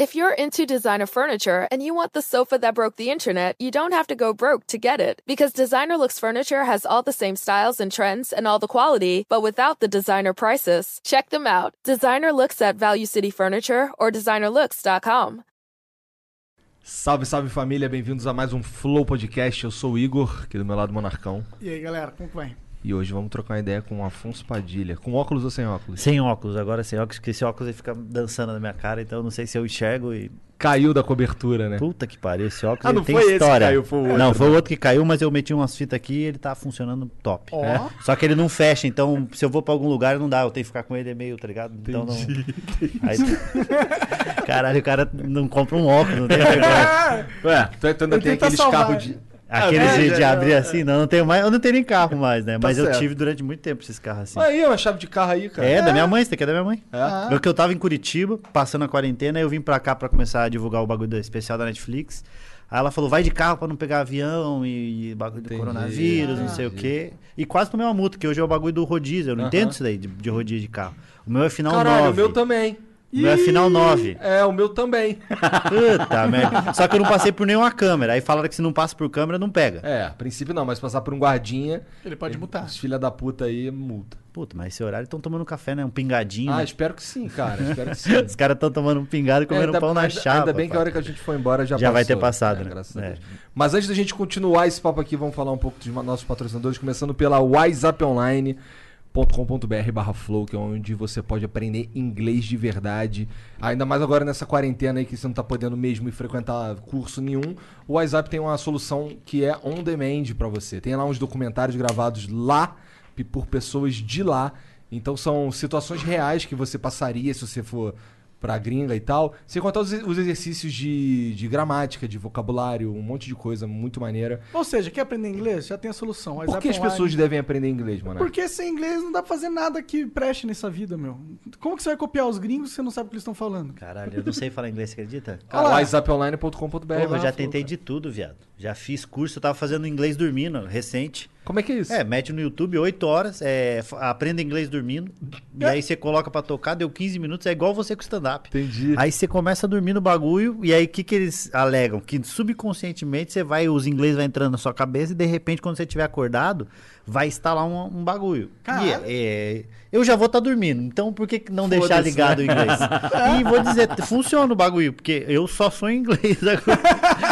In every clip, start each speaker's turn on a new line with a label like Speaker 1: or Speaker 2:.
Speaker 1: If you're into designer furniture and you want the sofa that broke the internet, you don't have to go broke to get it. Because Designer Looks Furniture has all the same styles and trends and all the quality, but without the designer prices. Check them out. Designer Looks at Value City Furniture or designerlooks.com.
Speaker 2: Salve, salve família, bem-vindos a mais um Flow Podcast. Eu sou o Igor, aqui do meu lado Monarcão.
Speaker 3: E aí, galera, como que vai?
Speaker 2: E hoje vamos trocar uma ideia com o Afonso Padilha. Com óculos ou sem óculos?
Speaker 4: Sem óculos, agora sem óculos, porque esse óculos ele fica dançando na minha cara, então eu não sei se eu enxergo e.
Speaker 2: Caiu da cobertura, né?
Speaker 4: Puta que pariu, esse óculos
Speaker 2: Ah,
Speaker 4: ele
Speaker 2: não
Speaker 4: tem
Speaker 2: foi esse que
Speaker 4: história.
Speaker 2: caiu, foi o outro,
Speaker 4: Não, foi o
Speaker 2: né?
Speaker 4: outro que caiu, mas eu meti umas fitas aqui e ele tá funcionando top.
Speaker 3: Ó.
Speaker 4: É. Só que ele não fecha, então se eu vou pra algum lugar não dá, eu tenho que ficar com ele é meio, tá ligado? Então não. Aí- Caralho, o cara não compra um óculos, não tem vergonha.
Speaker 2: Ué, tu tu ainda
Speaker 3: Eu
Speaker 2: tem
Speaker 3: tento
Speaker 2: aqueles
Speaker 3: salvar. né?
Speaker 2: carros de.
Speaker 4: Aquele
Speaker 2: É,
Speaker 4: jeito de
Speaker 2: é,
Speaker 4: abrir assim, não, não tenho mais, eu não tenho nem carro mais, né? Mas eu
Speaker 2: Tá certo.
Speaker 4: tive durante muito tempo esses carros assim.
Speaker 2: Aí, uma chave de carro aí, cara.
Speaker 4: É, da minha mãe, isso daqui é da minha mãe.
Speaker 2: Ah.
Speaker 4: Porque eu tava em Curitiba, passando a quarentena, eu vim pra cá pra começar a divulgar o bagulho do especial da Netflix. Aí ela falou, vai de carro pra não pegar avião e, e bagulho do
Speaker 2: Entendi, Ah.
Speaker 4: coronavírus, não sei o quê. E quase tomei uma multa, que hoje é o bagulho do rodízio. Eu não
Speaker 2: Aham.
Speaker 4: entendo isso daí, de, de rodízio de carro. O meu é final
Speaker 2: Caralho,
Speaker 4: 9.
Speaker 2: o meu também.
Speaker 4: O meu é final 9.
Speaker 2: É, o meu também.
Speaker 4: Puta merda. Só que eu não passei por nenhuma câmera. Aí falaram que se não passa por câmera, não pega.
Speaker 2: É, a princípio não, mas passar por um guardinha. é,
Speaker 3: Ele pode mutar.
Speaker 2: Os filha da puta aí, multa.
Speaker 4: Puta, mas esse horário estão tomando café, né? Um pingadinho.
Speaker 2: Ah,
Speaker 4: né?
Speaker 2: espero que sim, cara. Espero que sim.
Speaker 4: Os caras estão tomando um pingado e
Speaker 2: É,
Speaker 4: comendo pão na
Speaker 2: ainda,
Speaker 4: chapa.
Speaker 2: Ainda bem que a
Speaker 4: pai.
Speaker 2: hora que a gente foi embora já,
Speaker 4: Já vai
Speaker 2: passou.
Speaker 4: ter passado,
Speaker 2: É,
Speaker 4: né?
Speaker 2: graças a
Speaker 4: É.
Speaker 2: Deus. Mas antes da gente continuar esse papo aqui, vamos falar um pouco dos ma- nossos patrocinadores, começando pela wiseuponline.com.br barra flow, que é onde você pode aprender inglês de verdade. Ainda mais agora nessa quarentena aí que você não tá podendo mesmo ir frequentar curso nenhum. O WhatsApp tem uma solução que é on demand para você. Tem lá uns documentários gravados lá pe- por pessoas de lá. Então são situações reais que você passaria se você for pra gringa e tal. Sem contar os, os exercícios de, de gramática, de vocabulário, um monte de coisa muito maneira.
Speaker 3: Ou seja, quer aprender inglês? Já tem a solução. é
Speaker 2: Por que as pessoas devem aprender inglês, mano?
Speaker 3: Porque sem inglês não dá pra fazer nada que preste nessa vida, meu. Como que você vai copiar os gringos se você não sabe o que eles estão falando?
Speaker 4: Caralho, eu não sei falar inglês, você acredita?
Speaker 2: Ah,
Speaker 3: Olá.
Speaker 2: WhatsApponline.com.br.
Speaker 4: Porra, eu já tentei de tudo, viado. Já fiz curso, eu tava fazendo inglês dormindo, recente.
Speaker 2: Como é que é isso?
Speaker 4: É, mete no YouTube 8 horas, é, f- aprenda inglês dormindo. E aí você coloca pra tocar, deu 15 minutos, é igual você com stand-up.
Speaker 2: Entendi.
Speaker 4: Aí você começa a dormir no bagulho, e aí o que, que eles alegam? Que subconscientemente você vai, os inglês vai entrando na sua cabeça, e de repente, quando você estiver acordado, vai instalar um, um bagulho.
Speaker 3: Caralho.
Speaker 4: E é- é- eu já vou estar dormindo, então por que que não deixar
Speaker 2: Foda-se, né?
Speaker 4: ligado o inglês? E vou dizer, funciona o bagulho, porque eu só sonho em inglês agora.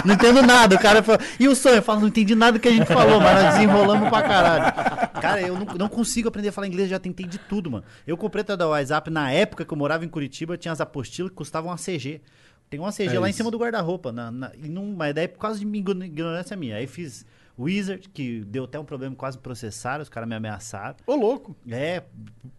Speaker 4: Não entendo nada. O cara fala, e o sonho? Eu falo, não entendi nada que a gente falou, mas nós desenrolamos pra caralho. Cara, eu não, não consigo aprender a falar inglês, eu já tentei de tudo, mano. Eu comprei a da WhatsApp na época que eu morava em Curitiba, tinha as apostilas que custavam uma CG. Tem uma CG
Speaker 2: É
Speaker 4: lá em
Speaker 2: isso.
Speaker 4: cima do guarda-roupa. Na, na, e não- mas daí é por causa de minha igno- ignorância minha. Aí fiz Wizard, que deu até um problema, quase me processaram, os caras me ameaçaram.
Speaker 3: Ô, louco.
Speaker 4: É,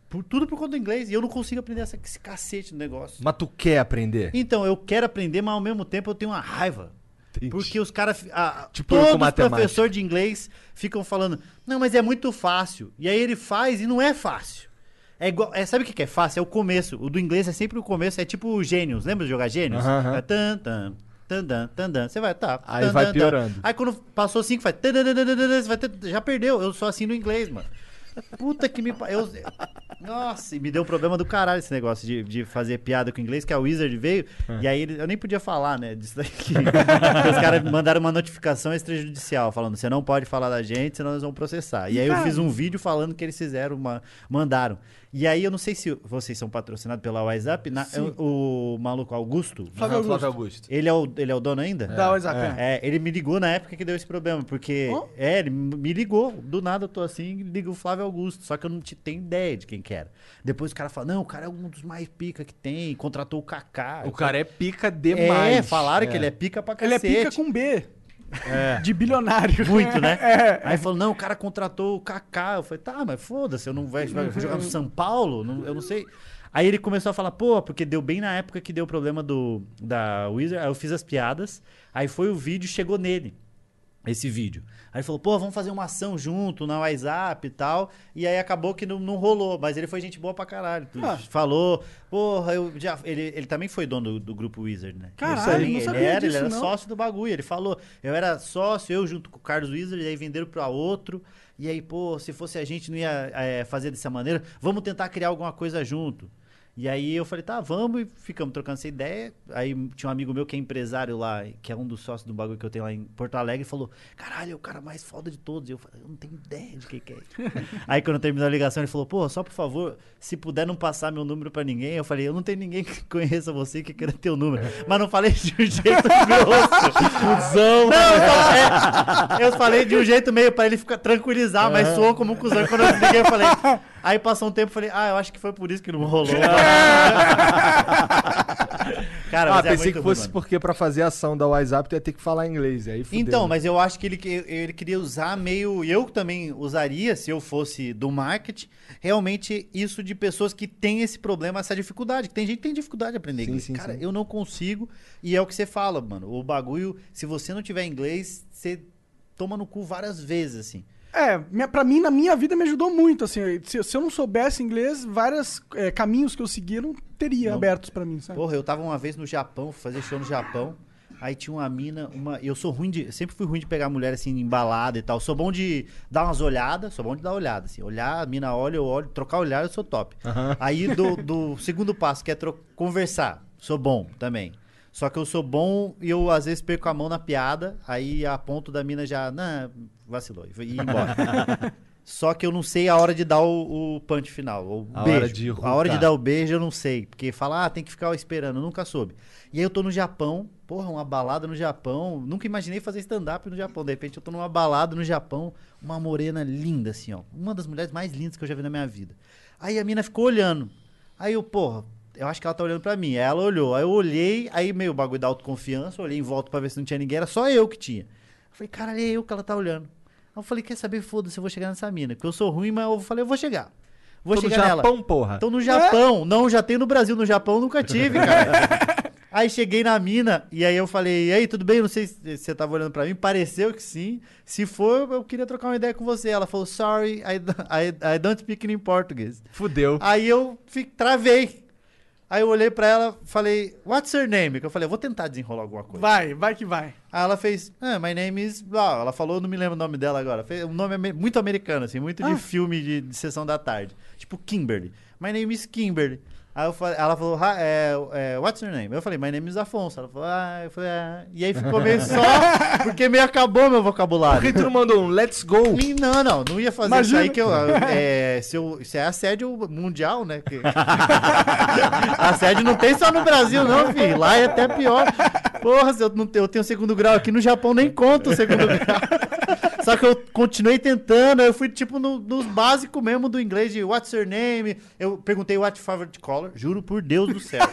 Speaker 4: por, tudo por conta do inglês. E eu não consigo aprender essa, esse cacete do negócio.
Speaker 2: Mas tu quer aprender?
Speaker 4: Então, eu quero aprender, mas ao mesmo tempo eu tenho uma raiva.
Speaker 2: Entendi.
Speaker 4: Porque os caras.
Speaker 2: Tipo
Speaker 4: Tipo,
Speaker 2: eu com
Speaker 4: todos os
Speaker 2: matemática.
Speaker 4: professores de inglês ficam falando, não, mas é muito fácil. E aí ele faz e não é fácil. É igual, é, sabe o que que é fácil? É o começo. O do inglês é sempre o começo, é tipo o Gênios. Lembra de jogar Gênios?
Speaker 2: Aham, aham.
Speaker 4: É tan, tan, tan, tan, tan, tan. Você vai, tá.
Speaker 2: Aí
Speaker 4: tan,
Speaker 2: vai
Speaker 4: tan, tan.
Speaker 2: piorando.
Speaker 4: Aí quando passou cinco, faz. tan, tan, tan, tan, tan, tan, Você vai, ter- já perdeu. Eu sou assim no inglês, mano. Puta que me. pa- Eu... Nossa, e me deu um problema do caralho esse negócio de, de fazer piada com inglês, que a Wizard veio, e aí ele- eu nem podia falar, né, disso daqui. Os caras me mandaram uma notificação extrajudicial, falando, você não pode falar da gente, senão nós vamos processar. E aí eu fiz um vídeo falando que eles fizeram, uma, mandaram. E aí eu não sei se vocês são patrocinados pela WhatsApp, na- o, o maluco Augusto,
Speaker 3: Flávio
Speaker 2: Aham,
Speaker 3: Augusto.
Speaker 2: Augusto.
Speaker 4: ele é o, ele é o dono ainda?
Speaker 3: Dá o WhatsApp. é.
Speaker 4: É, ele me ligou na época que deu esse problema, porque.
Speaker 3: Oh?
Speaker 4: É, ele me ligou. Do nada eu tô assim, liga o Flávio Augusto. Só que eu não te- tenho ideia de quem que era. Depois o cara fala: não, o cara é um dos mais pica que tem, contratou o Kaká.
Speaker 2: O cara é pica demais.
Speaker 4: demais. Ah, É, falaram que ele é pica pra
Speaker 3: Ele é
Speaker 4: cacete.
Speaker 3: pica com B. De bilionário.
Speaker 4: Muito, né?
Speaker 3: É.
Speaker 4: Aí falou, não, o cara contratou o Kaká. Eu falei, tá, mas foda-se, eu não vai, vai jogar no São Paulo, não- eu não sei. Aí ele começou a falar, pô, porque deu bem na época que deu o problema do, da Wizard, aí eu fiz as piadas, aí foi o vídeo, chegou nele, esse vídeo. Aí ele falou, pô, vamos fazer uma ação junto na WhatsApp e tal, e aí acabou que não, não rolou, mas ele foi gente boa pra caralho.
Speaker 3: Ah.
Speaker 4: Falou, porra, eu já... Ele, ele também foi dono do, do grupo Wizard, né?
Speaker 3: Caralho,
Speaker 4: Ele-
Speaker 3: não
Speaker 4: ele
Speaker 3: sabia
Speaker 4: era,
Speaker 3: disso,
Speaker 4: ele era
Speaker 3: não.
Speaker 4: sócio do bagulho. Ele falou, eu era sócio, eu junto com o Carlos Wizard, e aí venderam pra outro. E aí, pô, se fosse a gente não ia eh, fazer dessa maneira, vamos tentar criar alguma coisa junto. E aí eu falei, tá, vamos, e ficamos trocando essa ideia. Aí tinha um amigo meu que é empresário lá, que é um dos sócios do bagulho que eu tenho lá em Porto Alegre, e falou, caralho, é o cara mais foda de todos. E eu falei, eu não tenho ideia de quem que é. aí quando terminou a ligação, ele falou, pô, só por favor, se puder não passar meu número pra ninguém. Eu falei, eu não tenho ninguém que conheça você que queira ter o número. Mas não falei de um jeito grosso.
Speaker 2: Cusão.
Speaker 4: Não, eu falei, eu falei de um jeito meio pra ele ficar tranquilizar, mas
Speaker 2: É.
Speaker 4: soou como um cuzão quando eu liguei, eu falei. Aí passou um tempo, eu falei, ah, eu acho que foi por isso que não rolou. Cara,
Speaker 2: Ah,
Speaker 4: mas é
Speaker 2: pensei
Speaker 4: muito
Speaker 2: que
Speaker 4: ruim,
Speaker 2: fosse
Speaker 4: mano.
Speaker 2: porque pra fazer a ação da WhatsApp tu ia ter que falar inglês. Aí fudeu.
Speaker 4: Então,
Speaker 2: né?
Speaker 4: mas eu acho que ele, que- ele queria usar meio. Eu também usaria, se eu fosse do marketing, realmente isso de pessoas que têm esse problema, essa dificuldade. Tem gente que tem dificuldade de aprender
Speaker 2: Sim,
Speaker 4: inglês.
Speaker 2: sim,
Speaker 4: Cara,
Speaker 2: sim.
Speaker 4: eu não consigo. E é o que você fala, mano. O bagulho, se você não tiver inglês, você toma no cu várias vezes, assim.
Speaker 3: É, minha- pra mim, na minha vida, me ajudou muito, assim. Se, se eu não soubesse inglês, vários é, caminhos que eu segui não teria
Speaker 4: Não.
Speaker 3: abertos pra mim,
Speaker 2: É.
Speaker 3: sabe?
Speaker 4: Porra, eu tava uma vez no Japão, fui fazer show no Japão. Aí tinha uma mina, uma. Eu sou ruim de. Sempre fui ruim de pegar mulher assim, embalada e tal. Sou bom de dar umas olhadas, sou bom de dar olhada, assim. Olhar, a mina olha, eu olho, trocar olhar, eu sou top. Aí do, do segundo passo, que é tro- conversar. Sou bom também. Só que eu sou bom e eu às vezes perco a mão na piada, aí a ponto da mina já. Não, vacilou. E foi- e ia embora. Só que eu não sei a hora de dar o, o punch final. ou
Speaker 2: A
Speaker 4: beijo.
Speaker 2: hora de
Speaker 4: a hora de
Speaker 2: roucar.
Speaker 4: dar o beijo eu não sei. Porque fala, ah, tem que ficar esperando, eu nunca soube. E aí eu tô no Japão, porra, uma balada no Japão. Nunca imaginei fazer stand-up no Japão. De repente eu tô numa balada no Japão, uma morena linda, assim, ó. Uma das mulheres mais lindas que eu já vi na minha vida. Aí a mina ficou olhando. Aí eu, porra, eu acho que ela tá olhando pra mim. Aí ela olhou. Aí eu olhei, aí meio bagulho da autoconfiança, olhei em volta pra ver se não tinha ninguém, era só eu que tinha. Eu falei, caralho, é eu que ela tá olhando. Aí eu falei, quer saber? Foda-se, eu vou chegar nessa mina. Porque eu sou ruim, mas eu falei, eu vou chegar. Vou
Speaker 2: Tô no
Speaker 4: chegar nela.
Speaker 2: Japão, porra.
Speaker 4: Então no Japão, não, já tem no Brasil, no Japão nunca tive, cara. aí cheguei na mina e aí eu falei, e aí, tudo bem? Não sei se você tava olhando pra mim, pareceu que sim. Se for, eu queria trocar uma ideia com você. Ela falou, sorry, I, don't- I, I don't speak in português.
Speaker 2: Fudeu.
Speaker 4: Aí eu fi- travei. Aí eu olhei pra ela, falei, what's your name? Que eu falei, eu vou tentar desenrolar alguma coisa.
Speaker 3: Vai, vai que vai.
Speaker 4: Aí ela fez, ah, my name is. blá. Ela falou, não me lembro o nome dela agora. Fez um nome ame- muito americano, assim, muito de
Speaker 3: Ah.
Speaker 4: filme de, de sessão da tarde. Tipo Kimberly. My name is Kimberly. Aí eu falei, ela falou, "Ha- é, é, what's your name? Eu falei, my name is Afonso. Ela falou, ah, eu falei, ah. E aí ficou meio só, porque meio acabou
Speaker 2: Por
Speaker 4: meu
Speaker 2: que
Speaker 4: vocabulário.
Speaker 2: tu não mandou um let's go?
Speaker 4: E Não, não, não ia fazer
Speaker 3: Imagina.
Speaker 4: isso aí que eu. É, se, eu se é assédio mundial, né? Que... assédio não tem só no Brasil, não, filho. Lá é até pior. Porra, se eu, não, te- eu tenho segundo grau aqui no Japão, nem conta o segundo grau. Só que eu continuei tentando, eu fui tipo no, nos básicos mesmo do inglês de what's your name. Eu perguntei what your favorite color, juro por Deus do céu.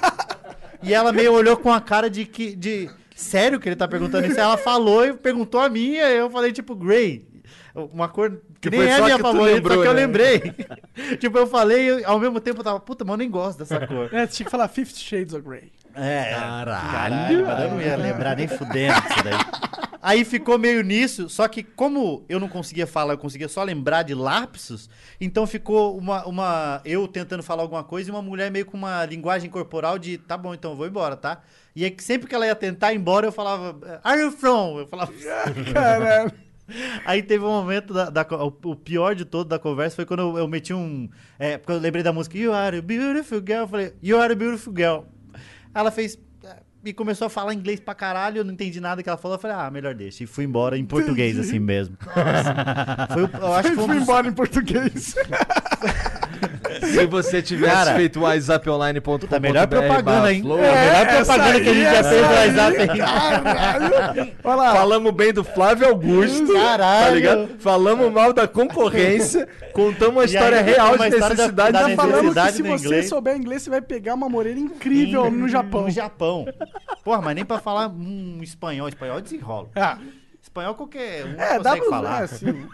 Speaker 4: E ela meio olhou com a cara de que. De, sério que ele tá perguntando isso? Aí Ela falou e perguntou a minha, e eu falei, tipo, grey. Uma cor
Speaker 2: Que
Speaker 4: que nem
Speaker 2: foi
Speaker 4: é
Speaker 2: só
Speaker 4: minha
Speaker 2: que tu
Speaker 4: favorita,
Speaker 2: lembrou,
Speaker 4: só que eu
Speaker 2: né?
Speaker 4: lembrei. tipo, eu falei, eu, ao mesmo tempo eu tava, puta, mas eu nem gosto dessa cor.
Speaker 3: É, tinha que falar Fifty Shades of Grey.
Speaker 4: É.
Speaker 2: Caralho.
Speaker 4: Caralho, mas eu não ia lembrar nem fudendo isso daí. Aí ficou meio nisso, só que como eu não conseguia falar, eu conseguia só lembrar de lapsos, então ficou uma, uma eu tentando falar alguma coisa e uma mulher meio com uma linguagem corporal de tá bom, então eu vou embora, tá? E é que sempre que ela ia tentar ir embora, eu falava, Are you from? Eu falava.
Speaker 3: Caralho.
Speaker 4: Aí teve um momento, da, da co- o o pior de todo da conversa foi quando eu, eu meti um. É, porque eu lembrei da música You Are a Beautiful Girl. Eu falei, You Are a Beautiful Girl. Ela fez. é, E começou a falar inglês pra caralho, eu não entendi nada que ela falou. Eu falei, ah, melhor deixa. E fui embora em português,
Speaker 3: Entendi.
Speaker 4: assim mesmo. Foi, o- eu acho que foi um
Speaker 3: fui
Speaker 4: dos-
Speaker 3: embora em português.
Speaker 2: Se você tivesse
Speaker 4: Cara,
Speaker 2: feito whatsapponline.com.br
Speaker 4: Puta, a tá melhor propaganda, hein?
Speaker 2: flow,
Speaker 4: É, a melhor propaganda que a gente
Speaker 3: é
Speaker 4: já fez no WhatsApp.
Speaker 3: Caralho. Olha lá.
Speaker 2: Falamos bem do Flávio Augusto.
Speaker 4: Caralho.
Speaker 2: Tá ligado? Falamos mal da concorrência. Contamos a
Speaker 4: E
Speaker 2: história
Speaker 4: ainda
Speaker 2: real de
Speaker 4: uma história da-
Speaker 2: necessidade
Speaker 4: da
Speaker 2: de
Speaker 3: Falando que
Speaker 4: Necessidade
Speaker 3: se
Speaker 4: do
Speaker 3: você
Speaker 4: inglês.
Speaker 3: souber inglês, você vai pegar uma morena incrível no Japão.
Speaker 4: No Japão. Porra, mas nem pra falar um espanhol. Espanhol desenrola.
Speaker 3: Ah,
Speaker 4: Espanhol qualquer um
Speaker 3: é, dá
Speaker 4: consegue
Speaker 3: pra
Speaker 4: falar.
Speaker 3: É, assim.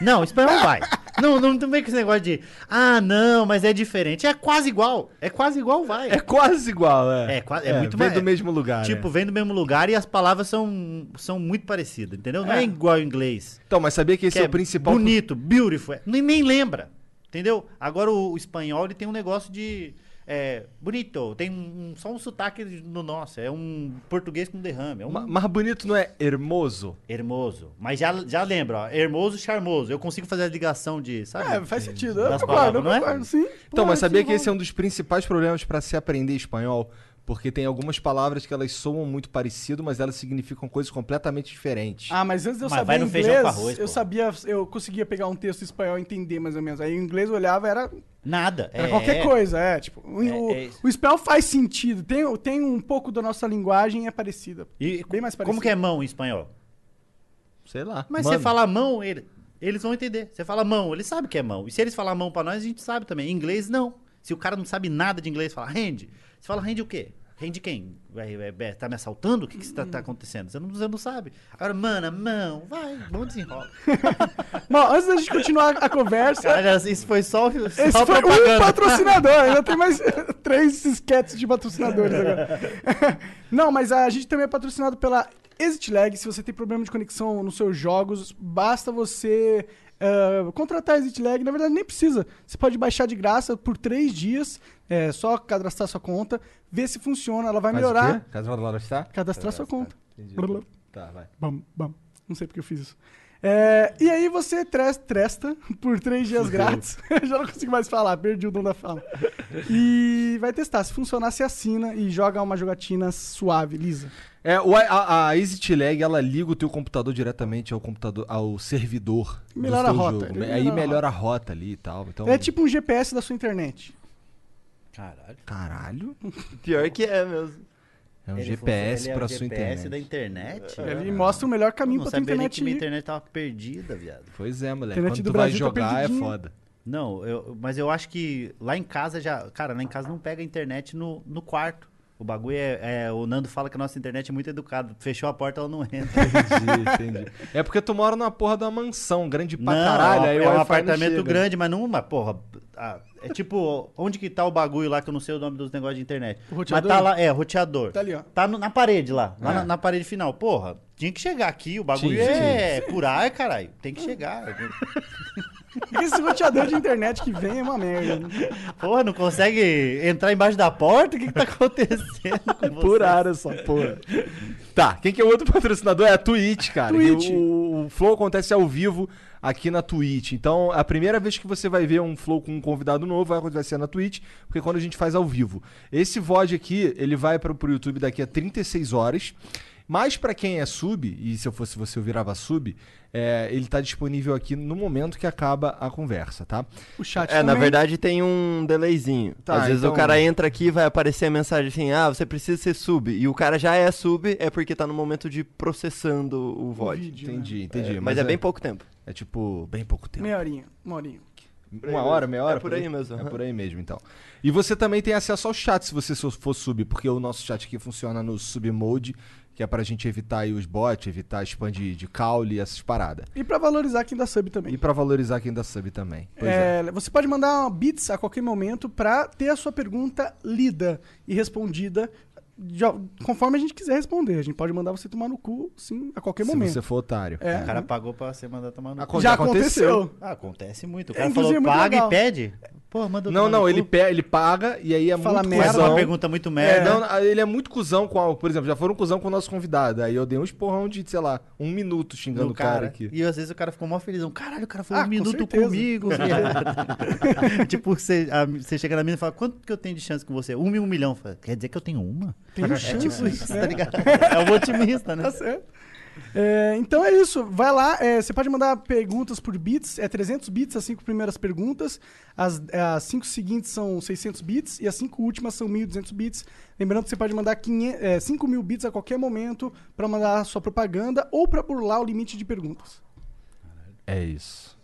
Speaker 4: Não, espanhol vai. Não, não, não vem com esse negócio de, ah, não, mas é diferente. É quase igual. É quase igual, vai.
Speaker 2: É quase igual, é.
Speaker 4: É, quase- é muito
Speaker 2: vem
Speaker 4: mais-
Speaker 2: do mesmo lugar.
Speaker 4: tipo,
Speaker 2: né?
Speaker 4: vem do mesmo lugar e as palavras são, são muito parecidas, entendeu? Não é igual ao inglês.
Speaker 2: Então, mas sabia que esse
Speaker 4: que
Speaker 2: é, o principal.
Speaker 4: Bonito, beautiful. é- Nem, nem lembra, entendeu? Agora o, o espanhol ele tem um negócio de. é, bonito, tem um- só um sotaque no nosso, é um português com derrame, é um
Speaker 2: Ma- Mas bonito não é hermoso?
Speaker 4: hermoso. Mas já, já lembra, ó, hermoso, charmoso, eu consigo fazer a ligação de, sabe?
Speaker 3: É, faz sentido. Eu
Speaker 4: Das
Speaker 3: concordo,
Speaker 4: palavras, não é?
Speaker 3: eu concordo, sim. tipo
Speaker 2: Então, mas sabia que esse
Speaker 3: esse
Speaker 2: é um dos principais problemas para se aprender espanhol? Porque tem algumas palavras que elas soam muito parecido, mas elas significam coisas completamente diferentes.
Speaker 3: Ah, mas antes de eu
Speaker 4: Mas
Speaker 3: saber
Speaker 4: vai no
Speaker 3: inglês,
Speaker 4: feijão com arroz,
Speaker 3: eu
Speaker 4: pô.
Speaker 3: sabia, eu conseguia pegar um texto em espanhol e entender mais ou menos. Aí o inglês eu olhava, era,
Speaker 4: Nada.
Speaker 3: era qualquer coisa, é, tipo, o,
Speaker 4: É,
Speaker 3: o,
Speaker 4: é isso.
Speaker 3: o espanhol faz sentido, tem, tem um pouco da nossa linguagem é parecida.
Speaker 4: E
Speaker 3: Bem mais
Speaker 4: como
Speaker 3: parecido.
Speaker 4: que é mão em espanhol?
Speaker 2: Sei lá.
Speaker 4: Mas
Speaker 2: Mano,
Speaker 4: você falar mão, ele- eles vão entender. Você fala mão, eles sabem que é mão. E se eles falar mão pra nós, a gente sabe também. Em inglês, não. Se o cara não sabe nada de inglês, fala rende. Você fala rende o quê? Rende quem? É, é, é, tá me assaltando? O que, que tá, tá acontecendo? Você não, você não sabe. Agora, mana, mão, vai, um mão desenrola.
Speaker 3: Bom, antes da gente continuar a conversa,
Speaker 4: Cara, isso foi só, só
Speaker 3: esse foi um
Speaker 4: propaganda.
Speaker 3: patrocinador, ainda tem mais três esquetes de patrocinadores agora. Não, mas a gente também é patrocinado pela Exit Lag. Se você tem problema de conexão nos seus jogos, basta você eh, contratar a Exit Lag. Na verdade, nem precisa. Você pode baixar de graça por três dias. É só cadastrar sua conta, ver se funciona. Ela vai
Speaker 2: faz o
Speaker 3: melhorar.
Speaker 2: quê? É, Caso Valor está?
Speaker 3: Cadastrar sua conta.
Speaker 2: Entendi.
Speaker 3: Blá, blá.
Speaker 2: Tá, vai.
Speaker 3: Bam, bam. Não sei porque eu fiz isso. É, e aí você tres- tresta por três dias grátis. Já não consigo mais falar, perdi o dom da fala. E vai testar. Se funcionar, você assina e joga uma jogatina suave, lisa.
Speaker 2: É, o- a, a Exit Lag, ela liga o teu computador diretamente ao computador, ao servidor
Speaker 3: Melhora
Speaker 2: do teu
Speaker 3: a rota,
Speaker 2: jogo. né?
Speaker 3: ele
Speaker 2: Aí
Speaker 3: melhora a
Speaker 2: melhora a rota ali e tal. Então,
Speaker 3: É tipo um GPS da sua internet.
Speaker 4: Caralho.
Speaker 2: Caralho.
Speaker 5: Pior que é mesmo.
Speaker 2: É um
Speaker 4: Ele
Speaker 2: GPS
Speaker 4: funciona- ele é
Speaker 2: pra
Speaker 4: o
Speaker 2: sua
Speaker 4: GPS
Speaker 2: internet.
Speaker 4: da internet?
Speaker 5: É.
Speaker 3: Ele mostra o melhor caminho
Speaker 4: Eu
Speaker 3: pra
Speaker 4: não
Speaker 3: tua
Speaker 4: sabia nem
Speaker 3: internet
Speaker 4: que minha
Speaker 3: ir.
Speaker 4: internet tava perdida, viado.
Speaker 2: Pois é, moleque.
Speaker 3: Internet
Speaker 2: Quando
Speaker 3: do
Speaker 2: tu vai
Speaker 3: Brasil tá
Speaker 2: jogar é
Speaker 3: perdidinha.
Speaker 2: foda.
Speaker 4: Não, eu, mas eu acho que lá em casa já. Cara, lá em casa não pega internet no, no quarto. O bagulho é, é- O Nando fala que a nossa internet é muito educada. Fechou a porta, ela não entra.
Speaker 2: Entendi, entendi. É porque tu mora numa porra de uma mansão grande pra
Speaker 4: não,
Speaker 2: caralho.
Speaker 4: é,
Speaker 2: aí o
Speaker 4: um
Speaker 2: Wi-Fi não
Speaker 4: apartamento
Speaker 2: chega.
Speaker 4: grande, mas numa, porra. ah, é tipo, onde que tá o bagulho lá que eu não sei o nome dos negócios de internet?
Speaker 3: O roteador?
Speaker 4: Mas tá lá, é, roteador.
Speaker 3: Tá ali, ó.
Speaker 4: Tá no- na parede lá, lá
Speaker 2: É.
Speaker 4: na, na parede final. Porra, tinha que chegar aqui, o bagulho
Speaker 2: Tinha,
Speaker 4: é por ar, caralho. Tem que chegar.
Speaker 3: Esse roteador de internet que vem é uma merda. né?
Speaker 4: Porra, não consegue entrar embaixo da porta? O que, que tá acontecendo com você?
Speaker 2: Por ar essa porra. Tá, quem que é o outro patrocinador? É a Twitch, cara.
Speaker 3: Twitch.
Speaker 2: E O, o Flow acontece ao vivo aqui na Twitch. Então, a primeira vez que você vai ver um Flow com um convidado novo vai acontecer na Twitch, porque é quando a gente faz ao vivo. Esse VOD aqui, ele vai pro, pro YouTube daqui a 36 horas. Mas pra quem é sub, e se eu fosse você eu virava sub, é, ele tá disponível aqui no momento que acaba a conversa, tá?
Speaker 3: O chat
Speaker 5: É, na
Speaker 3: também.
Speaker 5: verdade tem um delayzinho.
Speaker 2: Tá,
Speaker 5: Às vezes
Speaker 2: então-
Speaker 5: o cara entra aqui e vai aparecer a mensagem assim: ah, você precisa ser sub. E o cara já é sub, é porque tá no momento de processando o VOD.
Speaker 3: vídeo, né?
Speaker 2: Entendi, entendi.
Speaker 5: É, mas é, bem pouco tempo.
Speaker 2: É tipo, bem pouco tempo.
Speaker 3: Meia horinha, uma horinha.
Speaker 2: Uma hora, meia hora?
Speaker 5: É por aí mesmo.
Speaker 2: É
Speaker 5: aham.
Speaker 2: por aí mesmo, então. E você também tem acesso ao chat se você so- for sub, porque o nosso chat aqui funciona no sub mode, que é pra gente evitar aí os bots, evitar spam de, de caule e essas paradas.
Speaker 3: E pra valorizar quem dá sub também.
Speaker 2: E pra valorizar quem dá sub também. Pois é.
Speaker 3: É, Você pode mandar bits a qualquer momento pra ter a sua pergunta lida e respondida de- conforme a gente quiser responder. A gente pode mandar você tomar no cu, sim, a qualquer
Speaker 2: se
Speaker 3: momento.
Speaker 2: você for otário.
Speaker 3: É.
Speaker 4: O cara pagou pra você mandar tomar no cu.
Speaker 2: Aconte-
Speaker 3: Já
Speaker 2: aconteceu.
Speaker 3: aconteceu.
Speaker 4: Ah, acontece muito. O
Speaker 3: É,
Speaker 4: cara
Speaker 3: inclusive,
Speaker 4: falou,
Speaker 3: é muito
Speaker 4: paga
Speaker 3: legal.
Speaker 4: e pede. Pô, manda
Speaker 2: Não,
Speaker 4: tomar no
Speaker 2: não,
Speaker 4: cu.
Speaker 2: ele, pe- ele paga e aí é
Speaker 3: Fala
Speaker 2: muito
Speaker 3: merda.
Speaker 4: Faz
Speaker 2: cuzão.
Speaker 4: uma pergunta muito
Speaker 2: É,
Speaker 4: merda.
Speaker 2: não, ele é muito cuzão com a, por exemplo, já foram cuzão com o nosso convidado. Aí eu dei um esporrão de, sei lá, um minuto
Speaker 4: do
Speaker 2: xingando o cara, aqui.
Speaker 4: E às vezes o cara ficou mó felizão. Caralho, o cara falou
Speaker 3: Ah,
Speaker 4: um
Speaker 3: com
Speaker 4: minuto
Speaker 3: certeza. É,
Speaker 4: comigo. viado. tipo, você, a- você chega na mina e fala, quanto que eu tenho de chance com você? Um e um milhão. Fala, Quer dizer que eu tenho uma?
Speaker 3: Tem
Speaker 4: É
Speaker 3: chance,
Speaker 4: tipo isso,
Speaker 3: né?
Speaker 4: tá ligado? É um otimista, né?
Speaker 3: Tá certo. É, então é isso, vai lá, é, você pode mandar perguntas por bits, é 300 bits as cinco primeiras perguntas, as, é, as cinco seguintes são 600 bits e as cinco últimas são 1.200 bits. Lembrando que você pode mandar 500, é, 5 mil bits a qualquer momento pra mandar a sua propaganda ou pra burlar o limite de perguntas.
Speaker 2: É isso.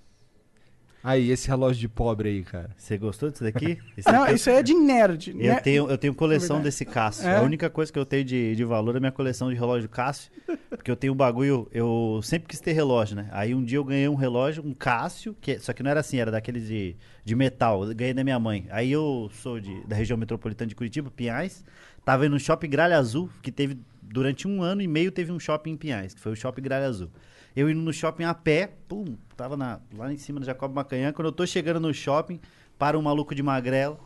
Speaker 2: Aí, esse relógio de pobre aí, cara.
Speaker 4: Você gostou disso daqui? Esse
Speaker 3: Não,
Speaker 4: aqui-
Speaker 3: isso aí é de nerd. né?
Speaker 4: Eu tenho, eu tenho coleção
Speaker 3: Verdade.
Speaker 4: desse Cássio.
Speaker 3: É?
Speaker 4: A única coisa que eu tenho de, de valor é minha coleção de relógio Cássio. Porque eu tenho um bagulho. Eu sempre quis ter relógio, né? Aí um dia eu ganhei um relógio, um Cássio, que, só que não era assim, era daquele de, de metal. Eu ganhei da minha mãe. Aí eu sou de, da região metropolitana de Curitiba, Pinhais. Tava indo no shopping Gralha Azul, que teve. Durante um ano e meio teve um shopping em Pinhais, que foi o shopping Gralha Azul. Eu indo no shopping a pé, pum, tava na- lá em cima do Jacob Macanhã. Quando eu tô chegando no shopping, para um maluco de magrela.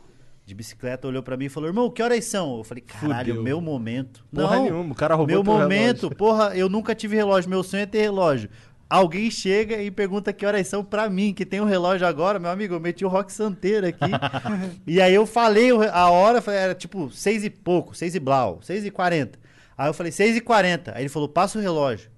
Speaker 4: de bicicleta, olhou pra mim e falou: irmão, que horas são? Eu falei: caralho,
Speaker 2: Fudeu.
Speaker 4: meu momento.
Speaker 2: Porra
Speaker 4: não,
Speaker 2: nenhuma, o cara roubou
Speaker 4: Meu
Speaker 2: teu
Speaker 4: momento,
Speaker 2: relógio.
Speaker 4: porra, eu nunca tive relógio. Meu sonho é ter relógio. Alguém chega e pergunta que horas são pra mim, que tem um relógio agora, meu amigo, eu meti o rock santeiro aqui. e aí eu falei o re- a hora, falei, era tipo seis e pouco, seis e blau, seis e quarenta. Aí eu falei, seis e quarenta. Aí ele falou, passa o relógio.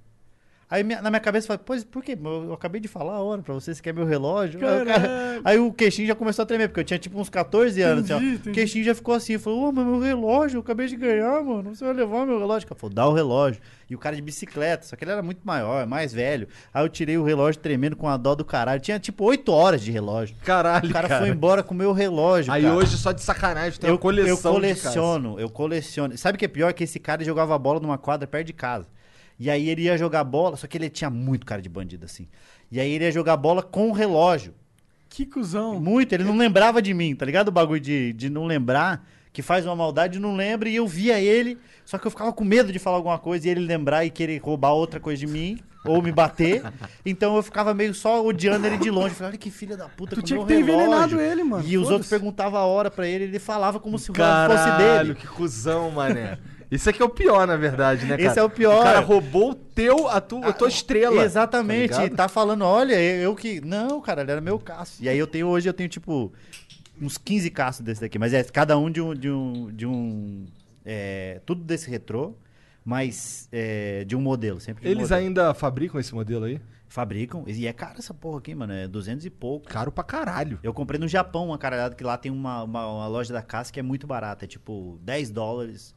Speaker 4: Aí minha- na minha cabeça eu falei, pois por quê? Eu, eu acabei de falar a hora pra você, você quer meu relógio? Aí o, cara-
Speaker 3: Caralho.
Speaker 4: aí o queixinho já começou a tremer, porque eu tinha tipo uns 14 anos.
Speaker 3: Entendi,
Speaker 4: assim, ó.
Speaker 3: entendi.
Speaker 4: O queixinho já ficou assim, falou, ô, mas meu relógio, eu acabei de ganhar, mano, você vai levar meu relógio? Ele falou, dá o relógio. E o cara de bicicleta, só que ele era muito maior, mais velho. Aí eu tirei o relógio tremendo com a dó do caralho. Tinha tipo 8 horas de relógio.
Speaker 2: Caralho,
Speaker 4: O cara, foi embora com o meu relógio,
Speaker 2: Aí
Speaker 4: cara.
Speaker 2: hoje só de sacanagem, tem
Speaker 4: Eu,
Speaker 2: uma coleção
Speaker 4: eu
Speaker 2: de casa.
Speaker 4: coleciono, eu coleciono. Sabe o que é pior? Que esse cara jogava bola numa quadra perto de casa. E aí ele ia jogar bola, só que ele tinha muito cara de bandido, assim. E aí ele ia jogar bola com o relógio.
Speaker 3: Que cuzão.
Speaker 4: Muito, ele não lembrava de mim, tá ligado? O bagulho de, de não lembrar, que faz uma maldade e não lembra, e eu via ele, só que eu ficava com medo de falar alguma coisa e ele lembrar e querer roubar outra coisa de mim, ou me bater. Então eu ficava meio só odiando ele de longe. Eu Falei, olha que filha da puta,
Speaker 3: Tu
Speaker 4: com
Speaker 3: tinha
Speaker 4: meu
Speaker 3: que ter
Speaker 4: relógio.
Speaker 3: envenenado ele, mano.
Speaker 4: E os
Speaker 3: Foda-se.
Speaker 4: outros perguntavam a hora pra ele, ele falava como se o relógio fosse
Speaker 2: Caralho,
Speaker 4: dele.
Speaker 2: que cuzão, mané. Isso aqui é o pior, na verdade, né, cara?
Speaker 4: Esse é o pior. Ah,
Speaker 2: O cara roubou o teu, a, tu, a tua estrela.
Speaker 4: Exatamente.
Speaker 2: Tá
Speaker 4: e
Speaker 2: ligado?
Speaker 4: tá falando, olha, eu que. Não, cara, ele era meu caço. E aí eu tenho hoje, eu tenho tipo uns 15 caços desse daqui. Mas é cada um de um. De um, de um é, tudo desse retrô, mas é, de um modelo. Sempre de um
Speaker 2: Eles
Speaker 4: modelo.
Speaker 2: ainda fabricam esse modelo aí?
Speaker 4: Fabricam. E é caro essa porra aqui, mano. É 200 e pouco.
Speaker 2: Caro pra caralho.
Speaker 4: Eu comprei no Japão uma caralhada que lá tem uma, uma, uma loja da caça que é muito barata. É tipo 10 dólares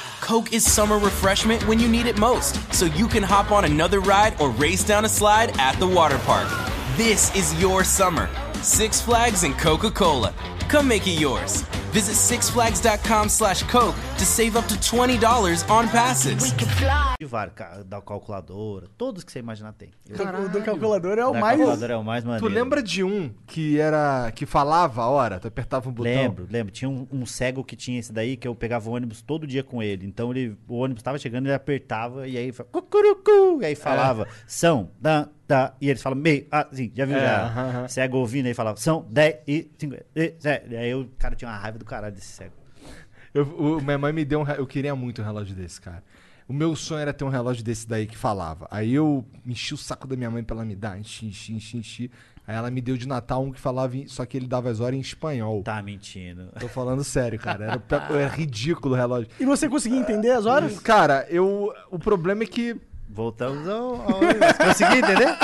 Speaker 6: Coke is summer refreshment when you need it most, so you can hop on another ride or race down a slide at the water park. This is your summer. Six Flags and Coca-Cola. Come make it yours. Visit sixflags.com slash Coke to save up to $20 on passes.
Speaker 7: We could fly.
Speaker 4: de vários, ca- da calculadora, todos que você imaginar tem. Eu-
Speaker 3: O do calculador é o
Speaker 4: da
Speaker 3: mais.
Speaker 4: calculadora é o mais
Speaker 2: Tu
Speaker 4: maneiro.
Speaker 2: lembra de um que era. que falava a hora? Tu apertava um botão.
Speaker 4: Lembro, lembro. Tinha um, um cego que tinha esse daí que eu pegava o ônibus todo dia com ele. Então ele, o ônibus tava chegando, ele apertava e aí falava, cucurucu, e
Speaker 2: É.
Speaker 4: aí falava, são, da, da, e eles falam, meio, ah, sim, já viu
Speaker 2: É,
Speaker 4: já.
Speaker 2: aham, aham.
Speaker 4: Cego ouvindo, aí falava, são, dez e cinco, e, zé. E aí o cara tinha uma raiva do caralho desse cego.
Speaker 2: Eu, o- minha mãe me deu um. re- Eu queria muito um relógio desse, cara. O meu sonho era ter um relógio desse daí que falava. Aí eu enchi o saco da minha mãe pra ela me dar. Enchi, enchi, enchi, enchi. Aí ela me deu de Natal um que falava. em- Só que ele dava as horas em espanhol.
Speaker 4: Tá mentindo.
Speaker 2: Tô falando sério, cara. Era, pe- era ridículo o relógio.
Speaker 3: E você conseguia entender as horas?
Speaker 2: Cara, eu. O problema é que.
Speaker 4: Voltamos ao, ao ônibus. Consegui entender?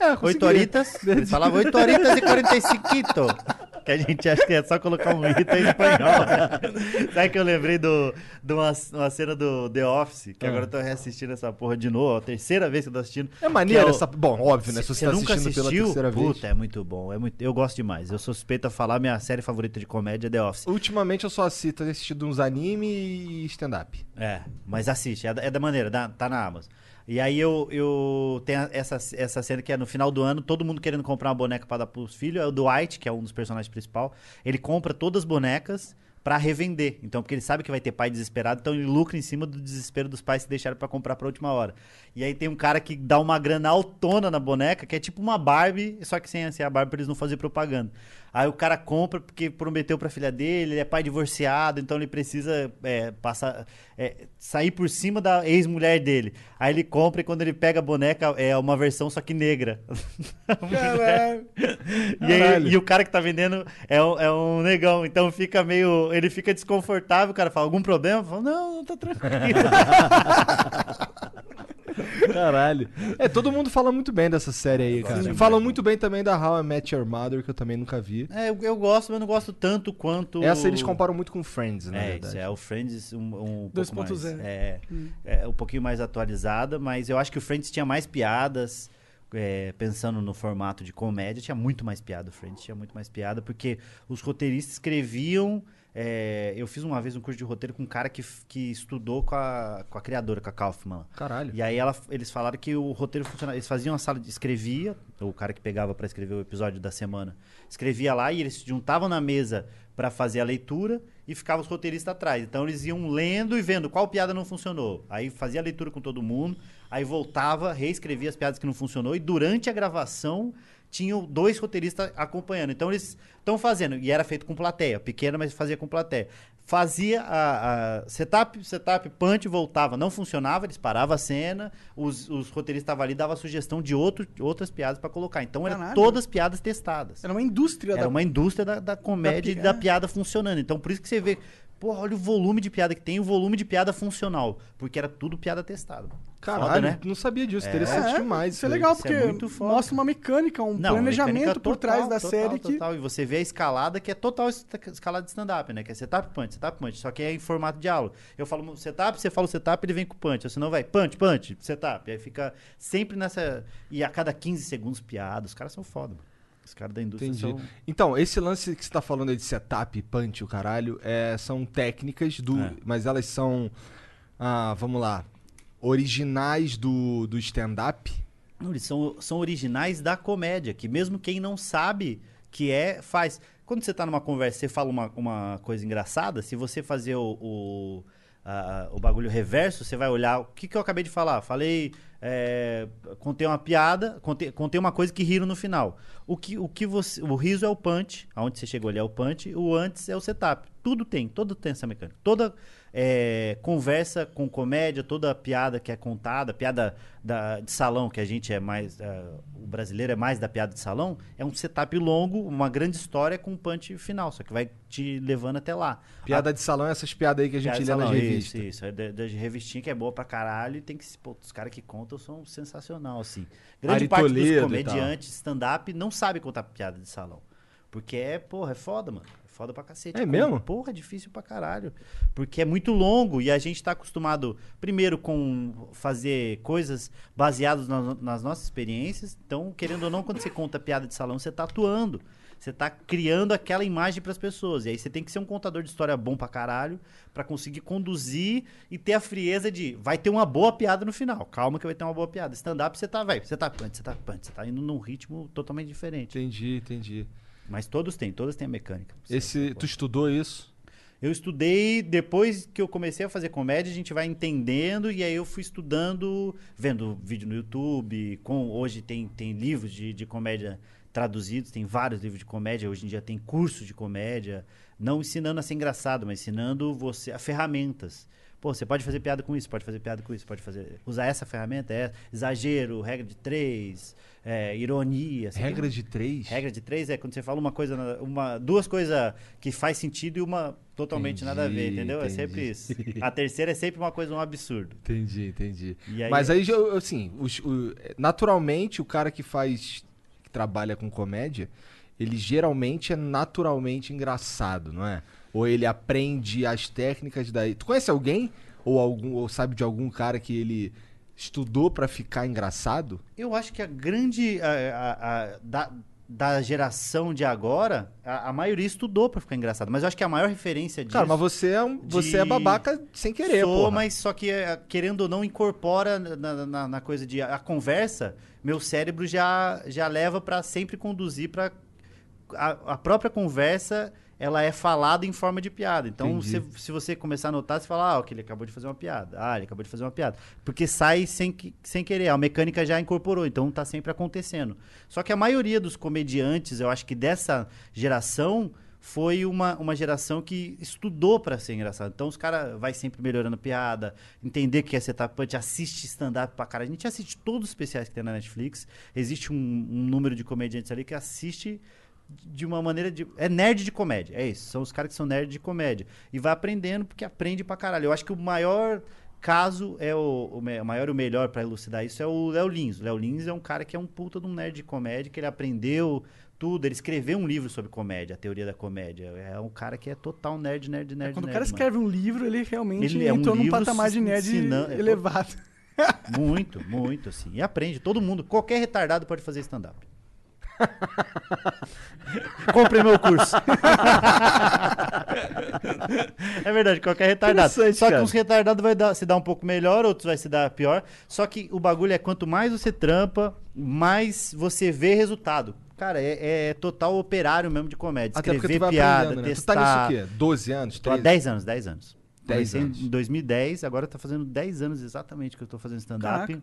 Speaker 2: É,
Speaker 4: Oito
Speaker 2: consegui.
Speaker 4: horitas. Eles falavam oito horitas e 45. Que a gente acha que é só colocar um rito em espanhol. né? Sabe que eu lembrei do- de uma, uma cena do The Office, que agora eu tô reassistindo essa porra de novo, a terceira vez que eu tô assistindo.
Speaker 2: Ah. É maneiro
Speaker 4: que o-
Speaker 2: essa. Bom, óbvio, né? Se
Speaker 4: Cê-
Speaker 2: você
Speaker 4: cê
Speaker 2: tá
Speaker 4: nunca
Speaker 2: assistindo
Speaker 4: assistiu?
Speaker 2: pela terceira
Speaker 4: Puta,
Speaker 2: vez.
Speaker 4: é muito bom. É muito, eu gosto demais. Eu sou suspeito a falar, minha série favorita de comédia é The Office.
Speaker 2: Ultimamente eu só assisto, tenho assistido uns anime e stand-up.
Speaker 4: É, mas assiste, é da, é da maneira, da- tá na Amazon. E aí eu, eu tenho a- essa, essa cena que é no final do ano, todo mundo querendo comprar uma boneca pra dar pros filhos. É o Dwight, que é um dos personagens principal, ele compra todas as bonecas pra revender. Então, porque ele sabe que vai ter pai desesperado, então ele lucra em cima do desespero dos pais que deixaram pra comprar pra última hora. E aí tem um cara que dá uma grana autona na boneca, que é tipo uma Barbie, só que sem ser a Barbie pra eles não fazerem propaganda. Aí o cara compra porque prometeu pra filha dele, ele é pai divorciado, então ele precisa é, passar, é, sair por cima da ex-mulher dele. Aí ele compra e quando ele pega a boneca é uma versão só que negra.
Speaker 3: Caralho.
Speaker 4: E, aí-
Speaker 2: Caralho.
Speaker 4: e o cara que tá vendendo é um, é um negão, então fica meio. Ele fica desconfortável, o cara fala, algum problema? Fala, não, não tá tranquilo.
Speaker 2: Caralho. É, todo mundo fala muito bem dessa série
Speaker 4: É
Speaker 2: aí, cara. Falam muito bem também da How I Met Your Mother, que eu também nunca vi.
Speaker 4: É, eu, eu gosto, mas não gosto tanto quanto.
Speaker 2: Essa eles comparam muito com Friends, na
Speaker 4: É,
Speaker 2: verdade.
Speaker 4: isso é o Friends um, um pouco
Speaker 3: 2.0.
Speaker 4: mais, é, é um pouquinho mais atualizada, mas eu acho que o Friends tinha mais piadas. é, pensando no formato de comédia, tinha muito mais piada. O Friends tinha muito mais piada, porque os roteiristas escreviam. é, eu fiz uma vez um curso de roteiro com um cara que, f- que estudou com a, com a criadora, com a Kaufman.
Speaker 2: Caralho.
Speaker 4: E aí ela- eles falaram que o roteiro funcionava. Eles faziam uma sala de. Escrevia, o cara que pegava pra escrever o episódio da semana, escrevia lá e eles se juntavam na mesa pra fazer a leitura e ficavam os roteiristas atrás. Então eles iam lendo e vendo qual piada não funcionou. Aí fazia a leitura com todo mundo, aí voltava, reescrevia as piadas que não funcionou e durante a gravação tinham dois roteiristas acompanhando. Então eles estão fazendo, e era feito com plateia, pequena, mas fazia com plateia. Fazia a, a setup, setup, punch, voltava, não funcionava, eles paravam a cena, os, os roteiristas estavam ali, dava sugestão de outro, outras piadas pra colocar. Então eram
Speaker 3: Caralho.
Speaker 4: todas piadas testadas.
Speaker 3: Era uma indústria
Speaker 4: Era
Speaker 3: da
Speaker 4: uma indústria da, da comédia e
Speaker 3: pi-
Speaker 4: da
Speaker 3: é.
Speaker 4: piada funcionando. Então, por isso que você vê, pô, olha o volume de piada que tem, e o volume de piada funcional. Porque era tudo piada testada.
Speaker 2: Caralho,
Speaker 4: Foda, né?
Speaker 2: não sabia disso. Interessante demais.
Speaker 3: Isso é
Speaker 2: daí.
Speaker 3: legal,
Speaker 4: Isso é
Speaker 3: porque
Speaker 4: muito foda.
Speaker 3: mostra uma mecânica, um
Speaker 4: Não,
Speaker 3: planejamento
Speaker 4: mecânica
Speaker 3: por trás
Speaker 4: total,
Speaker 3: da
Speaker 4: total,
Speaker 3: série que.
Speaker 4: total. E você vê a escalada que é total es- escalada de stand-up, né? Que é setup, punch, setup, punch. Só que é em formato de aula. Eu falo setup, você fala o setup, ele vem com punch. Ou senão vai punch, punch, setup. E aí fica sempre nessa... E a cada 15 segundos, piada. Os caras são foda, mano. Os caras da indústria
Speaker 2: Entendi.
Speaker 4: são...
Speaker 2: Então, esse lance que você tá falando aí de setup, punch, o caralho, é, são técnicas do.
Speaker 4: É.
Speaker 2: Mas elas são. Ah, vamos lá. Originais do, do stand-up.
Speaker 4: Não, eles são, são originais da comédia, que mesmo quem não sabe que é, faz. Quando você tá numa conversa, você fala uma, uma coisa engraçada, se você fazer o, o, a- o bagulho reverso, você vai olhar o que, que eu acabei de falar. Falei, é, contei uma piada, contei, contei uma coisa que riram no final. O que, o que você, o riso é o punch, aonde você chegou ali é o punch, o antes é o setup. Tudo tem, todo tem essa mecânica. Toda é, conversa com comédia, toda piada que é contada, piada da- de salão, que a gente é mais. é, o brasileiro é mais da piada de salão, é um setup longo, uma grande história com um punch final, só que vai te levando até lá.
Speaker 2: Piada de salão é essas piadas aí que a gente
Speaker 4: Piada de
Speaker 2: lê nas
Speaker 4: salão,
Speaker 2: revistas.
Speaker 4: Isso, isso. É da- das revistinhas que é boa pra caralho e tem que. se- Pô, os caras que contam são sensacional, assim. Grande
Speaker 2: Ari
Speaker 4: parte
Speaker 2: Toledo e
Speaker 4: dos comediantes stand-up não sabe contar piada de salão. Porque é, porra, é foda, mano. É foda pra cacete.
Speaker 2: É mesmo?
Speaker 4: Porra, é difícil pra caralho. Porque é muito longo e a gente tá acostumado, primeiro, com fazer coisas baseadas na- nas nossas experiências. Então, querendo ou não, quando você conta piada de salão, você tá atuando. Você tá criando aquela imagem pras pessoas. E aí você tem que ser um contador de história bom pra caralho pra conseguir conduzir e ter a frieza de vai ter uma boa piada no final. Calma que vai ter uma boa piada. Stand-up você tá, velho, você tá punch, você tá punch, você tá indo num ritmo totalmente diferente.
Speaker 2: Entendi, entendi.
Speaker 4: Mas todos têm, todas têm a mecânica.
Speaker 2: Esse, tu estudou isso?
Speaker 4: Eu estudei, depois que eu comecei a fazer comédia, a gente vai entendendo, e aí eu fui estudando, vendo vídeo no YouTube, com hoje tem, tem livros de, de comédia traduzidos, tem vários livros de comédia, hoje em dia tem cursos de comédia, não ensinando a ser engraçado, mas ensinando você a ferramentas. Pô, você pode fazer piada com isso, pode fazer piada com isso, pode fazer. Usar essa ferramenta, é exagero, regra de três, é, ironia. você tem
Speaker 2: Regra de três?
Speaker 4: Regra de três é quando você fala uma coisa, na- uma, duas coisas que faz sentido e uma totalmente
Speaker 2: Entendi,
Speaker 4: nada a ver, entendeu? É sempre
Speaker 2: entendi.
Speaker 4: isso. A terceira é sempre uma coisa, um absurdo.
Speaker 2: Entendi, entendi.
Speaker 4: E aí- é
Speaker 2: Mas aí, eu- assim, os- o- naturalmente, o cara que faz. que trabalha com comédia, ele geralmente é naturalmente engraçado, não é? Ou ele aprende as técnicas daí. Tu conhece alguém? Ou, algum, ou sabe de algum cara que ele estudou pra ficar engraçado?
Speaker 4: Eu acho que a grande. a- a- a- da, da geração de agora, a, a maioria estudou pra ficar engraçado. Mas eu acho que a maior referência disso.
Speaker 2: Cara, mas você é, um, você é
Speaker 4: de-
Speaker 2: babaca sem querer,
Speaker 4: Sou,
Speaker 2: pô.
Speaker 4: mas só que eh, querendo ou não incorpora na, na- na coisa de a conversa, meu cérebro já já leva pra sempre conduzir pra a, a própria conversa, ela é falada em forma de piada. Então,
Speaker 2: Entendi.
Speaker 4: se, se você começar a notar, você fala, ah, ok, ele acabou de fazer uma piada. Ah, ele acabou de fazer uma piada. Porque sai sem, que- sem querer. A mecânica já incorporou, então tá sempre acontecendo. Só que a maioria dos comediantes, eu acho que dessa geração, foi uma, uma geração que estudou pra ser engraçado. Então os caras vai sempre melhorando a piada, entender o que é setup punch, assiste stand-up pra cara. A gente assiste todos os especiais que tem na Netflix. Existe um, um número de comediantes ali que assiste de uma maneira de. É nerd de comédia. É isso. São os caras que são nerd de comédia. E vai aprendendo porque aprende pra caralho. Eu acho que o maior Caso é o, o me- o maior e o melhor pra elucidar isso é o Léo Lins. O Léo Lins é um cara que é um puta de um nerd de comédia, que ele aprendeu tudo, ele escreveu um livro sobre comédia, a teoria da comédia. É um cara que é total nerd, nerd, nerd.
Speaker 3: Quando o
Speaker 4: nerd,
Speaker 3: cara
Speaker 4: mano.
Speaker 3: escreve um livro, ele realmente
Speaker 4: Ele é um
Speaker 3: entrou num
Speaker 4: livro
Speaker 3: patamar
Speaker 4: se-
Speaker 3: de nerd
Speaker 4: ensinando- É,
Speaker 3: elevado. É,
Speaker 4: Muito, muito, assim. E aprende. Todo mundo, qualquer retardado pode fazer stand-up. Compre meu curso. é verdade, qualquer retardado. Só
Speaker 5: Interessante,
Speaker 4: que
Speaker 5: cara.
Speaker 4: uns retardados vai dar- se dar um pouco melhor, outros vai se dar pior. Só que o bagulho é quanto mais você trampa, mais você vê resultado. Cara, é, é total operário mesmo de comédia.
Speaker 2: Até porque
Speaker 4: Escrever
Speaker 2: tu vai
Speaker 4: piada,
Speaker 2: aprendendo, né?
Speaker 4: testar.
Speaker 2: Tu tá nisso o quê? 12 anos?
Speaker 4: Tô há
Speaker 2: 13?
Speaker 4: 10 anos, 10 anos.
Speaker 2: 10
Speaker 4: Comecei
Speaker 2: anos.
Speaker 4: em 2010, agora tá fazendo 10 anos exatamente que eu tô fazendo stand-up.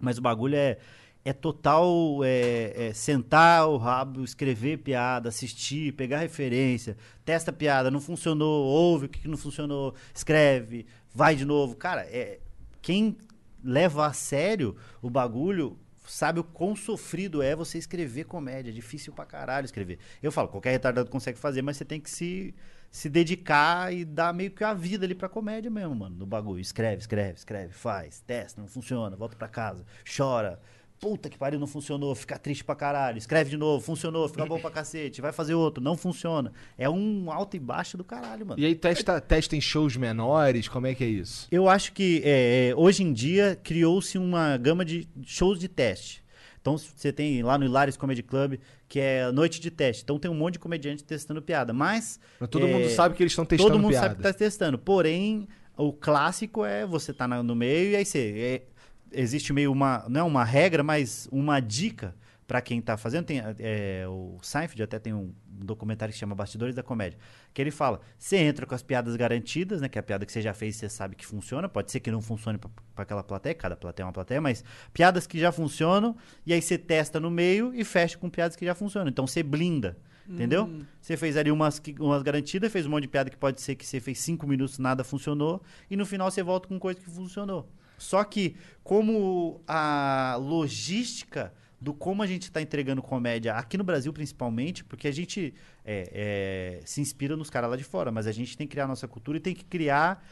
Speaker 4: Mas o bagulho é, é total é, é sentar o rabo, escrever piada, assistir, pegar referência, testa a piada, não funcionou, ouve o que que não funcionou, escreve, vai de novo. Cara, é, quem leva a sério o bagulho sabe o quão sofrido é você escrever comédia. É difícil pra caralho escrever. Eu falo, qualquer retardado consegue fazer, mas você tem que se, se dedicar e dar meio que a vida ali pra comédia mesmo, mano, no bagulho. Escreve, escreve, escreve, faz, testa, não funciona, volta pra casa, chora. Puta que pariu, não funcionou, fica triste pra caralho. Escreve de novo, funcionou, fica bom pra cacete, vai fazer outro, não funciona. É um alto e baixo do caralho, mano.
Speaker 2: E aí testa, testa em shows menores? Como é que é isso?
Speaker 4: Eu acho que é, é, hoje em dia criou-se uma gama de shows de teste. Então s- você tem lá no Hilários Comedy Club, que é a noite de teste. Então tem um monte de comediante testando piada. Mas.
Speaker 2: Mas Todo
Speaker 4: é,
Speaker 2: mundo sabe que assim. eles estão testando
Speaker 4: Todo mundo
Speaker 2: piada.
Speaker 4: sabe que tá testando. Porém, o clássico é você tá na- no meio e aí você. é- existe meio uma. Não é uma regra, mas uma dica pra quem tá fazendo. Tem, é, o Seinfeld até tem um documentário que chama Bastidores da Comédia. Que ele fala: você entra com as piadas garantidas, né? Que a piada que você já fez você sabe que funciona. Pode ser que não funcione pra pra aquela plateia, cada plateia é uma plateia, mas piadas que já funcionam. E aí você testa no meio e fecha com piadas que já funcionam. Então você blinda. Entendeu? Você fez ali umas, que- umas garantidas, fez um monte de piada que pode ser que você fez cinco minutos, nada funcionou, e no final você volta com coisa que funcionou. Só que, como a logística do como a gente está entregando comédia, aqui no Brasil principalmente, porque a gente é, é, se inspira nos caras lá de fora, mas a gente tem que criar a nossa cultura e tem que criar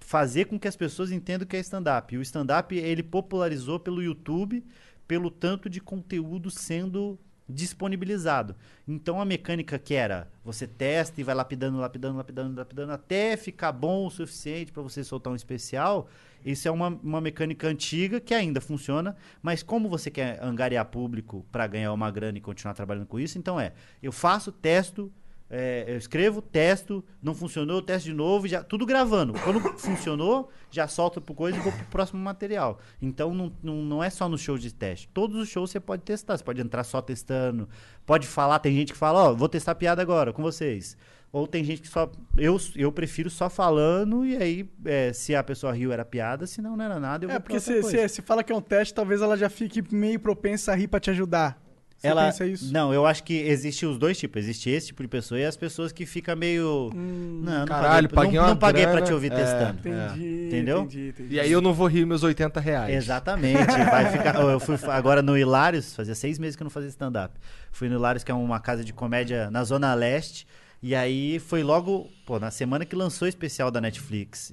Speaker 4: fazer com que as pessoas entendam o que é stand-up. E o stand-up ele popularizou pelo YouTube, pelo tanto de conteúdo sendo disponibilizado. Então a mecânica que era você testa e vai lapidando, lapidando, lapidando, lapidando até ficar bom o suficiente para você soltar um especial. Isso é uma, uma mecânica antiga que ainda funciona, mas como você quer angariar público para ganhar uma grana e continuar trabalhando com isso, então é eu faço, testo, é, eu escrevo, testo, não funcionou, testo de novo, e já tudo gravando. Quando funcionou, já solto pro coisa e vou pro próximo material. Então não, não, não é só nos shows de teste. Todos os shows você pode testar. Você pode entrar só testando, pode falar. Tem gente que fala, ó, vou testar piada agora com vocês. Ou tem gente que só. Eu, eu prefiro só falando, e aí, é, se a pessoa riu, era piada, se não, não era nada, eu
Speaker 3: É,
Speaker 4: vou pra
Speaker 3: porque
Speaker 4: outra
Speaker 3: se,
Speaker 4: coisa.
Speaker 3: se, se fala que é um teste, talvez ela já fique meio propensa a rir pra te ajudar. Você
Speaker 4: ela
Speaker 3: pensa isso?
Speaker 4: não eu acho que existe os dois tipos existe esse tipo de pessoa e as pessoas que fica meio não não
Speaker 2: Caralho,
Speaker 4: paguei,
Speaker 2: paguei
Speaker 4: não,
Speaker 2: uma
Speaker 4: não paguei pra
Speaker 2: grana,
Speaker 4: te ouvir
Speaker 2: é.
Speaker 4: testando
Speaker 3: Entendi,
Speaker 4: Entendeu?
Speaker 3: entendi, entendi.
Speaker 2: E aí eu não vou rir meus 80 reais.
Speaker 4: Exatamente. Vai ficar. Eu fui agora no Hilários, fazia seis meses que eu não fazia stand-up. Fui no Hilários, que é uma casa de comédia na Zona Leste. E aí foi logo, pô, na semana que lançou o especial da Netflix. E,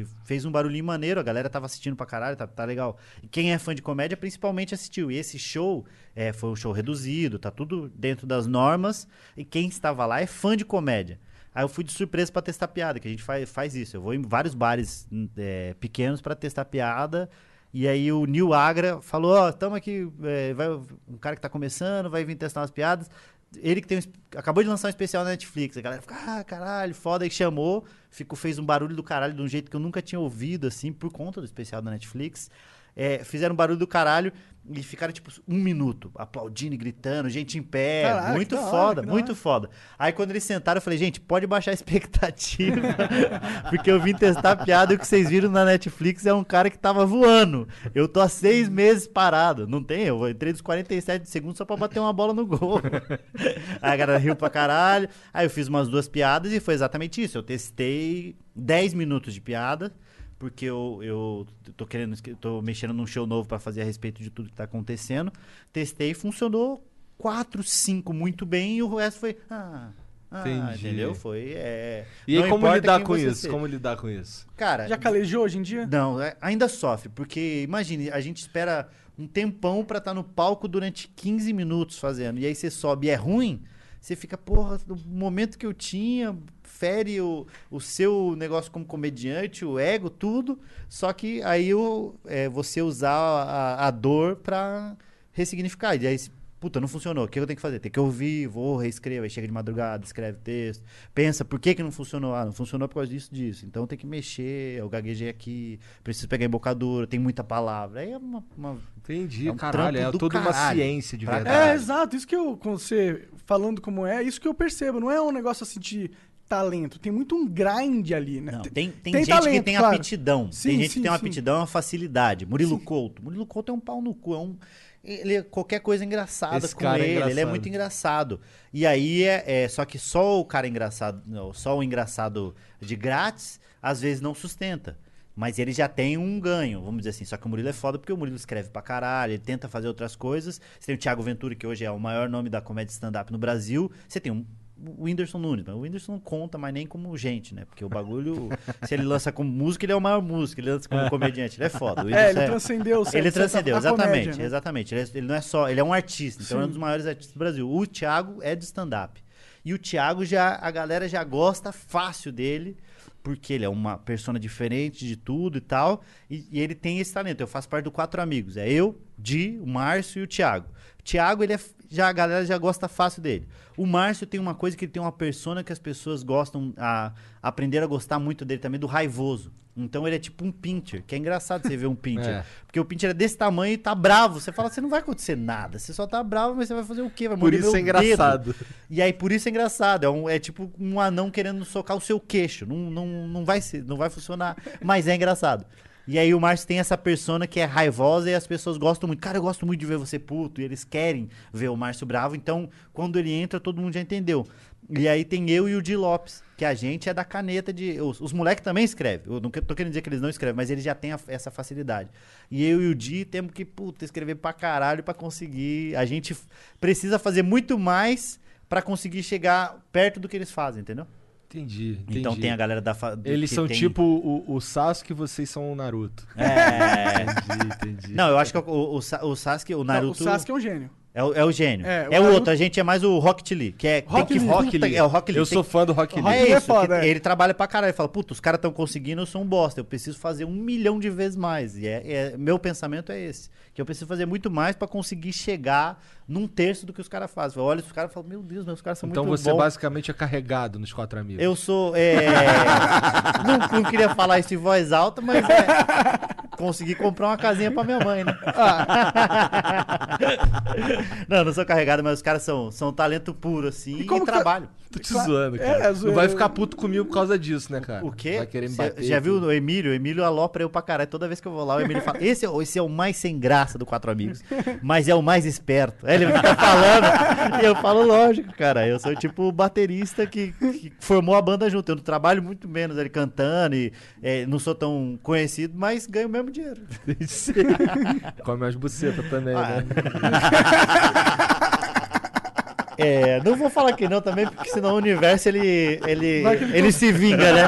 Speaker 4: e fez um barulhinho maneiro, a galera tava assistindo pra caralho, tá, tá legal. E quem é fã de comédia principalmente assistiu. E esse show é, foi um show reduzido, tá tudo dentro das normas. E quem estava lá é fã de comédia. Aí eu fui de surpresa pra testar piada, que a gente faz, faz isso. Eu vou em vários bares hum, é, pequenos pra testar piada. E aí o Nil Agra falou, ó, tamo aqui, é, vai, um cara que tá começando, vai vir testar umas piadas. Ele que tem um es- acabou de lançar um especial na Netflix. A galera fica, ah, caralho, foda. Aí chamou, ficou, fez um barulho do caralho de um jeito que eu nunca tinha ouvido, assim, por conta do especial da Netflix. É, fizeram um barulho do caralho e ficaram, tipo, um minuto aplaudindo e gritando, gente em pé.
Speaker 3: Caraca, que
Speaker 4: muito
Speaker 3: da hora,
Speaker 4: foda,
Speaker 3: que da
Speaker 4: muito foda. Aí quando eles sentaram, eu falei, gente, pode baixar a expectativa. porque eu vim testar a piada e o que vocês viram na Netflix é um cara que tava voando. Eu tô há seis meses parado. Não tem, eu entrei dos 47 segundos só pra bater uma bola no gol. Aí a galera riu pra caralho. Aí eu fiz umas duas piadas e foi exatamente isso. Eu testei 10 minutos de piada. Porque eu, eu tô querendo, esque- tô mexendo num show novo pra fazer a respeito de tudo que tá acontecendo. Testei, funcionou quatro, cinco muito bem e o resto foi. Ah,
Speaker 2: Entendi.
Speaker 4: entendeu? Foi, é...
Speaker 2: E aí,
Speaker 4: não
Speaker 2: como
Speaker 4: importa
Speaker 2: lidar
Speaker 4: quem
Speaker 2: com
Speaker 4: você
Speaker 2: isso?
Speaker 4: seja.
Speaker 2: Como lidar com isso?
Speaker 4: Cara,
Speaker 3: Já calejou hoje em dia?
Speaker 4: não, é- ainda sofre, porque imagine, a gente espera um tempão pra estar no palco durante 15 minutos fazendo, e aí você sobe e é ruim, você fica, porra, no momento que eu tinha, fere o, o seu negócio como comediante, o ego, tudo, só que aí o, é, você usar a, a dor pra ressignificar, e aí você, Puta, não funcionou. O que eu tenho que fazer? Tem que ouvir, vou, reescrevo. Aí chega de madrugada, escreve texto. Pensa, por que, que não funcionou? Ah, não funcionou por causa disso, disso. Então tem que mexer, eu gaguejei aqui, preciso pegar embocadura, tem muita palavra. Aí é uma. uma-
Speaker 2: Entendi,
Speaker 4: É um
Speaker 2: caralho. É
Speaker 4: trampo do
Speaker 2: toda uma
Speaker 4: caralho.
Speaker 2: ciência de
Speaker 4: Pra
Speaker 2: verdade.
Speaker 3: É, exato. Isso que eu, com você falando como é, isso que eu percebo. Não é um negócio assim de talento. Tem muito um grind ali, né?
Speaker 4: Não,
Speaker 3: Tem-
Speaker 4: tem,
Speaker 3: tem
Speaker 4: tem, gente que
Speaker 3: talento,
Speaker 4: tem
Speaker 3: claro.
Speaker 4: aptidão.
Speaker 3: Sim,
Speaker 4: tem gente
Speaker 3: sim,
Speaker 4: que tem uma
Speaker 3: sim.
Speaker 4: aptidão, é uma facilidade. Murilo Couto. Murilo Couto é um pau no cu. É um, ele é qualquer coisa engraçada
Speaker 2: Esse
Speaker 4: com
Speaker 2: cara é
Speaker 4: ele. Ele é
Speaker 2: engraçado.
Speaker 4: muito engraçado. E aí é, é- Só que só o cara engraçado, não, só o engraçado de grátis, às vezes não sustenta. Mas ele já tem um ganho, vamos dizer assim. Só que o Murilo é foda porque o Murilo escreve pra caralho, ele tenta fazer outras coisas. Você tem o Thiago Ventura, que hoje é o maior nome da comédia stand-up no Brasil. Você tem um- o Whindersson Nunes, mas o Whindersson não conta mais nem como gente, né? Porque o bagulho, se ele lança como músico, ele é o maior músico, ele lança como comediante, ele é foda. O
Speaker 3: É, ele
Speaker 4: Whindersson
Speaker 3: transcendeu o
Speaker 4: ele transcendeu, exatamente,
Speaker 3: né?
Speaker 4: exatamente. Ele, é- ele não é só, ele é um artista, então é um dos maiores artistas do Brasil. O Thiago é de stand-up. E o Thiago já, a galera já gosta fácil dele, porque ele é uma persona diferente de tudo e tal. E, e ele tem esse talento. Eu faço parte do quatro amigos. É eu, Di, o Márcio e o Thiago. O Thiago, ele é f- já, a galera já gosta fácil dele. O Márcio tem uma coisa que ele tem uma persona que as pessoas gostam, a, aprenderam a gostar muito dele também, do raivoso. Então ele é tipo um pincher, que é engraçado você ver um pincher.
Speaker 2: É.
Speaker 4: Porque o Pinter é desse tamanho e tá bravo. Você fala, você não vai acontecer nada. Você só tá bravo, mas você vai fazer o quê? Vai
Speaker 2: Por
Speaker 4: morder
Speaker 2: isso
Speaker 4: meu
Speaker 2: é engraçado.
Speaker 4: dedo. E aí, por isso é engraçado. É, um- é tipo um anão querendo socar o seu queixo. Não, não, não, vai, ser, não vai funcionar, mas é engraçado. E aí o Márcio tem essa persona que é raivosa e as pessoas gostam muito. Cara, eu gosto muito de ver você puto. E eles querem ver o Márcio bravo. Então, quando ele entra, todo mundo já entendeu. E aí tem eu e o Di Lopes, que a gente é da caneta de. Os, os moleques também escrevem. Eu não que- tô querendo dizer que eles não escrevem, mas eles já têm a- essa facilidade. E eu e o Di temos que, puta, escrever pra caralho pra conseguir. A gente f- precisa fazer muito mais pra conseguir chegar perto do que eles fazem, entendeu?
Speaker 2: Entendi, entendi.
Speaker 4: Então tem a galera da. fa- do-
Speaker 2: Eles
Speaker 4: que
Speaker 2: são
Speaker 4: tem-
Speaker 2: tipo o, o Sasuke e vocês são o Naruto.
Speaker 4: É.
Speaker 2: Entendi, entendi.
Speaker 4: Não, eu acho que o, o, Sa- o Sasuke, o
Speaker 3: Não, o
Speaker 4: Naruto.
Speaker 3: Sasuke é um gênio.
Speaker 4: é, o, é o gênio.
Speaker 3: É, o
Speaker 4: É, o,
Speaker 3: Naruto-
Speaker 4: outro, a gente é mais o Rocket Lee, que é. tem
Speaker 3: Rock
Speaker 4: que-
Speaker 3: Lee.
Speaker 4: puta- É o Rock Lee.
Speaker 2: Eu
Speaker 4: tem
Speaker 2: sou
Speaker 4: que-
Speaker 2: fã do Rock Lee.
Speaker 3: Rock Lee.
Speaker 4: É
Speaker 3: é
Speaker 4: isso,
Speaker 3: foda,
Speaker 4: que
Speaker 3: é.
Speaker 4: ele trabalha pra caralho. Ele fala, puta, os caras estão conseguindo, eu sou um bosta. Eu preciso fazer um milhão de vezes mais. E é, é- meu pensamento é esse. Que eu preciso fazer muito mais pra conseguir chegar num terço do que os caras fazem. Eu olho os caras e falo, meu Deus, meus caras são
Speaker 2: Então
Speaker 4: muito
Speaker 2: você
Speaker 4: bons.
Speaker 2: basicamente é carregado nos quatro amigos.
Speaker 4: Eu sou. é, não, não queria falar isso em voz alta, mas é, consegui comprar uma casinha pra minha mãe, né?
Speaker 3: Ah.
Speaker 4: não, não sou carregado, mas os caras são, são talento puro, assim, e,
Speaker 3: como que- é
Speaker 4: trabalho.
Speaker 2: Tô te
Speaker 3: Claro.
Speaker 2: zoando,
Speaker 3: É,
Speaker 2: cara.
Speaker 3: é
Speaker 2: Não
Speaker 3: zoeira.
Speaker 2: vai ficar puto comigo por causa disso, né, cara?
Speaker 4: O quê?
Speaker 2: Vai querer me
Speaker 4: Cê
Speaker 2: bater.
Speaker 4: já viu
Speaker 2: tudo.
Speaker 4: o Emílio? O Emílio alopra eu pra caralho. Toda vez que eu vou lá, o Emílio fala: esse é, o- esse é o mais sem graça do Quatro Amigos, mas é o mais esperto. Aí ele fica falando, e eu falo, lógico, cara. Eu sou tipo o baterista que, que formou a banda junto. Eu não trabalho muito menos ele cantando e eh, não sou tão conhecido, mas ganho o mesmo dinheiro.
Speaker 2: Come as bucetas também,
Speaker 4: Ah.
Speaker 2: né?
Speaker 4: É, não vou falar que não também, porque senão o universo ele, ele,
Speaker 3: Vai que ele
Speaker 4: ele se vinga, né?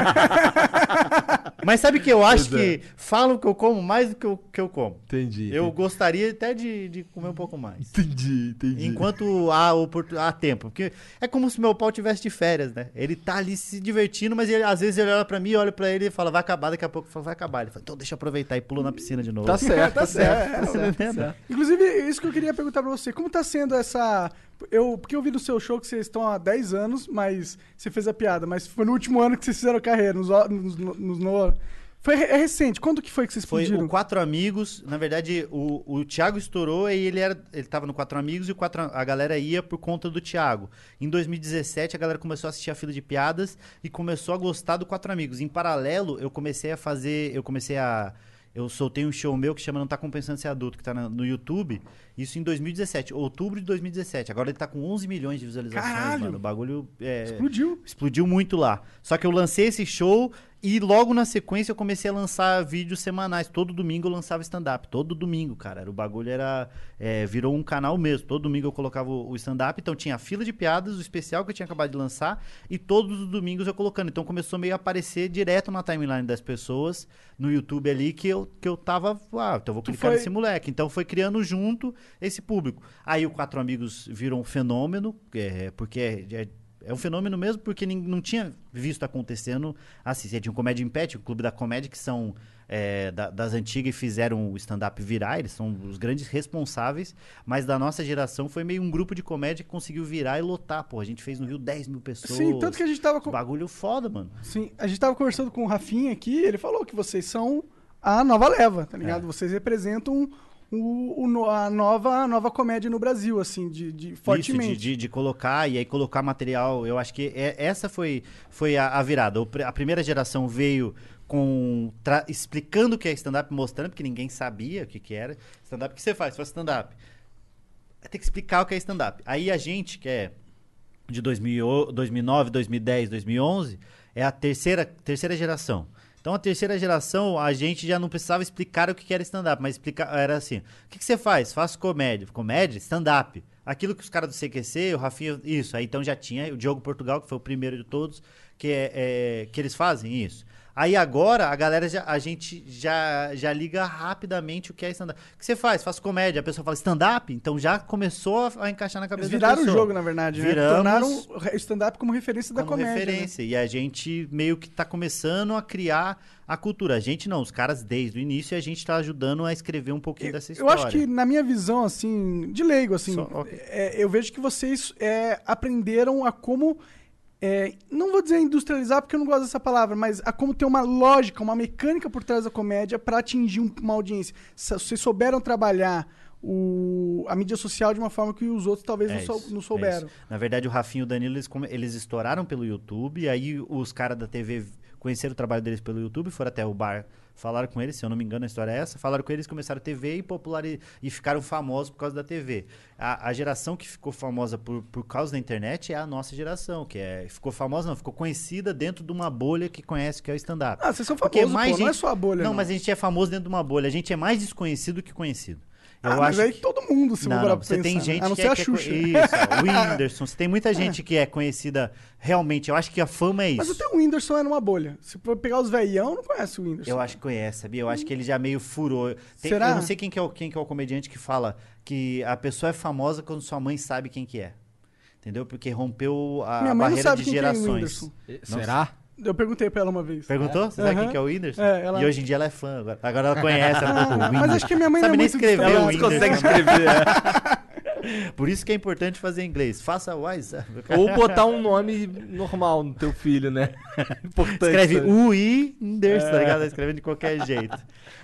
Speaker 4: Mas sabe que eu acho
Speaker 2: Pois é.
Speaker 4: que falam que eu como mais do que eu, que eu como.
Speaker 2: Entendi.
Speaker 4: Eu gostaria até de, de comer um pouco mais.
Speaker 2: Entendi, entendi.
Speaker 4: Enquanto há, oportu- há tempo. Porque é como se meu pau tivesse de férias, né? Ele tá ali se divertindo, mas ele- às vezes ele olha pra mim, olha pra ele e fala, vai acabar, daqui a pouco fala, vai acabar. Ele fala, então deixa eu aproveitar e pulou na piscina de novo.
Speaker 2: Tá certo, tá certo.
Speaker 4: Tá entendendo?
Speaker 3: Inclusive, isso que eu queria perguntar pra você. Como tá sendo essa... Eu, porque eu vi no seu show que vocês estão há 10 anos, mas você fez a piada. Mas foi no último ano que vocês fizeram carreira, nos... o- nos, nos- no- foi re- é recente. Quando que foi que vocês
Speaker 4: Foi
Speaker 3: explodiram?
Speaker 4: o Quatro Amigos. Na verdade, o, o Thiago estourou e ele era. Ele tava no Quatro Amigos e o Quatro, a galera ia por conta do Thiago. Em 2017, a galera começou a assistir a fila de piadas e começou a gostar do Quatro Amigos. Em paralelo, eu comecei a fazer. Eu comecei a. Eu soltei um show meu que chama Não Tá Compensando Ser Adulto, que tá na- no YouTube. Isso em 2017, outubro de 2017. Agora ele tá com 11 milhões de visualizações,
Speaker 3: Caralho!
Speaker 4: mano. O bagulho é,
Speaker 3: Explodiu.
Speaker 4: explodiu muito lá. Só que eu lancei esse show E logo na sequência eu comecei a lançar vídeos semanais. Todo domingo eu lançava stand-up. Todo domingo, cara. Era- O bagulho era. é, virou um canal mesmo. Todo domingo eu colocava o o stand-up. Então tinha a fila de piadas, o especial que eu tinha acabado de lançar. E todos os domingos eu colocando. Então começou meio a aparecer direto na timeline das pessoas, no YouTube ali, que eu, que eu tava. Ah, então eu vou clicar
Speaker 3: foi-
Speaker 4: nesse moleque. Então foi criando junto esse público. Aí o Quatro Amigos virou um fenômeno, é, porque é, é- é um fenômeno mesmo, porque nin- não tinha visto acontecendo assim. Você tinha um Comédia em Pet, o Clube da Comédia, que são é, da- das antigas e fizeram o stand-up virar, eles são os grandes responsáveis, mas da nossa geração foi meio um grupo de comédia que conseguiu virar e lotar, pô. A gente fez no Rio 10 mil pessoas.
Speaker 3: Sim, tanto que a gente tava com-
Speaker 4: Bagulho foda, mano.
Speaker 3: Sim, a gente tava conversando com o Rafinha aqui, ele falou que vocês são a nova leva, tá
Speaker 4: É.
Speaker 3: ligado? Vocês representam o, o no- a, nova, a nova comédia no Brasil, assim, de, de- fortemente.
Speaker 4: Isso, de, de, de colocar e aí colocar material. Eu acho que é- essa foi, foi a, a virada. O pr- a primeira geração veio com tra- explicando o que é stand-up, mostrando, porque ninguém sabia o que, que era. Stand-up, o que você faz? Você faz stand-up. Tem que explicar o que é stand-up. Aí a gente, que é de 2000, 2009, 2010, 2011, é a terceira, terceira geração. Então, a terceira geração, a gente já não precisava explicar o que que era stand-up, mas explica- era assim: o que, que você faz? Faço comédia. Comédia? Stand-up. Aquilo que os caras do CQC, o Rafinha, isso. Aí então já tinha o Diogo Portugal, que foi o primeiro de todos, que, é, é- que eles fazem isso. Aí agora a galera já, a gente já, já liga rapidamente o que é stand-up. O que você faz? Faço comédia. A pessoa fala stand-up, então já começou a, a encaixar na
Speaker 3: Eles
Speaker 4: cabeça da
Speaker 3: viraram o
Speaker 4: pessoa.
Speaker 3: jogo, na verdade, né?
Speaker 4: Viramos.
Speaker 3: Tornaram o re- o stand-up como referência da
Speaker 4: como
Speaker 3: comédia. né?
Speaker 4: referência. E a gente meio que tá começando a criar a cultura. A gente não, os caras desde o início e a gente tá ajudando a escrever um pouquinho dessa
Speaker 3: Eu
Speaker 4: história.
Speaker 3: acho que, na minha visão, assim, de leigo, assim,
Speaker 4: Só- ok.
Speaker 3: é, eu vejo que vocês é, aprenderam a como. é, não vou dizer industrializar, porque eu não gosto dessa palavra, mas a como ter uma lógica, uma mecânica por trás da comédia para atingir um- uma audiência. Se- Vocês souberam trabalhar o- a mídia social de uma forma que os outros talvez não,
Speaker 4: É
Speaker 3: sou-
Speaker 4: isso,
Speaker 3: não
Speaker 4: é
Speaker 3: souberam.
Speaker 4: isso. Na verdade, o Rafinho e o Danilo, eles, come- eles estouraram pelo YouTube, aí os caras da TV conheceram o trabalho deles pelo YouTube, foram até o bar, falaram com eles, se eu não me engano a história é essa, falaram com eles, começaram a TV e popularizaram, e ficaram famosos por causa da TV. A, a geração que ficou famosa por, por causa da internet é a nossa geração, que é, ficou famosa não, ficou conhecida dentro de uma bolha que conhece o que é o stand-up.
Speaker 3: Ah, vocês são
Speaker 4: Porque
Speaker 3: famosos, pô, não é só a bolha.
Speaker 4: Não, mas a gente é famoso dentro de uma bolha, a gente é mais desconhecido que conhecido. Eu
Speaker 3: Ah, mas
Speaker 4: acho
Speaker 3: aí
Speaker 4: que-
Speaker 3: todo mundo se
Speaker 4: não,
Speaker 3: mudar
Speaker 4: não,
Speaker 3: pra
Speaker 4: você
Speaker 3: pensar,
Speaker 4: tem
Speaker 3: né?
Speaker 4: gente
Speaker 3: A não
Speaker 4: que
Speaker 3: ser
Speaker 4: é,
Speaker 3: a
Speaker 4: que é
Speaker 3: Xuxa.
Speaker 4: co- isso, ó, o Whindersson, você tem muita gente que é conhecida realmente. Eu acho que a fama é isso.
Speaker 3: Mas até o Whindersson é numa bolha. Se for pegar os velhão, não conhece o Whindersson.
Speaker 4: Eu acho que conhece, sabia? Eu acho que ele já meio furou. Tem-
Speaker 3: Será?
Speaker 4: Eu não sei quem que, é o, quem que é o comediante que fala que a pessoa é famosa quando sua mãe sabe quem que é. Entendeu? Porque rompeu a
Speaker 3: Minha mãe não
Speaker 4: barreira
Speaker 3: sabe
Speaker 4: de
Speaker 3: quem que é o
Speaker 4: gerações.
Speaker 3: Whindersson.
Speaker 2: Será?
Speaker 3: Eu perguntei pra ela uma vez.
Speaker 4: Perguntou? Você sabe
Speaker 3: Aham.
Speaker 4: quem que é o Whindersson?
Speaker 3: É, ela-
Speaker 4: E hoje em dia ela é fã. Agora, agora ela conhece. Ela fala, "Pô, o
Speaker 3: Ah, mas
Speaker 4: Whindersson."
Speaker 3: acho que minha mãe não
Speaker 4: sabe
Speaker 3: é
Speaker 4: nem
Speaker 3: muito
Speaker 4: escrever
Speaker 3: distante.
Speaker 4: o
Speaker 3: Ela
Speaker 4: Whindersson.
Speaker 5: Consegue escrever.
Speaker 4: Por isso que é importante fazer inglês. Faça wise.
Speaker 2: Ou botar um nome normal no teu filho, né? Importante. né?
Speaker 4: Escreve
Speaker 2: sabe?
Speaker 4: Winders,
Speaker 3: É,
Speaker 4: tá ligado? Escrevendo de qualquer jeito.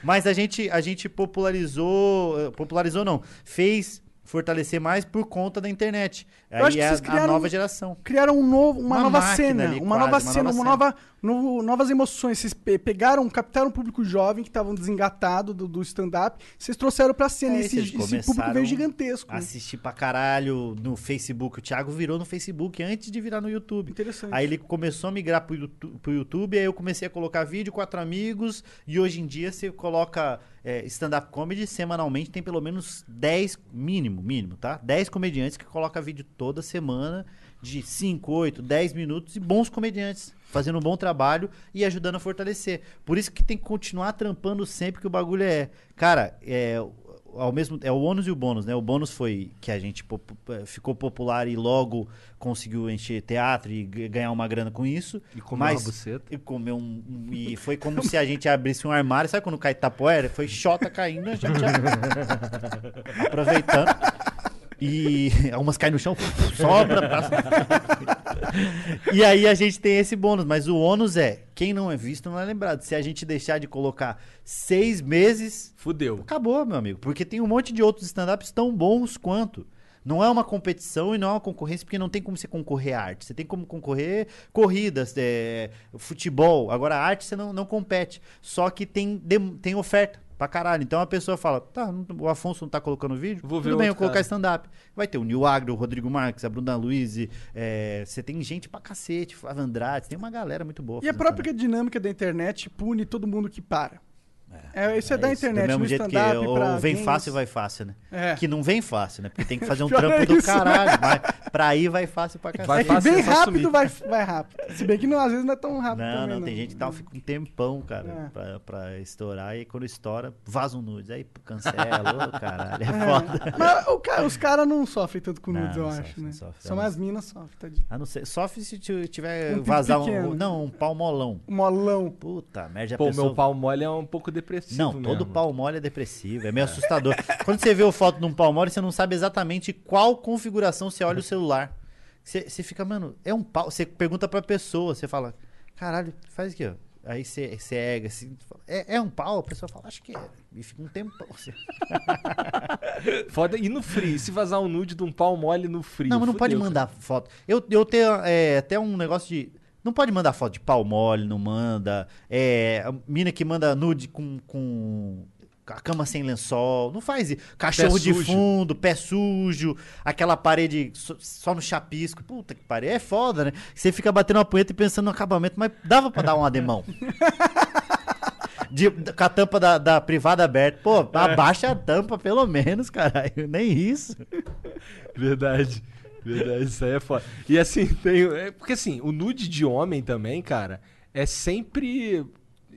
Speaker 4: Mas a gente, a gente popularizou. eh, Popularizou não. Fez fortalecer mais por conta da internet.
Speaker 3: Eu acho
Speaker 4: Aí
Speaker 3: que
Speaker 4: é
Speaker 3: vocês
Speaker 4: a, a
Speaker 3: criaram
Speaker 4: nova
Speaker 3: um-
Speaker 4: geração.
Speaker 3: criaram um novo, uma,
Speaker 4: Uma
Speaker 3: nova
Speaker 4: máquina
Speaker 3: cena,
Speaker 4: ali,
Speaker 3: uma,
Speaker 4: quase,
Speaker 3: nova
Speaker 4: uma
Speaker 3: cena,
Speaker 4: nova
Speaker 3: uma nova, novo- novas emoções. Vocês pe- pegaram, captaram um público jovem que estavam desengatado do, do stand-up, vocês trouxeram pra cena
Speaker 4: É,
Speaker 3: e esse,
Speaker 4: eles
Speaker 3: esse público
Speaker 4: começaram
Speaker 3: veio gigantesco.
Speaker 4: Assistir pra caralho no Facebook. O Thiago virou no Facebook antes de virar no YouTube.
Speaker 3: Interessante.
Speaker 4: Aí ele começou a migrar pro YouTube, pro YouTube, aí eu comecei a colocar vídeo, quatro amigos, e hoje em dia você coloca é, stand-up comedy semanalmente, tem pelo menos 10, mínimo, mínimo, tá? 10 comediantes que coloca vídeo toda semana, de 5, 8, 10 minutos, e bons comediantes, fazendo um bom trabalho e ajudando a fortalecer. Por isso que tem que continuar trampando sempre que o bagulho é. Cara, é ao mesmo é o ônus e o bônus, né? O bônus foi que a gente pop- ficou popular e logo conseguiu encher teatro e g- ganhar uma grana com isso.
Speaker 2: E comeu
Speaker 4: mas,
Speaker 2: uma buceta.
Speaker 4: E comeu um, um- e foi como se a gente abrisse um armário, sabe quando cai tapoeira? Foi xota caindo, a gente já- aproveitando. E algumas caem no chão, sobra pra... E aí a gente tem esse bônus, mas o ônus é, quem não é visto não é lembrado. Se a gente deixar de colocar seis meses
Speaker 2: Fudeu.
Speaker 4: Acabou, meu amigo, porque tem um monte de outros stand-ups tão bons quanto. Não é uma competição e não é uma concorrência, porque não tem como você concorrer à arte. Você tem como concorrer corridas, é, futebol. Agora, a arte você não, não compete. Só que tem, dem- tem oferta pra pra caralho. Então a pessoa fala, tá, não- o Afonso não tá colocando vídeo?
Speaker 2: Vou ver
Speaker 4: Tudo bem, eu
Speaker 2: outro
Speaker 4: vou colocar
Speaker 2: cara.
Speaker 4: stand-up. Vai ter o Nil Agro, o Rodrigo Marques, a Bruna Luiz, e, é, você tem gente pra cacete, Flávio Andrade, tem uma galera muito
Speaker 2: é
Speaker 4: boa.
Speaker 3: E a
Speaker 4: fazendo
Speaker 3: própria dinâmica da internet pune todo mundo que para. É, isso é, da
Speaker 4: É isso,
Speaker 3: internet,
Speaker 4: Do
Speaker 3: no
Speaker 4: mesmo jeito que
Speaker 3: stand-up,
Speaker 4: ou
Speaker 3: pra
Speaker 4: vem
Speaker 3: games.
Speaker 4: fácil, vai fácil, né?
Speaker 3: É.
Speaker 4: Que não vem fácil, né? Porque tem que fazer um
Speaker 3: Pior
Speaker 4: trampo
Speaker 3: é
Speaker 4: do
Speaker 3: isso, né?
Speaker 4: caralho. Mas pra ir vai Tá fácil pra cacete.
Speaker 2: Vai
Speaker 3: É que
Speaker 2: fácil,
Speaker 3: vem
Speaker 2: é só
Speaker 3: rápido,
Speaker 2: sumir.
Speaker 3: vai, vai rápido. Se bem que não, às vezes não é tão rápido
Speaker 4: Não,
Speaker 3: também,
Speaker 4: não, tem gente que tá, fica um tempão, cara,
Speaker 3: É.
Speaker 4: pra, pra estourar. E quando estoura, vaza um nudes. Aí cancela, ô caralho, é foda.
Speaker 3: Mas o ca- os caras não sofrem tanto com
Speaker 4: Não,
Speaker 3: nudes, eu
Speaker 4: não
Speaker 3: acho,
Speaker 4: sofre,
Speaker 3: né?
Speaker 4: não sofre. é
Speaker 3: São as minas sofrem, tadinho.
Speaker 4: A não ser, sofre se tu
Speaker 3: Um
Speaker 4: tiver
Speaker 3: pinto
Speaker 4: vazar um,
Speaker 3: pequeno.
Speaker 4: não, um pau molão.
Speaker 3: Molão.
Speaker 4: Puta merda, já
Speaker 2: Pô,
Speaker 4: pensou?
Speaker 2: meu pau mole é um pouco depressivo
Speaker 4: Não,
Speaker 2: mesmo.
Speaker 4: todo pau mole é depressivo, é meio assustador. Quando você vê a foto de um pau mole, você não sabe exatamente qual configuração você olha o celular. Você, você fica, mano, é um pau. Você pergunta pra pessoa, você fala, caralho, faz aqui, ó. Aí você cega, assim, fala, é, é um pau? A pessoa fala, acho que é. E fica um tempão. Assim.
Speaker 2: Foda. E no free? Se vazar um nude de um pau mole no free.
Speaker 4: Não, mas não pode
Speaker 2: fudeu,
Speaker 4: mandar foto. Eu, eu tenho é, até um negócio de. Não pode mandar foto de pau mole, não manda. É, a mina que manda nude com, com a cama sem lençol. Não faz isso. Cachorro
Speaker 2: Pé
Speaker 4: de
Speaker 2: sujo.
Speaker 4: fundo, pé sujo, aquela parede só, só no chapisco. Puta que pariu. É foda, né? Você fica batendo uma punheta e pensando no acabamento, mas dava pra dar um ademão. De- com a tampa da, da privada aberta. Pô,
Speaker 2: É.
Speaker 4: abaixa a tampa pelo menos, caralho. Nem isso.
Speaker 2: Verdade. Verdade, isso aí é foda. E assim, tem. é porque assim, o nude de homem também, cara, é sempre.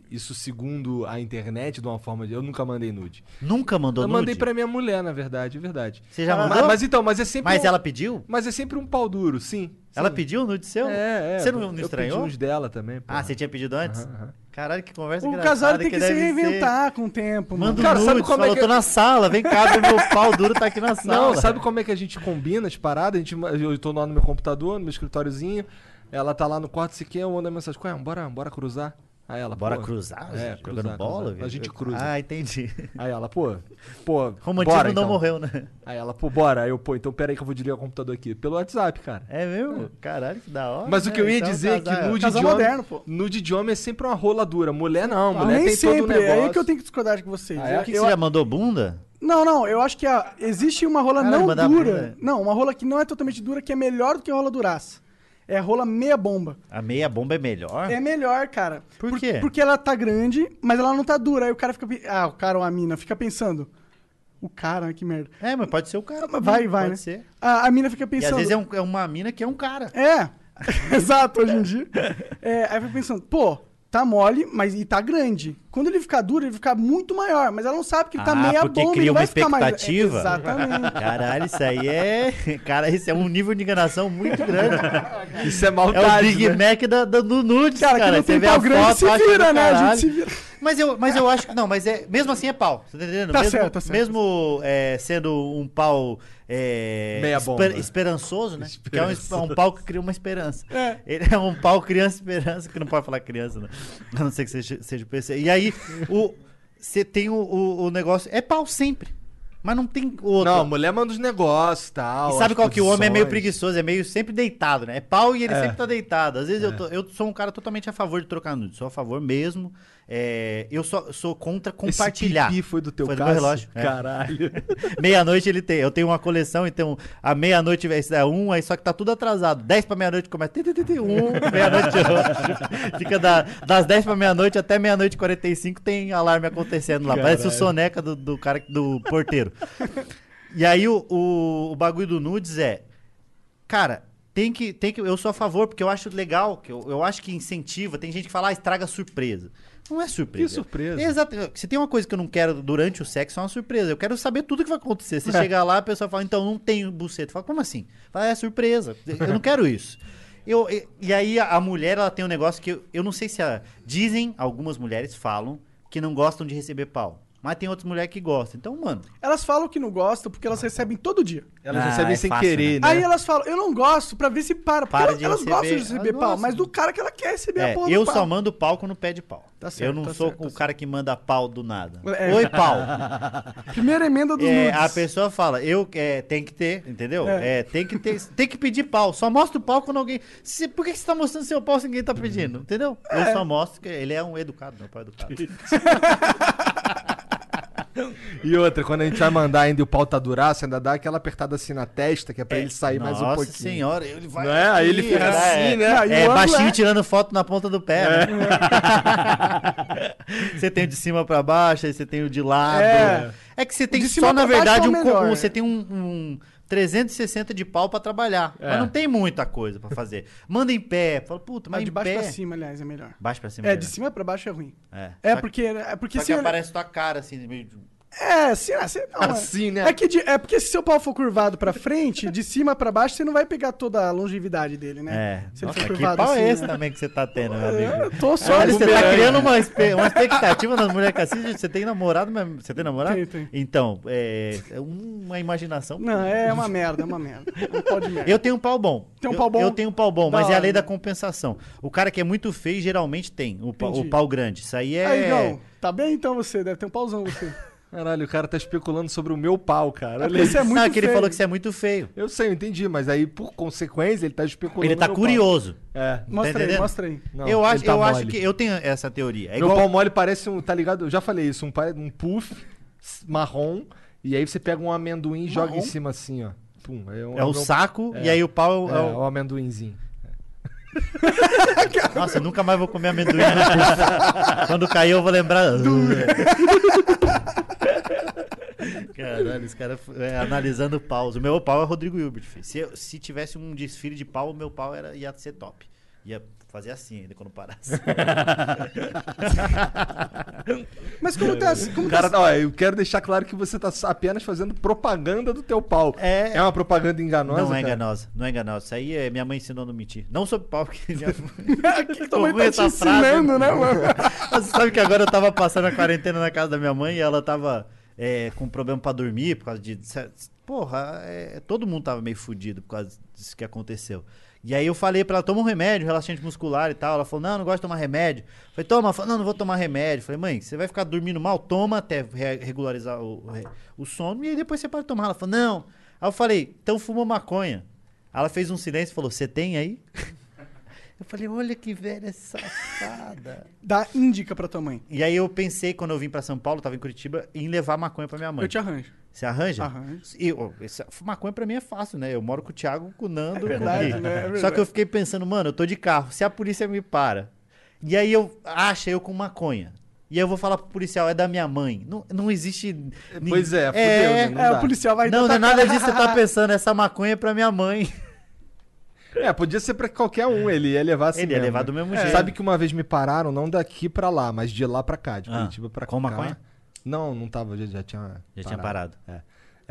Speaker 2: Isso segundo a internet, de uma forma de. Eu nunca mandei nude.
Speaker 4: Nunca mandou
Speaker 2: eu
Speaker 4: nude?
Speaker 2: mandei pra minha mulher, na verdade, é verdade.
Speaker 4: Você já
Speaker 2: Mas-
Speaker 4: mandou?
Speaker 2: Mas, então, mas é sempre.
Speaker 4: Mas
Speaker 2: um-
Speaker 4: ela pediu?
Speaker 2: Mas é sempre um pau duro, sim.
Speaker 4: Ela
Speaker 2: sim.
Speaker 4: pediu o nude seu?
Speaker 2: É, é.
Speaker 4: Você não, não
Speaker 2: eu
Speaker 4: estranhou?
Speaker 2: pedi uns Um dela também.
Speaker 4: Ah,
Speaker 2: porra.
Speaker 4: você tinha pedido antes? Caralho, é que conversa
Speaker 3: O
Speaker 4: engraçada
Speaker 3: casal tem que, se
Speaker 4: deve ser.
Speaker 3: reinventar com o tempo,
Speaker 4: Manda um
Speaker 3: mano.
Speaker 2: Cara, sabe
Speaker 4: nude,
Speaker 2: como é
Speaker 4: falou,
Speaker 2: que-
Speaker 4: tô na sala, vem cá, ver meu pau duro tá aqui na sala.
Speaker 2: Não, sabe como é que a gente combina as paradas? A gente, eu tô lá no meu computador, no meu escritóriozinho. Ela tá lá no quarto, se quer, eu mando a mensagem. Ué, bora, bora cruzar. Aí ela,
Speaker 4: Bora
Speaker 2: pô,
Speaker 4: cruzar?
Speaker 2: É,
Speaker 4: jogando
Speaker 2: cruzar,
Speaker 4: bola?
Speaker 2: cruzar.
Speaker 4: velho?
Speaker 2: A gente cruza.
Speaker 4: Ah, entendi.
Speaker 2: Aí ela, pô, pô,
Speaker 4: Romantismo
Speaker 2: bora,
Speaker 4: não
Speaker 2: então.
Speaker 4: morreu, né?
Speaker 2: Aí ela, pô, bora. Aí eu, pô, então peraí que eu vou desligar o computador aqui. Pelo WhatsApp, cara.
Speaker 4: É mesmo? Caralho, que da hora.
Speaker 2: Mas o
Speaker 4: né?
Speaker 2: que eu ia
Speaker 4: Então,
Speaker 2: dizer é que
Speaker 4: casal-
Speaker 2: nude
Speaker 3: Casal
Speaker 2: de, homem,
Speaker 3: moderno, pô.
Speaker 2: nude de homem é sempre uma rola dura. Mulher não,
Speaker 3: Ah,
Speaker 2: mulher
Speaker 3: nem
Speaker 2: tem
Speaker 4: um
Speaker 3: sempre,
Speaker 2: todo o negócio.
Speaker 3: é aí que eu tenho que discordar com vocês.
Speaker 2: Ah, é?
Speaker 3: Eu-
Speaker 4: O que que
Speaker 3: eu-
Speaker 4: você já mandou bunda?
Speaker 3: Não, não, eu acho que a- existe uma rola
Speaker 4: Caralho,
Speaker 3: não
Speaker 4: mandar
Speaker 3: dura.
Speaker 4: bunda.
Speaker 3: Não, uma rola que não é totalmente dura, que é melhor do que a rola duraça. É a rola meia bomba.
Speaker 4: A meia bomba é melhor?
Speaker 3: É melhor, cara.
Speaker 4: Por quê?
Speaker 3: Porque ela tá grande, mas ela não tá dura. Aí o cara fica. pe- Ah, o cara ou a mina fica pensando. O cara, ah, que merda.
Speaker 4: É, mas pode ser o cara.
Speaker 3: Mas Vai,
Speaker 4: também,
Speaker 3: vai,
Speaker 4: pode
Speaker 3: né?
Speaker 4: ser.
Speaker 3: A, a mina fica
Speaker 4: E
Speaker 3: pensando.
Speaker 4: às vezes é, um- é uma mina que é um cara.
Speaker 3: É, exato, hoje em dia. É, aí fica pensando, pô, tá mole, mas e tá grande. Quando ele ficar duro, ele fica muito maior, mas ela não sabe que ele tá
Speaker 4: Ah,
Speaker 3: meia
Speaker 4: porque
Speaker 3: bomba,
Speaker 4: cria
Speaker 3: ele
Speaker 4: uma
Speaker 3: vai ficar mais. É,
Speaker 4: expectativa.
Speaker 3: Exatamente.
Speaker 4: Caralho, isso aí é. Cara, isso é um nível de enganação muito grande.
Speaker 2: Isso é
Speaker 4: É o
Speaker 2: maldade,
Speaker 4: Big
Speaker 2: né?
Speaker 4: Mac da, da, do nudes,
Speaker 3: Cara,
Speaker 4: cara.
Speaker 3: que não
Speaker 4: Você
Speaker 3: tem
Speaker 4: vê
Speaker 3: pau
Speaker 4: a
Speaker 3: grande,
Speaker 4: foto,
Speaker 3: se
Speaker 4: acha do
Speaker 3: vira, né? A gente
Speaker 4: caralho.
Speaker 3: se vira.
Speaker 4: Mas eu, mas eu acho que. Não, mas é, mesmo assim é pau. Você tá entendendo?
Speaker 3: Tá
Speaker 4: mesmo
Speaker 3: certo, tá certo.
Speaker 4: mesmo é, sendo um pau. É,
Speaker 2: Meia
Speaker 4: esper-
Speaker 2: bomba.
Speaker 4: esperançoso, né? Que é um, es- é um pau que cria uma esperança.
Speaker 3: É.
Speaker 4: Ele é um pau criança esperança, que não pode falar criança, né? A não ser que seja, seja o PC. E aí, o. Você tem o, o, o negócio. É pau sempre. Mas não tem outro.
Speaker 2: Não, mulher manda os negócios tal.
Speaker 4: E sabe
Speaker 2: as
Speaker 4: qual que o homem é meio
Speaker 2: posições.
Speaker 4: preguiçoso, é meio sempre deitado, né? É pau e ele sempre tá deitado. Às vezes
Speaker 2: É.
Speaker 4: eu, tô- eu sou um cara totalmente a favor de trocar nude, sou a favor mesmo. É, eu só sou contra compartilhar.
Speaker 2: Esse pipi foi do teu
Speaker 4: Foi do meu
Speaker 2: caso?
Speaker 4: relógio, é.
Speaker 2: Caralho.
Speaker 4: meia-noite ele tem. Eu tenho uma coleção, então a meia-noite vai ser um, aí só que tá tudo atrasado. 10 pra meia-noite começa. ti, ti, ti, ti, Um, meia-noite outro. Fica da- das 10 pra meia-noite até meia-noite e 45 tem alarme acontecendo lá. Parece o soneca do, do cara do porteiro. E aí o, o, o bagulho do nudes é. Cara, tem que, tem que. Eu sou a favor, porque eu acho legal, que eu, eu acho que incentiva. Tem gente que fala, ah, estraga surpresa. Não é surpresa.
Speaker 2: Que surpresa?
Speaker 4: Exato. Se tem uma coisa que eu não quero durante o sexo, é uma surpresa. Eu quero saber tudo que vai acontecer.
Speaker 2: É.
Speaker 4: Você chegar lá, a pessoa fala, então não tenho buceta. Fala, como assim? Fala, é surpresa. Eu não quero isso. Eu, e, e aí a, a mulher, ela tem um negócio que eu, eu não sei se a. Dizem, algumas mulheres falam, que não gostam de receber pau. Mas tem outras mulheres que gostam. Então, mano.
Speaker 3: Elas falam que não gostam porque elas recebem todo dia.
Speaker 2: Elas
Speaker 4: Ah,
Speaker 2: recebem
Speaker 4: é
Speaker 2: sem
Speaker 4: fácil,
Speaker 2: querer, né?
Speaker 3: Aí elas falam, eu não gosto, pra ver se para. Porque
Speaker 4: Para
Speaker 3: elas,
Speaker 4: de
Speaker 3: elas
Speaker 4: receber,
Speaker 3: gostam de receber
Speaker 4: elas
Speaker 3: pau,
Speaker 4: gostam.
Speaker 3: mas do cara que ela quer receber
Speaker 4: É,
Speaker 3: a porra
Speaker 4: eu
Speaker 3: do pau.
Speaker 4: só mando pau quando pede pau.
Speaker 3: Tá certo,
Speaker 4: eu não
Speaker 3: tá
Speaker 4: sou
Speaker 3: certo, tá
Speaker 4: o cara que manda pau do nada.
Speaker 3: É.
Speaker 4: Oi, pau.
Speaker 3: Primeira emenda dos
Speaker 4: É,
Speaker 3: nudes.
Speaker 4: a pessoa fala, eu é, tem que ter, entendeu?
Speaker 3: É.
Speaker 4: É, tem que ter, tem que pedir pau. Só mostra o pau quando alguém. Se- por que que você tá mostrando seu pau se ninguém tá é pedindo? Entendeu? Eu só mostro que ele é um educado, meu pau é educado.
Speaker 2: E outra, quando a gente vai mandar ainda e o pau tá duraço, ainda dá aquela apertada assim na testa, que é pra ele sair mais um
Speaker 4: Nossa
Speaker 2: pouquinho.
Speaker 4: senhora, ele vai.
Speaker 2: Não é? Aí ele
Speaker 4: aqui,
Speaker 2: fica
Speaker 4: né?
Speaker 2: assim, né?
Speaker 3: Não, e
Speaker 4: É,
Speaker 3: o
Speaker 4: baixinho
Speaker 3: ângulo
Speaker 4: tirando foto na ponta do pé. né? você tem o de cima pra baixo, aí você tem o de lado.
Speaker 3: É.
Speaker 4: É, que você tem
Speaker 3: De
Speaker 4: só,
Speaker 3: cima
Speaker 4: na
Speaker 3: pra baixo
Speaker 4: verdade,
Speaker 3: é o
Speaker 4: um, co-
Speaker 3: melhor.
Speaker 4: um- você tem um, um 360 de pau pra trabalhar.
Speaker 3: É.
Speaker 4: Mas não tem muita coisa pra fazer. Manda em pé. Fala, puta, mas
Speaker 3: Ah, de
Speaker 4: em
Speaker 3: baixo
Speaker 4: tá pé.
Speaker 3: pra cima, aliás, é melhor.
Speaker 4: Baixo pra cima.
Speaker 3: É,
Speaker 4: né?
Speaker 3: de cima pra baixo é ruim.
Speaker 4: É,
Speaker 3: É,
Speaker 4: Só que-
Speaker 3: porque. É porque
Speaker 4: Só
Speaker 3: se.
Speaker 4: que aparece tua cara, assim, meio de...
Speaker 3: É, se, é, se- não, é-
Speaker 2: Assim, né?
Speaker 3: É, que de- é porque se seu pau for curvado pra frente, de cima pra baixo, você não vai pegar toda a longevidade dele,
Speaker 4: É.
Speaker 3: né? Se ele
Speaker 4: Nossa,
Speaker 3: for
Speaker 4: que
Speaker 3: curvado
Speaker 4: pau é
Speaker 3: assim,
Speaker 4: esse
Speaker 3: né? É.
Speaker 4: também que você tá tendo, meu amigo?
Speaker 3: Eu tô só.
Speaker 4: Olha, você tá
Speaker 3: Bumerangue.
Speaker 4: criando uma, espe- uma expectativa nas mulheres cacitas. Você tem namorado mesmo? Você tem namorado?
Speaker 3: Tenho, tenho.
Speaker 4: Então, é, é uma imaginação.
Speaker 3: Não, é uma merda, é uma merda. Não pode merda.
Speaker 4: Eu tenho um pau bom.
Speaker 3: Tem um
Speaker 4: Eu-
Speaker 3: pau bom?
Speaker 4: Eu, tenho um pau bom,
Speaker 3: Da
Speaker 4: mas é a
Speaker 3: hora.
Speaker 4: lei da compensação. O cara que é muito feio geralmente tem o, pa- o
Speaker 3: Entendi.
Speaker 4: pau grande. Isso aí é.
Speaker 3: Aí, Igão, tá bem então você? Deve ter um pauzão você.
Speaker 2: Caralho, o cara tá especulando sobre o meu pau, cara. Olha
Speaker 3: Esse
Speaker 2: isso.
Speaker 3: é muito
Speaker 4: Não, que ele
Speaker 3: feio.
Speaker 4: falou que você é muito feio.
Speaker 2: Eu sei, eu entendi, mas aí, por consequência, ele tá especulando.
Speaker 4: Ele tá
Speaker 2: no meu
Speaker 4: curioso.
Speaker 2: pau. É.
Speaker 3: Mostra aí,
Speaker 4: Tá entendendo?
Speaker 3: mostra aí.
Speaker 2: Não,
Speaker 4: eu
Speaker 2: ele
Speaker 4: acho,
Speaker 2: tá
Speaker 4: eu acho
Speaker 2: mole.
Speaker 4: que eu tenho essa teoria. É
Speaker 2: Meu
Speaker 4: igual-
Speaker 2: pau mole parece um, tá ligado? Eu já falei isso, um, pa- um puff s- marrom, e aí você pega um amendoim e joga em cima assim, ó. Pum, um-
Speaker 4: é o
Speaker 2: meu-
Speaker 4: saco e aí o pau é,
Speaker 2: É,
Speaker 4: o-
Speaker 2: o amendoinzinho.
Speaker 4: Nossa, eu nunca mais vou comer amendoim. né? Quando cair, eu vou lembrar. Caralho, os caras é, analisando paus. O meu pau é Rodrigo Hilbert. filho. Se, eu- se tivesse um desfile de pau, o meu pau era, ia ser top. Ia fazer assim ainda quando parasse.
Speaker 3: Mas
Speaker 4: É.
Speaker 3: como tá. Como
Speaker 2: O
Speaker 3: tá
Speaker 2: Cara, ó, eu quero deixar claro que você tá só- apenas fazendo propaganda do teu pau.
Speaker 4: É.
Speaker 2: uma propaganda enganosa.
Speaker 4: não é
Speaker 2: cara?
Speaker 4: enganosa, não é enganosa. Isso aí é minha mãe ensinou a não mentir. Não sobre pau, porque minha
Speaker 3: que tua mãe
Speaker 4: Como é
Speaker 3: tá te
Speaker 4: essa frase?
Speaker 3: ensinando, né, mano?
Speaker 4: Você sabe que agora eu tava passando a quarentena na casa da minha mãe e ela tava é, com problema pra dormir por causa de. Porra, é, todo mundo tava meio fudido por causa disso que aconteceu. E aí eu falei pra ela, toma um remédio, relaxante muscular e tal. Ela falou, não, não gosto de tomar remédio. Falei, toma, Ela falou, não, não vou tomar remédio. Falei, mãe, você vai ficar dormindo mal, toma até re- regularizar o, o re- o sono e aí depois você pode tomar. Ela falou, não. Aí eu falei, então fuma maconha. Ela fez um silêncio e falou, você tem aí? Eu falei, olha que velha safada.
Speaker 3: assim? Dá indica pra tua mãe.
Speaker 4: E aí eu pensei, quando eu vim pra São Paulo, tava em Curitiba, em levar maconha pra minha mãe.
Speaker 3: Eu te arranjo.
Speaker 4: Você arranja?
Speaker 3: Arranjo.
Speaker 4: E, ó, esse- maconha pra mim é fácil, né? Eu moro com o Thiago, com o Nando, com o
Speaker 3: verdade,
Speaker 4: Gui.
Speaker 3: né? É
Speaker 4: Só que
Speaker 3: verdade.
Speaker 4: eu fiquei pensando, mano, eu tô de carro, se a polícia me para, e aí eu acha eu com maconha. E aí eu vou falar pro policial, é da minha mãe. Não, não existe. nin-
Speaker 2: Pois é, fudeu, né? Não
Speaker 3: é,
Speaker 2: dá.
Speaker 3: o policial vai
Speaker 4: Não, não é
Speaker 3: dar
Speaker 4: nada
Speaker 3: tacada.
Speaker 4: disso que você tá pensando, essa maconha é pra minha mãe.
Speaker 2: É, podia ser pra qualquer um, ele ia levar assim
Speaker 4: É. Ele ia
Speaker 2: mesmo,
Speaker 4: levar
Speaker 2: né?
Speaker 4: do mesmo
Speaker 2: Você
Speaker 4: jeito.
Speaker 2: Sabe que uma vez me pararam, não daqui pra lá, mas de lá pra cá, de
Speaker 4: Ah,
Speaker 2: Curitiba pra
Speaker 4: com
Speaker 2: cá.
Speaker 4: maconha?
Speaker 2: Não, não tava, já, já tinha
Speaker 4: Já tinha parado.
Speaker 2: É.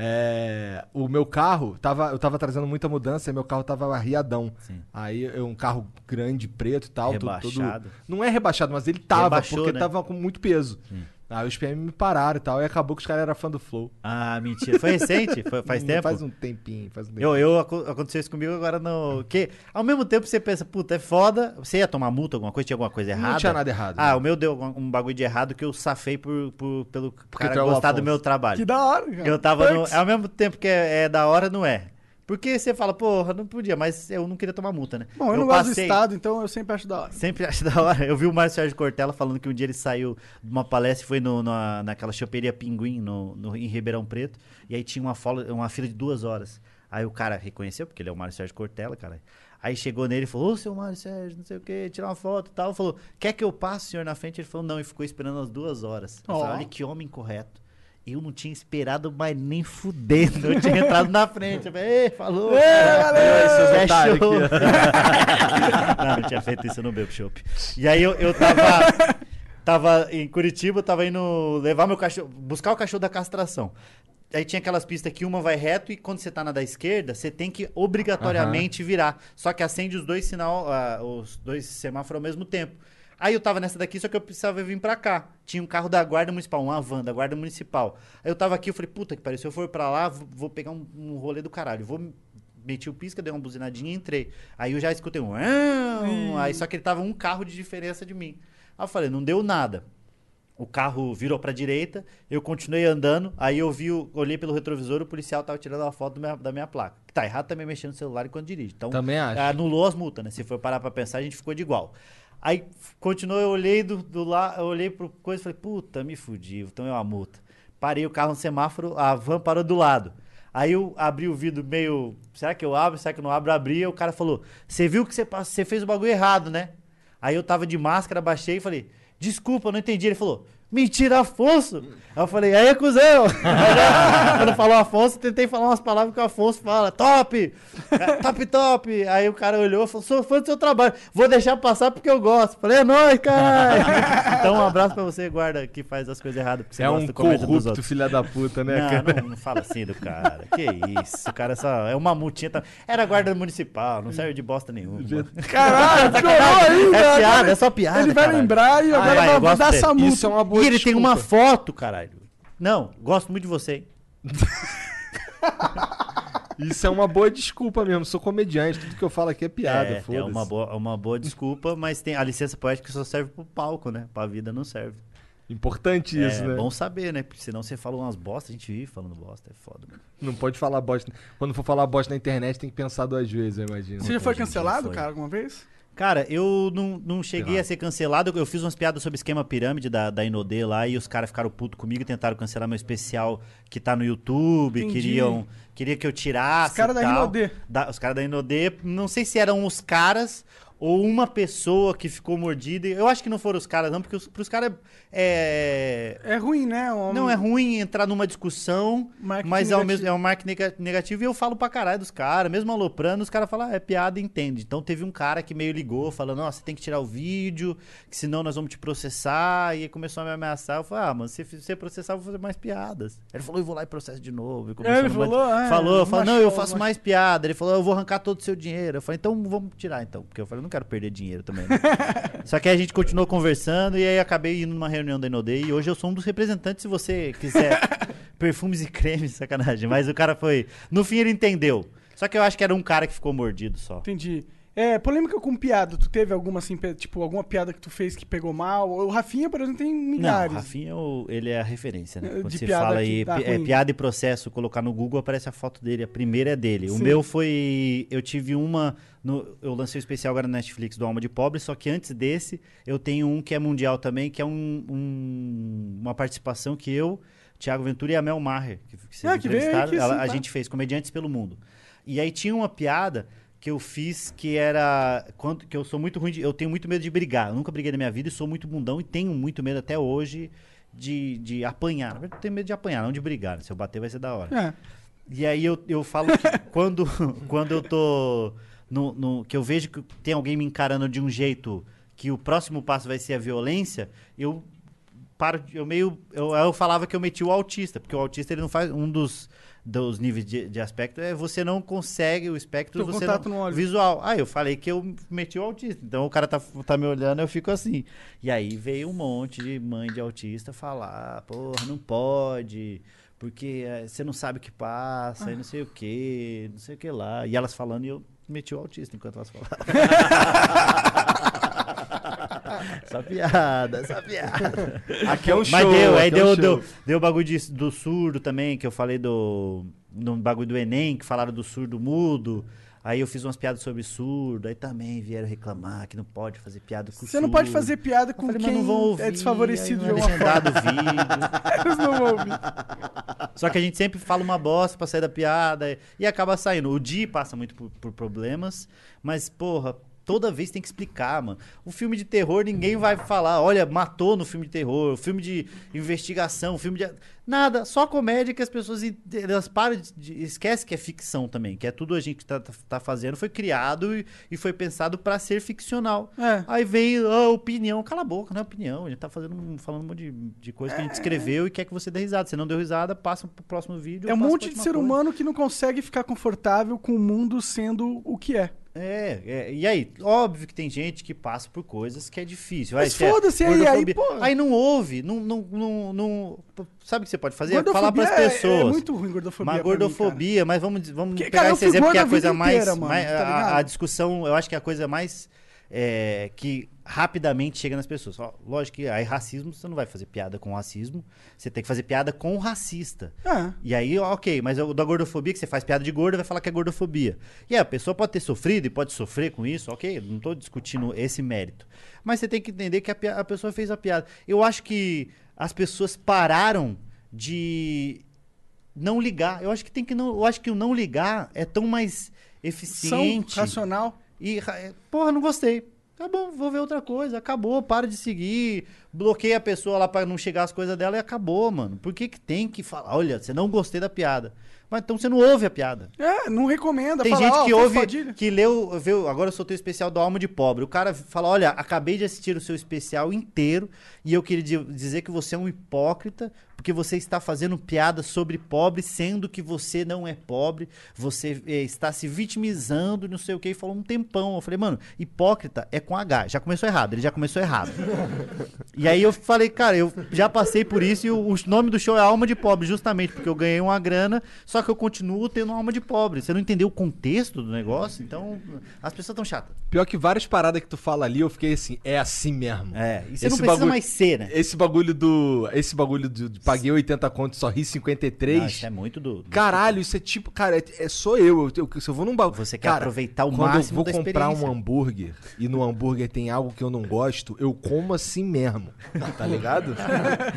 Speaker 2: É, o meu carro, tava, eu tava trazendo muita mudança e meu carro tava arriadão.
Speaker 4: Sim.
Speaker 2: Aí é um carro grande, preto e tal. tu-
Speaker 4: Rebaixado.
Speaker 2: não é rebaixado, mas ele tava,
Speaker 4: Rebaixou,
Speaker 2: porque
Speaker 4: né?
Speaker 2: tava com muito peso. Aí os PM me pararam e tal, e acabou que os caras eram fã do Flow.
Speaker 4: Ah, mentira. Foi recente? Foi- faz
Speaker 2: Não,
Speaker 4: tempo?
Speaker 2: Faz um tempinho, faz um tempinho.
Speaker 4: Eu, eu, aco- aconteceu isso comigo agora no. Que ao mesmo tempo você pensa, puta, é foda. Você ia tomar multa, alguma coisa, tinha alguma coisa errada.
Speaker 2: tinha nada errado,
Speaker 4: Ah,
Speaker 2: né?
Speaker 4: o meu deu algum- um bagulho de errado que eu safei por, por- pelo
Speaker 2: tu é
Speaker 4: cara
Speaker 2: o
Speaker 4: gostar
Speaker 2: Afonso.
Speaker 4: do meu trabalho.
Speaker 3: Que da hora, cara.
Speaker 4: Eu tava no.
Speaker 3: Perks.
Speaker 4: Ao mesmo tempo que é, é da hora, não é. Porque você fala, porra, não podia, mas eu não queria tomar multa, né?
Speaker 3: Bom, eu, não gosto do Estado, então eu sempre acho da hora.
Speaker 4: Sempre acho da hora. Eu vi o Márcio Sérgio Cortella falando que um dia ele saiu de uma palestra e foi no, na, naquela choperia Pinguim no, no- em Ribeirão Preto. E aí tinha uma, fola- uma fila de duas horas. Aí o cara reconheceu, porque ele é o Mário Sérgio Cortella, cara. Aí chegou nele e falou: Ô, seu Mário Sérgio, não sei o quê, tirar uma foto e tal. Falou: Quer que eu passe, senhor, na frente? Ele falou: Não, e ficou esperando as duas horas. Eu
Speaker 3: Ó.
Speaker 4: falei, Olha que homem correto. Eu não tinha esperado, mas nem fudendo. Eu tinha entrado na frente. Eu falei, Ei, falou. cara."
Speaker 2: Seus
Speaker 4: Fechou.
Speaker 2: otários aqui, ó.
Speaker 4: não, não tinha feito isso, eu não bebo chopp. E aí eu, eu tava, tava em Curitiba, eu tava indo levar meu cachorro, buscar o cachorro da castração. Aí tinha aquelas pistas que uma vai reto e quando você tá na da esquerda, você tem que obrigatoriamente virar. Só que acende os dois sinal, ah, os dois semáforos ao mesmo tempo. Aí eu tava nessa daqui, só que eu precisava vir pra cá. Tinha um carro da guarda municipal, uma van da guarda municipal. Aí eu tava aqui, eu falei, puta que pariu, se eu for pra lá, vou vou pegar um, um rolê do caralho. Vou meti o pisca, dei uma buzinadinha e entrei. Aí eu já escutei um. "Ão", Aí só que ele tava um carro de diferença de mim. Aí eu falei, não deu nada. O carro virou pra direita, eu continuei andando, aí eu vi, o- olhei pelo retrovisor, o policial tava tirando uma foto do minha- da minha placa. Que Tá errado também mexendo no celular enquanto dirige. Então,
Speaker 2: Também acho.
Speaker 4: anulou as multas, né? Se for parar pra pensar, a gente ficou de igual. Aí f- continuou, eu olhei do, do lá, eu olhei pro coisa e falei, puta, me fudi, então é uma multa. Parei o carro no semáforo, a van parou do lado. Aí eu abri o vidro meio. Será que eu abro? Será que eu não abro? Abri, aí o cara falou: Você viu que você pass- você fez o bagulho errado, né? Aí eu tava de máscara, baixei e falei: Desculpa, eu não entendi. Ele falou: Mentira, Afonso! Aí eu falei: Aí, cuzão! Quando falou Afonso, eu tentei falar umas palavras que o Afonso fala: Top! É, Top, top! Aí o cara olhou e falou: Sou fã do seu trabalho, vou deixar passar porque eu gosto. Falei: É nóis, caralho! então, um abraço pra você, guarda, que faz as coisas erradas. Porque você
Speaker 2: é
Speaker 4: gosta
Speaker 2: um
Speaker 4: do comércio dos
Speaker 2: corrupto,
Speaker 4: outros.
Speaker 2: filha da puta, né,
Speaker 4: Não,
Speaker 2: cara?
Speaker 4: Não, não fala assim do cara. Que isso, o cara só é uma multinha. Tá... Era guarda municipal, não serve de bosta nenhuma.
Speaker 3: Caralho, piorou ainda.
Speaker 4: É piada, é só piada.
Speaker 3: Ele vai
Speaker 4: caralho.
Speaker 3: lembrar e
Speaker 4: Ah,
Speaker 3: agora
Speaker 4: vai, eu
Speaker 3: vai
Speaker 4: gosto
Speaker 3: dar
Speaker 4: dele.
Speaker 3: essa multa.
Speaker 2: Isso é uma boa
Speaker 4: E ele tem
Speaker 2: desculpa.
Speaker 4: uma foto, caralho. Não, gosto muito de você. hein?
Speaker 2: Isso é uma boa desculpa mesmo. Sou comediante, tudo que eu falo aqui é piada,
Speaker 4: é,
Speaker 2: foda-se.
Speaker 4: é uma boa, é uma boa desculpa, mas tem a licença poética só serve pro palco, né? Pra vida não serve.
Speaker 2: Importante isso,
Speaker 4: é
Speaker 2: né?
Speaker 4: bom saber, né? Porque senão você fala umas bosta, a gente vive falando bosta, é foda. Mano.
Speaker 2: Não pode falar bosta. Quando for falar bosta na internet, tem que pensar duas vezes, eu imagino.
Speaker 3: Você já foi cancelado,
Speaker 4: foi.
Speaker 3: cara, alguma vez?
Speaker 4: Cara, eu não, não cheguei a ser cancelado. Eu fiz umas piadas sobre esquema pirâmide da, da Inodê lá e os caras ficaram putos comigo e tentaram cancelar meu especial que tá no YouTube.
Speaker 3: Entendi.
Speaker 4: Queriam queria que eu tirasse.
Speaker 3: Os caras
Speaker 4: e
Speaker 3: da
Speaker 4: tal.
Speaker 3: Inodê.
Speaker 4: Da- os caras da Inodê, não sei se eram os caras ou uma pessoa que ficou mordida. Eu acho que não foram os caras, não, porque os, pros caras é,
Speaker 3: É ruim, né? Um-
Speaker 4: não é ruim entrar numa discussão,
Speaker 3: Marketing
Speaker 4: mas é, o mesmo,
Speaker 3: negativo.
Speaker 4: é um marketing nega- negativo e eu falo pra caralho dos caras, mesmo aloprando, os caras falam, ah, é piada, entende. Então teve um cara que meio ligou, falando, nossa, você tem que tirar o vídeo, que senão nós vamos te processar, e aí começou a me ameaçar. Eu falei, ah, mano, se f- você processar, eu vou fazer mais piadas. Ele falou, eu vou lá e processo de novo. E começou
Speaker 3: ele
Speaker 4: a me bater.
Speaker 3: falou, ah,
Speaker 4: falou, falou, não,
Speaker 3: machão,
Speaker 4: eu faço mais piada. Ele falou, eu vou arrancar todo o seu dinheiro. Eu falei, então vamos tirar então, porque eu falei, eu não quero perder dinheiro também. né? Só que aí a gente continuou conversando e aí acabei indo numa reunião da Inodei e hoje eu sou um dos representantes se você quiser perfumes e cremes, sacanagem. Mas o cara foi. No fim ele entendeu. Só que eu acho que era um cara que ficou mordido só.
Speaker 3: Entendi. É, polêmica com piada. Tu teve alguma, assim, pe- tipo, alguma piada que tu fez que pegou mal? O Rafinha, por exemplo, tem
Speaker 4: Não, o
Speaker 3: milhares.
Speaker 4: Rafinha é o- ele é a referência, né?
Speaker 3: É,
Speaker 4: Quando
Speaker 3: de
Speaker 4: você
Speaker 3: piada
Speaker 4: fala
Speaker 3: que
Speaker 4: aí
Speaker 3: dá
Speaker 4: pi- é,
Speaker 3: ruim.
Speaker 4: piada e processo, colocar no Google aparece a foto dele, a primeira é dele. O
Speaker 3: Sim.
Speaker 4: meu foi. Eu tive uma. no- eu lancei o especial agora na Netflix do Alma de Pobre, só que antes desse eu tenho um que é mundial também, que é um- um- uma participação que eu, Thiago Ventura e a Mel Maher, que, que vocês
Speaker 3: Ah, que veio aí,
Speaker 4: entrevistaram,
Speaker 3: que
Speaker 4: ela-
Speaker 3: sim,
Speaker 4: a
Speaker 3: tá.
Speaker 4: gente fez Comediantes pelo Mundo. E aí tinha uma piada que eu fiz que era quando que eu sou muito ruim, de, eu tenho muito medo de brigar. Eu nunca briguei na minha vida e sou muito bundão e tenho muito medo até hoje de, de apanhar. Na verdade, eu tenho medo de apanhar, não de brigar. Se eu bater vai ser da hora.
Speaker 3: É.
Speaker 4: E aí eu, eu falo que quando, quando eu tô. No, no- que eu vejo que tem alguém me encarando de um jeito que o próximo passo vai ser a violência, eu paro. de- Eu meio. Eu, eu falava que eu meti o autista, porque o autista ele não faz. Um dos, dos níveis de, de aspecto é você não consegue o espectro
Speaker 3: Teu
Speaker 4: você
Speaker 3: contato
Speaker 4: não,
Speaker 3: no olho.
Speaker 4: visual. Ah, eu falei que eu meti o autista. Então o cara tá, tá me olhando, eu fico assim. E aí veio um monte de mãe de autista falar, porra, não pode, porque eh, você não sabe o que passa, e não sei o que, não sei o que lá. E elas falando e eu meti o autista enquanto elas falavam. Essa piada, essa piada.
Speaker 2: Aqui é um show.
Speaker 4: Mas deu, aí
Speaker 2: aqui é um
Speaker 4: deu,
Speaker 2: show.
Speaker 4: deu, deu o bagulho de- do surdo também, que eu falei do. No bagulho do Enem, que falaram do surdo mudo. Aí eu fiz umas piadas sobre surdo, aí também vieram reclamar que não pode fazer piada com
Speaker 3: Você não pode
Speaker 4: surdo.
Speaker 3: fazer piada
Speaker 4: Eu
Speaker 3: com
Speaker 4: falei, mas
Speaker 3: quem
Speaker 4: não vão ouvir,
Speaker 3: é desfavorecido
Speaker 4: aí
Speaker 3: de
Speaker 4: não é
Speaker 3: alguma forma.
Speaker 4: legendado o vídeo.
Speaker 3: Eles não vão ouvir. É.
Speaker 4: Só que a gente sempre fala uma bosta pra sair da piada e acaba saindo. O Di passa muito por, por problemas, mas, porra, toda vez tem que explicar, mano. O filme de terror, ninguém vai falar, olha, matou no filme de terror, o filme de investigação, o filme de. Nada, só comédia que as pessoas en- elas param de. de esquece que é ficção também, que é tudo a gente que tá, tá- tá fazendo, foi criado e, e foi pensado pra ser ficcional.
Speaker 3: É.
Speaker 4: Aí vem a opinião, cala a boca, não é opinião. A gente tá fazendo, um- falando um monte de, de coisa que
Speaker 3: É.
Speaker 4: a gente escreveu e quer que você dê risada. Se não deu risada, passa pro próximo vídeo.
Speaker 3: É um
Speaker 4: passa pra
Speaker 3: monte de
Speaker 4: última
Speaker 3: ser
Speaker 4: coisa.
Speaker 3: humano que não consegue ficar confortável com o mundo sendo o que é.
Speaker 4: É, é, e aí? Óbvio que tem gente que passa por coisas que é difícil. Vai,
Speaker 3: Mas
Speaker 4: se é
Speaker 3: foda-se, aí- aí,
Speaker 4: gordofobia.
Speaker 3: pô.
Speaker 4: Aí não ouve, não, não, não, não- Sabe o que você pode fazer?
Speaker 3: Gordofobia
Speaker 4: Falar pras
Speaker 3: é-
Speaker 4: pessoas.
Speaker 3: É, muito ruim gordofobia.
Speaker 4: Mas
Speaker 3: pra mim, cara.
Speaker 4: gordofobia, mas vamos, vamos
Speaker 3: Que,
Speaker 4: pegar
Speaker 3: cara, eu
Speaker 4: esse
Speaker 3: fui
Speaker 4: exemplo que é a
Speaker 3: gordo a
Speaker 4: coisa
Speaker 3: vida
Speaker 4: mais.
Speaker 3: inteira, mano,
Speaker 4: mais-
Speaker 3: tá ligado?
Speaker 4: a, a discussão, eu acho que é a coisa mais. é, que rapidamente chega nas pessoas. Ó, Lógico que aí racismo, você não vai fazer piada com racismo, você tem que fazer piada com o racista.
Speaker 3: É.
Speaker 4: E aí, ó, ok, mas o da gordofobia, que você faz piada de gordo, vai falar que é gordofobia. E aí, a pessoa pode ter sofrido e pode sofrer com isso, ok, não tô discutindo esse mérito. Mas você tem que entender que a, pia- a pessoa fez a piada. Eu acho que as pessoas pararam de não ligar. Eu acho que tem que não, eu acho que o não ligar é tão mais eficiente.
Speaker 3: São racional.
Speaker 4: E, ra- é, porra, não gostei. Tá bom, vou ver outra coisa. Acabou, para de seguir. Bloqueia a pessoa lá pra não chegar as coisas dela e acabou, mano. Por que, que tem que falar? Olha, você não gostei da piada. Mas então você não ouve a piada.
Speaker 3: É, não recomenda.
Speaker 4: Tem
Speaker 3: fala,
Speaker 4: gente
Speaker 3: ó,
Speaker 4: que
Speaker 3: Fofo
Speaker 4: ouve,
Speaker 3: Padilha.
Speaker 4: que leu, viu, agora eu soltei o especial do Alma de Pobre. O cara fala, olha, acabei de assistir o seu especial inteiro e eu queria di- dizer que você é um hipócrita porque você está fazendo piada sobre pobre, sendo que você não é pobre, você eh, está se vitimizando, não sei o que, e falou um tempão. Eu falei, mano, hipócrita é com H. Já começou errado, ele já começou errado. E aí eu falei, cara, eu já passei por isso e o, o nome do show é Alma de Pobre, justamente porque eu ganhei uma grana, só que eu continuo tendo alma de pobre. Você não entendeu o contexto do negócio, então as pessoas estão chatas.
Speaker 2: Pior que várias paradas que tu fala ali, eu fiquei assim, é assim mesmo.
Speaker 4: É, e você
Speaker 2: Esse
Speaker 4: não precisa
Speaker 2: bagulho-
Speaker 4: mais ser, né?
Speaker 2: Esse bagulho do. Esse bagulho do, de paguei 80 conto e só ri 53.
Speaker 4: Não, isso é muito do. do-
Speaker 2: Caralho, isso é tipo, cara, é, é só eu. Eu, eu. Se eu vou num bagulho.
Speaker 4: Você quer
Speaker 2: Cara,
Speaker 4: aproveitar o
Speaker 2: quando
Speaker 4: máximo
Speaker 2: eu
Speaker 4: da
Speaker 2: vou comprar um
Speaker 4: experiência.
Speaker 2: hambúrguer e no hambúrguer tem algo que eu não gosto, eu como assim mesmo. Tá ligado?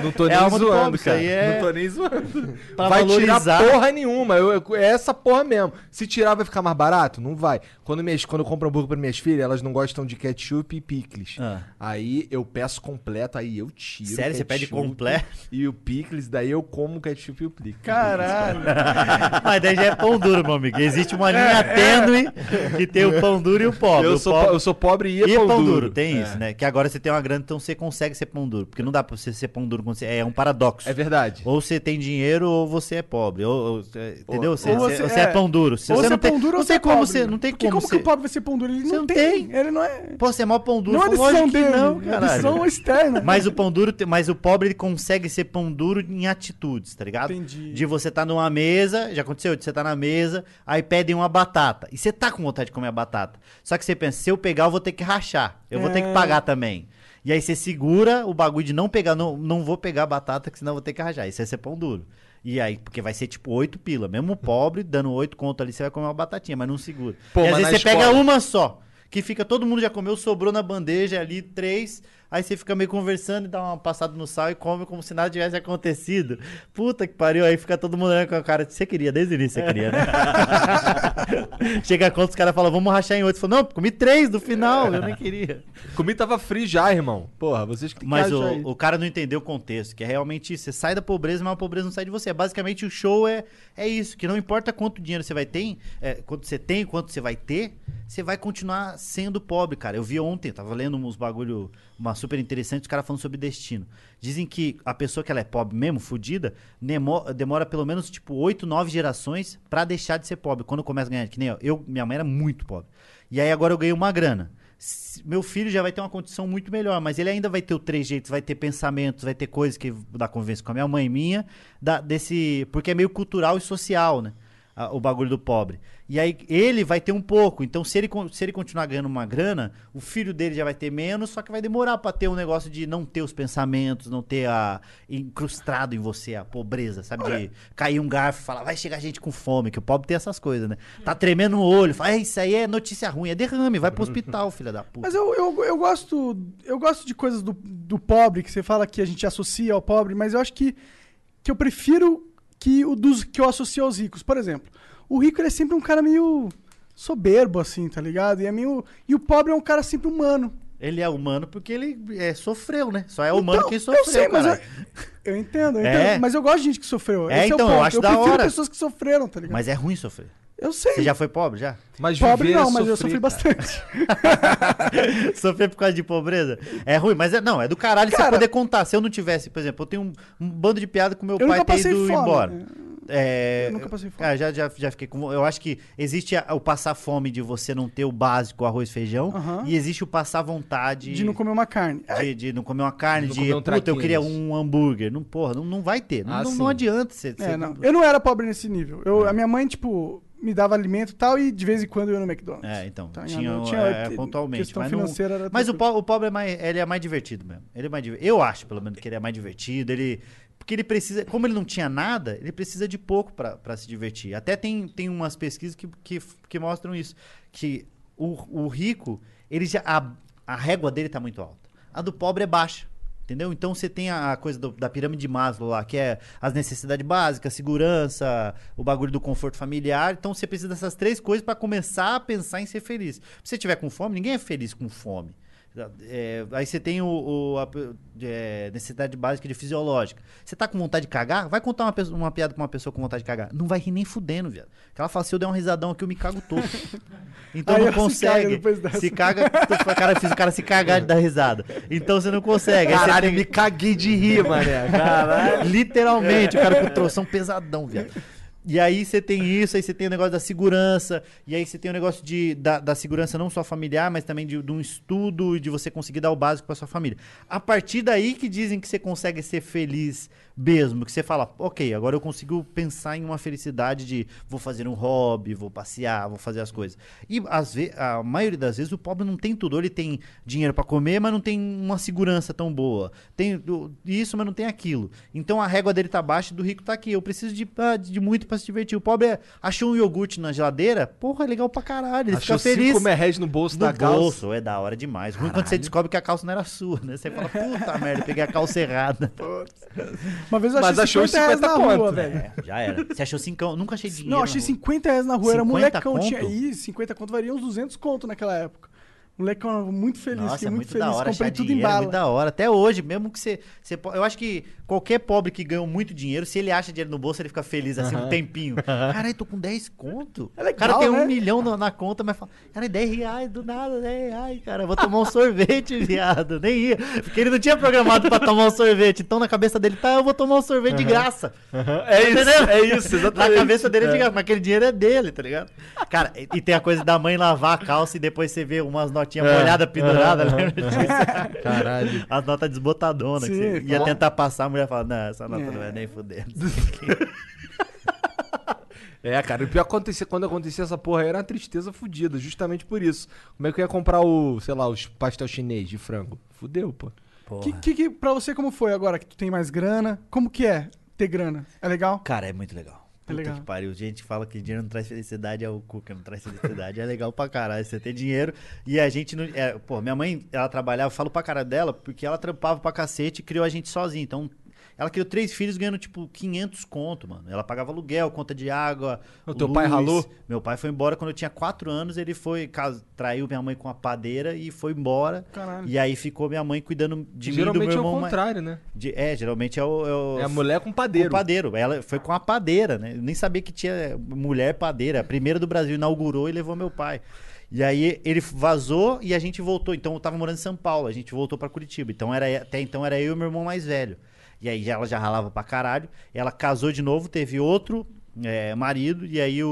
Speaker 2: Não tô
Speaker 4: É
Speaker 2: nem
Speaker 4: alma do povo,
Speaker 2: zoando,
Speaker 4: isso
Speaker 2: cara.
Speaker 4: aí é-
Speaker 2: Não tô nem zoando.
Speaker 4: Pra
Speaker 2: vai
Speaker 4: valorizar.
Speaker 2: tirar porra nenhuma. Eu, eu- é essa porra mesmo. Se tirar, vai ficar mais barato? Não vai. Quando, minhas, quando eu compro hambúrguer pra minhas filhas, elas não gostam de ketchup e picles.
Speaker 4: Ah.
Speaker 2: Aí eu peço completo, aí eu tiro.
Speaker 4: Sério? Você pede
Speaker 2: ketchup
Speaker 4: completo?
Speaker 2: E o picles, daí eu como o ketchup e o picles.
Speaker 3: Caralho.
Speaker 4: Mas daí já é pão duro, meu amigo. Existe uma linha tênue que tem o pão duro e o pobre.
Speaker 2: Eu
Speaker 4: O
Speaker 2: sou,
Speaker 4: pobre-
Speaker 2: po- eu sou pobre e,
Speaker 4: E
Speaker 2: é pão, duro.
Speaker 4: tem isso, né? Que agora você tem uma grana, então você consegue ser pão duro. Porque não dá pra você ser pão duro quando você. É um paradoxo.
Speaker 2: É verdade.
Speaker 4: Ou você tem dinheiro ou você é pobre. Ou, ou- é, entendeu? Você,
Speaker 3: ou
Speaker 4: você-
Speaker 3: você-
Speaker 4: ou você é,
Speaker 3: é.
Speaker 4: pão duro. Se
Speaker 3: Ou
Speaker 4: você
Speaker 3: você é
Speaker 4: não tem,
Speaker 3: pão duro
Speaker 4: não
Speaker 3: ou você
Speaker 4: tem
Speaker 3: é
Speaker 4: como
Speaker 3: pobre.
Speaker 4: ser. Não tem
Speaker 3: Porque
Speaker 4: como,
Speaker 3: como
Speaker 4: ser.
Speaker 3: que o pobre vai ser pão duro? Ele
Speaker 4: Você
Speaker 3: não,
Speaker 4: não
Speaker 3: tem.
Speaker 4: tem.
Speaker 3: Ele não é...
Speaker 4: Pô, você é mó pão duro.
Speaker 3: Não é
Speaker 4: Fala,
Speaker 3: decisão
Speaker 4: lógico que
Speaker 3: dele.
Speaker 4: não,
Speaker 3: é
Speaker 4: caralho.
Speaker 3: decisão externa.
Speaker 4: Mas o pão duro, te- mas o pobre ele consegue ser pão duro em atitudes, tá ligado?
Speaker 3: Entendi.
Speaker 4: De você tá numa mesa, já aconteceu, de você tá na mesa, aí pedem uma batata. E você tá com vontade de comer a batata. Só que você pensa, se eu pegar, eu vou ter que rachar. Eu vou ter que pagar também. E aí você segura o bagulho de não pegar, não, não vou pegar a batata, que senão eu vou ter que rachar. Isso é ser pão duro. E aí, porque vai ser tipo oito pila. Mesmo o pobre, dando oito conto ali, você vai comer uma batatinha, mas não segura.
Speaker 2: Pô,
Speaker 4: e às
Speaker 2: mas
Speaker 4: vezes
Speaker 2: na
Speaker 4: você pega
Speaker 2: escola-
Speaker 4: uma só. Que fica, todo mundo já comeu, sobrou na bandeja ali, três. Aí você fica meio conversando e dá uma passada no sal e come como se nada tivesse acontecido. Puta que pariu, aí fica todo mundo olhando com a cara. de, Você queria, desde o início você queria, né? Chega a conta, os caras falam, vamos rachar em oito. Falou, não, comi três do final, eu nem queria.
Speaker 2: Comi tava free já, irmão. Porra, vocês que tem
Speaker 4: Mas
Speaker 2: que achar
Speaker 4: o,
Speaker 2: isso.
Speaker 4: o cara não entendeu o contexto, que é realmente isso. Você sai da pobreza, mas a pobreza não sai de você. Basicamente, o show é, é isso, que não importa quanto dinheiro você vai ter, é, quanto você tem, quanto você vai ter, você vai continuar sendo pobre, cara. Eu vi ontem, eu tava lendo uns bagulho, uma super interessante, os caras falando sobre destino. Dizem que a pessoa que ela é pobre mesmo, fudida, nemo- demora pelo menos, tipo, 8, 9 gerações pra deixar de ser pobre. Quando começa a ganhar, que nem eu, eu minha mãe era muito pobre. E aí agora eu ganhei uma grana. S- Meu filho já vai ter uma condição muito melhor, mas ele ainda vai ter o trejeitos, vai ter pensamentos, vai ter coisas que da convivência com a minha mãe e minha, da, desse, porque é meio cultural e social, né? a- o bagulho do pobre. E aí ele vai ter um pouco. Então, se ele, con- se ele continuar ganhando uma grana, o filho dele já vai ter menos, só que vai demorar pra ter um negócio de não ter os pensamentos, não ter a incrustado em você a pobreza, sabe? De cair um garfo e falar, vai chegar gente com fome, que o pobre tem essas coisas, né? Tá tremendo o olho, fala, "É, isso aí é notícia ruim, é derrame, vai pro hospital, filha da puta.
Speaker 3: Mas eu, eu, eu gosto eu gosto de coisas do, do pobre, que você fala que a gente associa ao pobre, mas eu acho que, que eu prefiro que o dos que eu associo aos ricos. Por exemplo, o rico ele é sempre um cara meio soberbo, assim, tá ligado? E, é meio, e o pobre é um cara sempre humano.
Speaker 4: Ele é humano porque ele é, sofreu, né? Só é humano
Speaker 3: Então,
Speaker 4: quem sofreu,
Speaker 3: Eu sei, mas é-
Speaker 4: caralho.
Speaker 3: eu, eu entendo, eu entendo.
Speaker 4: É.
Speaker 3: Mas eu gosto de gente que sofreu.
Speaker 4: É,
Speaker 3: Esse
Speaker 4: então,
Speaker 3: o ponto.
Speaker 4: eu acho
Speaker 3: eu
Speaker 4: da
Speaker 3: prefiro
Speaker 4: hora.
Speaker 3: pessoas que sofreram, tá ligado?
Speaker 4: Mas é ruim sofrer.
Speaker 3: eu sei.
Speaker 4: Você já foi pobre, já?
Speaker 2: Mas
Speaker 3: Pobre
Speaker 2: viver é
Speaker 3: não, mas eu
Speaker 2: sofrer,
Speaker 3: sofri
Speaker 2: cara.
Speaker 3: bastante.
Speaker 4: Sofrer por causa de pobreza? É ruim, mas é, não, é do caralho você
Speaker 3: Cara-
Speaker 4: poder contar. Se eu não tivesse, por exemplo, eu tenho um, um bando de piada com meu
Speaker 3: Eu
Speaker 4: pai
Speaker 3: nunca
Speaker 4: ter
Speaker 3: passei
Speaker 4: ido
Speaker 3: fome,
Speaker 4: embora.
Speaker 3: né?
Speaker 4: É,
Speaker 3: Eu nunca passei fome.
Speaker 4: Ah, já, já, já fiquei com. Eu acho que existe a- o passar fome de você não ter o básico, arroz, feijão,
Speaker 3: Aham.
Speaker 4: e existe o passar vontade
Speaker 3: De não comer uma carne.
Speaker 4: de, de não comer uma carne,
Speaker 2: Não
Speaker 4: de
Speaker 2: comer um
Speaker 4: puta, eu
Speaker 2: traquinas."
Speaker 4: queria um hambúrguer. Não, porra, não, não vai ter. Não,
Speaker 2: Ah,
Speaker 4: não-
Speaker 2: sim.
Speaker 4: não adianta você. tá-
Speaker 3: É,
Speaker 4: você-
Speaker 3: não. Eu não era pobre nesse nível. Eu,
Speaker 4: Ah.
Speaker 3: A minha mãe, tipo, me dava alimento e tal, e de vez em quando eu ia no McDonald's.
Speaker 4: É, então,
Speaker 3: Tá
Speaker 4: tinha,
Speaker 3: ligado?
Speaker 4: é,
Speaker 3: eh,
Speaker 4: pontualmente.
Speaker 3: Questão
Speaker 4: Mas, não-
Speaker 3: financeira era
Speaker 4: mas o,
Speaker 3: tranquilo.
Speaker 4: po- o pobre é mais, ele é mais divertido mesmo. Ele é mais, diver- eu acho, pelo menos, que ele é mais divertido. Ele, porque ele precisa, como ele não tinha nada, ele precisa de pouco pra pra se divertir. Até tem, tem umas pesquisas que, que, que mostram isso. Que o, o rico, ele já, a, a régua dele tá muito alta. A do pobre é baixa. Entendeu? Então você tem a a coisa do- da pirâmide de Maslow lá, que é as necessidades básicas, segurança, o bagulho do conforto familiar. Então você precisa dessas três coisas para começar a pensar em ser feliz. Se você tiver com fome, ninguém é feliz com fome. É, aí você tem o, o- a é, necessidade básica de fisiológica. Você tá com vontade de cagar? Vai contar uma, pessoa- uma piada pra uma pessoa com vontade de cagar. Não vai rir nem fudendo, viado. Porque ela fala, se eu der um risadão aqui, eu me cago todo. Então
Speaker 3: Aí
Speaker 4: não
Speaker 3: ela se caga
Speaker 4: consegue.
Speaker 3: depois dessa.
Speaker 4: Se caga, cara, fiz o cara se cagar de dar risada. Então você não consegue. Aí você
Speaker 5: Caralho,
Speaker 4: tem-
Speaker 5: me caguei de rir, mané. Caralho.
Speaker 4: Literalmente, o cara com trouxão pesadão, viado. E aí você tem isso, aí você tem o negócio da segurança, e aí você tem o negócio de, da, da segurança não só familiar, mas também de, de um estudo e de você conseguir dar o básico pra sua família. A partir daí que dizem que você consegue ser feliz mesmo, que você fala, ok, agora eu consigo pensar em uma felicidade de vou fazer um hobby, vou passear, vou fazer as coisas. E às ve- a maioria das vezes o pobre não tem tudo, ele tem dinheiro pra comer, mas não tem uma segurança tão boa. Tem do- isso, mas não tem aquilo. Então a régua dele tá baixa e do rico tá aqui. Eu preciso de, ah, de muito pra se divertir. O pobre é- achou um iogurte na geladeira, porra, é legal pra caralho. Ele
Speaker 2: Achou
Speaker 4: fica feliz.
Speaker 2: cinco merréis no bolso
Speaker 4: No
Speaker 2: da calça.
Speaker 4: bolso, é da hora demais. Ruim quando você descobre que a calça não era sua, né? Você fala, puta merda, eu peguei a calça errada.
Speaker 3: Uma vez eu achei
Speaker 2: Mas achou
Speaker 3: 50 reais na
Speaker 2: 50
Speaker 3: rua,
Speaker 2: conto. né?
Speaker 3: velho.
Speaker 4: É, já era. Você achou cincão? Nunca achei dinheiro.
Speaker 3: Não, achei
Speaker 4: na rua.
Speaker 3: 50 reais na rua, era
Speaker 4: 50
Speaker 3: molecão.
Speaker 4: conto?
Speaker 3: Tinha, ih, 50 conto varia uns 200 conto naquela época. Molecão, muito feliz,
Speaker 4: Nossa,
Speaker 3: fiquei
Speaker 4: é
Speaker 3: muito,
Speaker 4: muito
Speaker 3: feliz.
Speaker 4: da hora,
Speaker 3: Comprei
Speaker 4: achar
Speaker 3: tudo
Speaker 4: dinheiro,
Speaker 3: em
Speaker 4: é
Speaker 3: bala.
Speaker 4: muito da hora. Até hoje, mesmo que você, você po- Eu acho que qualquer pobre que ganhou muito dinheiro, se ele acha dinheiro no bolso, ele fica feliz assim um tempinho. Caralho, tô com 10 conto.
Speaker 3: É legal,
Speaker 4: o cara tem um
Speaker 3: né?
Speaker 4: milhão na, na conta, mas fala, cara, 10 reais do nada, 10 reais, cara. eu Vou tomar um sorvete, viado. Nem ia. Porque ele não tinha programado pra tomar um sorvete. Então na cabeça dele tá, eu vou tomar um sorvete de graça.
Speaker 2: É isso, é isso,
Speaker 4: Na
Speaker 2: exatamente.
Speaker 4: cabeça dele é de graça, mas aquele dinheiro é dele, tá ligado? Cara, e, e tem a coisa da mãe lavar a calça e depois você vê umas notinhas molhadas penduradas, lembra disso?
Speaker 2: É. Caralho.
Speaker 4: As notas desbotadonas. que
Speaker 3: Sim,
Speaker 4: você ia
Speaker 3: tá bom.
Speaker 4: tentar passar, a mulher fala, não, essa nota
Speaker 3: É.
Speaker 4: não vai nem fuder.
Speaker 2: É, cara, o pior que acontecia, quando acontecia essa porra aí era uma tristeza fodida, justamente por isso. Como é que eu ia comprar o, sei lá, os pastel chinês de frango? Fudeu, pô.
Speaker 3: Que, que, que- pra você, como foi agora que tu tem mais grana? Como que é ter grana? É legal?
Speaker 4: Cara, é muito legal.
Speaker 3: É
Speaker 4: Puta
Speaker 3: legal.
Speaker 4: que pariu. Gente que fala que dinheiro não traz felicidade, é o cu que não traz felicidade. é legal pra caralho você ter dinheiro. E a gente não. é, pô, minha mãe, ela trabalhava, eu falo pra cara dela, porque ela trampava pra cacete e criou a gente sozinha. Então, ela criou três filhos ganhando tipo 500 conto, mano. Ela pagava aluguel, conta de água.
Speaker 2: O teu pai ralou?
Speaker 4: Meu pai foi embora quando eu tinha quatro anos. Ele foi. cas- Traiu minha mãe com a padeira e foi embora.
Speaker 3: Caralho.
Speaker 4: E aí ficou minha mãe cuidando de mim e do
Speaker 2: Geralmente
Speaker 4: meu
Speaker 2: é o
Speaker 4: irmão. mais-
Speaker 2: contrário, né?
Speaker 4: de- é, geralmente é o. o-
Speaker 2: É a mulher com
Speaker 4: com
Speaker 2: padeiro.
Speaker 4: padeiro. Ela foi com a padeira, né? Eu nem sabia que tinha mulher padeira. A primeira do Brasil inaugurou e levou meu pai. E aí ele vazou e a gente voltou. Então eu tava morando em São Paulo, a gente voltou pra Curitiba. Então era até então era eu e meu irmão mais velho. E aí já- ela já ralava pra caralho. Ela casou de novo, teve outro é, marido e aí o,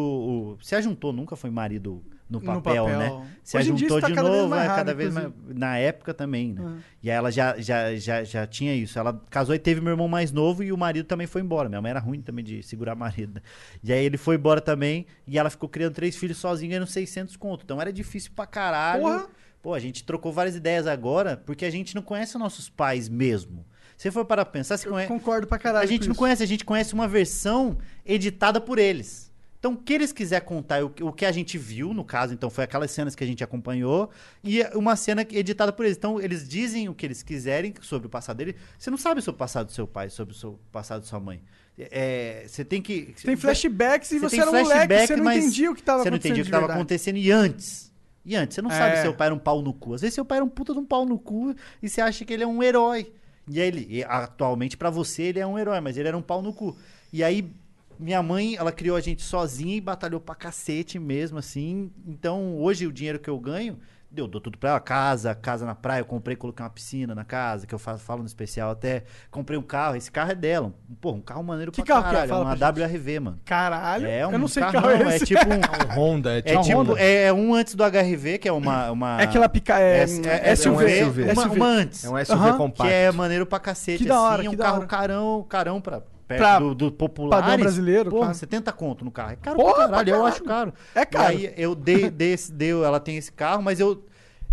Speaker 4: o- se ajuntou, nunca foi marido no papel,
Speaker 3: papel.
Speaker 4: né? Se
Speaker 3: Hoje em dia
Speaker 4: ajuntou
Speaker 3: isso tá
Speaker 4: de
Speaker 3: cada vez
Speaker 4: novo,
Speaker 3: mais
Speaker 4: é,
Speaker 3: raro,
Speaker 4: cada vez mais
Speaker 3: inclusive. É.
Speaker 4: na época também, né? E aí ela já, já, já, já tinha isso. Ela casou e teve meu irmão mais novo e o marido também foi embora. Minha mãe era ruim também de segurar marido. né? E aí ele foi embora também e ela ficou criando três filhos sozinha ganhando 600 conto. Então era difícil pra caralho.
Speaker 3: Porra!
Speaker 4: Pô, a gente trocou várias ideias agora porque a gente não conhece os nossos pais mesmo. Se for para pensar, se conhece...
Speaker 3: Concordo pra caralho.
Speaker 4: É. A gente
Speaker 3: com
Speaker 4: não
Speaker 3: isso.
Speaker 4: conhece, a gente conhece uma versão editada por eles. Então, o que eles quiser contar, o, o que a gente viu, no caso, então, foi aquelas cenas que a gente acompanhou, e uma cena que- editada por eles. Então, eles dizem o que eles quiserem sobre o passado dele. Você não sabe sobre o passado do seu pai, sobre o seu passado da sua mãe. É, você tem que.
Speaker 3: Tem flashbacks e você
Speaker 4: tem
Speaker 3: era um moleque,
Speaker 4: flashback,
Speaker 3: você não
Speaker 4: mas
Speaker 3: entendia o que tava
Speaker 4: Você não
Speaker 3: acontecendo.
Speaker 4: entendia o
Speaker 3: de
Speaker 4: que tava
Speaker 3: verdade.
Speaker 4: acontecendo e antes. E antes, você não
Speaker 3: É.
Speaker 4: sabe se seu pai era um pau no cu. Às vezes seu pai era um puta de um pau no cu e você acha que ele é um herói. E aí ele, e atualmente pra você ele é um herói, mas ele era um pau no cu. E aí minha mãe, ela criou a gente sozinha e batalhou pra cacete mesmo assim. Então, hoje o dinheiro que eu ganho eu dou tudo pra ela, casa, casa na praia, eu comprei, coloquei uma piscina na casa, que eu fa- falo no especial até. Comprei um carro, esse carro é dela. Um- Pô, um carro maneiro
Speaker 3: Que
Speaker 4: pra
Speaker 3: carro que é?
Speaker 4: caralho.
Speaker 3: Fala
Speaker 4: uma
Speaker 3: pra
Speaker 4: WRV, mano.
Speaker 3: Caralho,
Speaker 4: É um
Speaker 3: eu não sei que
Speaker 4: carrão,
Speaker 3: carro é
Speaker 4: é
Speaker 3: esse.
Speaker 4: tipo um.
Speaker 2: Um Honda, é tipo,
Speaker 4: É,
Speaker 2: um
Speaker 4: tipo,
Speaker 2: Honda.
Speaker 4: é um antes do HRV, que é uma. uma
Speaker 3: É aquela pica... É,
Speaker 4: S- é- é
Speaker 3: SUV.
Speaker 2: um SUV.
Speaker 4: Uma,
Speaker 3: SUV.
Speaker 4: uma antes.
Speaker 2: É um SUV
Speaker 3: Aham,
Speaker 2: compacto.
Speaker 4: que é maneiro pra cacete.
Speaker 3: Que da hora,
Speaker 4: assim, é um
Speaker 3: que da
Speaker 4: carro
Speaker 3: hora.
Speaker 4: carão, carão pra. Perto
Speaker 3: Pra
Speaker 4: do, do popular.
Speaker 3: padrão brasileiro,
Speaker 4: Porra,
Speaker 3: claro.
Speaker 4: 70 conto no carro. É caro
Speaker 3: Porra,
Speaker 4: pra
Speaker 3: pra
Speaker 4: caralho, eu acho caro.
Speaker 3: É caro.
Speaker 4: E aí eu dei, dei, esse- deu, ela tem esse carro, mas eu.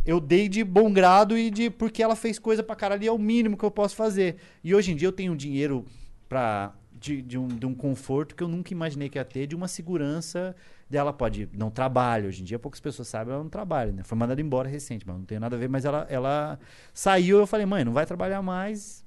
Speaker 4: Eu dei de bom grado e de. Porque ela fez coisa pra caralho e é o mínimo que eu posso fazer. E hoje em dia eu tenho dinheiro pra. de, de um, de um conforto que eu nunca imaginei que ia ter, de uma segurança dela pode não trabalha hoje em dia poucas pessoas sabem ela não trabalha né foi mandada embora recente mas não tem nada a ver mas ela ela saiu eu falei mãe não vai trabalhar mais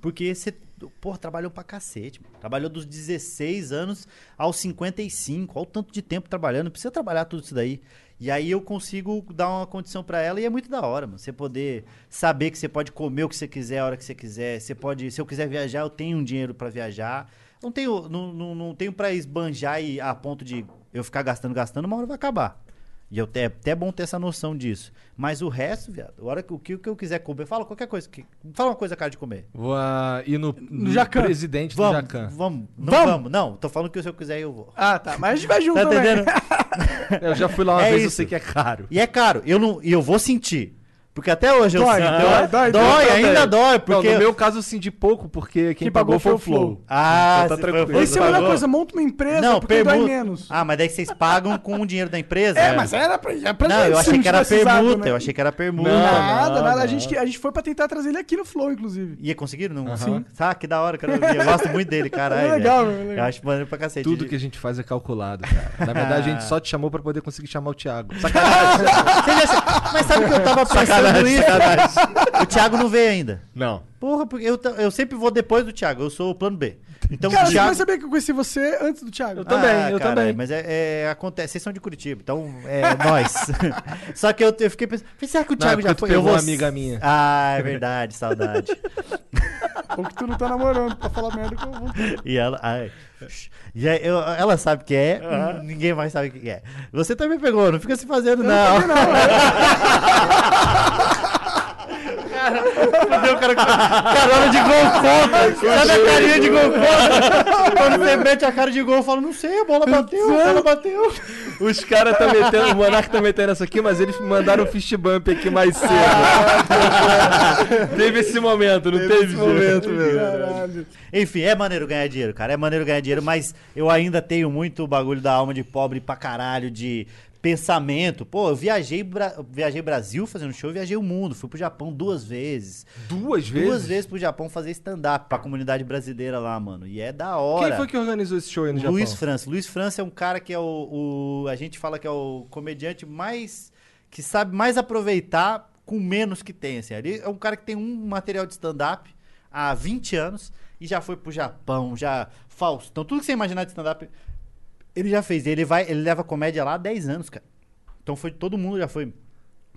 Speaker 4: porque você pô trabalhou pra cacete mano. trabalhou dos 16 anos aos 55 olha o tanto de tempo trabalhando não precisa trabalhar tudo isso daí e aí eu consigo dar uma condição pra ela e é muito da hora, mano. Você poder saber que você pode comer o que você quiser, a hora que você quiser. Você pode, se eu quiser viajar, eu tenho um dinheiro pra viajar. Não tenho, não, não, não tenho para esbanjar e a ponto de eu ficar gastando, gastando, uma hora vai acabar. E eu te- é até bom ter essa noção disso. Mas o resto, viado, a hora que, o que o que eu quiser comer, fala qualquer coisa. que- fala uma coisa, cara, de comer.
Speaker 2: Vou ah, ir no, no
Speaker 3: Jacan.
Speaker 2: presidente do
Speaker 4: Vamos,
Speaker 2: Jacan.
Speaker 4: vamos, não
Speaker 3: Vamos!
Speaker 4: vamos. Não, tô falando que se eu quiser eu vou.
Speaker 3: Ah, tá. Mas a gente vai junto
Speaker 4: Tá
Speaker 3: também.
Speaker 4: entendendo?
Speaker 2: Eu já fui lá uma
Speaker 4: É
Speaker 2: vez, eu
Speaker 4: isso.
Speaker 2: sei que é caro.
Speaker 4: E é caro, eu não, e eu vou sentir. Porque até hoje
Speaker 3: Dói,
Speaker 4: eu sinto.
Speaker 3: dói, dói, dói
Speaker 4: ainda
Speaker 2: também.
Speaker 4: dói,
Speaker 2: Não,
Speaker 4: porque
Speaker 2: no meu caso eu senti pouco, porque quem
Speaker 3: Quem
Speaker 2: pagou, foi o Flow.
Speaker 4: Ah,
Speaker 2: Então tá
Speaker 4: se
Speaker 2: tranquilo.
Speaker 4: foi- foi-
Speaker 3: Isso é a melhor
Speaker 4: pagou.
Speaker 3: coisa, monta uma empresa
Speaker 4: Não,
Speaker 3: porque dói
Speaker 4: permuta.
Speaker 3: menos.
Speaker 4: Ah, mas daí vocês pagam com o dinheiro da empresa?
Speaker 3: é, mas era pra, é pra
Speaker 4: Não,
Speaker 3: gente,
Speaker 4: eu
Speaker 3: se
Speaker 4: achei que era
Speaker 3: tivesse usado,
Speaker 4: permuta,
Speaker 3: né?
Speaker 4: eu achei que era permuta. né?
Speaker 3: Nada,
Speaker 4: Não,
Speaker 3: nada. A
Speaker 4: não.
Speaker 3: gente, a gente foi pra tentar trazer ele aqui no Flow, inclusive.
Speaker 4: Ia conseguir? Não? Sim. Ah, que da hora, cara. Eu gosto muito dele, caralho.
Speaker 3: É legal,
Speaker 4: velho.
Speaker 3: é legal.
Speaker 4: Eu acho maneiro pra cacete.
Speaker 2: Tudo que a gente faz é calculado, cara. Na verdade, a gente só te chamou pra poder conseguir chamar o Thiago. Sacanagem.
Speaker 4: Mas sabe que eu tava pensando isso? O Thiago não veio ainda.
Speaker 2: Não.
Speaker 4: Porra, porque eu, ta- eu sempre vou depois do Thiago, eu sou o plano B. Então
Speaker 3: Cara,
Speaker 4: o
Speaker 3: você vai
Speaker 4: Thiago.
Speaker 3: saber que eu conheci você antes do Thiago.
Speaker 2: Eu também, eu
Speaker 4: caralho,
Speaker 2: também.
Speaker 4: Ah, Mas é, é- acontece, vocês são de Curitiba, então é nós. Só que eu, eu fiquei pensando, será que o
Speaker 2: Na
Speaker 4: Thiago
Speaker 2: época
Speaker 4: já
Speaker 2: tu
Speaker 4: foi?
Speaker 2: pegou
Speaker 4: Eu vou...
Speaker 2: uma amiga minha.
Speaker 4: Ah, é verdade, saudade.
Speaker 3: Ou que tu não tá namorando pra falar merda que eu vou.
Speaker 4: E ela. ai, e aí, eu- ela sabe o que é, ninguém mais sabe o que é. Você também pegou, não fica se fazendo, não. Cara, fudeu, cara, carona de gol contra. Sabe a carinha de gol contra? Quando você mete a cara de gol, eu falo, não sei, a bola bateu, a bola bateu.
Speaker 2: Os caras tá metendo, o Monark tá metendo essa aqui, mas eles mandaram um fist bump aqui mais cedo. teve esse momento, não teve? Esse momento,
Speaker 3: Caralho.
Speaker 4: Enfim, é maneiro ganhar dinheiro, cara. É maneiro ganhar dinheiro, mas eu ainda tenho muito o bagulho da alma de pobre pra caralho, de pensamento. Pô, eu viajei, Bra- eu viajei Brasil fazendo show, eu viajei o mundo. Fui pro Japão duas vezes.
Speaker 2: Duas vezes?
Speaker 4: Duas vezes pro Japão fazer stand-up pra comunidade brasileira lá, mano. E é da hora.
Speaker 2: Quem foi que organizou esse show aí no
Speaker 4: Luiz
Speaker 2: Japão?
Speaker 4: França. Luiz França é um cara que é o, o- A gente fala que é o comediante mais. que sabe mais aproveitar com menos que tem. Assim. Ele é um cara que tem um material de stand-up há 20 anos e já foi pro Japão, já. Fausto. Então, tudo que você imaginar de stand-up, ele já fez. Ele, vai, ele leva comédia lá há 10 anos, cara. Então foi todo mundo já foi.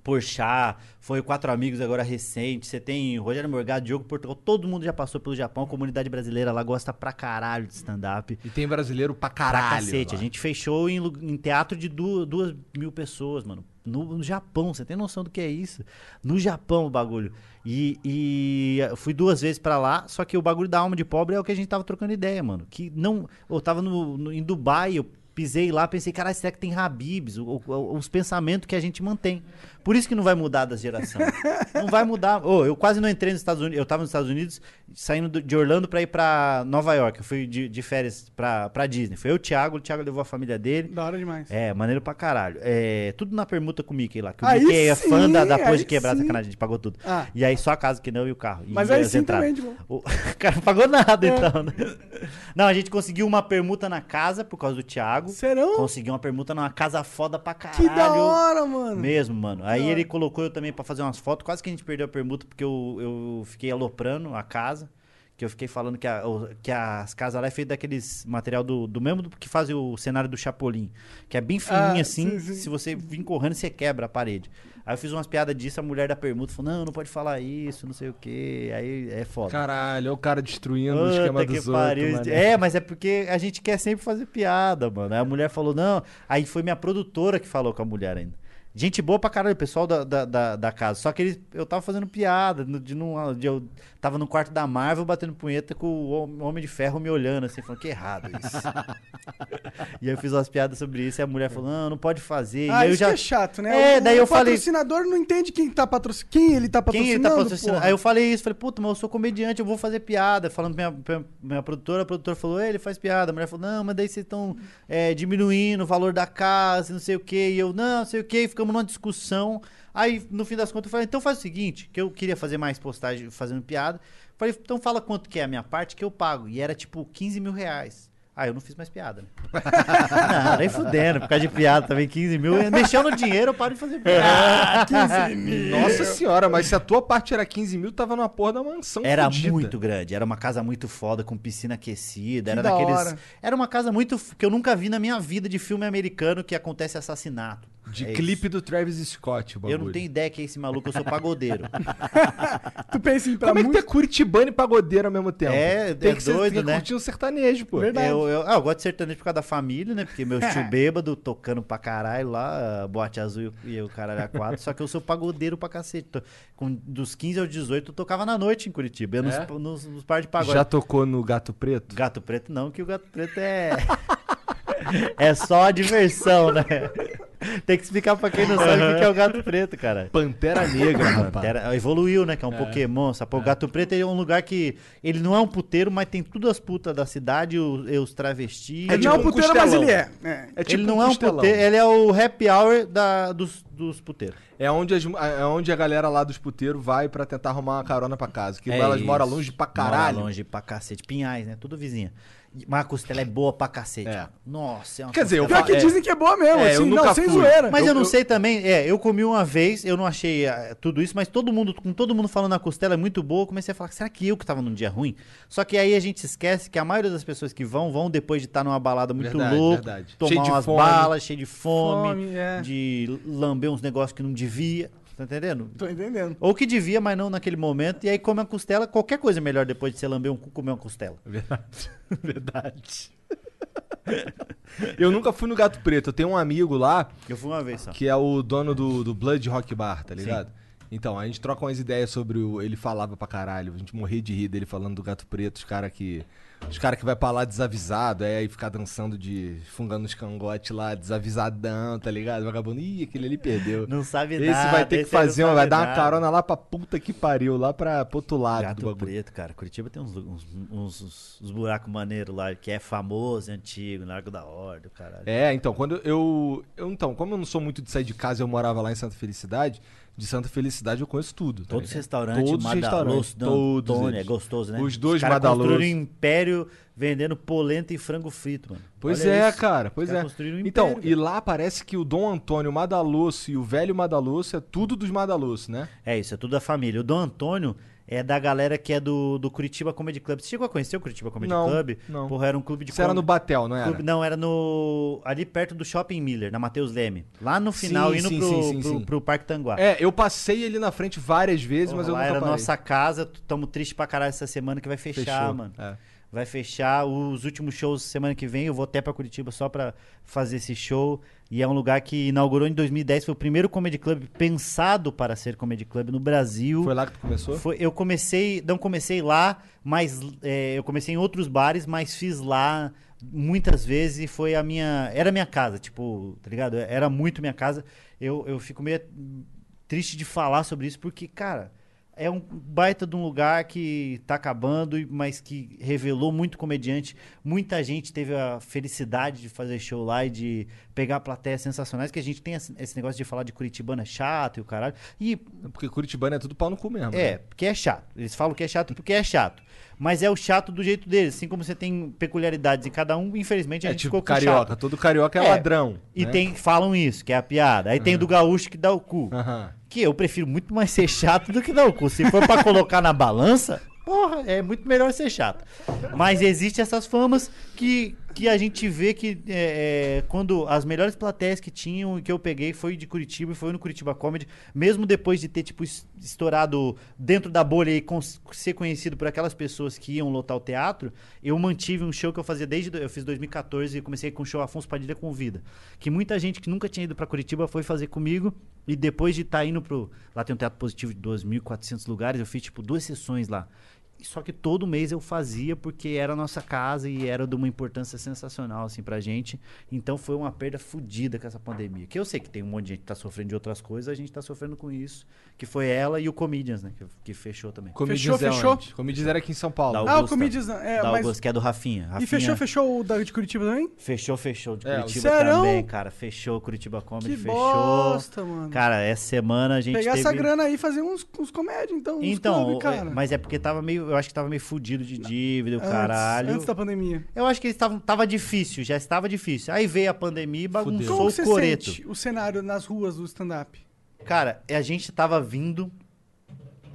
Speaker 4: Porchat, foi o Quatro Amigos agora recente. Você tem Rogério Morgado, Diogo Portugal. Todo mundo já passou pelo Japão. A comunidade brasileira lá gosta pra caralho de stand-up.
Speaker 2: E tem brasileiro pra
Speaker 4: Pra
Speaker 2: caralho.
Speaker 4: cacete.
Speaker 2: lá.
Speaker 4: A gente fechou em, lu- em teatro de du- duas, mil pessoas, mano. No, no Japão, você tem noção do que é isso? No Japão o bagulho. E, e eu fui duas vezes pra lá, só que o bagulho da alma de pobre é o que a gente tava trocando ideia, mano. Que não. Eu tava no- no- em Dubai, eu pisei lá, pensei, caralho, será que tem Habibs? O- o- os pensamentos que a gente mantém. Por isso que não vai mudar das gerações. não vai mudar. Ô, eu quase não entrei nos Estados Unidos. Eu tava nos Estados Unidos, saindo do- de Orlando pra ir pra Nova York. Eu fui de, de férias pra, pra Disney. Foi eu, o Thiago. O Thiago levou a família dele.
Speaker 3: Da hora demais.
Speaker 4: É, maneiro pra caralho. É, tudo na permuta com o Mickey lá. Que o
Speaker 3: Aí
Speaker 4: Mickey é
Speaker 3: sim,
Speaker 4: fã da, da
Speaker 3: aí
Speaker 4: pose de quebrada,
Speaker 3: sim.
Speaker 4: sacanagem. A gente pagou tudo.
Speaker 3: Ah.
Speaker 4: E aí só a casa que não e o carro. E
Speaker 3: Mas aí
Speaker 4: as
Speaker 3: sim
Speaker 4: entradas.
Speaker 3: também, de É. bom.
Speaker 4: O cara não pagou nada, então. né? Não, a gente conseguiu uma permuta na casa por causa do Thiago.
Speaker 3: Serão?
Speaker 4: Conseguiu uma permuta numa casa foda pra
Speaker 3: Que
Speaker 4: caralho.
Speaker 3: da hora, mano.
Speaker 4: Mesmo, mano. Aí ele colocou eu também pra fazer umas fotos. Quase que a gente perdeu a permuta, porque eu, eu fiquei aloprando a casa. Que eu fiquei falando que, a- o- que as casas lá é feita daqueles material do, do mesmo do que faz o cenário do Chapolin. Que é bem fininho
Speaker 3: Ah, sim,
Speaker 4: assim.
Speaker 3: sim.
Speaker 4: Se você vir correndo, você quebra a parede. Aí eu fiz umas piadas disso, a mulher da permuta falou: não, não pode falar isso, não sei o quê. Aí é foda.
Speaker 2: Caralho, é o cara destruindo o
Speaker 4: Puta
Speaker 2: esquema
Speaker 4: que
Speaker 2: dos
Speaker 4: pariu.
Speaker 2: outros. mané.
Speaker 4: É, mas é porque a gente quer sempre fazer piada, mano. Aí a mulher falou, não. Aí foi minha produtora que falou com a mulher ainda. Gente boa pra caralho, o pessoal da, da, da, da casa. Só que eles, eu tava fazendo piada. no- De, não- de eu tava no quarto da Marvel batendo punheta com o Hom- Homem de Ferro me olhando, assim, falando que errado isso. e eu fiz umas piadas sobre isso. E a
Speaker 2: É.
Speaker 4: mulher falou, não, não pode fazer.
Speaker 3: Ah,
Speaker 4: e aí eu
Speaker 3: isso
Speaker 4: já.
Speaker 3: que é chato, né?
Speaker 4: É,
Speaker 3: O-
Speaker 4: daí eu
Speaker 3: o
Speaker 4: falei-
Speaker 3: patrocinador não entende quem, tá patrocin... quem ele tá
Speaker 4: Quem
Speaker 3: patrocinando.
Speaker 4: ele tá patrocinando?
Speaker 3: porra.
Speaker 4: Aí eu falei isso, falei, puta, mas eu sou comediante, eu vou fazer piada. Falando pra minha, pra minha produtora, a produtora falou, "Ei, ele faz piada. A mulher falou, não, mas daí vocês estão é, diminuindo o valor da casa, não sei o quê. E eu, não, não sei o quê, e ficamos numa discussão. Aí, no fim das contas, eu falei, então faz o seguinte, que eu queria fazer mais postagem fazendo piada. Falei, então fala quanto que é a minha parte que eu pago. E era tipo 15 mil reais. Ah, eu não fiz mais piada, né? Não, nem fudendo, por causa de piada também, 15 mil. Mexendo no dinheiro, eu paro de fazer
Speaker 3: Ah,
Speaker 4: piada. 15 mil.
Speaker 2: Nossa senhora, mas se a tua parte era 15 mil, tava numa porra da mansão
Speaker 4: Era
Speaker 2: fodida.
Speaker 4: muito grande, era uma casa muito foda, com piscina aquecida, era
Speaker 3: da
Speaker 4: daqueles.
Speaker 3: hora.
Speaker 4: Era uma casa muito. f- que eu nunca vi na minha vida de filme americano que acontece assassinato.
Speaker 2: De
Speaker 4: É isso.
Speaker 2: clipe do Travis Scott, o bagulho.
Speaker 4: Eu não tenho ideia que é esse maluco, eu sou pagodeiro.
Speaker 3: É Tu pensa em ir pra
Speaker 2: Como é que
Speaker 3: música?
Speaker 2: tem curitibano e pagodeiro ao mesmo tempo?
Speaker 4: É,
Speaker 2: tem
Speaker 4: é
Speaker 2: que ser-
Speaker 4: doido,
Speaker 2: tem que
Speaker 4: né?
Speaker 2: curtir um sertanejo, pô.
Speaker 3: Verdade.
Speaker 4: eu, eu, ah, eu gosto de sertanejo por causa da família, né? Porque meu tio bêbado tocando pra caralho lá, boate azul e o caralho a quatro. só que eu sou pagodeiro pra cacete. Tô- com, dos 15 aos 18 eu tocava na noite em Curitiba, eu
Speaker 2: É?
Speaker 4: nos, nos, nos par de pagode.
Speaker 2: Já tocou no Gato Preto?
Speaker 4: Gato preto não, que o gato preto é. é só a diversão, né? Tem que explicar pra quem não sabe o que que é o gato preto, cara.
Speaker 2: Pantera Negra, rapaz.
Speaker 4: Era- evoluiu, né? Que é um Pokémon, sabe? O Gato Preto é um lugar que. Ele não é um puteiro, mas tem tudo as putas da cidade, o- e os, travestis.
Speaker 3: Ele não é um
Speaker 2: tipo um
Speaker 3: puteiro, mas ele é.
Speaker 2: costelão.
Speaker 3: É.
Speaker 2: É tipo
Speaker 4: ele não é um
Speaker 2: costelão.
Speaker 4: puteiro, ele é o happy hour da, dos, dos puteiros.
Speaker 2: É onde, as- é onde a galera lá dos puteiros vai pra tentar arrumar uma carona pra casa. Que
Speaker 4: É
Speaker 2: elas
Speaker 4: isso.
Speaker 2: moram longe pra caralho.
Speaker 4: Mora longe pra cacete. Pinhais, né? Tudo vizinha. Mas a costela é boa pra cacete.
Speaker 2: É.
Speaker 4: mano. Nossa, é uma
Speaker 2: Quer dizer, eu
Speaker 4: costela-
Speaker 3: Pior que
Speaker 2: É.
Speaker 3: dizem que é boa mesmo,
Speaker 2: É, eu
Speaker 3: assim, não,
Speaker 2: nunca
Speaker 3: sem
Speaker 2: fui.
Speaker 3: zoeira.
Speaker 4: Mas eu, não
Speaker 2: eu-
Speaker 4: sei também, é, eu comi uma vez, eu não achei ah, tudo isso, mas todo mundo, com todo mundo falando a costela é muito boa, eu comecei a falar, será que eu que tava num dia ruim? Só que aí a gente esquece que a maioria das pessoas que vão, vão depois de estar numa balada muito
Speaker 2: Verdade,
Speaker 4: louca,
Speaker 2: verdade.
Speaker 4: tomar
Speaker 2: Cheio de
Speaker 4: umas
Speaker 2: fome.
Speaker 4: balas, cheio de fome,
Speaker 3: Fome, é.
Speaker 4: de lamber uns negócios que não devia, tá entendendo?
Speaker 3: Tô entendendo.
Speaker 4: Ou que devia, mas não naquele momento, e aí come a costela, qualquer coisa é melhor depois de você lamber um cu, comer uma costela.
Speaker 2: Verdade. Verdade. eu nunca fui no Gato Preto. Eu tenho um amigo lá
Speaker 4: Eu fui uma vez só.
Speaker 2: que é o dono do, do Blood Rock Bar, tá ligado? Então, a gente troca umas ideias sobre o. Ele falava pra caralho, a gente morria de rir dele falando do gato preto, os caras que. Os caras que vai pra lá desavisado, é, e ficar dançando de. fungando os cangotes lá, desavisadão, tá ligado? Vagabundo, ih, aquele ali perdeu.
Speaker 4: Não sabe
Speaker 2: esse
Speaker 4: nada,
Speaker 2: vai ter que
Speaker 4: esse é aí não
Speaker 2: fazer, uma-
Speaker 4: sabe
Speaker 2: vai dar uma
Speaker 4: nada.
Speaker 2: carona lá pra puta que pariu, lá pra, pro outro lado do
Speaker 4: Gato
Speaker 2: bagulho.
Speaker 4: Preto, cara. Curitiba tem uns, lu- uns, uns, uns- uns buracos maneiros lá, que é famoso, é antigo, Largo da Ordem, caralho.
Speaker 2: É, então, quando eu, eu. Então, como eu não sou muito de sair de casa, eu morava lá em Santa Felicidade. De Santa Felicidade eu conheço tudo. tá
Speaker 4: Todos os
Speaker 2: ligado?
Speaker 4: restaurantes,
Speaker 2: Todos os restaurantes,
Speaker 4: Madaloso,
Speaker 2: todos
Speaker 4: Antônio, é
Speaker 2: eles.
Speaker 4: gostoso, né?
Speaker 2: Os dois
Speaker 4: caras construíram
Speaker 2: Madaloso.
Speaker 4: um império vendendo polenta e frango frito, mano.
Speaker 2: Pois
Speaker 4: Olha
Speaker 2: é,
Speaker 4: isso.
Speaker 2: cara, pois
Speaker 4: Os caras
Speaker 2: é.
Speaker 4: construíram um
Speaker 2: então,
Speaker 4: império,
Speaker 2: e lá parece que o Dom Antônio Madalosso e o velho Madalosso é tudo dos Madalosso, né?
Speaker 4: É isso, é tudo da família. O Dom Antônio é da galera que é do, do Curitiba Comedy Club. Você chegou a conhecer o Curitiba Comedy
Speaker 2: Não,
Speaker 4: Club?
Speaker 2: não.
Speaker 4: Porra, era um clube de
Speaker 2: Isso era no
Speaker 4: comedy-
Speaker 2: Batel, não era?
Speaker 4: Clube- não, era no. Ali perto do Shopping Miller, na Matheus Leme. Lá no final,
Speaker 2: Sim,
Speaker 4: indo
Speaker 2: sim,
Speaker 4: pro,
Speaker 2: sim, sim,
Speaker 4: pro-
Speaker 2: sim.
Speaker 4: pro Parque Tanguá.
Speaker 2: É, eu passei ali na frente várias vezes,
Speaker 4: Porra,
Speaker 2: mas eu
Speaker 4: lá
Speaker 2: nunca
Speaker 4: era
Speaker 2: parei.
Speaker 4: nossa casa, t- tamo triste pra caralho essa semana que vai fechar,
Speaker 2: Fechou,
Speaker 4: mano.
Speaker 2: é.
Speaker 4: Vai fechar os últimos shows semana que vem. Eu vou até pra Curitiba só pra fazer esse show. E é um lugar que inaugurou em 2010. Foi o primeiro comedy club pensado para ser comedy club no Brasil.
Speaker 2: Foi lá que tu começou?
Speaker 4: Foi- eu comecei, não comecei lá, mas é, eu comecei em outros bares, mas fiz lá muitas vezes e foi a minha, era a minha casa, tipo, tá ligado? Era muito minha casa. Eu, eu fico meio triste de falar sobre isso porque, cara, é um baita de um lugar que tá acabando, e- mas que revelou muito comediante. Muita gente teve a felicidade de fazer show lá e de pegar plateias sensacionais, que a gente tem esse esse negócio de falar de Curitibana é chato e o caralho. E
Speaker 2: Porque Curitibano é tudo pau no cu mesmo.
Speaker 4: é,
Speaker 2: né?
Speaker 4: porque é chato. Eles falam que é chato porque é chato. Mas é o chato do jeito deles. Assim como você tem peculiaridades em cada um, infelizmente a
Speaker 2: É
Speaker 4: gente
Speaker 2: tipo
Speaker 4: ficou com
Speaker 2: carioca.
Speaker 4: chato.
Speaker 2: Todo carioca é,
Speaker 4: É,
Speaker 2: ladrão.
Speaker 4: E
Speaker 2: né? Uhum.
Speaker 4: tem, falam isso, que é a piada. Aí tem o do gaúcho que dá o cu.
Speaker 2: Aham.
Speaker 4: Que eu prefiro muito mais ser chato do que dar o cu. Se for pra colocar na balança, porra, é muito melhor ser chato. Mas existem essas famas que, que a gente vê que é, é, quando as melhores plateias que tinham e que eu peguei foi de Curitiba e foi no Curitiba Comedy, mesmo depois de ter, tipo, es- estourado dentro da bolha e cons- ser conhecido por aquelas pessoas que iam lotar o teatro, eu mantive um show que eu fazia desde. do- Eu fiz 2014 e comecei com o show Afonso Padilha Convida. Que muita gente que nunca tinha ido pra Curitiba foi fazer comigo. E depois de estar indo pro. Lá tem um teatro positivo de 2.400 lugares, eu fiz tipo duas sessões lá. Só que todo mês eu fazia porque era a nossa casa e era de uma importância sensacional, assim, pra gente. Então foi uma perda fodida com essa pandemia. Que eu sei que tem um monte de gente que tá sofrendo de outras coisas, a gente tá sofrendo com isso. Que foi ela e o Comedians, né? Que, que fechou também.
Speaker 2: Comedians
Speaker 3: Fechou,
Speaker 2: é
Speaker 3: fechou.
Speaker 2: onde? Comedians era aqui em São Paulo.
Speaker 4: Da
Speaker 3: Ah, o
Speaker 4: Augusta.
Speaker 3: Comedians, é,
Speaker 4: da
Speaker 3: mas...
Speaker 4: Augusto, que é do Rafinha. Rafinha
Speaker 3: E fechou, fechou o da de Curitiba também?
Speaker 4: Fechou, fechou de
Speaker 2: É,
Speaker 4: Curitiba
Speaker 3: Serão?
Speaker 4: também, cara. Fechou Curitiba Comedy,
Speaker 3: Que
Speaker 4: fechou.
Speaker 3: bosta, mano.
Speaker 4: Cara, essa semana a gente
Speaker 3: Pegar
Speaker 4: teve...
Speaker 3: essa grana aí e fazer uns, uns comédia, então. Uns
Speaker 4: Então,
Speaker 3: clube, cara.
Speaker 4: mas é porque tava meio. eu acho que tava meio fudido de dívida, o caralho.
Speaker 3: Antes da pandemia.
Speaker 4: Eu acho que eles estavam. Tava difícil, já estava difícil. Aí veio a pandemia e
Speaker 3: Como
Speaker 4: bagunçou
Speaker 3: você
Speaker 4: o coreto.
Speaker 3: sente o cenário nas ruas do stand-up?
Speaker 4: Cara, a gente tava vindo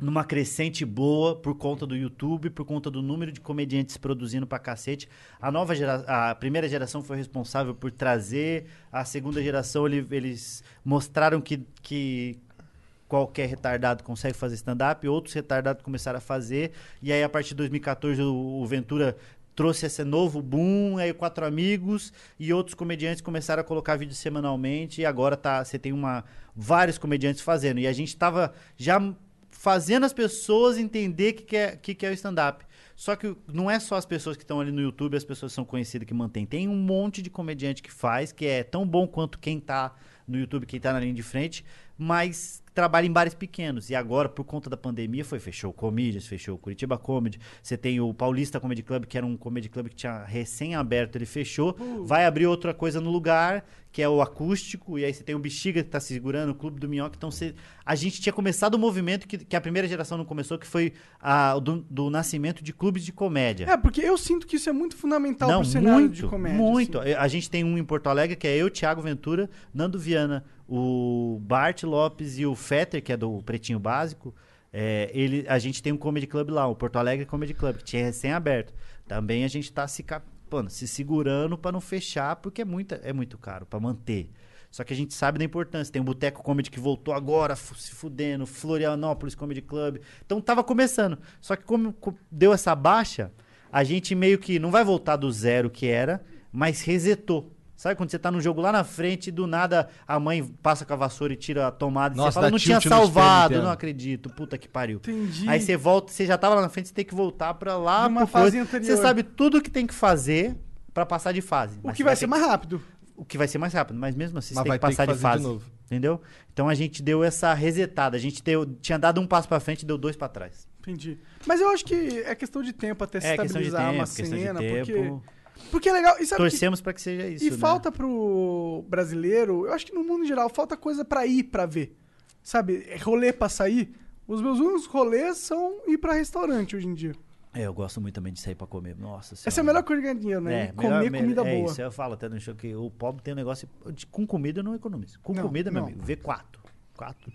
Speaker 4: numa crescente boa por conta do YouTube, por conta do número de comediantes produzindo pra cacete. A nova gera... a primeira geração foi responsável por trazer, a segunda geração ele- eles mostraram que, que qualquer retardado consegue fazer stand-up, outros retardados começaram a fazer, e aí a partir de 2014 o, o Ventura trouxe esse novo boom, aí o Quatro Amigos e outros comediantes começaram a colocar vídeo semanalmente, e agora tá, você tem uma, vários comediantes fazendo, e a gente tava já fazendo as pessoas entender o que, que, é, que, que é o stand-up. Só que não é só as pessoas que estão ali no YouTube, as pessoas que são conhecidas que mantêm. Tem um monte de comediante que faz, que é tão bom quanto quem tá no YouTube, quem tá na linha de frente, mas trabalha em bares pequenos. E agora, por conta da pandemia, foi fechou o Comedians, fechou o Curitiba Comedy. Você tem o Paulista Comedy Club, que era um comedy club que tinha recém-aberto, ele fechou. Vai abrir outra coisa no lugar, que é o acústico. E aí você tem o Bexiga que tá segurando, o Clube do Minhoca. Então, você... a gente tinha começado o movimento que, que a primeira geração não começou, que foi a, o do, do nascimento de clubes de comédia
Speaker 3: É, porque eu sinto que isso é muito fundamental pro cenário de comédia.
Speaker 4: muito.
Speaker 3: assim.
Speaker 4: A gente tem um em Porto Alegre que é eu, Thiago Ventura, Nando Viana, o Bart Lopes e o Fetter, que é do Pretinho Básico. É, ele, a gente tem um comedy club lá, o Porto Alegre Comedy Club, que tinha recém-aberto. Também a gente tá se, cap- mano, se segurando para não fechar, porque é, muita, é muito caro para manter. Só que a gente sabe da importância. Tem o Boteco Comedy que voltou agora, fu- se fudendo, Florianópolis Comedy Club. Então tava começando. Só que como co- deu essa baixa, a gente meio que não vai voltar do zero que era, mas resetou. Sabe quando você tá no jogo lá na frente e do nada a mãe passa com a vassoura e tira a tomada e
Speaker 2: Nossa,
Speaker 4: você fala,
Speaker 2: dá
Speaker 4: não tinha
Speaker 2: tilt no Super
Speaker 4: salvado,
Speaker 2: Nintendo."
Speaker 4: não acredito, puta que pariu.
Speaker 3: assim. Entendi.
Speaker 4: Aí você volta, você já tava lá na frente, você tem que voltar pra lá.
Speaker 3: Numa
Speaker 4: pro coisa.
Speaker 3: fase anterior.
Speaker 4: Você sabe tudo que tem que fazer pra passar de fase.
Speaker 3: O
Speaker 4: mas
Speaker 3: que
Speaker 4: você
Speaker 3: vai
Speaker 4: ter
Speaker 3: ser mais rápido.
Speaker 4: o que vai ser mais rápido, mas mesmo assim
Speaker 2: Mas
Speaker 4: você tem
Speaker 2: vai
Speaker 4: que passar
Speaker 2: ter que
Speaker 4: de
Speaker 2: fazer
Speaker 4: fase.
Speaker 2: de novo.
Speaker 4: Entendeu? Então a gente deu essa resetada. A gente deu- tinha dado um passo pra frente e deu dois pra trás.
Speaker 3: Entendi. Mas eu acho que é questão de tempo até se
Speaker 4: É questão de
Speaker 3: estabilizar
Speaker 4: tempo,
Speaker 3: uma
Speaker 4: questão de
Speaker 3: cena.
Speaker 4: tempo.
Speaker 3: Porque, porque é legal. E sabe que-
Speaker 4: Torcemos pra que seja isso.
Speaker 3: E
Speaker 4: né?
Speaker 3: falta pro brasileiro, eu acho que no mundo em geral, falta coisa pra ir pra ver. Sabe, é rolê pra sair. Os meus únicos rolês são ir pra restaurante hoje em dia.
Speaker 4: É, eu gosto muito também de sair pra comer. Nossa senhora.
Speaker 3: Essa é a melhor coisa de ganhar dinheiro, né?
Speaker 4: É,
Speaker 3: Ir comer
Speaker 4: melhor-
Speaker 3: comida
Speaker 4: é
Speaker 3: boa.
Speaker 4: isso, eu falo até no show que o pobre tem um negócio. de- Com comida eu não economizo. Com
Speaker 3: Não,
Speaker 4: comida, meu
Speaker 3: não.
Speaker 4: amigo, V4. 4.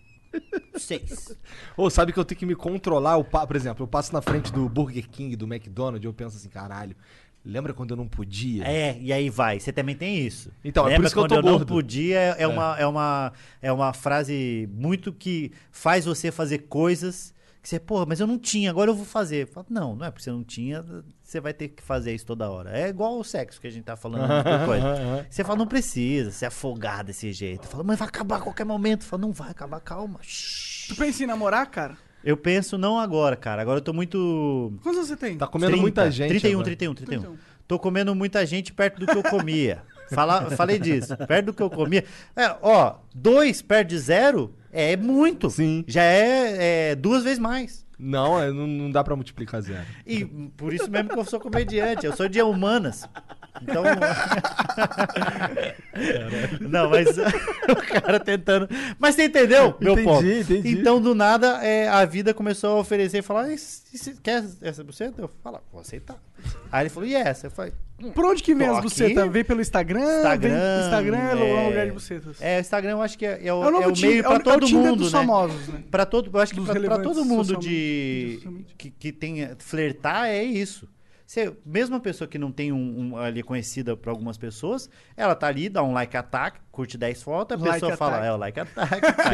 Speaker 4: 6.
Speaker 2: Ou sabe que eu tenho que me controlar. Eu, pa- por exemplo, eu passo na frente do Burger King, do McDonald's, e eu penso assim, caralho, lembra quando eu não podia?
Speaker 4: É, e aí vai. Você também tem isso.
Speaker 2: Então, é por
Speaker 4: Lembra
Speaker 2: isso que eu
Speaker 4: quando
Speaker 2: tô
Speaker 4: eu não
Speaker 2: gordo.
Speaker 4: podia é, é Uma, é, uma, é uma frase muito que faz você fazer coisas que você, porra, mas eu não tinha, agora eu vou fazer. Fala, Não, não é porque você não tinha, você vai ter que fazer isso toda hora. É igual o sexo que a gente tá falando. outra coisa. Você fala, não precisa se afogar desse jeito. Fala, mas vai acabar a qualquer momento. Fala, não vai acabar, calma. Shhh.
Speaker 3: Tu pensa em namorar, cara?
Speaker 4: Eu penso não agora, cara. Agora eu tô muito
Speaker 3: Quantos anos você tem?
Speaker 2: Tá comendo
Speaker 4: 30,
Speaker 2: muita gente.
Speaker 4: 31,
Speaker 2: agora.
Speaker 4: 31, 31, Tô comendo muita gente perto do que eu comia. Fala, falei disso. Perto do que eu comia. É, ó, dois perto de zero é muito.
Speaker 2: Sim.
Speaker 4: Já é, é duas vezes mais.
Speaker 2: Não, é, não, não dá pra multiplicar zero.
Speaker 4: E por isso mesmo que eu sou comediante. Eu sou de humanas. Então. Não, mas o cara tentando. Mas você entendeu, meu
Speaker 2: Entendi,
Speaker 4: ponto?
Speaker 2: entendi.
Speaker 4: Então, do nada, é, a vida começou a oferecer e falar: "E se- se- quer essa buceta? Eu falo, "Ah, vou aceitar. Aí ele falou, e essa? Eu falei,
Speaker 3: Por onde que vem
Speaker 4: Tô
Speaker 3: as
Speaker 4: aqui.
Speaker 3: bucetas? Vem pelo Instagram?
Speaker 4: Instagram.
Speaker 3: Vem- Instagram é,
Speaker 4: é-
Speaker 3: um lugar de bucetas.
Speaker 4: É, o Instagram eu acho que é, é o,
Speaker 3: É o novo
Speaker 4: é o
Speaker 3: Ti-
Speaker 4: meio
Speaker 3: é o-
Speaker 4: pra
Speaker 3: é o
Speaker 4: todo
Speaker 3: Tinder
Speaker 4: mundo,
Speaker 3: dos
Speaker 4: né?
Speaker 3: famosos, né?
Speaker 4: Pra todo, eu acho que
Speaker 3: Dos
Speaker 4: pra, pra
Speaker 3: relevantes
Speaker 4: todo mundo
Speaker 3: socialmente,
Speaker 4: de
Speaker 3: socialmente.
Speaker 4: que, que tem flertar é isso. Você, mesmo a pessoa que não tem um, um ali conhecida pra algumas pessoas, ela tá ali, dá um like attack, curte 10 fotos, a
Speaker 3: Like
Speaker 4: pessoa
Speaker 3: attack.
Speaker 4: fala, é o like attack. tá, tá, tá, tá,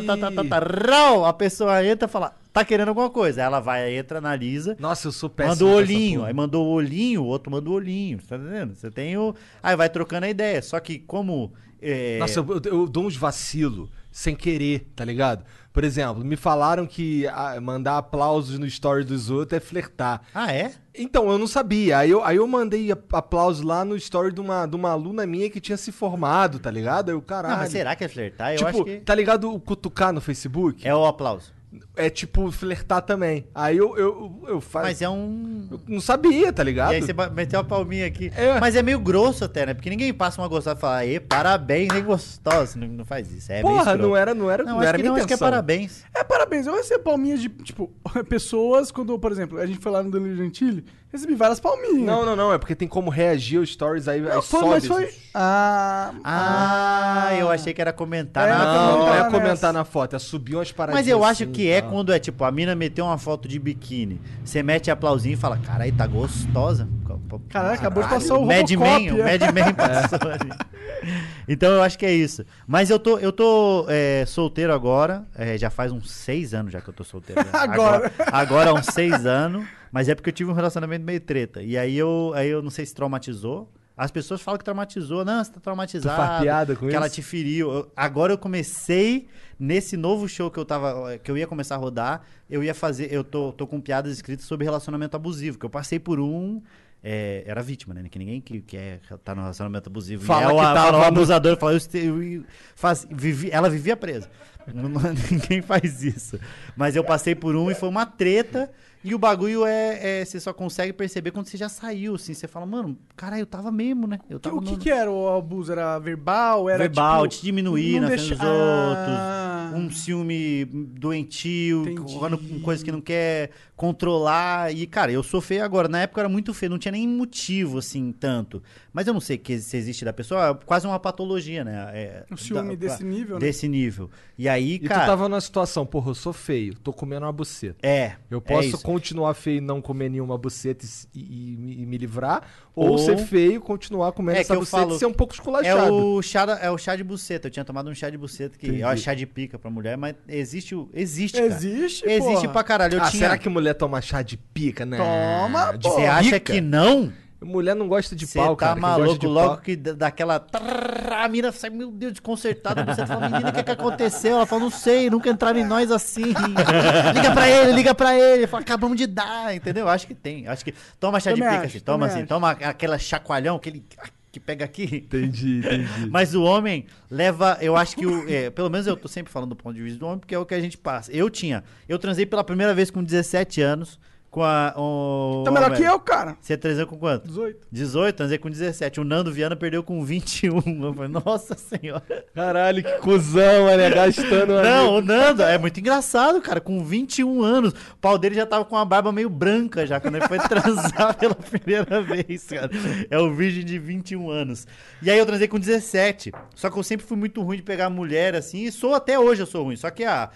Speaker 4: tá, tá,
Speaker 2: Entendi.
Speaker 4: tá, rau, a pessoa entra e fala, tá querendo alguma coisa. Ela vai, entra, analisa,
Speaker 2: Nossa, eu sou péssimo.
Speaker 4: Manda o
Speaker 2: nessa
Speaker 4: olhinho,
Speaker 2: porra.
Speaker 4: aí mandou o olhinho, o outro mandou o olhinho, tá entendendo? Você tem o. Aí vai trocando a ideia. Só que como. é,
Speaker 2: Nossa, eu, eu- eu dou uns vacilo sem querer, tá ligado? Por exemplo, me falaram que ah, mandar aplausos no story dos outros é flertar.
Speaker 4: Ah, é?
Speaker 2: Então, eu não sabia. Aí eu, aí eu mandei a- aplauso lá no story de uma, de uma aluna minha que tinha se formado, tá ligado? Aí o
Speaker 4: Não,
Speaker 2: caralho.
Speaker 4: mas será que é flertar? Eu
Speaker 2: tipo,
Speaker 4: acho que.
Speaker 2: tá ligado o cutucar no Facebook?
Speaker 4: É o aplauso.
Speaker 2: é tipo flertar também. Aí eu, eu, eu faço.
Speaker 4: Mas é um.
Speaker 2: Eu não sabia, tá ligado?
Speaker 4: E aí você ba- meteu a palminha aqui.
Speaker 2: É.
Speaker 4: Mas é meio grosso até, né? Porque ninguém passa uma gostada e fala, aê, parabéns, nem gostosa. Não, não faz isso. É meio
Speaker 2: Porra,
Speaker 4: escroto.
Speaker 2: não era, não era,
Speaker 4: Não,
Speaker 2: não,
Speaker 4: acho
Speaker 2: era
Speaker 4: que
Speaker 2: minha
Speaker 4: não, acho que é
Speaker 2: intenção.
Speaker 4: parabéns.
Speaker 3: É, parabéns. Eu recebo palminhas de, tipo, pessoas quando, por exemplo, a gente foi lá no Danilo Gentili, recebi várias palminhas.
Speaker 2: Não, não, não. É porque tem como reagir aos stories, aí, aí
Speaker 3: Não, foi,
Speaker 2: sobe.
Speaker 3: mas foi...
Speaker 2: assim.
Speaker 3: Ah,
Speaker 4: Ah, eu achei que era comentar.
Speaker 3: É,
Speaker 4: na
Speaker 3: não,
Speaker 4: foto.
Speaker 2: Não, não é
Speaker 3: nessa.
Speaker 2: comentar na foto, é subir umas paradinhas.
Speaker 4: Mas eu acho
Speaker 2: assim,
Speaker 4: que é
Speaker 2: tá?
Speaker 4: quando é tipo, a mina meteu uma foto de biquíni, você mete aplausinho e fala, carai, tá gostosa.
Speaker 3: Caraca, acabou de passar o
Speaker 4: Mad
Speaker 3: Robocop,
Speaker 4: Man, o
Speaker 3: é.
Speaker 4: Mad Man passou ali. Então eu acho que é isso. Mas eu tô, eu tô é, solteiro agora, é, já faz uns seis anos já que eu tô solteiro. né?
Speaker 3: Agora.
Speaker 4: Agora, agora há uns seis anos, mas é porque eu tive um relacionamento meio treta. E aí eu, aí eu não sei se traumatizou. As pessoas falam que traumatizou. Não, você tá traumatizado.
Speaker 2: piada com
Speaker 4: que ela
Speaker 2: isso?
Speaker 4: te feriu. Eu- agora eu comecei nesse novo show que eu tava. que eu ia começar a rodar. Eu ia fazer. Eu tô, tô com piadas escritas sobre relacionamento abusivo. Que eu passei por um. é, era vítima, né? Que ninguém que, que é, tá no relacionamento abusivo.
Speaker 2: Fala
Speaker 4: é o,
Speaker 2: que tava
Speaker 4: fala o
Speaker 2: no-
Speaker 4: abusador. Fala, eu, este- eu faz- vivi- ela vivia presa. Não- não- ninguém faz isso. Mas eu passei por um e foi uma treta. E o bagulho é, é- Você só consegue perceber quando você já saiu, assim. Você fala, mano, caralho, eu tava mesmo, né? Eu tava
Speaker 3: o que
Speaker 4: no-
Speaker 3: que era o abuso? Era verbal? Era,
Speaker 4: verbal,
Speaker 3: tipo,
Speaker 4: te diminuir
Speaker 3: não
Speaker 4: na
Speaker 3: deixa-
Speaker 4: frente dos
Speaker 3: Ah.
Speaker 4: outros, um ciúme doentio,
Speaker 3: Entendi.
Speaker 4: jogando com coisa que não quer controlar. E, cara, eu sou feio agora. Na época eu era muito feio, não tinha nem motivo, assim, tanto. Mas eu não sei que se existe da pessoa, é quase uma patologia, né? É,
Speaker 3: O Um ciúme desse nível, né?
Speaker 4: Desse nível. E aí,
Speaker 2: E
Speaker 4: cara...
Speaker 2: tu tava numa situação, porra, eu sou feio, tô comendo uma buceta.
Speaker 4: É,
Speaker 2: Eu
Speaker 4: é
Speaker 2: posso
Speaker 4: isso.
Speaker 2: continuar feio e não comer nenhuma buceta e, s- e- e me- e me livrar, ou,
Speaker 4: Ou-
Speaker 2: ser feio e continuar comendo
Speaker 4: É
Speaker 2: essa
Speaker 4: que eu
Speaker 2: buceta
Speaker 4: falo-
Speaker 2: e ser um pouco
Speaker 4: É
Speaker 2: esculachado.
Speaker 4: o, chá, da- é o chá de buceta. Eu tinha tomado um chá de buceta que é
Speaker 2: Entendi.
Speaker 4: chá de pica pra mulher, mas existe. o- Existe, cara.
Speaker 3: Existe,
Speaker 4: Existe
Speaker 3: porra.
Speaker 4: pra caralho. Eu
Speaker 2: ah,
Speaker 4: tinha...
Speaker 2: será que mulher toma chá de pica, né?
Speaker 3: Toma,
Speaker 2: de
Speaker 4: Você acha que não?
Speaker 2: Mulher não gosta de
Speaker 4: Você
Speaker 2: pau,
Speaker 4: tá
Speaker 2: cara. quem gosta
Speaker 4: maluco,
Speaker 2: de
Speaker 4: logo
Speaker 2: pau-
Speaker 4: que dá- daquela. trrr, A mina sai, meu Deus, desconcertada. Você fala, menina, o que, que aconteceu? Ela fala, não sei, nunca entraram em nós assim. liga pra ele, liga pra ele. Fala, acabamos de dar, entendeu? Acho que tem. Acho que. Toma chá
Speaker 3: Também
Speaker 4: de pica,
Speaker 3: acho,
Speaker 4: assim, toma
Speaker 3: também
Speaker 4: assim,
Speaker 3: acho.
Speaker 4: toma aquela chacoalhão, aquele ah, que pega aqui.
Speaker 2: Entendi, entendi.
Speaker 4: Mas o homem leva, eu acho que o. é, pelo menos eu tô sempre falando do ponto de vista do homem, porque é o que a gente passa. Eu tinha. Eu transei pela primeira vez com 17 anos com a. O,
Speaker 3: Tá melhor
Speaker 4: o-
Speaker 3: que eu, cara.
Speaker 4: Você transou com quanto?
Speaker 3: 18.
Speaker 4: 18, transei com 17. O Nando Viana perdeu com 21. Eu falei, nossa senhora.
Speaker 2: Caralho, que cuzão, mané, gastando...
Speaker 4: Não, o Nando é muito engraçado, cara. Com 21 anos, o pau dele já tava com uma barba meio branca já, quando ele foi transar pela primeira vez, cara. É o virgem de 21 anos. E aí eu transei com 17. Só que eu sempre fui muito ruim de pegar mulher assim. E sou até hoje, eu sou ruim. Só que a. a-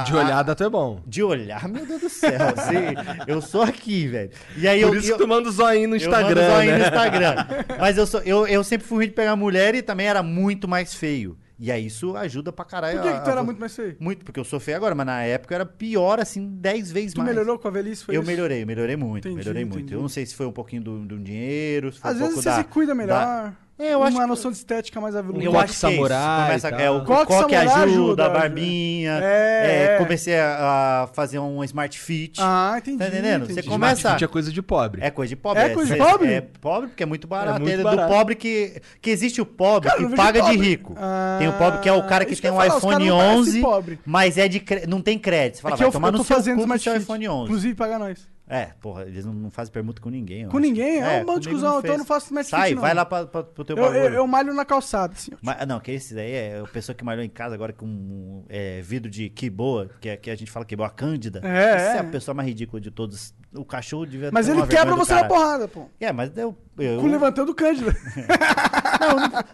Speaker 4: a-
Speaker 2: De olhada tu é bom.
Speaker 4: De olhar, meu Deus do céu. assim, eu sou aqui, velho. E aí
Speaker 2: Por
Speaker 4: eu,
Speaker 2: isso
Speaker 4: eu,
Speaker 2: que tu manda o zoinho no Instagram,
Speaker 4: eu mando zoinho
Speaker 2: né?
Speaker 4: no Instagram. Mas eu, sou, eu, eu sempre fui ruim de pegar mulher e também era muito mais feio. E aí isso ajuda pra caralho.
Speaker 3: Por que,
Speaker 4: a-
Speaker 3: que tu
Speaker 4: a-
Speaker 3: era muito mais feio?
Speaker 4: Muito, porque eu sou feio agora, mas na época eu era pior, assim, 10 vezes
Speaker 3: Tu
Speaker 4: mais.
Speaker 3: melhorou com a velhice? Foi
Speaker 4: Eu
Speaker 3: isso?
Speaker 4: melhorei, melhorei muito,
Speaker 3: Entendi,
Speaker 4: melhorei muito.
Speaker 3: entendi.
Speaker 4: Eu não sei se foi um pouquinho do, do dinheiro, se foi
Speaker 3: Às
Speaker 4: um
Speaker 3: vezes
Speaker 4: pouco
Speaker 3: você
Speaker 4: da...
Speaker 3: se cuida
Speaker 4: da-
Speaker 3: melhor.
Speaker 4: É, eu
Speaker 3: Uma
Speaker 4: acho que-
Speaker 3: nossa noção de estética mais aveludada.
Speaker 4: Eu
Speaker 2: coque
Speaker 4: acho que é isso.
Speaker 2: samurai
Speaker 4: Começa-
Speaker 2: e
Speaker 4: é, o
Speaker 2: tal.
Speaker 4: coque,
Speaker 3: Coque
Speaker 4: ajuda,
Speaker 3: samurai ajuda,
Speaker 4: a barbinha.
Speaker 3: É,
Speaker 4: é,
Speaker 3: é.
Speaker 4: comecei a, a fazer um smart fit.
Speaker 3: Ah, entendi.
Speaker 4: Tá entendendo? Você
Speaker 3: entendi.
Speaker 4: come- começa-
Speaker 2: Smart fit é coisa de pobre.
Speaker 4: É coisa de pobre.
Speaker 3: É coisa de
Speaker 4: cê-
Speaker 3: pobre?
Speaker 4: É pobre porque é muito barato.
Speaker 2: É muito
Speaker 4: É
Speaker 2: barato.
Speaker 4: do pobre que... Que existe o pobre
Speaker 3: Cara, eu
Speaker 4: que
Speaker 3: vejo
Speaker 4: paga de
Speaker 3: pobre.
Speaker 4: rico.
Speaker 3: Ah,
Speaker 4: tem o pobre que é o cara que
Speaker 3: isso
Speaker 4: tem
Speaker 3: eu
Speaker 4: um
Speaker 3: ia falar, os caras
Speaker 4: iPhone
Speaker 3: não parecem
Speaker 4: 11,
Speaker 3: pobre.
Speaker 4: mas é de cre... não tem crédito. Você fala,
Speaker 3: É que
Speaker 4: vai
Speaker 3: eu,
Speaker 4: tomar
Speaker 3: eu
Speaker 4: no
Speaker 3: tô
Speaker 4: seu
Speaker 3: fazendo
Speaker 4: cu com
Speaker 3: Smart
Speaker 4: seu
Speaker 3: Fit.
Speaker 4: iPhone 11.
Speaker 3: Inclusive, paga nós.
Speaker 4: É, porra, eles não, não fazem permuta com ninguém. eu
Speaker 3: Com
Speaker 4: acho.
Speaker 3: ninguém? É um bando de
Speaker 4: comigo
Speaker 3: cuzão,
Speaker 4: não
Speaker 3: então eu
Speaker 4: fez.
Speaker 3: não faço Smart Fit,
Speaker 4: Sai,
Speaker 3: não.
Speaker 4: vai lá pra, pra, pro teu
Speaker 3: Eu,
Speaker 4: bagulho.
Speaker 3: eu, eu malho na calçada, assim. ó.
Speaker 4: Mas- não, que esse daí é a pessoa que malhou em casa agora com é, vidro de quiboa, que, é- que a gente fala quiboa, a Cândida.
Speaker 3: É,
Speaker 4: Essa é.
Speaker 3: é.
Speaker 4: a pessoa mais ridícula de todos. O cachorro devia
Speaker 3: Mas
Speaker 4: ter
Speaker 3: ele
Speaker 4: uma
Speaker 3: quebra
Speaker 4: vergonha do
Speaker 3: você na
Speaker 4: caralho.
Speaker 3: porrada, pô.
Speaker 4: É, mas eu... eu
Speaker 3: Com levantando o Cândida.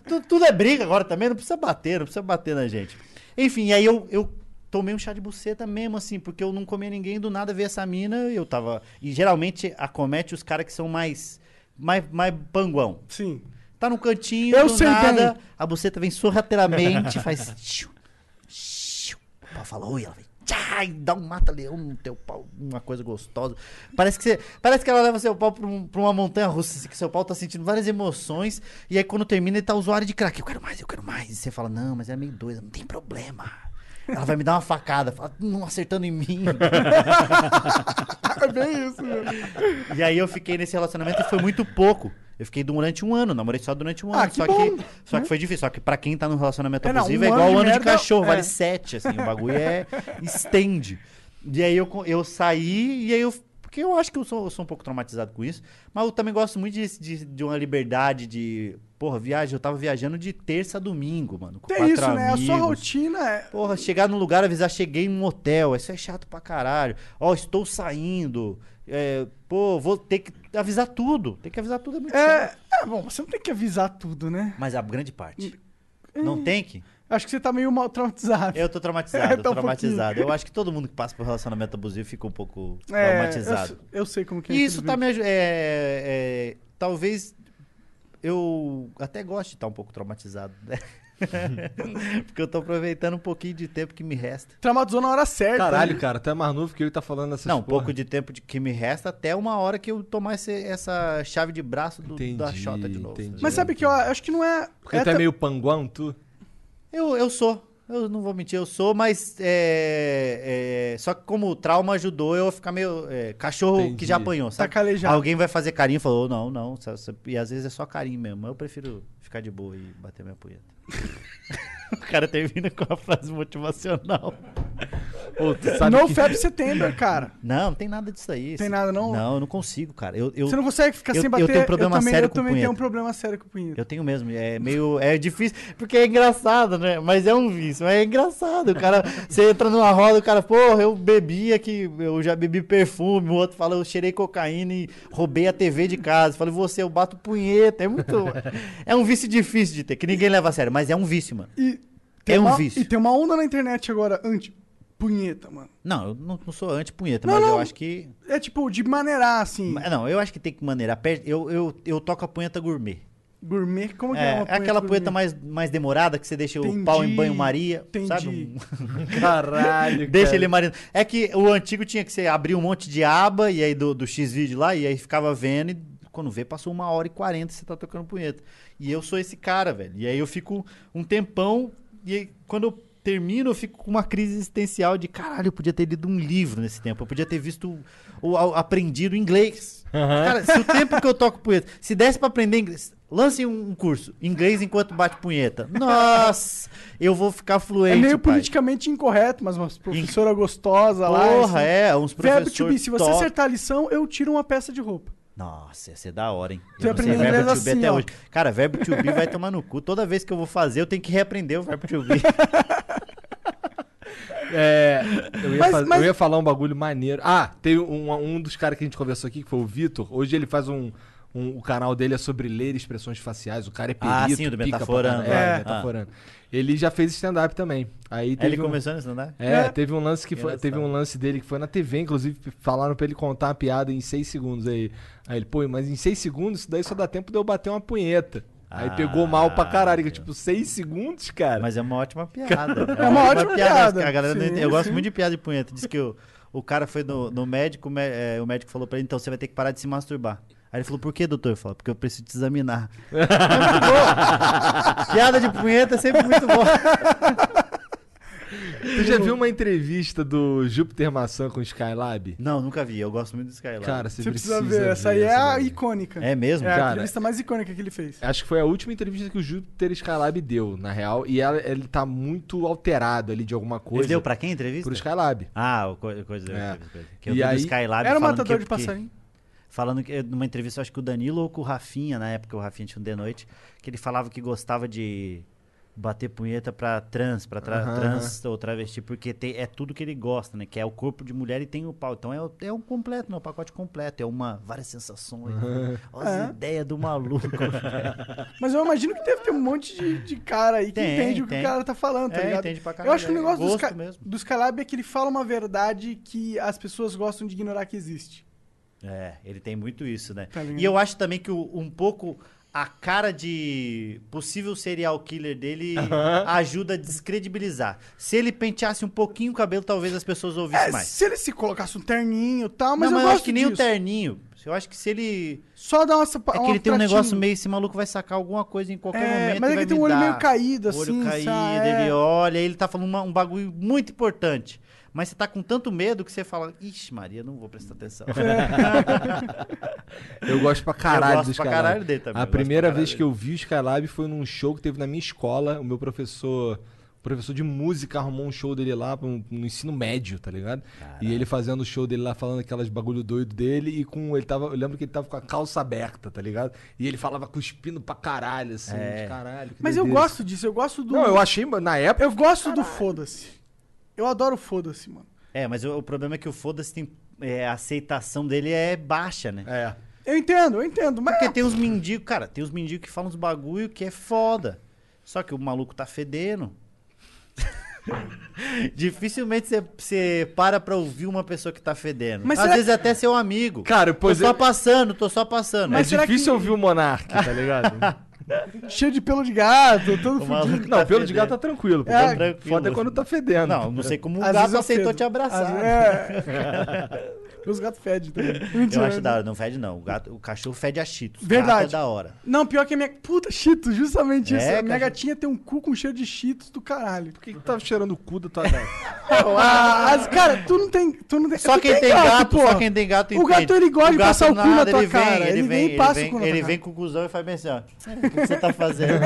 Speaker 4: Tu- tudo é briga agora também, não precisa bater, não precisa bater na gente. Enfim, aí eu, eu tomei um chá de buceta mesmo, assim, porque eu não comia ninguém, do nada veio essa mina e eu tava. E geralmente acomete os caras que são mais. mais, mais panguão.
Speaker 3: Sim.
Speaker 4: Tá num cantinho,
Speaker 3: Eu
Speaker 4: do
Speaker 3: sei
Speaker 4: nada,
Speaker 3: bem.
Speaker 4: a buceta vem sorrateiramente, faz. Xiu, xiu. O pau fala, oi, ela vem. Tchá, e dá um mata-leão no teu pau, uma coisa gostosa. Parece que, você, parece que ela leva seu pau pra, um- pra uma montanha russa, assim, que seu pau tá sentindo várias emoções, e aí quando termina ele tá usuário de crack. Eu quero mais, eu quero mais. E você fala, não, mas é meio doida, não tem problema. Ela vai me dar uma facada, fala, não acertando em mim.
Speaker 3: É bem isso, meu.
Speaker 4: E aí eu fiquei nesse relacionamento e foi muito pouco. Eu fiquei durante um ano, namorei só durante um
Speaker 3: Ah,
Speaker 4: ano.
Speaker 3: que
Speaker 4: só
Speaker 3: bom. Né?
Speaker 4: que, só que foi difícil. Só que pra quem tá num relacionamento
Speaker 3: É, não,
Speaker 4: abusivo
Speaker 3: um
Speaker 4: é
Speaker 3: ano
Speaker 4: igual o
Speaker 3: de
Speaker 4: ano de
Speaker 3: merda,
Speaker 4: cachorro,
Speaker 3: é.
Speaker 4: vale sete, assim. O bagulho é. estende. E aí eu, co- eu saí e aí eu. Porque eu acho que eu sou, eu sou um pouco traumatizado com isso. Mas eu também gosto muito de, de, de uma liberdade de. Porra, viagem. Eu tava viajando de terça a domingo, mano. Com
Speaker 3: Tem
Speaker 4: quatro
Speaker 3: isso, né? A sua
Speaker 4: amigos.
Speaker 3: rotina é.
Speaker 4: Porra, chegar num lugar, avisar, cheguei em um hotel. Isso é chato pra caralho. Ó, estou saindo. É, pô, vou ter que avisar tudo. Tem que avisar tudo, é muito chato.
Speaker 3: é. É, bom, você não tem que avisar tudo, né?
Speaker 4: Mas a grande parte.
Speaker 3: É.
Speaker 4: Não tem que?
Speaker 3: Acho que você tá meio mal traumatizado.
Speaker 4: Eu tô traumatizado,
Speaker 3: É, tá um
Speaker 4: traumatizado.
Speaker 3: pouquinho.
Speaker 4: Eu acho que todo mundo que passa por relacionamento abusivo fica um pouco
Speaker 3: É,
Speaker 4: traumatizado.
Speaker 3: Eu, eu sei como que é.
Speaker 4: E isso tá
Speaker 3: infelizmente.
Speaker 4: me ajudando. É, é, talvez eu até goste de estar um pouco traumatizado, né?
Speaker 3: Uhum.
Speaker 4: Porque eu tô aproveitando um pouquinho de tempo que me resta.
Speaker 3: Traumatizou na hora certa.
Speaker 2: Caralho,
Speaker 3: né?
Speaker 2: cara, até mais novo que eu tá falando essas
Speaker 4: Não, um
Speaker 2: porra.
Speaker 4: pouco de tempo de que me resta até uma hora que eu tomar esse- essa chave de braço do- da
Speaker 2: Entendi,
Speaker 4: chota de novo.
Speaker 2: entendi.
Speaker 4: Mas
Speaker 3: Mas sabe que eu acho que não é.
Speaker 2: Porque
Speaker 3: é
Speaker 2: tu é
Speaker 4: tá-
Speaker 3: ta-
Speaker 2: meio panguão, tu?
Speaker 4: eu, eu sou. Eu não vou mentir, eu sou, mas é, é, só que como o trauma ajudou eu a ficar meio. é, cachorro
Speaker 2: Entendi.
Speaker 4: que já apanhou,
Speaker 3: Tá
Speaker 4: sabe?
Speaker 3: calejado.
Speaker 4: Alguém vai fazer carinho e falou, não, não. sa- sa- E às vezes é só carinho mesmo. Eu prefiro ficar de boa e bater minha punheta. o cara termina com a frase motivacional.
Speaker 2: Ou tu sabe
Speaker 3: No
Speaker 2: que...
Speaker 3: Feb Setembro, cara.
Speaker 4: Não, não tem nada disso aí.
Speaker 3: Tem nada, não?
Speaker 4: Não, eu não consigo, cara. Eu, eu,
Speaker 3: Você não consegue ficar
Speaker 4: eu-
Speaker 3: sem
Speaker 4: eu
Speaker 3: bater.
Speaker 4: tenho problema
Speaker 3: também,
Speaker 4: sério
Speaker 3: eu
Speaker 4: com
Speaker 3: também tenho
Speaker 4: punheta.
Speaker 3: um problema sério com punheta.
Speaker 4: Eu tenho mesmo, é meio. É difícil, porque é engraçado, né? Mas é um vício, mas é engraçado. O cara, você entra numa roda, o cara, porra, eu bebia que eu já bebi perfume, o outro fala, eu cheirei cocaína e roubei a TV de casa. Falei, você, eu bato punheta. É muito. É um vício difícil de ter, que ninguém leva a sério, mas é um vício, mano.
Speaker 3: E
Speaker 4: É um
Speaker 3: uma,
Speaker 4: vício.
Speaker 3: E tem uma onda na internet agora anti punheta, mano.
Speaker 4: Não, eu não, não sou anti-punheta,
Speaker 3: Não,
Speaker 4: mas
Speaker 3: não.
Speaker 4: eu acho que.
Speaker 3: É tipo, de maneirar, assim.
Speaker 4: Mas Não, eu acho que tem que maneirar. Per- Eu, eu, eu toco a punheta gourmet.
Speaker 3: Gourmet, como que é,
Speaker 4: É,
Speaker 3: uma
Speaker 4: é aquela punheta
Speaker 3: gourmet?
Speaker 4: mais, mais demorada que você deixa
Speaker 3: Entendi,
Speaker 4: o pau em banho-maria. Sabe?
Speaker 3: entendi.
Speaker 4: Um-
Speaker 2: Caralho,
Speaker 4: Deixa
Speaker 2: cara.
Speaker 4: ele marinando. É que o antigo tinha que ser abrir um monte de aba e aí do, do X-Vídeo lá, e aí ficava vendo, e quando vê, passou uma hora e quarenta e você tá tocando punheta. E eu sou esse cara, velho. E aí eu fico um tempão, e aí quando eu termino, eu fico com uma crise existencial de caralho, eu podia ter lido um livro nesse tempo, eu podia ter visto ou a- aprendido inglês. Cara, se o tempo que eu toco punheta, se desse pra aprender inglês. Lance um um curso, inglês enquanto bate punheta. Nossa, eu vou ficar
Speaker 3: É
Speaker 4: fluente.
Speaker 3: meio
Speaker 4: pai.
Speaker 3: politicamente incorreto, mas uma professora gostosa lá.
Speaker 4: Porra,
Speaker 3: assim.
Speaker 4: é, uns
Speaker 3: Verbo
Speaker 4: professores.
Speaker 3: to be, se você
Speaker 4: top.
Speaker 3: acertar a lição, eu tiro uma peça de roupa.
Speaker 4: Nossa, ia ser da hora, hein?
Speaker 3: Você
Speaker 4: Eu não sei
Speaker 3: aprendeu
Speaker 4: verbo
Speaker 3: inglês
Speaker 4: to be
Speaker 3: assim,
Speaker 4: até
Speaker 3: ó.
Speaker 4: hoje. Cara, verbo to be vai tomar no cu. Toda vez que eu vou fazer, eu tenho que reaprender o verbo to be.
Speaker 2: É, eu, ia
Speaker 3: Mas-
Speaker 2: faz-
Speaker 3: mas-
Speaker 2: eu ia falar um bagulho maneiro. Ah, teve um, um dos caras que a gente conversou aqui, que foi o Vitor. Hoje ele faz um, um- O canal dele é sobre ler expressões faciais. O cara é perito.
Speaker 4: Ah, sim, o do
Speaker 2: pica pra
Speaker 4: Metaforando.
Speaker 2: caralho. É,
Speaker 4: É.
Speaker 2: metaforando. Ele já fez stand-up também. Aí teve
Speaker 4: Ele
Speaker 2: um-
Speaker 4: começou nesse andar?
Speaker 2: É, teve um lance que foi,
Speaker 4: Engraçado.
Speaker 2: teve um lance dele que foi na TV, inclusive falaram pra ele contar uma piada em seis segundos aí. Aí ele, pô, mas em seis segundos isso daí só dá tempo de eu bater uma punheta. Aí
Speaker 4: Ah, é.
Speaker 2: pegou mal pra caralho, que
Speaker 4: meu.
Speaker 2: tipo, seis segundos, cara.
Speaker 4: Mas é uma ótima piada.
Speaker 3: É uma ótima piada.
Speaker 4: A galera não
Speaker 3: Sim,
Speaker 4: entende. Eu gosto
Speaker 3: sim.
Speaker 4: muito de piada de punheta. Diz que o, o cara foi no, no médico, o mé- é, o médico falou pra ele, então você vai ter que parar de se masturbar. Aí ele falou, por que, doutor? Eu falei, porque eu preciso te examinar. É muito boa. Piada de punheta é sempre muito boa.
Speaker 2: Tu já viu uma entrevista do Júpiter Maçã com o Skylab?
Speaker 4: Não, nunca vi. Eu gosto muito do Skylab.
Speaker 2: Cara, você,
Speaker 3: Você
Speaker 2: precisa,
Speaker 3: precisa ver, essa aí é a
Speaker 2: daí.
Speaker 3: icônica.
Speaker 4: é mesmo?
Speaker 3: É a
Speaker 2: Cara,
Speaker 3: entrevista mais icônica que ele fez.
Speaker 4: é
Speaker 2: Acho que foi a última entrevista que o Júpiter Skylab deu, na real. E ela- ele tá muito alterado ali de alguma coisa.
Speaker 4: Ele deu pra quem a entrevista?
Speaker 2: Pro Skylab.
Speaker 4: Ah, o co coisa
Speaker 2: É.
Speaker 4: da coisa. Que eu
Speaker 2: E
Speaker 4: vi do
Speaker 2: aí-
Speaker 4: Skylab
Speaker 3: Era o
Speaker 4: falando
Speaker 3: matador
Speaker 4: que-
Speaker 3: de passarinho.
Speaker 4: Que, falando que numa entrevista, acho que o Danilo ou com o Rafinha, na época o Rafinha tinha um de noite, que ele falava que gostava de bater punheta pra trans, pra tra-
Speaker 2: Aham,
Speaker 4: trans ou travesti, porque tem- é tudo que ele gosta, né? Que é o corpo de mulher e tem o pau. Então é, o- é um completo, né? O pacote completo. É uma várias sensações. né? Olha
Speaker 3: É.
Speaker 4: as ideias do maluco.
Speaker 3: Tá Mas eu imagino que deve ter um monte de, de cara aí que
Speaker 4: Tem,
Speaker 3: entende o que
Speaker 4: tem.
Speaker 3: o cara tá falando, tá
Speaker 4: É,
Speaker 3: ligado?
Speaker 4: entende pra
Speaker 3: eu
Speaker 4: caralho,
Speaker 3: acho que o
Speaker 4: é
Speaker 3: negócio do,
Speaker 4: gosto
Speaker 3: Sky-
Speaker 4: mesmo.
Speaker 3: do Skylab é que ele fala uma verdade que as pessoas gostam de ignorar que existe.
Speaker 4: É, ele tem muito isso, né?
Speaker 3: Tá ligado?
Speaker 4: e eu acho também que o- um pouco a cara de possível serial killer dele ajuda a descredibilizar. Se ele penteasse um pouquinho o cabelo, talvez as pessoas ouvissem
Speaker 3: É,
Speaker 4: mais.
Speaker 3: se ele se colocasse um terninho e tal,
Speaker 4: Não,
Speaker 3: mas
Speaker 4: mas
Speaker 3: eu
Speaker 4: eu
Speaker 3: gosto
Speaker 4: acho que nem o
Speaker 3: disso.
Speaker 4: terninho. Eu acho que se ele.
Speaker 3: Só dá uma. sapa-
Speaker 4: É que
Speaker 3: uma
Speaker 4: ele tem um
Speaker 3: pratinha.
Speaker 4: negócio meio. Esse maluco vai sacar alguma coisa em qualquer
Speaker 3: É,
Speaker 4: momento.
Speaker 3: mas
Speaker 4: e
Speaker 3: é que
Speaker 4: vai
Speaker 3: tem
Speaker 4: me
Speaker 3: um olho
Speaker 4: dar.
Speaker 3: meio caído, assim,
Speaker 4: Olho caído,
Speaker 3: sabe? É.
Speaker 4: ele olha, ele tá falando uma- um bagulho muito importante. Mas você tá com tanto medo que você fala, ixi, Maria, não vou prestar atenção.
Speaker 3: É.
Speaker 2: Eu gosto pra caralho
Speaker 4: Eu gosto
Speaker 2: do
Speaker 4: pra
Speaker 2: Skylab.
Speaker 4: caralho dele também, eu
Speaker 2: A
Speaker 4: gosto pra
Speaker 2: primeira
Speaker 4: caralho
Speaker 2: vez que
Speaker 4: dele.
Speaker 2: eu vi o Skylab foi num show que teve na minha escola. O meu professor, o professor de música, arrumou um show dele lá pra um- no ensino médio, tá ligado? E ele fazendo o show dele lá, falando aquelas bagulho doido dele. E com ele tava, eu lembro que ele tava com a calça aberta, tá ligado? E ele falava cuspindo pra caralho, assim,
Speaker 4: É.
Speaker 2: de caralho. que
Speaker 3: Mas eu
Speaker 2: doideira.
Speaker 3: gosto disso, eu gosto do.
Speaker 2: Não, eu achei, na época.
Speaker 3: Eu gosto do foda-se. Eu adoro o foda-se, mano.
Speaker 4: é, mas o, o problema é que o foda-se tem. é, a aceitação dele é baixa, né? É
Speaker 2: É.
Speaker 3: Eu entendo, eu entendo, mas.
Speaker 4: Porque tem uns mendigos, cara, tem uns mendigos que falam uns bagulho que é foda. Só que o maluco tá fedendo. Dificilmente você- você para pra ouvir uma pessoa que tá fedendo.
Speaker 3: Mas
Speaker 4: Às
Speaker 3: será
Speaker 4: vezes até seu amigo.
Speaker 2: Cara, pois
Speaker 4: tô só
Speaker 2: é-
Speaker 4: passando, tô só passando.
Speaker 3: Mas
Speaker 2: é
Speaker 3: será
Speaker 2: difícil
Speaker 3: que-
Speaker 2: ouvir o Monark, tá ligado?
Speaker 3: é Cheio de pelo de gato, todo fudido.
Speaker 4: O maluco
Speaker 2: Não,
Speaker 4: tá
Speaker 2: pelo de gato tá
Speaker 4: fedendo.
Speaker 2: tranquilo. pô.
Speaker 3: É,
Speaker 4: tranquilo.
Speaker 2: Foda é quando tá fedendo.
Speaker 4: Não, não sei como o
Speaker 3: Às vezes
Speaker 4: Um gato
Speaker 3: eu
Speaker 4: aceitou
Speaker 3: cedo.
Speaker 4: te
Speaker 3: Às
Speaker 4: abraçar.
Speaker 3: vezes- É. Meus gatos fedem também.
Speaker 4: Eu
Speaker 3: Mentira,
Speaker 4: acho
Speaker 3: né?
Speaker 4: da hora, não fede não. O, gato, o cachorro fede a Cheetos.
Speaker 3: Verdade.
Speaker 4: Gato é da hora.
Speaker 3: Não, pior que a minha. Puta, Cheetos, justamente
Speaker 4: É,
Speaker 3: isso. A minha
Speaker 4: cara.
Speaker 3: gatinha tem um cu com cheiro de Cheetos do caralho.
Speaker 2: Por que, que tá cheirando o cu da tua gata?
Speaker 3: Ah, as- cara, tu não tem. Tu não tem
Speaker 4: Só
Speaker 3: tu
Speaker 4: quem tem gato, só quem tem gato
Speaker 3: O gato, ele gosta de passar o cu na tua cara. Ele nem passa o
Speaker 4: ele vem,
Speaker 3: cu na
Speaker 4: Ele
Speaker 3: tua
Speaker 4: vem com o cuzão e faz bem assim, ó. O que você tá fazendo?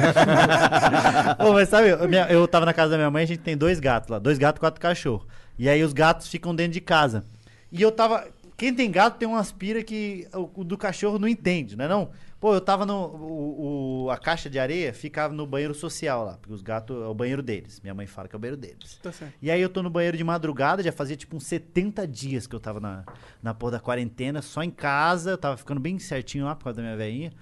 Speaker 4: Ô, mas sabe, eu, minha- eu tava na casa da minha mãe, a gente tem dois gatos lá. Dois gatos, quatro cachorros. E aí os gatos ficam dentro de casa. E eu tava... Quem tem gato tem umas pira que o, o do cachorro não entende, né não? Pô, eu tava no... o- o- a caixa de areia ficava no banheiro social lá. Porque os gatos... É o banheiro deles. Minha mãe fala que é o banheiro deles.
Speaker 3: Tá certo.
Speaker 4: E aí eu tô no banheiro de madrugada, já fazia tipo uns 70 dias que eu tava na, na porra da quarentena, só em casa, eu tava ficando bem certinho lá por causa da minha velhinha.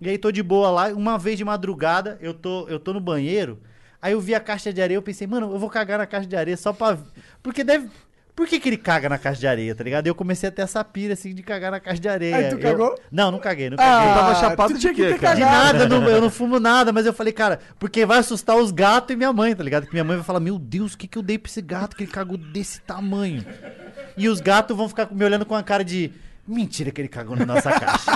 Speaker 4: E aí tô de boa lá, uma vez de madrugada, eu tô, eu tô no banheiro, aí eu vi a caixa de areia, eu pensei, mano, eu vou cagar na caixa de areia só pra... Porque deve... Por que, que ele caga na caixa de areia, tá ligado? Eu comecei a ter essa pira, assim, de cagar na caixa de areia.
Speaker 3: Aí tu
Speaker 4: Eu-
Speaker 3: cagou?
Speaker 4: Não, não caguei, não caguei.
Speaker 3: Ah,
Speaker 2: É, tava chapado
Speaker 3: tu
Speaker 2: de
Speaker 3: tinha que
Speaker 2: quê,
Speaker 3: ter
Speaker 2: cara?
Speaker 4: De
Speaker 3: cagado.
Speaker 4: nada, não- eu não fumo nada, mas eu falei, cara, porque vai assustar os gatos e minha mãe, tá ligado? Que minha mãe vai falar, meu Deus, o que, que eu dei pra esse gato que ele cagou desse tamanho? E os gatos vão ficar me olhando com a cara de, mentira que ele cagou na nossa caixa.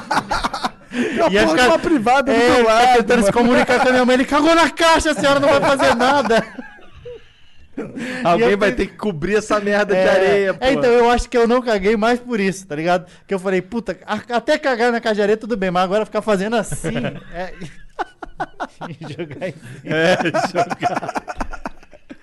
Speaker 3: Não,
Speaker 4: ia
Speaker 3: porra,
Speaker 4: ficar-
Speaker 3: uma privada do
Speaker 4: É,
Speaker 3: teu
Speaker 4: ficar
Speaker 3: lado.
Speaker 4: tentando se comunicar com a minha mãe, ele cagou na caixa, a senhora não vai fazer nada. E
Speaker 2: Alguém
Speaker 4: eu
Speaker 2: vai
Speaker 4: fui-
Speaker 2: ter que cobrir essa merda
Speaker 4: É,
Speaker 2: de areia, pô.
Speaker 4: é, então eu acho que eu não caguei mais por isso, tá ligado? Que eu falei, puta, a- até cagar na caixa de areia tudo bem, mas agora ficar fazendo assim. é... e
Speaker 3: É,
Speaker 4: jogar em cima.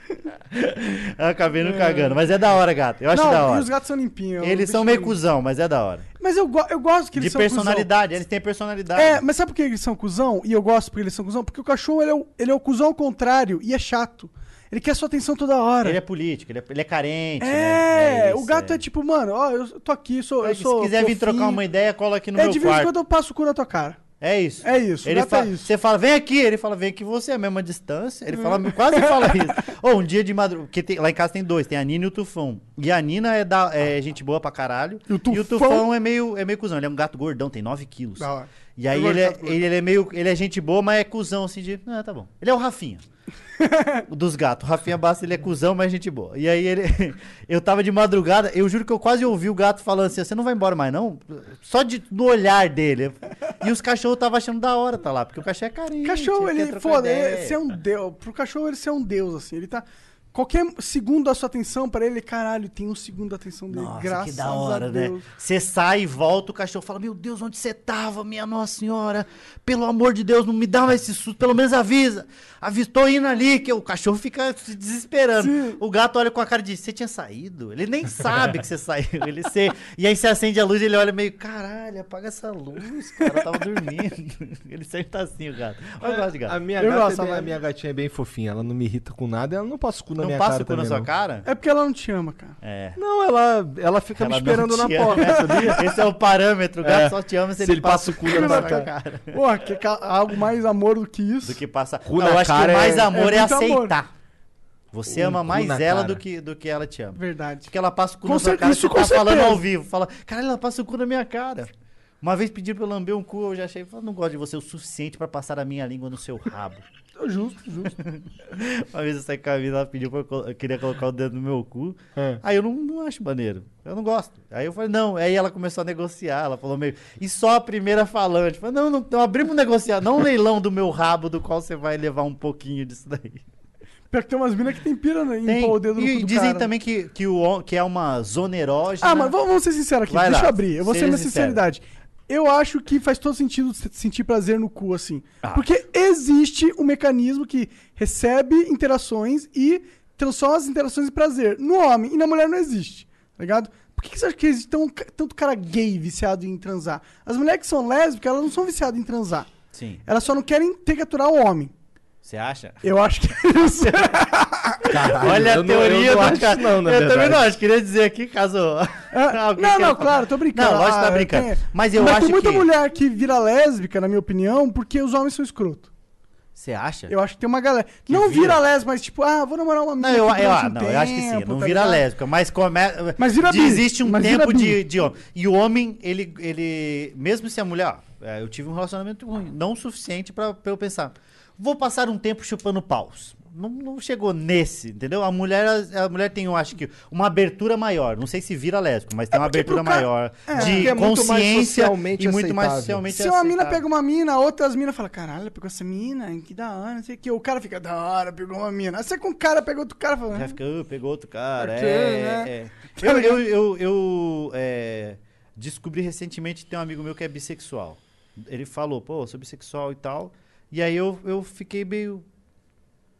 Speaker 4: Eu acabei não cagando, mas é da hora, gato. Eu acho da
Speaker 3: Não, e
Speaker 4: hora.
Speaker 3: os gatos são limpinhos. eu
Speaker 4: Eles
Speaker 3: deixo
Speaker 4: são meio
Speaker 3: limpo.
Speaker 4: cuzão, mas é da hora.
Speaker 3: Mas eu, go- eu gosto que eles
Speaker 4: de
Speaker 3: são cuzão.
Speaker 4: personalidade, eles têm personalidade.
Speaker 3: É, mas sabe por que eles são cuzão? E eu gosto porque eles são cuzão? Porque o cachorro ele é o, ele é o cuzão ao contrário e é chato. Ele quer sua atenção toda hora.
Speaker 4: Ele é político, ele é, ele é carente.
Speaker 3: É,
Speaker 4: né?
Speaker 3: o gato é. tipo, mano, ó, eu tô aqui, sou, eu
Speaker 4: Se
Speaker 3: sou
Speaker 4: quiser vir
Speaker 3: fofinho.
Speaker 4: trocar uma ideia, cola aqui no
Speaker 3: É,
Speaker 4: meu
Speaker 3: de vez em
Speaker 4: quarto.
Speaker 3: quando eu passo o cu na tua cara.
Speaker 4: É isso.
Speaker 3: É isso, o
Speaker 4: Ele
Speaker 3: gato
Speaker 4: fala,
Speaker 3: é isso.
Speaker 4: Você fala, vem aqui. Ele fala, vem aqui você, é a mesma distância. Ele
Speaker 3: Hum.
Speaker 4: fala, quase fala isso. Ou um dia de madrugada. Porque tem- lá em casa tem dois, tem a Nina e o Tufão. E a Nina é, da, é gente boa pra caralho.
Speaker 3: E o Tufão?
Speaker 4: é meio, é meio cuzão. Ele é um gato gordão, tem 9 quilos.
Speaker 3: Da hora.
Speaker 4: E
Speaker 3: Eu
Speaker 4: aí
Speaker 3: gosto
Speaker 4: ele
Speaker 3: de
Speaker 4: é,
Speaker 3: gato gordo.
Speaker 4: ele, ele é meio. Ele é gente boa, mas é cuzão assim de. Ah, tá bom. Ele é o Rafinha. dos gatos. O Rafinha Basta, ele é cuzão, mas gente boa. E aí ele. eu tava de madrugada, eu juro que eu quase ouvi o gato falando assim: você não vai embora mais, não? Só de, do olhar dele. E os cachorros tava achando da hora, tá lá, porque o cachorro é carinho.
Speaker 3: Cachorro, ele, foda, ele ser um deus. Pro cachorro, ele ser um deus, assim. Ele tá. Qualquer segundo da sua atenção pra ele, caralho, tem um segundo da atenção dele.
Speaker 4: Nossa,
Speaker 3: graças
Speaker 4: que da hora,
Speaker 3: a
Speaker 4: né?
Speaker 3: Deus.
Speaker 4: Você sai e volta, o cachorro fala: Meu Deus, onde você tava, minha Nossa Senhora? Pelo amor de Deus, não me dá mais esse susto, pelo menos avisa. Avistou indo ali, que o cachorro fica se desesperando. O gato olha com a cara de: Você tinha saído? Ele nem sabe que você saiu. Ele cê... E aí você acende a luz e ele olha meio: Caralho, apaga essa luz, cara, eu tava dormindo. ele sempre tá assim, o gato. Mas eu gosto de gato.
Speaker 2: A minha,
Speaker 3: Eu
Speaker 2: gata é
Speaker 3: gosto,
Speaker 2: bem-
Speaker 3: mas-
Speaker 2: a minha gatinha é bem fofinha, ela não me irrita com nada, ela não passa o cu na
Speaker 4: Não
Speaker 2: minha
Speaker 4: passa
Speaker 2: cara
Speaker 4: o cu na
Speaker 2: também,
Speaker 4: sua
Speaker 2: não.
Speaker 4: é cara?
Speaker 3: É porque ela não te ama, cara.
Speaker 4: É.
Speaker 2: Não, ela, ela fica me
Speaker 4: Ela não
Speaker 2: esperando
Speaker 4: te
Speaker 2: na
Speaker 4: ama,
Speaker 2: porta.
Speaker 4: né? Esse é o parâmetro, o gato só te ama se, ele passa o cu na
Speaker 2: tua
Speaker 4: tua cara.
Speaker 3: Porra, que é ca- algo mais amor do que isso.
Speaker 4: do que passa.
Speaker 2: Cu
Speaker 4: Não,
Speaker 2: na
Speaker 4: eu acho que
Speaker 2: cara
Speaker 4: o mais
Speaker 2: é-
Speaker 4: amor
Speaker 3: é
Speaker 4: é,
Speaker 3: muito
Speaker 4: aceitar. Você
Speaker 2: Um
Speaker 4: ama
Speaker 2: cu
Speaker 4: mais
Speaker 2: na
Speaker 4: ela
Speaker 2: cara.
Speaker 4: do que, do que ela te ama.
Speaker 3: Verdade.
Speaker 4: Porque ela passa o cu
Speaker 3: Com
Speaker 4: na sua
Speaker 3: cer-
Speaker 4: cara,
Speaker 3: isso
Speaker 4: você
Speaker 3: com
Speaker 4: tá falando
Speaker 3: certeza.
Speaker 4: ao vivo. Fala, caralho, ela passa o cu na minha cara. Uma vez pediram pra eu lamber um cu, eu já achei, eu não gosto de você o suficiente pra passar a minha língua no seu rabo.
Speaker 3: Justo, justo.
Speaker 4: Uma vez essa camisa, ela pediu pra eu, colo- eu queria colocar o dedo no meu cu.
Speaker 3: É.
Speaker 4: Aí eu não, não acho maneiro. Eu não gosto. Aí eu falei, não. Aí ela começou a negociar. Ela falou meio. E só a primeira falante. Eu Falei, não, não, não abrimos negociar. Não um leilão do meu rabo, do qual você vai levar um pouquinho disso daí.
Speaker 3: Pior que tem umas minas que tem pira né, em
Speaker 4: Tem.
Speaker 3: pôr o dedo no
Speaker 4: e
Speaker 3: cu do
Speaker 4: dizem
Speaker 3: cara.
Speaker 4: também que, que, o, on- que é uma zona erógena.
Speaker 3: Ah, mas vamos, vamos ser sinceros aqui.
Speaker 4: Vai
Speaker 3: Deixa
Speaker 4: lá,
Speaker 3: eu abrir. Eu vou ser
Speaker 4: seja
Speaker 3: minha
Speaker 4: sincero.
Speaker 3: sinceridade. Eu acho que faz todo sentido se- sentir prazer no cu, assim. Porque existe um mecanismo que recebe interações e transforma as interações em prazer. No homem e na mulher não existe, tá ligado? Por que que você acha que existe tão, tanto cara gay viciado em transar? As mulheres que são lésbicas, elas não são viciadas em transar.
Speaker 4: Sim.
Speaker 3: Elas só não querem ter que aturar o homem.
Speaker 4: Você acha?
Speaker 3: Eu acho que é isso.
Speaker 4: Olha a
Speaker 2: eu não- eu
Speaker 4: teoria
Speaker 2: não
Speaker 4: do
Speaker 2: acho
Speaker 4: cara.
Speaker 2: não, na
Speaker 4: eu também
Speaker 2: verdade.
Speaker 4: não acho. Queria dizer aqui, caso.
Speaker 3: Ah,
Speaker 4: alguém
Speaker 3: não, não,
Speaker 4: queira falar.
Speaker 3: claro, tô brincando.
Speaker 4: Não, lógico que tá
Speaker 3: Ah,
Speaker 4: brincando.
Speaker 3: tem-
Speaker 4: Mas eu acho
Speaker 3: tem muita
Speaker 4: que-
Speaker 3: mulher que vira lésbica, na minha opinião, porque os homens são escroto.
Speaker 4: Você acha?
Speaker 3: Eu acho que tem uma galera. não
Speaker 4: vira?
Speaker 3: vira lésbica, mas tipo, ah, vou namorar uma
Speaker 4: Não,
Speaker 3: mina.
Speaker 4: eu,
Speaker 3: que
Speaker 4: eu,
Speaker 3: durante
Speaker 4: ah,
Speaker 3: um
Speaker 4: não, eu acho que sim.
Speaker 3: tempo,
Speaker 4: Não
Speaker 3: tá
Speaker 4: vira
Speaker 3: ligado?
Speaker 4: lésbica, mas começa.
Speaker 3: Mas vira bi,
Speaker 4: Existe um
Speaker 3: mas vira
Speaker 4: tempo
Speaker 3: bi.
Speaker 4: de, de homem. E o homem, ele, ele. Mesmo se a mulher. ó, é, eu tive um relacionamento ruim, não o suficiente pra, pra eu pensar. Vou passar um tempo chupando paus. Não, não chegou nesse, entendeu? A mulher, a mulher tem, eu acho que, uma abertura maior. Não sei se vira lésbico, mas tem uma
Speaker 3: É porque
Speaker 4: abertura
Speaker 3: pro cara-
Speaker 4: maior
Speaker 2: porque
Speaker 4: de
Speaker 2: é muito mais
Speaker 4: consciência
Speaker 2: socialmente
Speaker 4: e muito mais
Speaker 2: aceitável.
Speaker 4: socialmente
Speaker 3: Se uma mina
Speaker 4: aceitável.
Speaker 3: pega uma mina, outras minas falam, caralho, ela pegou essa mina, que da hora, não sei o que. O cara fica, da hora, pegou uma mina. Aí você com o cara, pegou outro cara, fala, "Hum,
Speaker 4: Já fica, "Ah, pegou outro cara.
Speaker 3: Porque,
Speaker 4: é,
Speaker 3: né?
Speaker 4: é. Eu, eu, eu, eu, é, descobri recentemente que tem um amigo meu que é bissexual. Ele falou, pô, eu sou bissexual e tal. E aí eu, eu fiquei meio.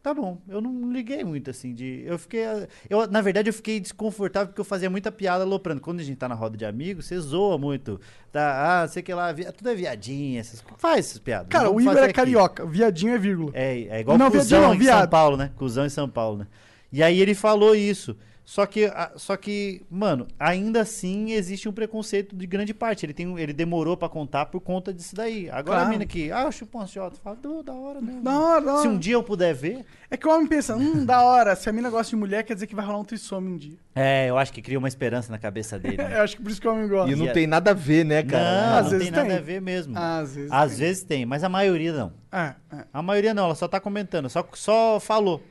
Speaker 4: Tá bom, eu não liguei muito assim de. Eu fiquei. ah, Eu, na verdade, eu fiquei desconfortável porque eu fazia muita piada aloprando. Quando a gente tá na roda de amigos, você zoa muito. Tá, ah, sei que lá, vi- tudo é viadinha, essas co- Faz essas piadas.
Speaker 3: Cara,
Speaker 4: vamos
Speaker 3: o Igor é
Speaker 4: fazer aqui.
Speaker 3: carioca, viadinho é vírgula.
Speaker 4: É, é igual
Speaker 3: Não,
Speaker 4: cuzão
Speaker 3: viadinho não,
Speaker 4: em São
Speaker 3: viado.
Speaker 4: Paulo, né? Cusão em São Paulo, né? E aí ele falou isso. Só que, a- só que, mano, ainda assim existe um preconceito de grande parte. Ele, tem, um- ele demorou pra contar por conta disso daí. Agora a
Speaker 3: Claro.
Speaker 4: mina que, ah, eu chupo umas J, fala, "Du, da hora, né?
Speaker 3: Da hora, da hora.
Speaker 4: Se um dia eu puder ver,
Speaker 3: É que o homem pensa, hum, da hora, se a mina gosta de mulher, quer dizer que vai rolar um trissome um dia.
Speaker 4: é, eu acho que cria uma esperança na cabeça dele. né?
Speaker 3: Eu acho que por isso que o homem gosta.
Speaker 2: E não
Speaker 4: Yeah.
Speaker 2: tem nada a ver, né,
Speaker 4: não,
Speaker 2: cara?
Speaker 3: É, às
Speaker 4: não
Speaker 3: vezes
Speaker 4: tem nada
Speaker 3: tem.
Speaker 4: a ver mesmo.
Speaker 3: Ah, Às vezes.
Speaker 4: Às vezes tem, mas a maioria não.
Speaker 3: É, é.
Speaker 4: A maioria não, ela só tá comentando, só, só falou.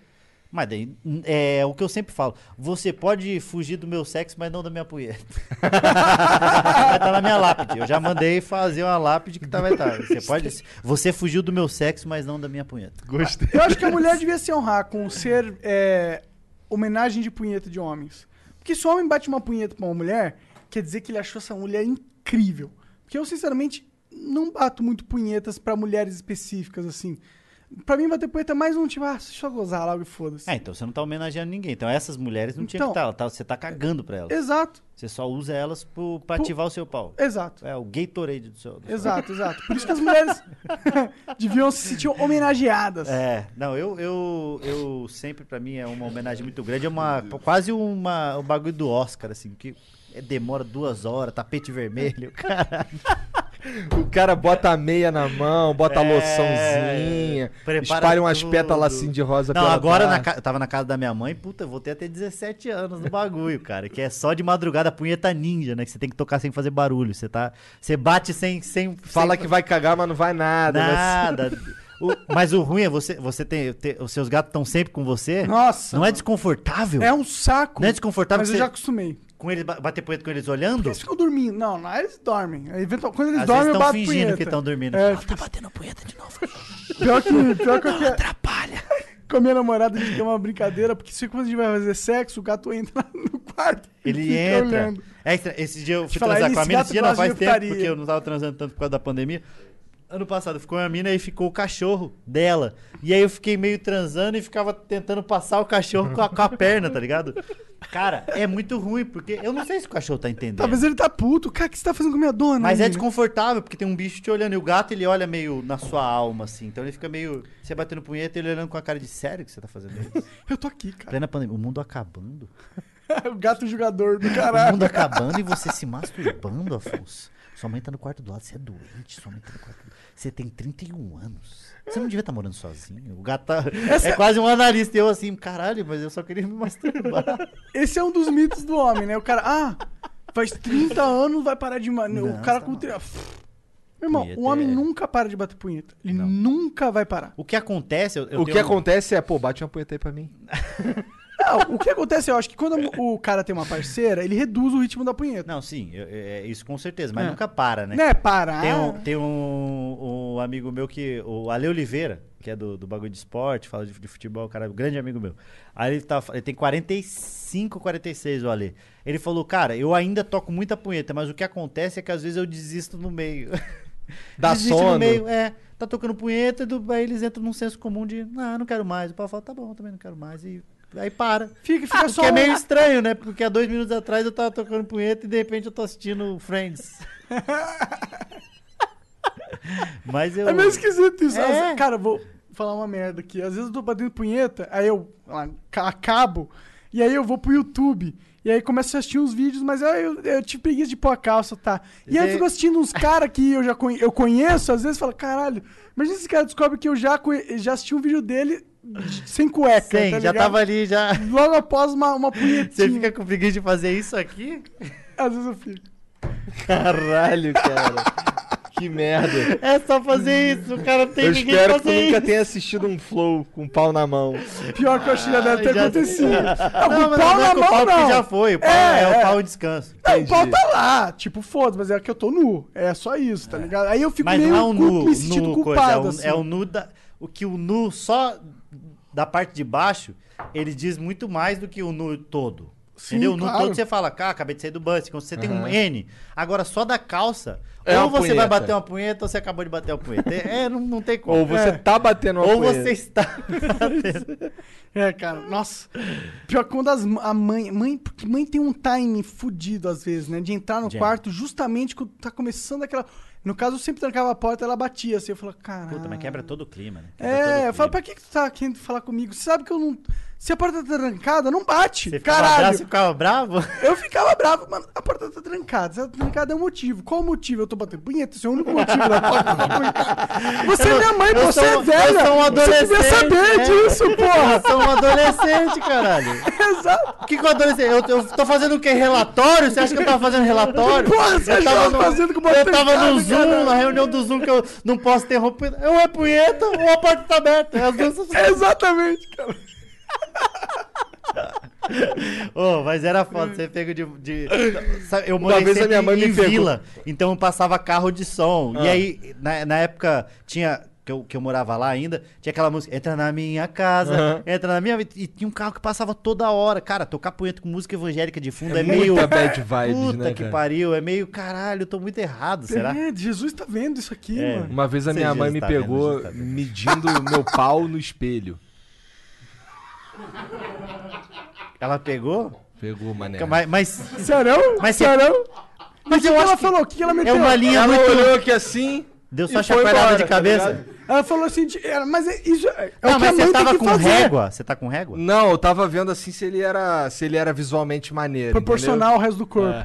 Speaker 4: Mas daí, é o que eu sempre falo: você pode fugir do meu sexo, mas não da minha punheta. vai estar na minha lápide. Eu já mandei fazer uma lápide que tá, vai estar. Você pode. Você fugiu do meu sexo, mas não da minha punheta.
Speaker 2: Gostei.
Speaker 3: Eu acho que a mulher devia se honrar com ser é, homenagem de punheta de homens. Porque se o homem bate uma punheta pra uma mulher, quer dizer que ele achou essa mulher incrível. Porque eu, sinceramente, não bato muito punhetas pra mulheres específicas, assim. Pra mim, bater punheta é mais um tipo, ah, só gozar logo e foda-se.
Speaker 4: Ah, então você não tá homenageando ninguém. Então essas mulheres não tinha que
Speaker 3: Então-
Speaker 4: estar. você tá cagando pra elas.
Speaker 3: Exato,
Speaker 4: Você só usa elas pro, pra
Speaker 3: Pu-
Speaker 4: ativar o seu pau.
Speaker 3: exato.
Speaker 4: É o Gatorade do seu. do seu-
Speaker 3: Exato, exato. Por isso que as mulheres deviam se sentir homenageadas.
Speaker 4: É, não, eu, eu, eu sempre, pra mim, é uma homenagem muito grande, é uma, quase uma, um bagulho do Oscar, assim, que é- demora duas horas, tapete vermelho, cara.
Speaker 2: O cara bota a meia na mão, bota a loçãozinha,
Speaker 4: É. prepara
Speaker 2: espalha umas
Speaker 4: tudo.
Speaker 2: pétalas assim de rosa
Speaker 4: Não,
Speaker 2: pela
Speaker 4: agora na
Speaker 2: tarde.
Speaker 4: ca- eu tava na casa da minha mãe, puta, eu voltei até 17 anos no bagulho, cara, que é só de madrugada punheta ninja, né, que você tem que tocar sem fazer barulho, você tá, você bate sem, sem,
Speaker 2: Fala
Speaker 4: sem-
Speaker 2: que vai cagar, mas não vai nada. né? vai-
Speaker 4: Nada. O- mas o ruim é você, você tem, tem- os seus gatos estão sempre com você.
Speaker 3: Nossa.
Speaker 4: Não é desconfortável?
Speaker 3: É um saco.
Speaker 4: Não é desconfortável
Speaker 3: Mas eu
Speaker 4: você-
Speaker 3: já acostumei.
Speaker 4: Com eles, ba- bater punheta com eles olhando?
Speaker 3: Eles ficam dormindo. Não, não, eles dormem. Eventual- Quando eles
Speaker 4: Às
Speaker 3: dormem, eu
Speaker 4: vezes estão
Speaker 3: bato
Speaker 4: fingindo
Speaker 3: punheta.
Speaker 4: que estão dormindo.
Speaker 3: É,
Speaker 4: Ah,
Speaker 3: fica-
Speaker 4: tá batendo punheta de novo.
Speaker 3: Pior que, pior que eu que-
Speaker 4: Atrapalha.
Speaker 3: com a minha namorada, a gente tem uma brincadeira, porque se quando a gente vai fazer sexo, o gato entra no quarto. e
Speaker 4: Ele
Speaker 3: fica
Speaker 4: entra.
Speaker 3: olhando.
Speaker 4: É extra- esse dia eu fui
Speaker 3: Deixa eu falar,
Speaker 4: transar com a
Speaker 3: esse
Speaker 4: mina.
Speaker 3: gato
Speaker 4: Esse dia não
Speaker 3: gosta de
Speaker 4: faz tempo,
Speaker 3: putaria.
Speaker 4: porque eu não tava transando tanto por causa da pandemia. Ano passado ficou a mina e ficou o cachorro dela. E aí eu fiquei meio transando e ficava tentando passar o cachorro com a, com a perna, tá ligado? Cara, é muito ruim, porque eu não sei se o cachorro tá entendendo.
Speaker 3: Talvez ele tá puto. Cara, o que você tá fazendo com a minha dona?
Speaker 4: Mas é
Speaker 3: menina?
Speaker 4: desconfortável, porque tem um bicho te olhando. E o gato, ele olha meio na sua alma, assim. Então ele fica meio. Você batendo punheta ele olhando com a cara de sério que você tá fazendo isso.
Speaker 3: Eu tô aqui, cara.
Speaker 4: Plena pandemia. O mundo acabando.
Speaker 3: o gato jogador do
Speaker 4: O
Speaker 3: caralho.
Speaker 4: mundo acabando e você se masturbando, Afonso. Sua mãe tá no quarto do lado, você é doente. Sua mãe tá no quarto do lado. Você tem 31 anos. Você não devia estar morando sozinho. O gato tá... é quase um analista. E eu assim, caralho, mas eu só queria me masturbar.
Speaker 3: Esse é um dos mitos do homem, né? O cara, ah, faz 30 anos, vai parar de... ma- o cara com... 30. Meu irmão,
Speaker 4: tá Punheta
Speaker 3: o homem
Speaker 4: é-
Speaker 3: nunca para de bater punheta. Ele nunca vai parar.
Speaker 4: O que acontece... Eu, eu
Speaker 2: o que
Speaker 4: tenho- um-
Speaker 2: acontece é, pô, bate uma punheta aí pra mim.
Speaker 3: Não, o que acontece, eu acho que quando o cara tem uma parceira, ele reduz o ritmo da punheta.
Speaker 4: Não, sim, eu- é isso com certeza, mas
Speaker 3: É.
Speaker 4: nunca para, né?
Speaker 3: Não é parar.
Speaker 4: Tem, um, tem um, um amigo meu que. O Ale Oliveira, que é do, do bagulho de esporte, fala de, de futebol, cara, um grande amigo meu. Aí ele, tá, ele tem 45, 46, o Ale. Ele falou, cara, eu ainda toco muita punheta, mas o que acontece é que às vezes eu desisto no meio.
Speaker 2: Dá
Speaker 4: desisto
Speaker 2: sono.
Speaker 4: no meio, é. Tá tocando punheta, do, aí eles entram num senso comum de, ah, não quero mais. O pau fala, tá bom, também não quero mais. E aí para.
Speaker 3: Fica, fica
Speaker 4: Porque
Speaker 3: só.
Speaker 4: é
Speaker 3: um-
Speaker 4: meio estranho, né? Porque há dois minutos atrás eu tava tocando punheta e de repente eu tô assistindo Friends. Mas eu.
Speaker 3: É meio esquisito isso.
Speaker 4: É.
Speaker 3: Às- Cara, eu vou falar uma merda aqui. Às vezes eu tô batendo punheta, aí eu lá, ca- acabo, e aí eu vou pro YouTube. E aí começo a assistir uns vídeos, mas aí eu, eu tive preguiça de pôr a calça, tá? E aí eu
Speaker 4: Você-
Speaker 3: fico assistindo uns caras que eu já conhe- eu conheço, às vezes falo, caralho, imagina se esse cara descobre que eu já, conhe- já assisti um vídeo dele de- sem cueca,
Speaker 4: Sim,
Speaker 3: tá
Speaker 4: já
Speaker 3: ligado?
Speaker 4: tava ali, já.
Speaker 3: Logo após uma, uma punhetinha.
Speaker 4: Você fica com preguiça de fazer isso aqui?
Speaker 3: Às vezes eu fico.
Speaker 5: Caralho, cara. que merda.
Speaker 4: É só fazer isso, o cara não tem
Speaker 2: Eu
Speaker 4: ninguém
Speaker 2: espero que tu
Speaker 4: fazer
Speaker 2: nunca
Speaker 4: isso.
Speaker 2: tenha assistido um flow com um pau na mão.
Speaker 3: Pior que eu acho que já deve ter
Speaker 4: Ah, já-
Speaker 3: acontecido. Não,
Speaker 4: Não,
Speaker 3: com o
Speaker 4: mas
Speaker 3: pau
Speaker 4: não é
Speaker 3: na
Speaker 4: com o pau
Speaker 3: mão,
Speaker 4: porque
Speaker 3: não.
Speaker 4: já foi. O pau
Speaker 3: É,
Speaker 4: é,
Speaker 3: é.
Speaker 4: o pau em descanso.
Speaker 3: Não, o pau
Speaker 2: Entendi.
Speaker 3: tá lá, tipo, foda-se, mas é que eu tô nu. É só isso, tá ligado? Aí eu fico
Speaker 4: Mas
Speaker 3: meio
Speaker 4: não é um
Speaker 3: culp-
Speaker 4: nu,
Speaker 3: me sentindo
Speaker 4: nu coisa,
Speaker 3: culpado,
Speaker 4: é um,
Speaker 3: assim.
Speaker 4: é um nu da, o que o nu só da parte de baixo, ele diz muito mais do que o nu todo.
Speaker 3: Sim,
Speaker 4: Entendeu? O nu
Speaker 3: claro.
Speaker 4: todo você fala, cara, acabei de sair do banho, quando você tem um N, agora só da calça,
Speaker 2: É
Speaker 4: ou
Speaker 2: uma
Speaker 4: você vai
Speaker 2: punheta.
Speaker 4: bater uma punheta ou você acabou de bater uma punheta. É, é, não, não tem como.
Speaker 2: Ou você
Speaker 4: É.
Speaker 2: tá batendo uma
Speaker 4: Ou
Speaker 2: punheta.
Speaker 4: você está batendo.
Speaker 3: É, cara, nossa. Pior que quando as, m- a mãe, mãe... Porque mãe tem um time fudido, às vezes, né? De entrar no
Speaker 4: Gente.
Speaker 3: quarto justamente quando tá começando aquela... No caso, eu sempre trancava a porta ela batia, assim. Eu falava, caralho...
Speaker 4: Puta, mas quebra todo o clima, né? Quebra todo o
Speaker 3: É, eu falo,
Speaker 4: clima.
Speaker 3: pra que que tu tá querendo falar comigo? Você sabe que eu não... Se a porta tá trancada, não bate,
Speaker 4: Você ficava
Speaker 3: caralho.
Speaker 4: bravo, você ficava bravo?
Speaker 3: Eu ficava bravo, mano. A porta tá trancada. Se ela tá trancada é um motivo. Qual o motivo? Eu tô batendo punheta, esse é o único motivo da porta tá trancada. Você é minha mãe,
Speaker 4: eu
Speaker 3: você
Speaker 4: sou-
Speaker 3: é
Speaker 4: eu
Speaker 3: velha.
Speaker 4: sou um
Speaker 3: Você devia saber
Speaker 4: adolescente, né?
Speaker 3: disso,
Speaker 4: Eu
Speaker 3: porra.
Speaker 4: sou um adolescente, caralho.
Speaker 3: Exato.
Speaker 4: O que, que eu adolescente? Eu, eu tô fazendo o quê? Relatório? Você acha que eu tava fazendo relatório?
Speaker 3: Porra, você
Speaker 4: eu
Speaker 3: achava
Speaker 4: no-
Speaker 3: fazendo com o
Speaker 4: Eu tava
Speaker 3: botão,
Speaker 4: no Zoom,
Speaker 3: cara.
Speaker 4: na reunião do Zoom que eu não posso ter roupa. Ou é punheta ou a porta tá aberta. É As duas
Speaker 3: Exatamente, cara.
Speaker 4: Ô, mas era
Speaker 3: Hum.
Speaker 4: foda, você é pego de. de- Sabe, eu
Speaker 2: Uma
Speaker 4: morei
Speaker 2: vez a
Speaker 4: sempre
Speaker 2: minha mãe
Speaker 4: em
Speaker 2: me pegou. Ah.
Speaker 4: vila, então eu passava carro de som. E aí, na, na época, tinha. Que eu, que eu morava lá ainda, tinha aquela música, entra na minha casa, entra na minha. E tinha um carro que passava toda hora. Cara, tocar punheta com música evangélica de fundo é, meio.
Speaker 2: Muita bad vibes,
Speaker 4: Puta
Speaker 2: né,
Speaker 4: que
Speaker 2: cara?
Speaker 4: pariu, é meio caralho, eu tô muito errado, será?
Speaker 3: É, Jesus tá vendo isso aqui,
Speaker 4: É.
Speaker 3: mano.
Speaker 2: Uma vez a
Speaker 4: Você
Speaker 2: minha
Speaker 4: já
Speaker 2: mãe me
Speaker 4: está vendo, já
Speaker 2: pegou
Speaker 4: está vendo.
Speaker 2: medindo o meu pau no espelho.
Speaker 4: Ela pegou?
Speaker 2: Pegou, mané.
Speaker 4: Mas, mas,
Speaker 3: Sério?
Speaker 4: Mas se-
Speaker 3: Sério?
Speaker 4: mas
Speaker 3: O
Speaker 4: eu
Speaker 3: que ela
Speaker 4: acho que
Speaker 3: falou? O que ela
Speaker 4: é
Speaker 3: meteu?
Speaker 4: uma linha
Speaker 2: Ela
Speaker 4: muito.
Speaker 2: olhou aqui assim.
Speaker 4: Deu
Speaker 2: e foi
Speaker 4: só chacoalhada
Speaker 2: embora,
Speaker 4: de
Speaker 2: tá
Speaker 4: cabeça.
Speaker 2: ligado?
Speaker 3: Ela falou assim, de- é, mas é- isso é, é o
Speaker 4: não,
Speaker 3: que a mãe
Speaker 4: mas você
Speaker 3: tem
Speaker 4: tava
Speaker 3: que
Speaker 4: com
Speaker 3: fazer.
Speaker 4: régua? Você tá com régua?
Speaker 2: Não, eu tava vendo assim se ele era, se ele era visualmente maneiro.
Speaker 3: Proporcional ao resto do corpo.
Speaker 4: É.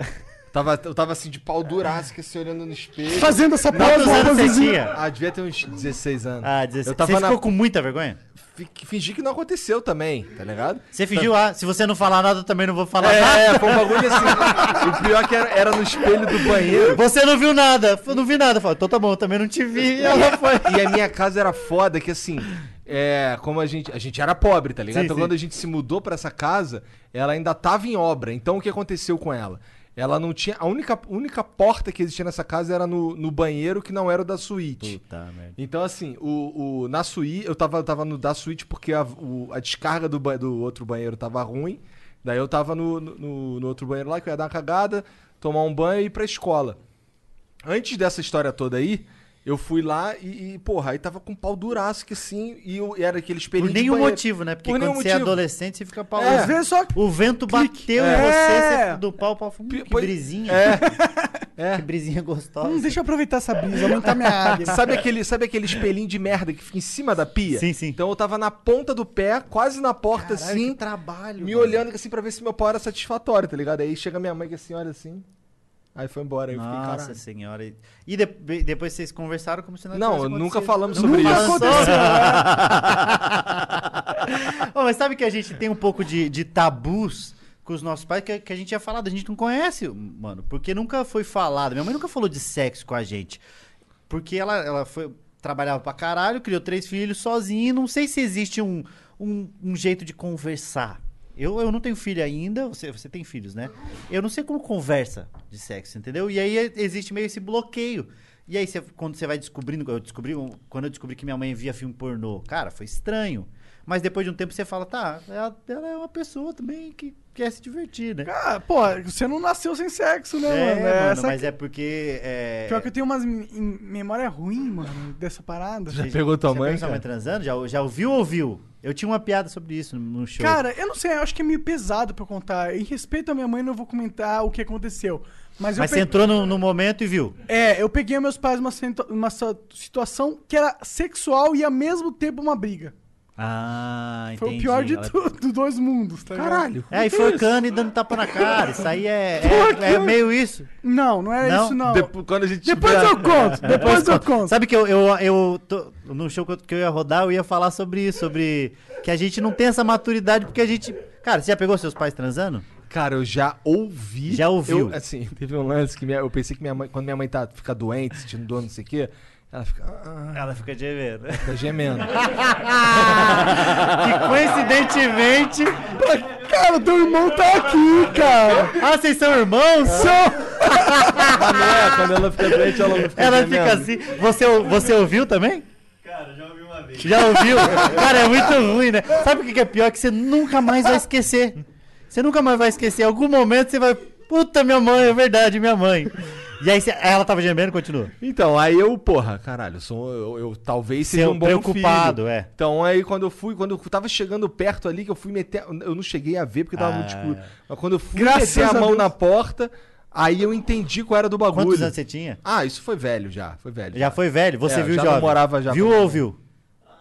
Speaker 2: entendeu? Tava, eu tava assim de pau duraço, que assim, olhando no espelho.
Speaker 3: Fazendo essa
Speaker 4: Quantos anos você
Speaker 3: posezinha.
Speaker 4: tinha?
Speaker 2: Ah, devia ter uns 16 anos.
Speaker 4: Ah, 16.
Speaker 2: Eu tava
Speaker 4: Você
Speaker 2: na...
Speaker 4: ficou com muita vergonha?
Speaker 2: fi- Fingi que não aconteceu também, tá ligado?
Speaker 4: Você fingiu, ah, se você não falar nada, eu também não vou falar nada.
Speaker 2: É, é, foi um bagulho assim. o pior que era, era no espelho do banheiro.
Speaker 4: Você não viu nada. Eu não vi nada. Eu Falei, então tá bom, eu também não te vi. E ela foi.
Speaker 2: E a minha casa era foda, que assim, é, como a gente, a gente era pobre, tá ligado?
Speaker 4: Sim,
Speaker 2: então
Speaker 4: sim.
Speaker 2: quando a gente se mudou pra essa casa, ela ainda tava em obra. Então o que aconteceu com ela? Ela não tinha. A única, única porta que existia nessa casa era no, no banheiro que não era o da suíte.
Speaker 4: Puta merda.
Speaker 2: Então, assim, o, o- na suíte, eu tava, eu tava no da suíte porque a, o- a descarga do, ba- do outro banheiro tava ruim. Daí eu tava no, no, no outro banheiro lá, que eu ia dar uma cagada, tomar um banho e ir pra escola. Antes dessa história toda aí, eu fui lá e, e, porra, aí tava com um pau duraço que sim, e, eu- era aquele espelho
Speaker 4: Por
Speaker 2: de
Speaker 4: nenhum
Speaker 2: banheiro.
Speaker 4: motivo, né? Porque
Speaker 2: Por
Speaker 4: quando
Speaker 2: nenhum
Speaker 4: você é
Speaker 2: motivo. É.
Speaker 4: adolescente, você fica pau.
Speaker 3: Às vezes só
Speaker 4: O vento bateu em
Speaker 3: É.
Speaker 4: você, você do pau, o pau. falou, Hum, que
Speaker 2: Pois-
Speaker 4: brisinha.
Speaker 2: É.
Speaker 4: Que brisinha gostosa.
Speaker 3: Hum, deixa eu aproveitar essa brisa, aumentar minha área.
Speaker 2: Sabe aquele, sabe aquele espelhinho de merda que fica em cima da pia?
Speaker 4: Sim, sim.
Speaker 2: Então eu tava na ponta do pé, quase na porta
Speaker 4: Caralho,
Speaker 2: assim.
Speaker 4: que trabalho.
Speaker 2: me
Speaker 4: mano.
Speaker 2: olhando assim pra ver se meu pau era satisfatório, tá ligado? Aí chega minha mãe que assim, olha assim. Aí foi embora. Aí eu fiquei,
Speaker 4: Nossa
Speaker 2: caralho.
Speaker 4: senhora. E- E de- depois vocês conversaram como se nada
Speaker 2: Não,
Speaker 4: tivesse
Speaker 2: nunca
Speaker 4: acontecido.
Speaker 2: falamos sobre
Speaker 3: Nunca
Speaker 2: isso.
Speaker 3: aconteceu.
Speaker 4: Ô, mas sabe que a gente tem um pouco de, de tabus com os nossos pais que, que a gente tinha falado. A gente não conhece, mano, porque nunca foi falado. Minha mãe nunca falou de sexo com a gente. Porque ela, ela foi, trabalhava pra caralho, criou três filhos sozinha. e Não sei se existe um, um, um jeito de conversar. Eu, eu não tenho filho ainda, você, você tem filhos, né? Eu não sei como conversa de sexo, entendeu? E aí é- existe meio esse bloqueio. E aí, você- quando você vai descobrindo, eu descobri, um, quando eu descobri que minha mãe via filme pornô, cara, foi estranho. Mas depois de um tempo você fala, tá, ela, ela é uma pessoa também que quer se divertir, né?
Speaker 3: Ah, pô, você não nasceu sem sexo, né,
Speaker 4: é,
Speaker 3: mano?
Speaker 4: mano,
Speaker 3: Essa
Speaker 4: mas é porque. É...
Speaker 3: Pior que eu tenho umas em- em- memória ruim, mano, dessa parada.
Speaker 2: Já pegou tua
Speaker 4: você
Speaker 2: mãe,
Speaker 4: pegou sua mãe
Speaker 2: cara?
Speaker 4: transando? Já, já ouviu ou ouviu? Eu tinha uma piada sobre isso no, no show.
Speaker 3: Cara, eu não sei, eu acho que é meio pesado pra eu contar. Em respeito à minha mãe, não vou comentar o que aconteceu. Mas, eu
Speaker 4: mas você
Speaker 3: pe-
Speaker 4: entrou no, no momento e viu.
Speaker 3: É, eu peguei meus pais numa situ- numa sa- situação que era sexual e ao mesmo tempo uma briga.
Speaker 4: Ah, entendi.
Speaker 3: Foi o pior de
Speaker 4: Ela-
Speaker 3: tudo, dos dois mundos, tá ligado?
Speaker 2: Caralho.
Speaker 4: É, enforcando e dando tapa na cara. Isso aí é, é, é meio isso.
Speaker 3: Não, não era
Speaker 4: Não?
Speaker 3: isso, não.
Speaker 2: Depo- quando a gente
Speaker 3: Depois
Speaker 2: tiver-
Speaker 3: eu conto, depois eu conto.
Speaker 4: Sabe que eu, eu, eu tô- no show que eu, que eu ia rodar, eu ia falar sobre isso, sobre que a gente não tem essa maturidade porque a gente. Cara, você já pegou seus pais transando?
Speaker 2: Cara, eu já ouvi.
Speaker 4: Já ouviu?
Speaker 2: Eu, assim, teve um lance que minha- eu pensei que minha mãe, quando minha mãe tá, fica doente, sentindo dor, não sei o quê, ela fica, ah,
Speaker 4: Ela fica de medo.
Speaker 2: fica gemendo.
Speaker 4: que coincidentemente.
Speaker 3: Cara, teu irmão tá aqui, cara.
Speaker 4: Ah, vocês são irmãos?
Speaker 2: Ah, não é? Quando ela fica doente, ela não fica
Speaker 4: Ela
Speaker 2: gemendo.
Speaker 4: fica assim. Você, ou- você ouviu também? Cara, já ouvi uma vez. Já ouviu? Cara, é muito ruim, né? Sabe o que que é pior? Que você nunca mais vai esquecer. Você nunca mais vai esquecer. Em algum momento você vai. Puta, minha mãe, é verdade, minha mãe. E aí você- ela tava gemendo e continua.
Speaker 2: Então, aí eu, porra, caralho, eu sou, eu, eu talvez seja
Speaker 4: Seu
Speaker 2: um bom
Speaker 4: preocupado,
Speaker 2: filho.
Speaker 4: é.
Speaker 2: Então, aí quando eu fui, quando eu tava chegando perto ali, que eu fui meter. Eu não cheguei a ver porque tava
Speaker 4: Ah.
Speaker 2: muito escuro. Mas quando eu fui
Speaker 3: Graças
Speaker 2: meter a,
Speaker 3: a
Speaker 2: mão
Speaker 3: Deus.
Speaker 2: na porta, aí eu entendi qual era do bagulho.
Speaker 4: Quantos anos você tinha?
Speaker 2: Ah, isso foi velho já, foi velho.
Speaker 4: Já foi velho? Você
Speaker 2: É,
Speaker 4: viu
Speaker 2: já
Speaker 4: jovem?
Speaker 2: namorava já
Speaker 4: Viu
Speaker 2: quando
Speaker 4: ou
Speaker 2: era
Speaker 4: ouviu?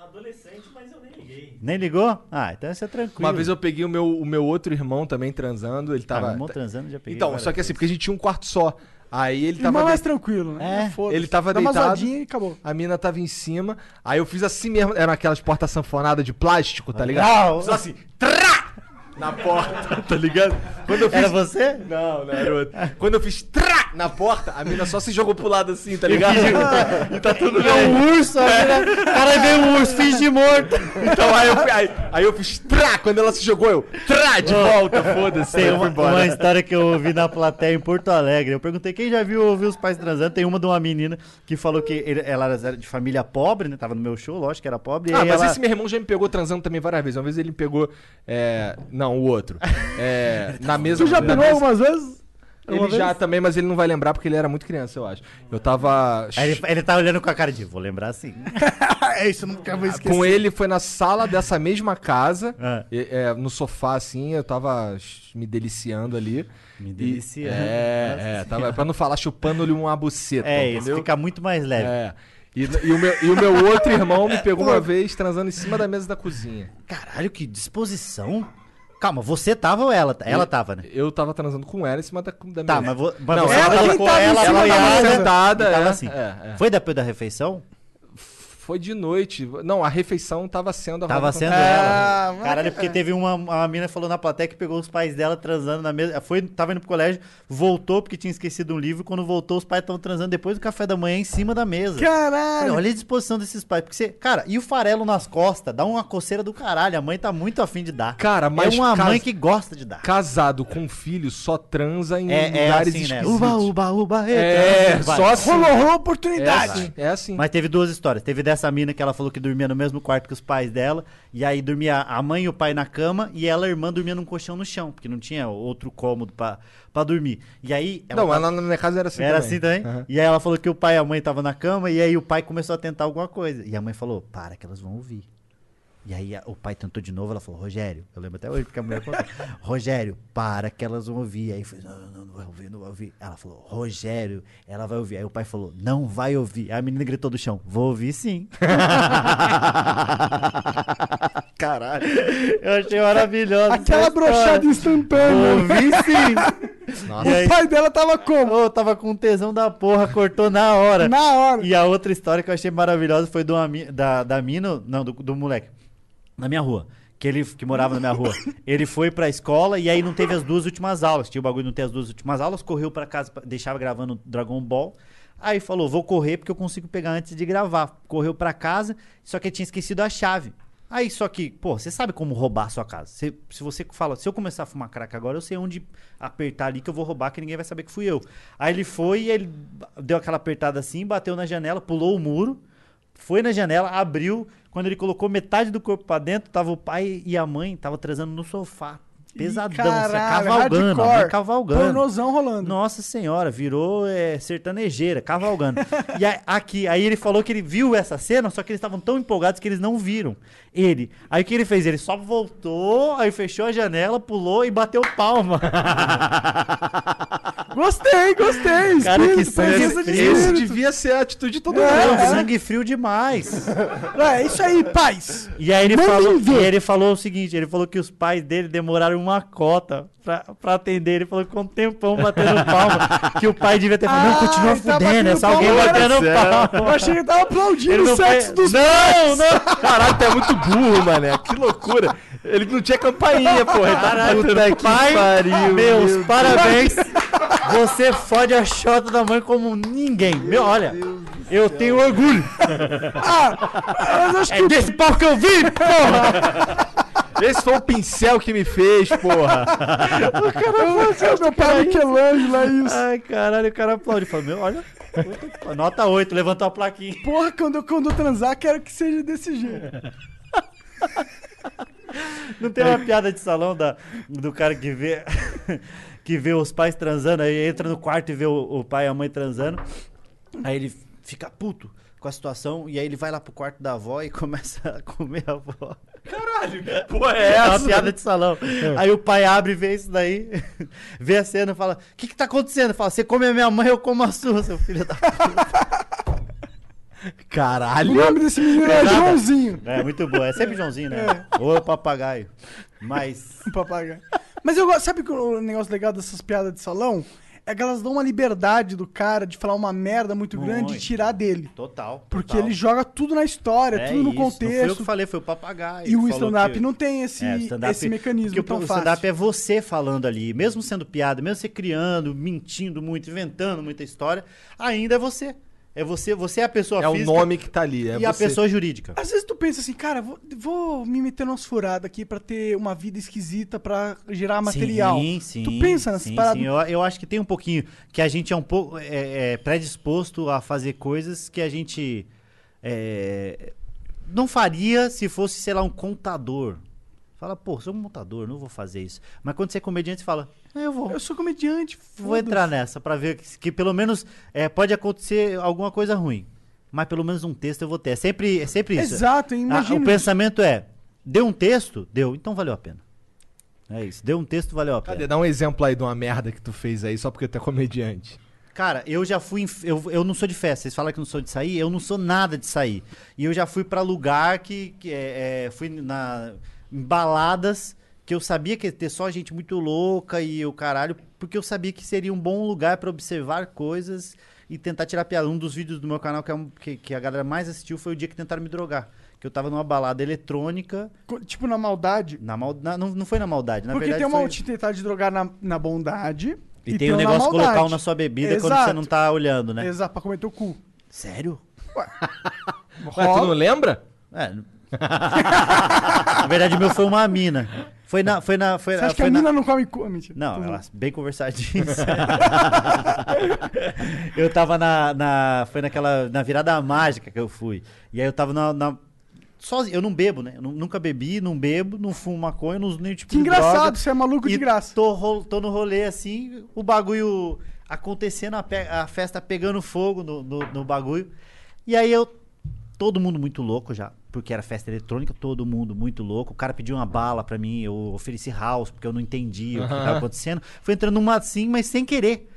Speaker 4: Adolescente, mas eu nem liguei. Nem ligou? Ah, então você é tranquilo.
Speaker 2: Uma vez eu peguei o meu, o meu outro irmão também transando, ele
Speaker 4: tava.
Speaker 2: tava.
Speaker 4: transando, já peguei.
Speaker 2: então,
Speaker 4: várias
Speaker 2: só que assim, porque a gente tinha um quarto só. Aí ele
Speaker 3: Irmão
Speaker 2: tava.
Speaker 3: é mais
Speaker 2: de-
Speaker 3: tranquilo, né?
Speaker 4: É,
Speaker 3: Foda-se.
Speaker 2: Ele tava
Speaker 3: Dá uma
Speaker 2: deitado.
Speaker 3: zoadinha e acabou.
Speaker 2: A mina tava em cima. Aí eu fiz assim mesmo. Era aquelas portas sanfonadas de plástico, tá ligado?
Speaker 4: Não.
Speaker 2: Só assim, trá! Na porta, tá ligado? Quando eu fiz.
Speaker 4: Era você?
Speaker 2: Não, não, era outro. Quando eu fiz trá! Na porta, a mina só se jogou pro lado assim, tá ligado? e tá tudo
Speaker 4: É
Speaker 2: bem.
Speaker 4: um urso, olha. Cara, veio um urso, finge de morto.
Speaker 2: Então aí eu, fi- aí, aí eu fiz trá! Quando ela se jogou, eu trá! De volta, foda-se. aí
Speaker 4: Tem
Speaker 2: eu
Speaker 4: uma,
Speaker 2: fui embora.
Speaker 4: uma história que eu ouvi na plateia em Porto Alegre. Eu perguntei quem já viu ouvir os pais transando. Tem uma de uma menina que falou que ele- ela era de família pobre, né? Tava no meu show, lógico que era pobre. e
Speaker 2: Ah,
Speaker 4: aí
Speaker 2: mas
Speaker 4: ela-
Speaker 2: esse meu irmão já me pegou transando também várias vezes. Uma vez ele me pegou. É... Não, o outro. É... na mesa.
Speaker 3: Tu já
Speaker 2: na
Speaker 3: pirou
Speaker 2: mesa-
Speaker 3: algumas vezes?
Speaker 2: Ele
Speaker 3: Uma
Speaker 2: já
Speaker 3: vez?
Speaker 2: também, mas ele não vai lembrar porque ele era muito criança, eu acho. Eu tava.
Speaker 4: Aí ele, ele tá olhando com a cara de, vou lembrar sim.
Speaker 3: É isso, eu nunca vou esquecer.
Speaker 2: Com ele foi na sala dessa mesma casa,
Speaker 4: Ah.
Speaker 2: e- é, no sofá, assim, eu tava sh- me deliciando ali.
Speaker 4: Me
Speaker 2: E-
Speaker 4: deliciando.
Speaker 2: é, é, tava, pra não falar chupando-lhe uma buceta.
Speaker 4: É, isso
Speaker 2: entendeu?
Speaker 4: fica muito mais leve.
Speaker 2: É. E, e o meu, e o meu outro irmão me pegou uma vez transando em cima da mesa da cozinha.
Speaker 4: Caralho, que disposição. Calma, você tava ou ela? Ela tava, né?
Speaker 2: Eu tava transando com ela em cima da, da
Speaker 4: Tá,
Speaker 2: mesa.
Speaker 4: mas, vo, mas
Speaker 2: Não,
Speaker 4: você
Speaker 2: ela
Speaker 4: tava
Speaker 3: quem
Speaker 4: com
Speaker 3: tava em
Speaker 4: ela
Speaker 3: cima da
Speaker 4: apoiada
Speaker 3: mesa?
Speaker 2: sentada,
Speaker 4: e tava
Speaker 2: é,
Speaker 4: assim.
Speaker 2: é, é.
Speaker 4: Foi depois da refeição?
Speaker 2: Foi de noite. Não, a refeição tava sendo
Speaker 4: Tava
Speaker 2: arrumada.
Speaker 4: sendo ela.
Speaker 2: Ah,
Speaker 4: Caralho, é
Speaker 2: é.
Speaker 4: porque teve uma, uma mina falou na plateia que pegou os pais dela transando na mesa. Foi, tava indo pro colégio, voltou porque tinha esquecido um livro. Quando voltou, os pais estavam transando depois do café da manhã em cima da mesa. Olha,
Speaker 3: Caralho.
Speaker 4: olha a disposição desses pais. Porque você, cara, e o farelo nas costas? Dá uma coceira do caralho. A mãe tá muito afim de dar.
Speaker 2: Cara, mas
Speaker 4: É uma
Speaker 2: casa-
Speaker 4: mãe que gosta de dar.
Speaker 2: Casado com filho só transa em
Speaker 4: É, é
Speaker 2: lugares
Speaker 4: assim, né?
Speaker 2: esquisitos.
Speaker 4: Uba, uba, uba.
Speaker 2: É,
Speaker 4: eita. Vai.
Speaker 2: só assim.
Speaker 3: Rolou, rolou
Speaker 2: É
Speaker 3: oportunidade.
Speaker 2: assim. É assim.
Speaker 4: Mas teve duas histórias. Teve dessa mina que ela falou que dormia no mesmo quarto que os pais dela. E aí dormia a mãe e o pai na cama. E ela, a irmã, dormia num colchão no chão. Porque não tinha outro cômodo pra, pra dormir. E aí. ela
Speaker 2: não,
Speaker 4: tava-
Speaker 2: ela na minha casa era assim
Speaker 4: é era
Speaker 2: também.
Speaker 4: assim também?
Speaker 2: Aham.
Speaker 4: E aí ela falou que o pai e a mãe estavam na cama. E aí o pai começou a tentar alguma coisa. E a mãe falou: para que elas vão ouvir. E aí a- o pai tentou de novo, ela falou, Rogério, eu lembro até hoje, porque a mulher falou, Rogério, para que elas vão ouvir. Aí fez, não, não, não, não vai ouvir, não vai ouvir. Ela falou, Rogério, ela vai ouvir. Aí o pai falou, não vai ouvir. Aí a menina gritou do chão, vou ouvir sim. Caralho. Eu achei maravilhosa.
Speaker 3: Aquela brochada
Speaker 4: Vou
Speaker 3: instantânea.
Speaker 4: ouvir sim.
Speaker 2: Nossa.
Speaker 4: E aí,
Speaker 3: O pai dela tava como?
Speaker 4: Ô, tava com um tesão da porra, cortou na hora.
Speaker 3: Na hora.
Speaker 4: E a outra história que eu achei maravilhosa foi do, ami- da, da mina, não, do, do moleque, na minha rua. que ele que morava na minha rua. Ele foi pra escola e aí não teve as duas últimas aulas. Tinha o bagulho de não ter as duas últimas aulas, correu pra casa, pra- deixava gravando Dragon Ball. Aí falou: "Vou correr porque eu consigo pegar antes de gravar". Correu pra casa, só que ele tinha esquecido a chave. Aí só que, pô, você sabe como roubar a sua casa. Você- se você fala, se eu começar a fumar crack agora, eu sei onde apertar ali que eu vou roubar, que ninguém vai saber que fui eu. Aí ele foi e ele ba- deu aquela apertada assim, bateu na janela, pulou o muro, foi na janela, abriu. Quando ele colocou metade do corpo pra dentro, tava o pai e a mãe, tava transando no sofá. Pesadão, assim, cavalgando, a mãe cavalgando.
Speaker 3: Pornozão rolando.
Speaker 4: Nossa senhora, virou é, sertanejeira, cavalgando. e aí, aqui, aí ele falou que ele viu essa cena, só que eles estavam tão empolgados que eles não viram. Ele. Aí o que ele fez? Ele só voltou, aí fechou a janela, pulou e bateu palma.
Speaker 3: Gostei, gostei.
Speaker 4: Cara, que
Speaker 3: espírito, presença
Speaker 4: sangue
Speaker 3: de
Speaker 4: frio.
Speaker 2: Esse
Speaker 3: espírito.
Speaker 2: devia ser a atitude de todo mundo.
Speaker 4: Não, sangue frio demais.
Speaker 3: É, é isso aí, paz.
Speaker 4: E aí ele
Speaker 3: Manda
Speaker 4: falou,
Speaker 3: ver.
Speaker 4: e ele falou o seguinte, ele falou que os pais dele demoraram uma cota pra, pra atender. Ele falou que ficou um tempão batendo palma, que o pai devia ter falado, não, continua
Speaker 3: ele tava
Speaker 4: fudendo, é
Speaker 3: tá batendo
Speaker 4: só alguém
Speaker 3: palma,
Speaker 4: batendo
Speaker 5: era
Speaker 4: palma.
Speaker 3: Eu achei que ele tava aplaudindo o sexo
Speaker 4: foi-
Speaker 3: dos...
Speaker 4: Não, não!
Speaker 5: Caralho, tu é muito burro, mané. Que loucura. Ele não tinha campainha, porra. Ele tá
Speaker 4: Caralho,
Speaker 5: puta que
Speaker 4: pai,
Speaker 5: pariu.
Speaker 4: meus
Speaker 5: meu
Speaker 4: parabéns. Você fode a chota da mãe como ninguém. Meu, olha, eu tenho orgulho. é desse pau que eu vi, porra!
Speaker 5: Deus. Esse foi o pincel que me fez, porra.
Speaker 4: É,
Speaker 3: Caramba, assim, meu pai é Michelangelo, é isso.
Speaker 4: Ai, caralho, o cara aplaude. Fala, meu, olha, nota 8, levantou a plaquinha.
Speaker 3: Porra, quando eu, quando eu transar, quero que seja desse jeito.
Speaker 4: Não tem uma piada de salão da, do cara que vê, que vê os pais transando, aí entra no quarto e vê o, o pai e a mãe transando. Aí ele fica puto com a situação, e aí ele vai lá pro quarto da avó e começa a comer a avó.
Speaker 5: Porra, é
Speaker 4: É uma
Speaker 5: essa?
Speaker 4: piada de salão. Aí o pai abre e vê isso daí, vê a cena e fala: O que que tá acontecendo? Fala: Você come a minha mãe, eu como a sua, seu filho da
Speaker 3: O
Speaker 5: Caralho.
Speaker 3: nome desse menino é Joãozinho.
Speaker 4: É muito boa, é sempre Joãozinho, né? Ou é o papagaio. Mas.
Speaker 3: Um papagaio. Mas eu gosto. Sabe que o negócio legal dessas piadas de salão? É que elas dão uma liberdade do cara de falar uma merda muito grande e
Speaker 4: Muito.
Speaker 3: tirar dele.
Speaker 4: Total.
Speaker 3: Porque
Speaker 4: total.
Speaker 3: ele joga tudo na história,
Speaker 4: É
Speaker 3: tudo no
Speaker 4: isso, Não foi eu
Speaker 3: contexto.
Speaker 4: que falei, foi o papagaio.
Speaker 3: e o
Speaker 4: que falou
Speaker 3: stand-up
Speaker 4: que-
Speaker 3: não tem esse,
Speaker 4: É, o stand-up-
Speaker 3: esse mecanismo
Speaker 4: porque
Speaker 3: tão
Speaker 4: o
Speaker 3: fácil.
Speaker 4: stand-up é você falando ali, mesmo sendo piada, mesmo você criando, mentindo muito, inventando muita história, ainda é você. É você, você é a pessoa
Speaker 2: É o
Speaker 4: física
Speaker 2: nome que tá ali. É
Speaker 4: e
Speaker 2: você.
Speaker 4: a pessoa jurídica.
Speaker 3: Às vezes tu pensa assim, cara, vou, vou me meter numa furada aqui pra ter uma vida esquisita pra gerar material.
Speaker 4: Sim, sim.
Speaker 3: tu pensa nessas
Speaker 4: sim,
Speaker 3: paradas.
Speaker 4: sim. Eu, eu acho que tem um pouquinho que a gente é um pouco é, é, predisposto a fazer coisas que a gente é, não faria se fosse, sei lá, um contador. Fala, pô, sou um contador, não vou fazer isso. Mas quando você é comediante, você fala, "Ah, eu vou.
Speaker 3: Eu sou comediante,
Speaker 4: Vou
Speaker 3: foda-se.
Speaker 4: entrar nessa pra ver que, que pelo menos é, pode acontecer alguma coisa ruim. Mas pelo menos um texto eu vou ter. É sempre, é sempre isso.
Speaker 3: Exato,
Speaker 4: Ah,
Speaker 3: imagina.
Speaker 4: o pensamento é: deu um texto? Deu, então valeu a pena. É isso. Deu um texto, valeu a pena.
Speaker 2: Cadê? Dá um exemplo aí de uma merda que tu fez aí, só porque tu é comediante.
Speaker 4: Cara, eu já fui. em f- Eu, eu não sou de festa. Vocês falam que não sou de sair? Eu não sou nada de sair. E eu já fui pra lugar que. que é, é, fui na, em baladas que eu sabia que ia ter só gente muito louca e o caralho, porque eu sabia que seria um bom lugar pra observar coisas e tentar tirar piada. Um dos vídeos do meu canal que, é um- que- que a galera mais assistiu foi o dia que tentaram me drogar. Que eu tava numa balada eletrônica.
Speaker 3: Co- Tipo, na maldade.
Speaker 4: Na mal, na- não, não foi na maldade, na
Speaker 3: Porque
Speaker 4: verdade.
Speaker 3: tem uma
Speaker 4: foi-
Speaker 3: te tentar de drogar na, na bondade.
Speaker 4: E, tem o negócio de
Speaker 3: de
Speaker 4: colocar um na sua bebida quando você não tá olhando, né?
Speaker 3: Exato, pra comer teu cu.
Speaker 4: Sério?
Speaker 2: Ué, tu não lembra?
Speaker 4: É. n- na verdade, meu foi uma mina. Foi na. Foi na foi,
Speaker 3: Você acha que
Speaker 4: né? foi
Speaker 3: a
Speaker 4: na-
Speaker 3: mina não come cu? Ah, Mentira.
Speaker 4: Não,
Speaker 3: Tô
Speaker 4: ela é bem conversadinha. eu tava na, na. Foi naquela. Na virada mágica que eu fui. E aí eu tava na. na- sozinho. Eu não bebo, né? Eu nu- nunca bebi, não bebo, não fumo maconha, não uso nenhum tipo
Speaker 3: Que
Speaker 4: de droga.
Speaker 3: engraçado, você é maluco de
Speaker 4: E
Speaker 3: graça.
Speaker 4: Tô, ro- tô no rolê assim, o bagulho acontecendo, a, pe- a festa pegando fogo no, no- no bagulho. E aí eu. Todo mundo muito louco já, porque era festa eletrônica, todo mundo muito louco. O cara pediu uma bala pra mim, eu ofereci house, porque eu não entendi o que tava acontecendo. Foi entrando numa assim, mas sem querer.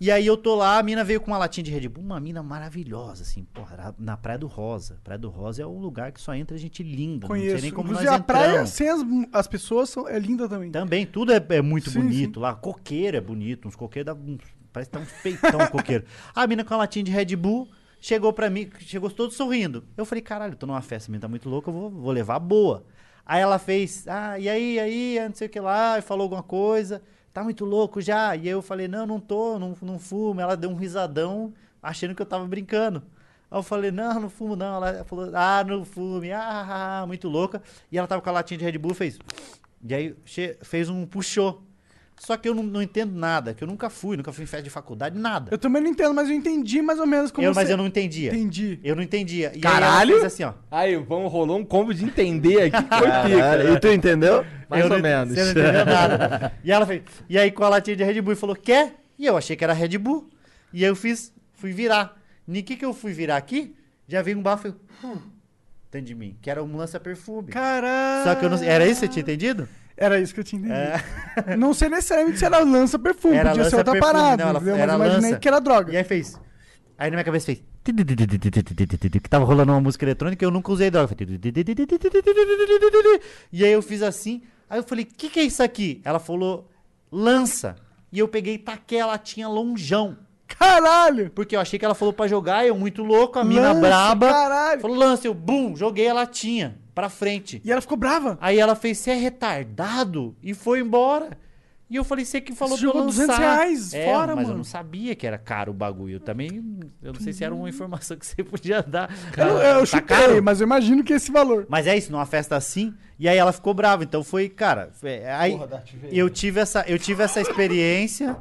Speaker 4: E aí eu tô lá, a mina veio com uma latinha de Red Bull, uma mina maravilhosa, assim, porra, era na Praia do Rosa. Praia do Rosa é um lugar que só entra gente linda, não sei
Speaker 3: Conheço.
Speaker 4: nem como
Speaker 3: Inclusive,
Speaker 4: nós
Speaker 3: a praia é assim.
Speaker 4: entramos.
Speaker 3: sem as, as pessoas são- é linda também.
Speaker 4: Também, tudo é, é muito
Speaker 3: Sim,
Speaker 4: bonito lá. Coqueiro é bonito, uns coqueiros dá uns- parece que tá uns peitão coqueiro. A mina com a latinha de Red Bull chegou pra mim, chegou todo sorrindo. Eu falei, caralho, tô numa festa, a mina tá muito louca, eu vou, vou levar boa. Aí ela fez, ah, e aí, e aí, ah, não sei o que lá, e falou alguma coisa, tá muito louco já. E eu falei, não, não tô, não, não fumo. Ela deu um risadão, achando que eu tava brincando. Aí eu falei, não, não fumo não. Ela falou, ah, não fume, ah, ah, ah, muito louca. E ela tava com a latinha de Red Bull, fez. E aí che- fez um puxou. Só que eu não, não entendo nada, que eu nunca fui, nunca fui em festa de faculdade, nada.
Speaker 3: Eu também não entendo, mas eu entendi mais ou menos como
Speaker 4: Eu- mas
Speaker 3: você-
Speaker 4: eu não entendia.
Speaker 3: Entendi.
Speaker 4: Eu não entendia. E
Speaker 2: Caralho!
Speaker 4: Aí ela fez assim, ó.
Speaker 2: Aí, vamos, rolou um combo de entender aqui que foi pica. né?
Speaker 5: Caralho, e tu entendeu?
Speaker 2: Mais
Speaker 4: eu
Speaker 2: ou
Speaker 4: não-
Speaker 2: menos.
Speaker 4: Você não entendeu nada. E ela fez. E aí com a latinha de Red Bull e falou, quer? E eu achei que era Red Bull. E aí eu fiz, fui virar. No que que eu fui virar aqui, já veio um bafo e eu. Hum, dentro de mim, que era um lança-perfume.
Speaker 3: Caralho.
Speaker 4: Só que eu não. Era isso que você tinha entendido?
Speaker 3: Era isso que eu tinha entendido. Não sei necessariamente se era lança perfume,
Speaker 4: Era
Speaker 3: podia ser outra
Speaker 4: lança-perfume,
Speaker 3: parada.
Speaker 4: não, ela-
Speaker 3: entendeu?
Speaker 4: era
Speaker 3: mas imaginei
Speaker 4: lança.
Speaker 3: que era droga.
Speaker 4: E é- aí fez. Aí na minha cabeça fez. Que tava rolando uma música eletrônica e eu nunca usei droga. E aí eu fiz assim. Aí eu falei, que que é isso aqui? Ela falou, lança. E eu peguei e taquei a latinha longeão.
Speaker 3: Caralho!
Speaker 4: Porque eu achei que ela falou pra jogar, eu muito louco, a mina
Speaker 3: Lança,
Speaker 4: braba.
Speaker 3: caralho.
Speaker 4: Falou, lança, eu bum, joguei a latinha pra frente.
Speaker 3: E ela ficou brava.
Speaker 4: Aí ela fez, você é retardado? E foi embora. E eu falei, você que falou
Speaker 3: Você
Speaker 4: pra eu
Speaker 3: jogou 200
Speaker 4: lançar.
Speaker 3: reais
Speaker 4: é,
Speaker 3: fora,
Speaker 4: mas eu
Speaker 3: mano.
Speaker 4: não sabia que era caro o bagulho. Eu também, eu não sei se era uma informação que você podia dar.
Speaker 3: Eu, eu,
Speaker 4: Tá
Speaker 3: chutei,
Speaker 4: caro?
Speaker 3: mas eu imagino que esse valor.
Speaker 4: Mas é isso, numa festa assim. E aí ela ficou brava. Então foi, cara. foi- aí eu tive essa, eu tive essa experiência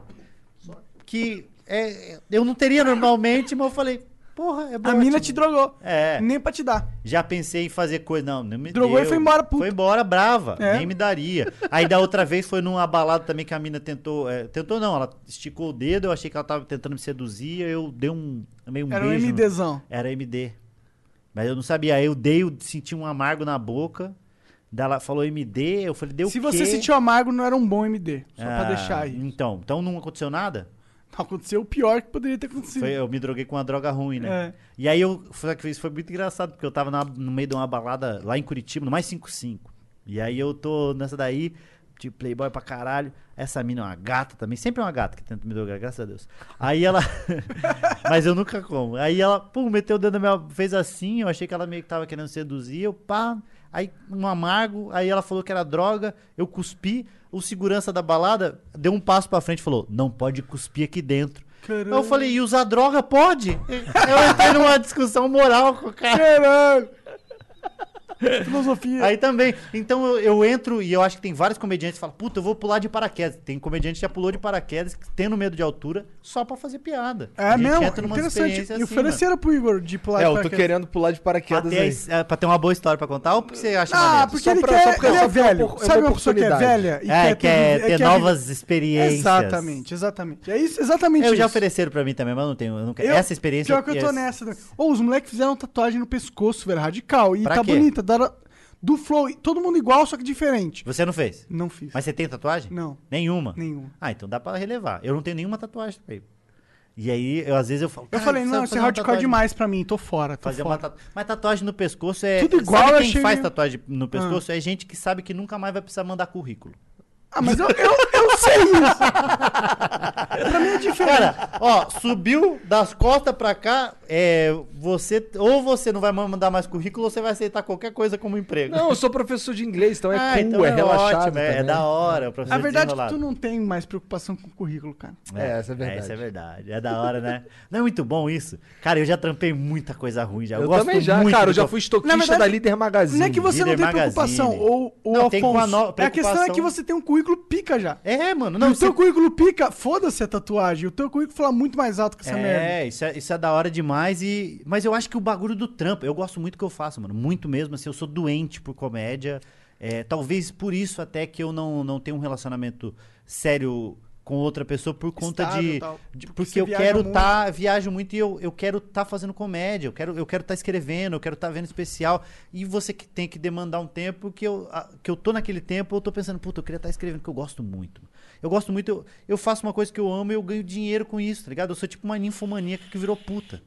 Speaker 4: que é, eu não teria normalmente, mas eu falei, porra, é bom.
Speaker 3: A mina te drogou.
Speaker 4: É.
Speaker 3: Nem pra te dar.
Speaker 4: Já pensei em fazer coisa. Não, não me
Speaker 3: Drogou e
Speaker 4: deu.
Speaker 3: foi embora, puta.
Speaker 4: Foi embora, brava.
Speaker 3: É.
Speaker 4: Nem me daria. Aí da outra vez foi numa balada também que a mina tentou. é, tentou não, ela esticou o dedo, eu achei que ela tava tentando me seduzir, aí eu dei um. Meio um
Speaker 3: Era um
Speaker 4: beijo. no-
Speaker 3: MDzão.
Speaker 4: Era MD. Mas eu não sabia. Aí eu dei, eu senti um amargo na boca. Daí ela falou MD, eu falei, deu
Speaker 3: Se
Speaker 4: o
Speaker 3: você
Speaker 4: quê?
Speaker 3: sentiu amargo, não era um bom MD. Só pra
Speaker 4: Ah,
Speaker 3: deixar aí.
Speaker 4: Então, então não aconteceu nada?
Speaker 3: Não, aconteceu o pior que poderia ter acontecido.
Speaker 4: Foi- eu me droguei com uma droga ruim, né?
Speaker 3: É.
Speaker 4: E aí eu. Só que isso foi muito engraçado, porque eu tava na- no meio de uma balada lá em Curitiba, no mais 55. E aí eu tô nessa daí, de playboy pra caralho. Essa mina é uma gata também, sempre é uma gata que tenta me drogar, graças a Deus. Aí ela. Mas eu nunca como. Aí ela, pum, meteu o dedo na minha. fez assim, eu achei que ela meio que tava querendo seduzir, eu pá. Aí um amargo, aí ela falou que era droga, eu cuspi. O segurança da balada deu um passo pra frente e falou: Não pode cuspir aqui dentro.
Speaker 3: Caralho.
Speaker 4: Eu falei, e usar droga pode? Eu entrei numa discussão moral com o cara.
Speaker 3: Caralho! Filosofia.
Speaker 4: Aí também. Então eu, eu entro e eu acho que tem vários comediantes que falam, puta, eu vou pular de paraquedas. Tem comediante que já pulou de paraquedas, que tendo medo de altura, só pra fazer piada.
Speaker 3: é mesmo? Interessante.
Speaker 4: experiência assim,
Speaker 3: e ofereceram pro Igor de pular
Speaker 2: É,
Speaker 3: de
Speaker 2: eu tô
Speaker 3: paraquedas.
Speaker 2: querendo pular de
Speaker 4: mano.
Speaker 2: paraquedas
Speaker 4: Até
Speaker 2: aí.
Speaker 4: isso- é, pra ter uma boa história pra contar, ou porque você acha
Speaker 3: Ah,
Speaker 4: maneiro?
Speaker 3: porque
Speaker 2: Só
Speaker 3: ele
Speaker 2: pra- só
Speaker 3: quer,
Speaker 2: pra-
Speaker 3: ele
Speaker 2: só
Speaker 3: é
Speaker 2: pra
Speaker 3: velho.
Speaker 2: opor-
Speaker 3: Sabe uma pessoa que é
Speaker 2: oportunidade.
Speaker 3: velha? E
Speaker 4: É, quer
Speaker 3: é,
Speaker 4: ter
Speaker 3: quer-
Speaker 4: novas experiências.
Speaker 3: Exatamente, exatamente. É isso, exatamente
Speaker 4: Eu já
Speaker 3: isso.
Speaker 4: ofereceram pra mim também, mas eu não tenho. Eu não quero.
Speaker 3: Eu-
Speaker 4: Essa experiência.
Speaker 3: Pior que eu tô
Speaker 4: essa-
Speaker 3: nessa. também. Ô, os moleques fizeram tatuagem no pescoço, velho, radical. E
Speaker 4: Pra
Speaker 3: tá
Speaker 4: quê?
Speaker 3: bonita. da- do flow. Todo mundo igual, só que diferente.
Speaker 4: Você não fez?
Speaker 3: Não fiz.
Speaker 4: Mas você tem tatuagem?
Speaker 3: Não.
Speaker 4: Nenhuma?
Speaker 3: Nenhuma.
Speaker 4: Ah, então dá pra relevar. Eu não tenho nenhuma tatuagem também. E aí, eu, às vezes eu falo.
Speaker 3: eu
Speaker 4: "Cara,
Speaker 3: falei,
Speaker 4: precisa
Speaker 3: não, isso
Speaker 4: Ah, fazer
Speaker 3: é
Speaker 4: uma
Speaker 3: hardcore
Speaker 4: tatuagem."
Speaker 3: demais pra mim. Tô fora, tô
Speaker 4: Fazer
Speaker 3: fora.
Speaker 4: uma tatuagem. Mas tatuagem no pescoço é.
Speaker 3: Tudo igual,
Speaker 4: sabe
Speaker 3: eu
Speaker 4: quem
Speaker 3: achei
Speaker 4: faz
Speaker 3: meio-
Speaker 4: tatuagem no pescoço é gente que sabe que nunca mais vai precisar mandar currículo.
Speaker 3: Ah, mas eu, eu, eu sei isso. pra mim é diferente.
Speaker 4: Cara, ó, subiu das costas pra cá, é, você ou você não vai mandar mais currículo ou você vai aceitar qualquer coisa como emprego.
Speaker 2: Não, eu sou professor de inglês, então é
Speaker 4: Ah,
Speaker 2: cool,
Speaker 4: então
Speaker 2: é, relaxado.
Speaker 4: ótimo, é, é
Speaker 2: também. né?
Speaker 4: da hora, o professor
Speaker 3: A verdade é que
Speaker 4: desenrolado.
Speaker 3: tu não tem mais preocupação com o currículo, cara.
Speaker 2: É, essa é verdade.
Speaker 4: Essa é verdade. É da hora, né? Não é muito bom isso? Cara, eu já trampei muita coisa ruim já. Eu,
Speaker 2: Eu
Speaker 4: gosto
Speaker 2: também já,
Speaker 4: muito
Speaker 2: cara, eu
Speaker 4: do
Speaker 2: já
Speaker 4: que
Speaker 2: fui estoquista
Speaker 3: Na verdade,
Speaker 2: da Líder Magazine.
Speaker 3: Não é que você não
Speaker 4: Líder
Speaker 3: tem
Speaker 4: Magazine.
Speaker 3: preocupação, ou o
Speaker 4: Não,
Speaker 3: Afonso.
Speaker 4: tem com a no-
Speaker 3: É, a questão é
Speaker 4: preocupação.
Speaker 3: que você tem um currículo pica já.
Speaker 4: eu- É, mano. Não,
Speaker 3: o teu
Speaker 4: você...
Speaker 3: currículo pica, foda-se a tatuagem. O teu currículo fala muito mais alto que essa merda.
Speaker 4: É, isso é, isso é da hora demais e... Mas eu acho que o bagulho do trampo, eu gosto muito do que eu faço, mano. Muito mesmo, assim, eu sou doente por comédia. É, talvez por isso até que eu não, não tenho um relacionamento sério com outra pessoa por conta
Speaker 3: Estável,
Speaker 4: de,
Speaker 3: tal.
Speaker 4: de-
Speaker 3: Porque
Speaker 4: Porque
Speaker 3: você
Speaker 4: eu
Speaker 3: viaja
Speaker 4: quero
Speaker 3: muito.
Speaker 4: tá, viajo muito e eu, eu quero tá fazendo comédia, eu quero eu quero tá escrevendo, eu quero tá vendo especial. E você que tem que demandar um tempo que eu, a- que eu tô naquele tempo, eu tô pensando, puta, eu queria tá escrevendo, porque eu gosto muito. Eu gosto muito, eu, eu faço uma coisa que eu amo e eu ganho dinheiro com isso, tá ligado? Eu sou tipo uma ninfomaníaca que virou puta.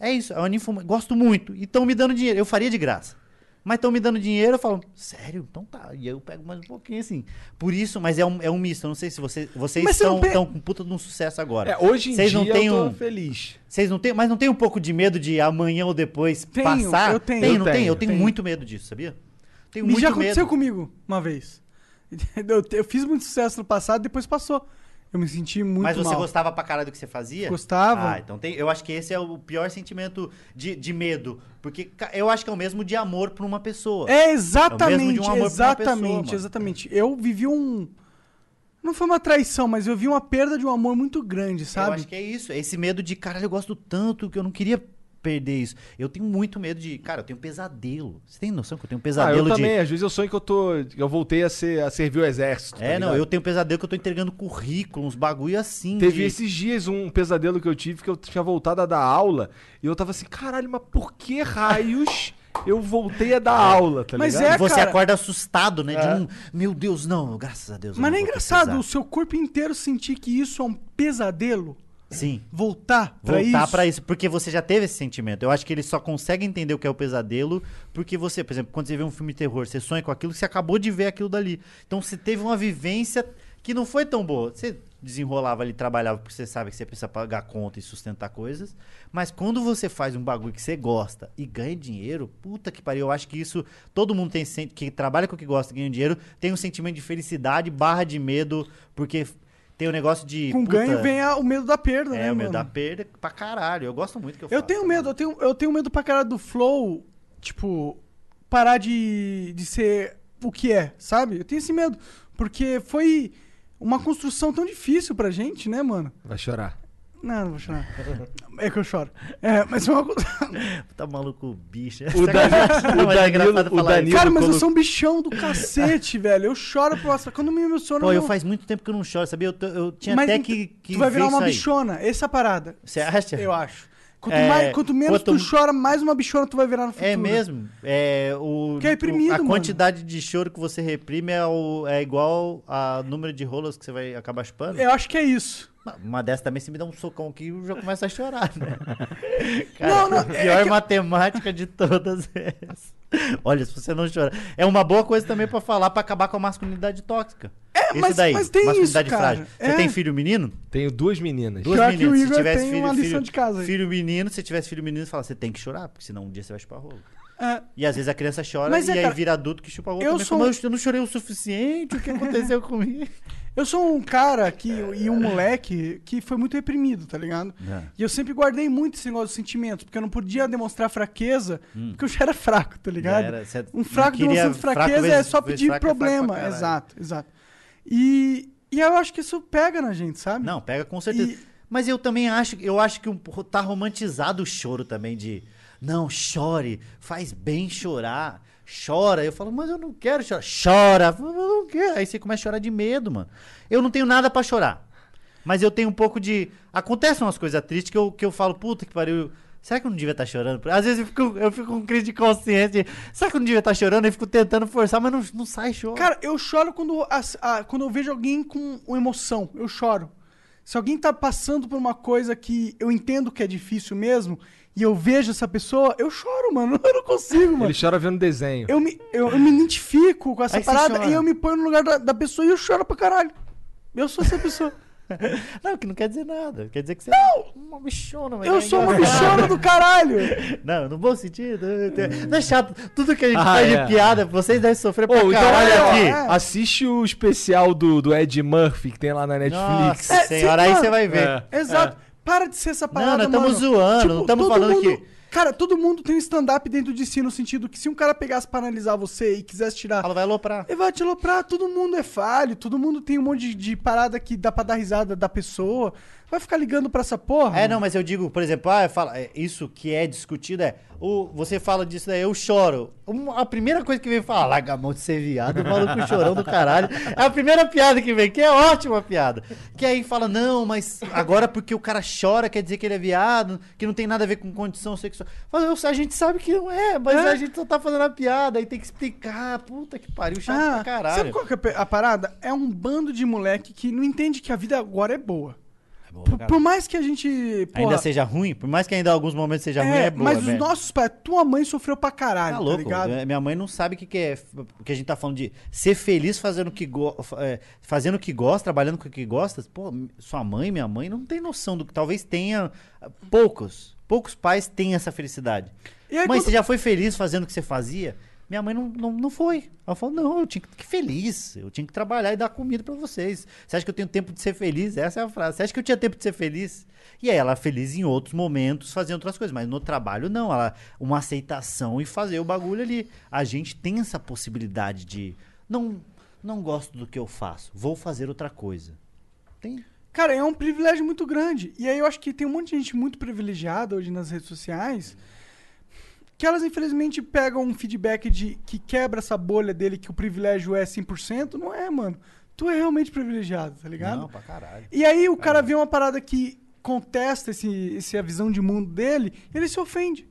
Speaker 4: É isso, é uma ninfoma... Gosto muito. E estão me dando dinheiro. Eu faria de graça. Mas estão me dando dinheiro, eu falo, sério? Então tá. E aí eu pego mais um pouquinho, assim. Por isso, mas é um, é um misto. Eu não sei se você, vocês
Speaker 3: Mas você não
Speaker 4: estão
Speaker 3: pe-
Speaker 4: tão com puta de um sucesso agora.
Speaker 2: É, hoje em
Speaker 4: Vocês
Speaker 2: dia
Speaker 4: não têm
Speaker 2: eu tô
Speaker 4: um-
Speaker 2: feliz.
Speaker 4: Vocês não têm, mas não tem um pouco de medo de amanhã ou depois
Speaker 3: Tenho,
Speaker 4: passar?
Speaker 3: eu tenho.
Speaker 4: Tem,
Speaker 3: Eu
Speaker 4: não tem?
Speaker 2: tenho,
Speaker 4: Eu tenho,
Speaker 3: tenho.
Speaker 4: muito medo disso, sabia? Tenho
Speaker 3: E
Speaker 4: muito
Speaker 3: já aconteceu
Speaker 4: medo.
Speaker 3: comigo uma vez. Eu, eu fiz muito sucesso no passado, depois passou. Eu me senti muito
Speaker 4: Mas você
Speaker 3: mal.
Speaker 4: gostava pra cara do que você fazia?
Speaker 3: Gostava.
Speaker 4: Ah, então tem, eu acho que esse é o pior sentimento de, de medo. Porque ca- eu acho que é o mesmo de um amor por uma pessoa.
Speaker 3: É
Speaker 4: É o mesmo de
Speaker 3: exatamente,
Speaker 4: um amor pra uma
Speaker 3: exatamente,
Speaker 4: pessoa, mano.
Speaker 3: exatamente. Eu vivi um não foi uma traição, mas eu vi uma perda de um amor muito grande,
Speaker 4: Eu
Speaker 3: sabe?
Speaker 4: acho que é isso. É esse medo de, caralho, eu gosto tanto que eu não queria perder isso. Eu tenho muito medo de. Cara, eu tenho pesadelo. Você tem noção que eu tenho
Speaker 2: Ah, eu
Speaker 4: pesadelo de. É,
Speaker 2: também. Às vezes eu sonho que eu tô. Eu voltei a, ser, a servir o exército. tá
Speaker 4: É, não,
Speaker 2: ligado?
Speaker 4: eu tenho pesadelo que eu tô entregando currículo, uns bagulho assim.
Speaker 2: Teve
Speaker 4: de-
Speaker 2: esses dias um pesadelo que eu tive que eu tinha voltado a dar aula e eu tava assim, caralho, mas por que raios eu voltei a dar aula, tá
Speaker 3: Mas
Speaker 2: ligado?
Speaker 3: é,
Speaker 4: E você
Speaker 3: cara.
Speaker 4: acorda assustado, né? De um. Meu Deus, não, graças a Deus. eu
Speaker 3: Mas
Speaker 4: não
Speaker 3: não é
Speaker 4: vou
Speaker 3: engraçado o
Speaker 4: precisar."
Speaker 3: seu corpo inteiro sentir que isso é um pesadelo?
Speaker 4: Sim.
Speaker 3: Voltar pra
Speaker 4: voltar
Speaker 3: isso?
Speaker 4: pra isso, porque você já teve esse sentimento. Eu acho que ele só consegue entender o que é o pesadelo porque você, por exemplo, quando você vê um filme de terror, você sonha com aquilo, você acabou de ver aquilo dali. Então você teve uma vivência que não foi tão boa. Você desenrolava ali, trabalhava porque você sabe que você precisa pagar conta e sustentar coisas, mas quando você faz um bagulho que você gosta e ganha dinheiro, puta que pariu, eu acho que isso todo mundo tem sen- que trabalha com o que gosta, e ganha dinheiro, tem um sentimento de felicidade barra de medo, porque tem o negócio de
Speaker 3: Com
Speaker 4: puta,
Speaker 3: ganho vem a- o medo da perda, né,
Speaker 4: é, o meu
Speaker 3: mano?
Speaker 4: da perda pra caralho. Eu gosto muito que eu
Speaker 3: Eu
Speaker 4: faço.
Speaker 3: tenho medo, eu tenho, eu tenho medo pra cara do flow, tipo, parar de, de ser o que é, sabe? Eu tenho esse medo. Porque foi uma construção tão difícil pra gente, né, mano?
Speaker 4: é-
Speaker 2: Vai chorar.
Speaker 3: Não, não vou chorar. É que eu choro. É, mas foi uma coisa.
Speaker 4: Tá maluco, bicho.
Speaker 2: O Danilo, o
Speaker 4: Mas é
Speaker 2: Danilo,
Speaker 4: engraçado
Speaker 2: o
Speaker 4: falar
Speaker 2: Danilo
Speaker 4: isso.
Speaker 3: Cara, mas eu
Speaker 2: colo-
Speaker 3: sou um bichão do cacete, velho. Eu choro pro astral. Quando me emociono.
Speaker 4: Pô, eu
Speaker 3: não-
Speaker 4: faz muito tempo que eu não choro, sabia? Eu, tô- eu tinha
Speaker 3: Mas
Speaker 4: até
Speaker 3: ent-
Speaker 4: que, que.
Speaker 3: Tu vai
Speaker 4: ver
Speaker 3: virar uma
Speaker 4: isso aí.
Speaker 3: bichona, essa é a parada.
Speaker 4: Você acha?
Speaker 3: Eu acho. Quanto,
Speaker 4: É,
Speaker 3: mais- quanto menos
Speaker 4: quanto-
Speaker 3: tu chora, mais uma bichona tu vai virar no futuro.
Speaker 4: É mesmo? É, o,
Speaker 3: Que é reprimido,
Speaker 4: o- A
Speaker 3: mano.
Speaker 4: quantidade de choro que você reprime é, o- é igual ao número de rolas que você vai acabar chupando.
Speaker 3: Eu acho que é isso.
Speaker 4: Uma dessa também, se me dá um socão aqui, eu já começo a chorar, né?
Speaker 3: Não, é não,
Speaker 4: a pior é matemática de todas essas. Olha, se você não chorar. É uma boa coisa também pra falar, pra acabar com a masculinidade tóxica. É,
Speaker 3: mas- mas tem isso, cara.
Speaker 4: Você
Speaker 3: É.
Speaker 4: tem filho menino?
Speaker 2: Tenho duas meninas.
Speaker 4: Duas
Speaker 3: Pior que
Speaker 4: meninas.
Speaker 3: o
Speaker 4: se
Speaker 3: Igor
Speaker 4: tivesse
Speaker 3: tem
Speaker 4: filho,
Speaker 3: uma lição
Speaker 4: filho-
Speaker 3: de casa aí.
Speaker 4: Filho menino, se tivesse filho menino, você fala, você tem que chorar, porque senão um dia você vai chupar rolo.
Speaker 3: É.
Speaker 4: E às vezes a criança chora
Speaker 3: Mas
Speaker 4: e
Speaker 3: é,
Speaker 4: aí
Speaker 3: cara,
Speaker 4: vira adulto que chupa rolo.
Speaker 3: eu
Speaker 4: também,
Speaker 3: sou- um
Speaker 4: fala, "Mas eu não chorei o suficiente, o que aconteceu comigo?
Speaker 3: Eu sou um cara que, e um moleque que foi muito reprimido, tá ligado?
Speaker 4: É.
Speaker 3: E eu sempre guardei muito esse negócio dos sentimentos, porque eu não podia demonstrar fraqueza, porque eu já era fraco, tá ligado?
Speaker 4: Hum. Já era, você
Speaker 3: um
Speaker 4: não
Speaker 3: fraco
Speaker 4: queria
Speaker 3: demonstrando
Speaker 4: fraco
Speaker 3: fraqueza é
Speaker 4: vezes-
Speaker 3: só
Speaker 4: vezes
Speaker 3: pedir
Speaker 4: fraco é fraco pra
Speaker 3: problema.
Speaker 4: caralho.
Speaker 3: exato, exato. E, e eu acho que isso pega na gente, sabe?
Speaker 4: Não, pega com certeza.
Speaker 3: E-
Speaker 4: Mas eu também acho, eu acho que um, po- tá romantizado o choro também de não, chore, faz bem chorar. Chora, eu falo, mas eu não quero chorar. Chora, eu não quero. Aí você começa a chorar de medo, mano. Eu não tenho nada pra chorar. Mas eu tenho um pouco de. Acontecem umas coisas tristes que eu, que eu falo, puta que pariu. Será que eu não devia estar chorando? Às vezes eu fico, eu fico com crise de consciência. de, Será que eu não devia estar chorando? Eu fico tentando forçar, mas não, não sai choro.
Speaker 3: Cara, eu choro quando, as- a- quando eu vejo alguém com uma emoção. Eu choro. Se alguém tá passando por uma coisa que eu entendo que é difícil mesmo, e eu vejo essa pessoa, eu choro, mano. Eu não consigo, mano.
Speaker 2: Ele chora vendo desenho.
Speaker 3: Eu me, eu, eu me identifico com essa
Speaker 4: Aí você
Speaker 3: parada
Speaker 4: chora.
Speaker 3: e eu me ponho no lugar da, da pessoa e eu choro pra caralho. Eu sou essa pessoa.
Speaker 4: Não, que não quer dizer nada. Quer dizer que você não! é uma bichona, mas
Speaker 3: Eu
Speaker 4: é
Speaker 3: sou uma
Speaker 4: engraçado.
Speaker 3: bichona do caralho.
Speaker 4: Não, no bom sentido. eu tenho- Não é chato. Tudo que a gente
Speaker 2: Ah,
Speaker 4: faz
Speaker 2: é.
Speaker 4: de piada, vocês devem sofrer pra
Speaker 2: Ô, então
Speaker 4: caralho
Speaker 2: olha aqui,
Speaker 4: aqui.
Speaker 3: é.
Speaker 2: assiste o especial do, do Ed Murphy que tem lá na Netflix.
Speaker 4: Nossa
Speaker 3: É,
Speaker 4: senhora,
Speaker 3: sim,
Speaker 4: aí
Speaker 3: mano.
Speaker 4: você vai ver.
Speaker 2: É.
Speaker 3: Exato. Para de ser essa parada,
Speaker 4: nós tamo
Speaker 3: mano. Tipo,
Speaker 4: zoando, não tamo
Speaker 3: todo
Speaker 4: falando
Speaker 3: mundo-
Speaker 4: que-
Speaker 3: Cara, todo mundo tem um stand-up dentro de si, no sentido que se um cara pegasse pra analisar você e quisesse tirar
Speaker 4: Ela vai aloprar.
Speaker 3: E vai te aloprar, todo mundo é falho, todo mundo tem um monte de, de parada que dá pra dar risada da pessoa. Vai ficar ligando pra essa porra?
Speaker 4: É,
Speaker 3: mano?
Speaker 4: não, mas eu digo, por exemplo, ah, eu falo, é, isso que é discutido é. O, você fala disso daí, eu choro. Um- a primeira coisa que vem falar, larga a mão de ser viado, o maluco chorão do caralho. É a primeira piada que vem, que é ótima piada. Que aí fala, não, mas agora porque o cara chora quer dizer que ele é viado, que não tem nada a ver com condição sexual. Fala, eu- a gente sabe que não é, mas a gente só tá fazendo a piada, aí tem que explicar. Puta que pariu, chato pra
Speaker 3: Ah,
Speaker 4: caralho.
Speaker 3: sabe qual que é a pe- a parada? É um bando de moleque que não entende que a vida agora é boa. Por- por, mais que a gente.
Speaker 4: Ainda
Speaker 3: porra,
Speaker 4: seja ruim, por mais que ainda em alguns momentos seja ruim,
Speaker 3: é,
Speaker 4: é boa,
Speaker 3: mas os
Speaker 4: velho.
Speaker 3: nossos pais, tua mãe sofreu pra caralho,
Speaker 4: Tá
Speaker 3: tá,
Speaker 4: louco.
Speaker 3: ligado?
Speaker 4: Eh, Minha mãe não sabe o que, que é. f- O que a gente tá falando de ser feliz fazendo o que, go- fa- eh, fazendo o que gosta, trabalhando com o que gosta. Pô, m- sua mãe, minha mãe, não tem noção do que. Talvez tenha. ah, Poucos. Poucos pais têm essa felicidade.
Speaker 3: E aí
Speaker 4: mãe,
Speaker 3: quando-
Speaker 4: você já foi feliz fazendo o que você fazia? Minha mãe não, não, não foi. Ela falou: não, eu tinha que ficar feliz. Eu tinha que trabalhar e dar comida pra vocês. Você acha que eu tenho tempo de ser feliz? Essa é a frase. Você acha que eu tinha tempo de ser feliz? E aí ela é feliz em outros momentos, fazendo outras coisas. Mas no trabalho, não. Ela, uma aceitação e fazer o bagulho ali. A gente tem essa possibilidade de. Não, não gosto do que eu faço. Vou fazer outra coisa. Tem.
Speaker 3: Cara, é um privilégio muito grande. E aí eu acho que tem um monte de gente muito privilegiada hoje nas redes sociais que elas infelizmente pegam um feedback de que quebra essa bolha dele que o privilégio é 100%. Não é, mano. Tu é realmente privilegiado, tá ligado?
Speaker 4: pra caralho.
Speaker 3: E aí o
Speaker 4: É.
Speaker 3: cara vê uma parada que contesta esse, esse, a visão de mundo dele, ele se ofende.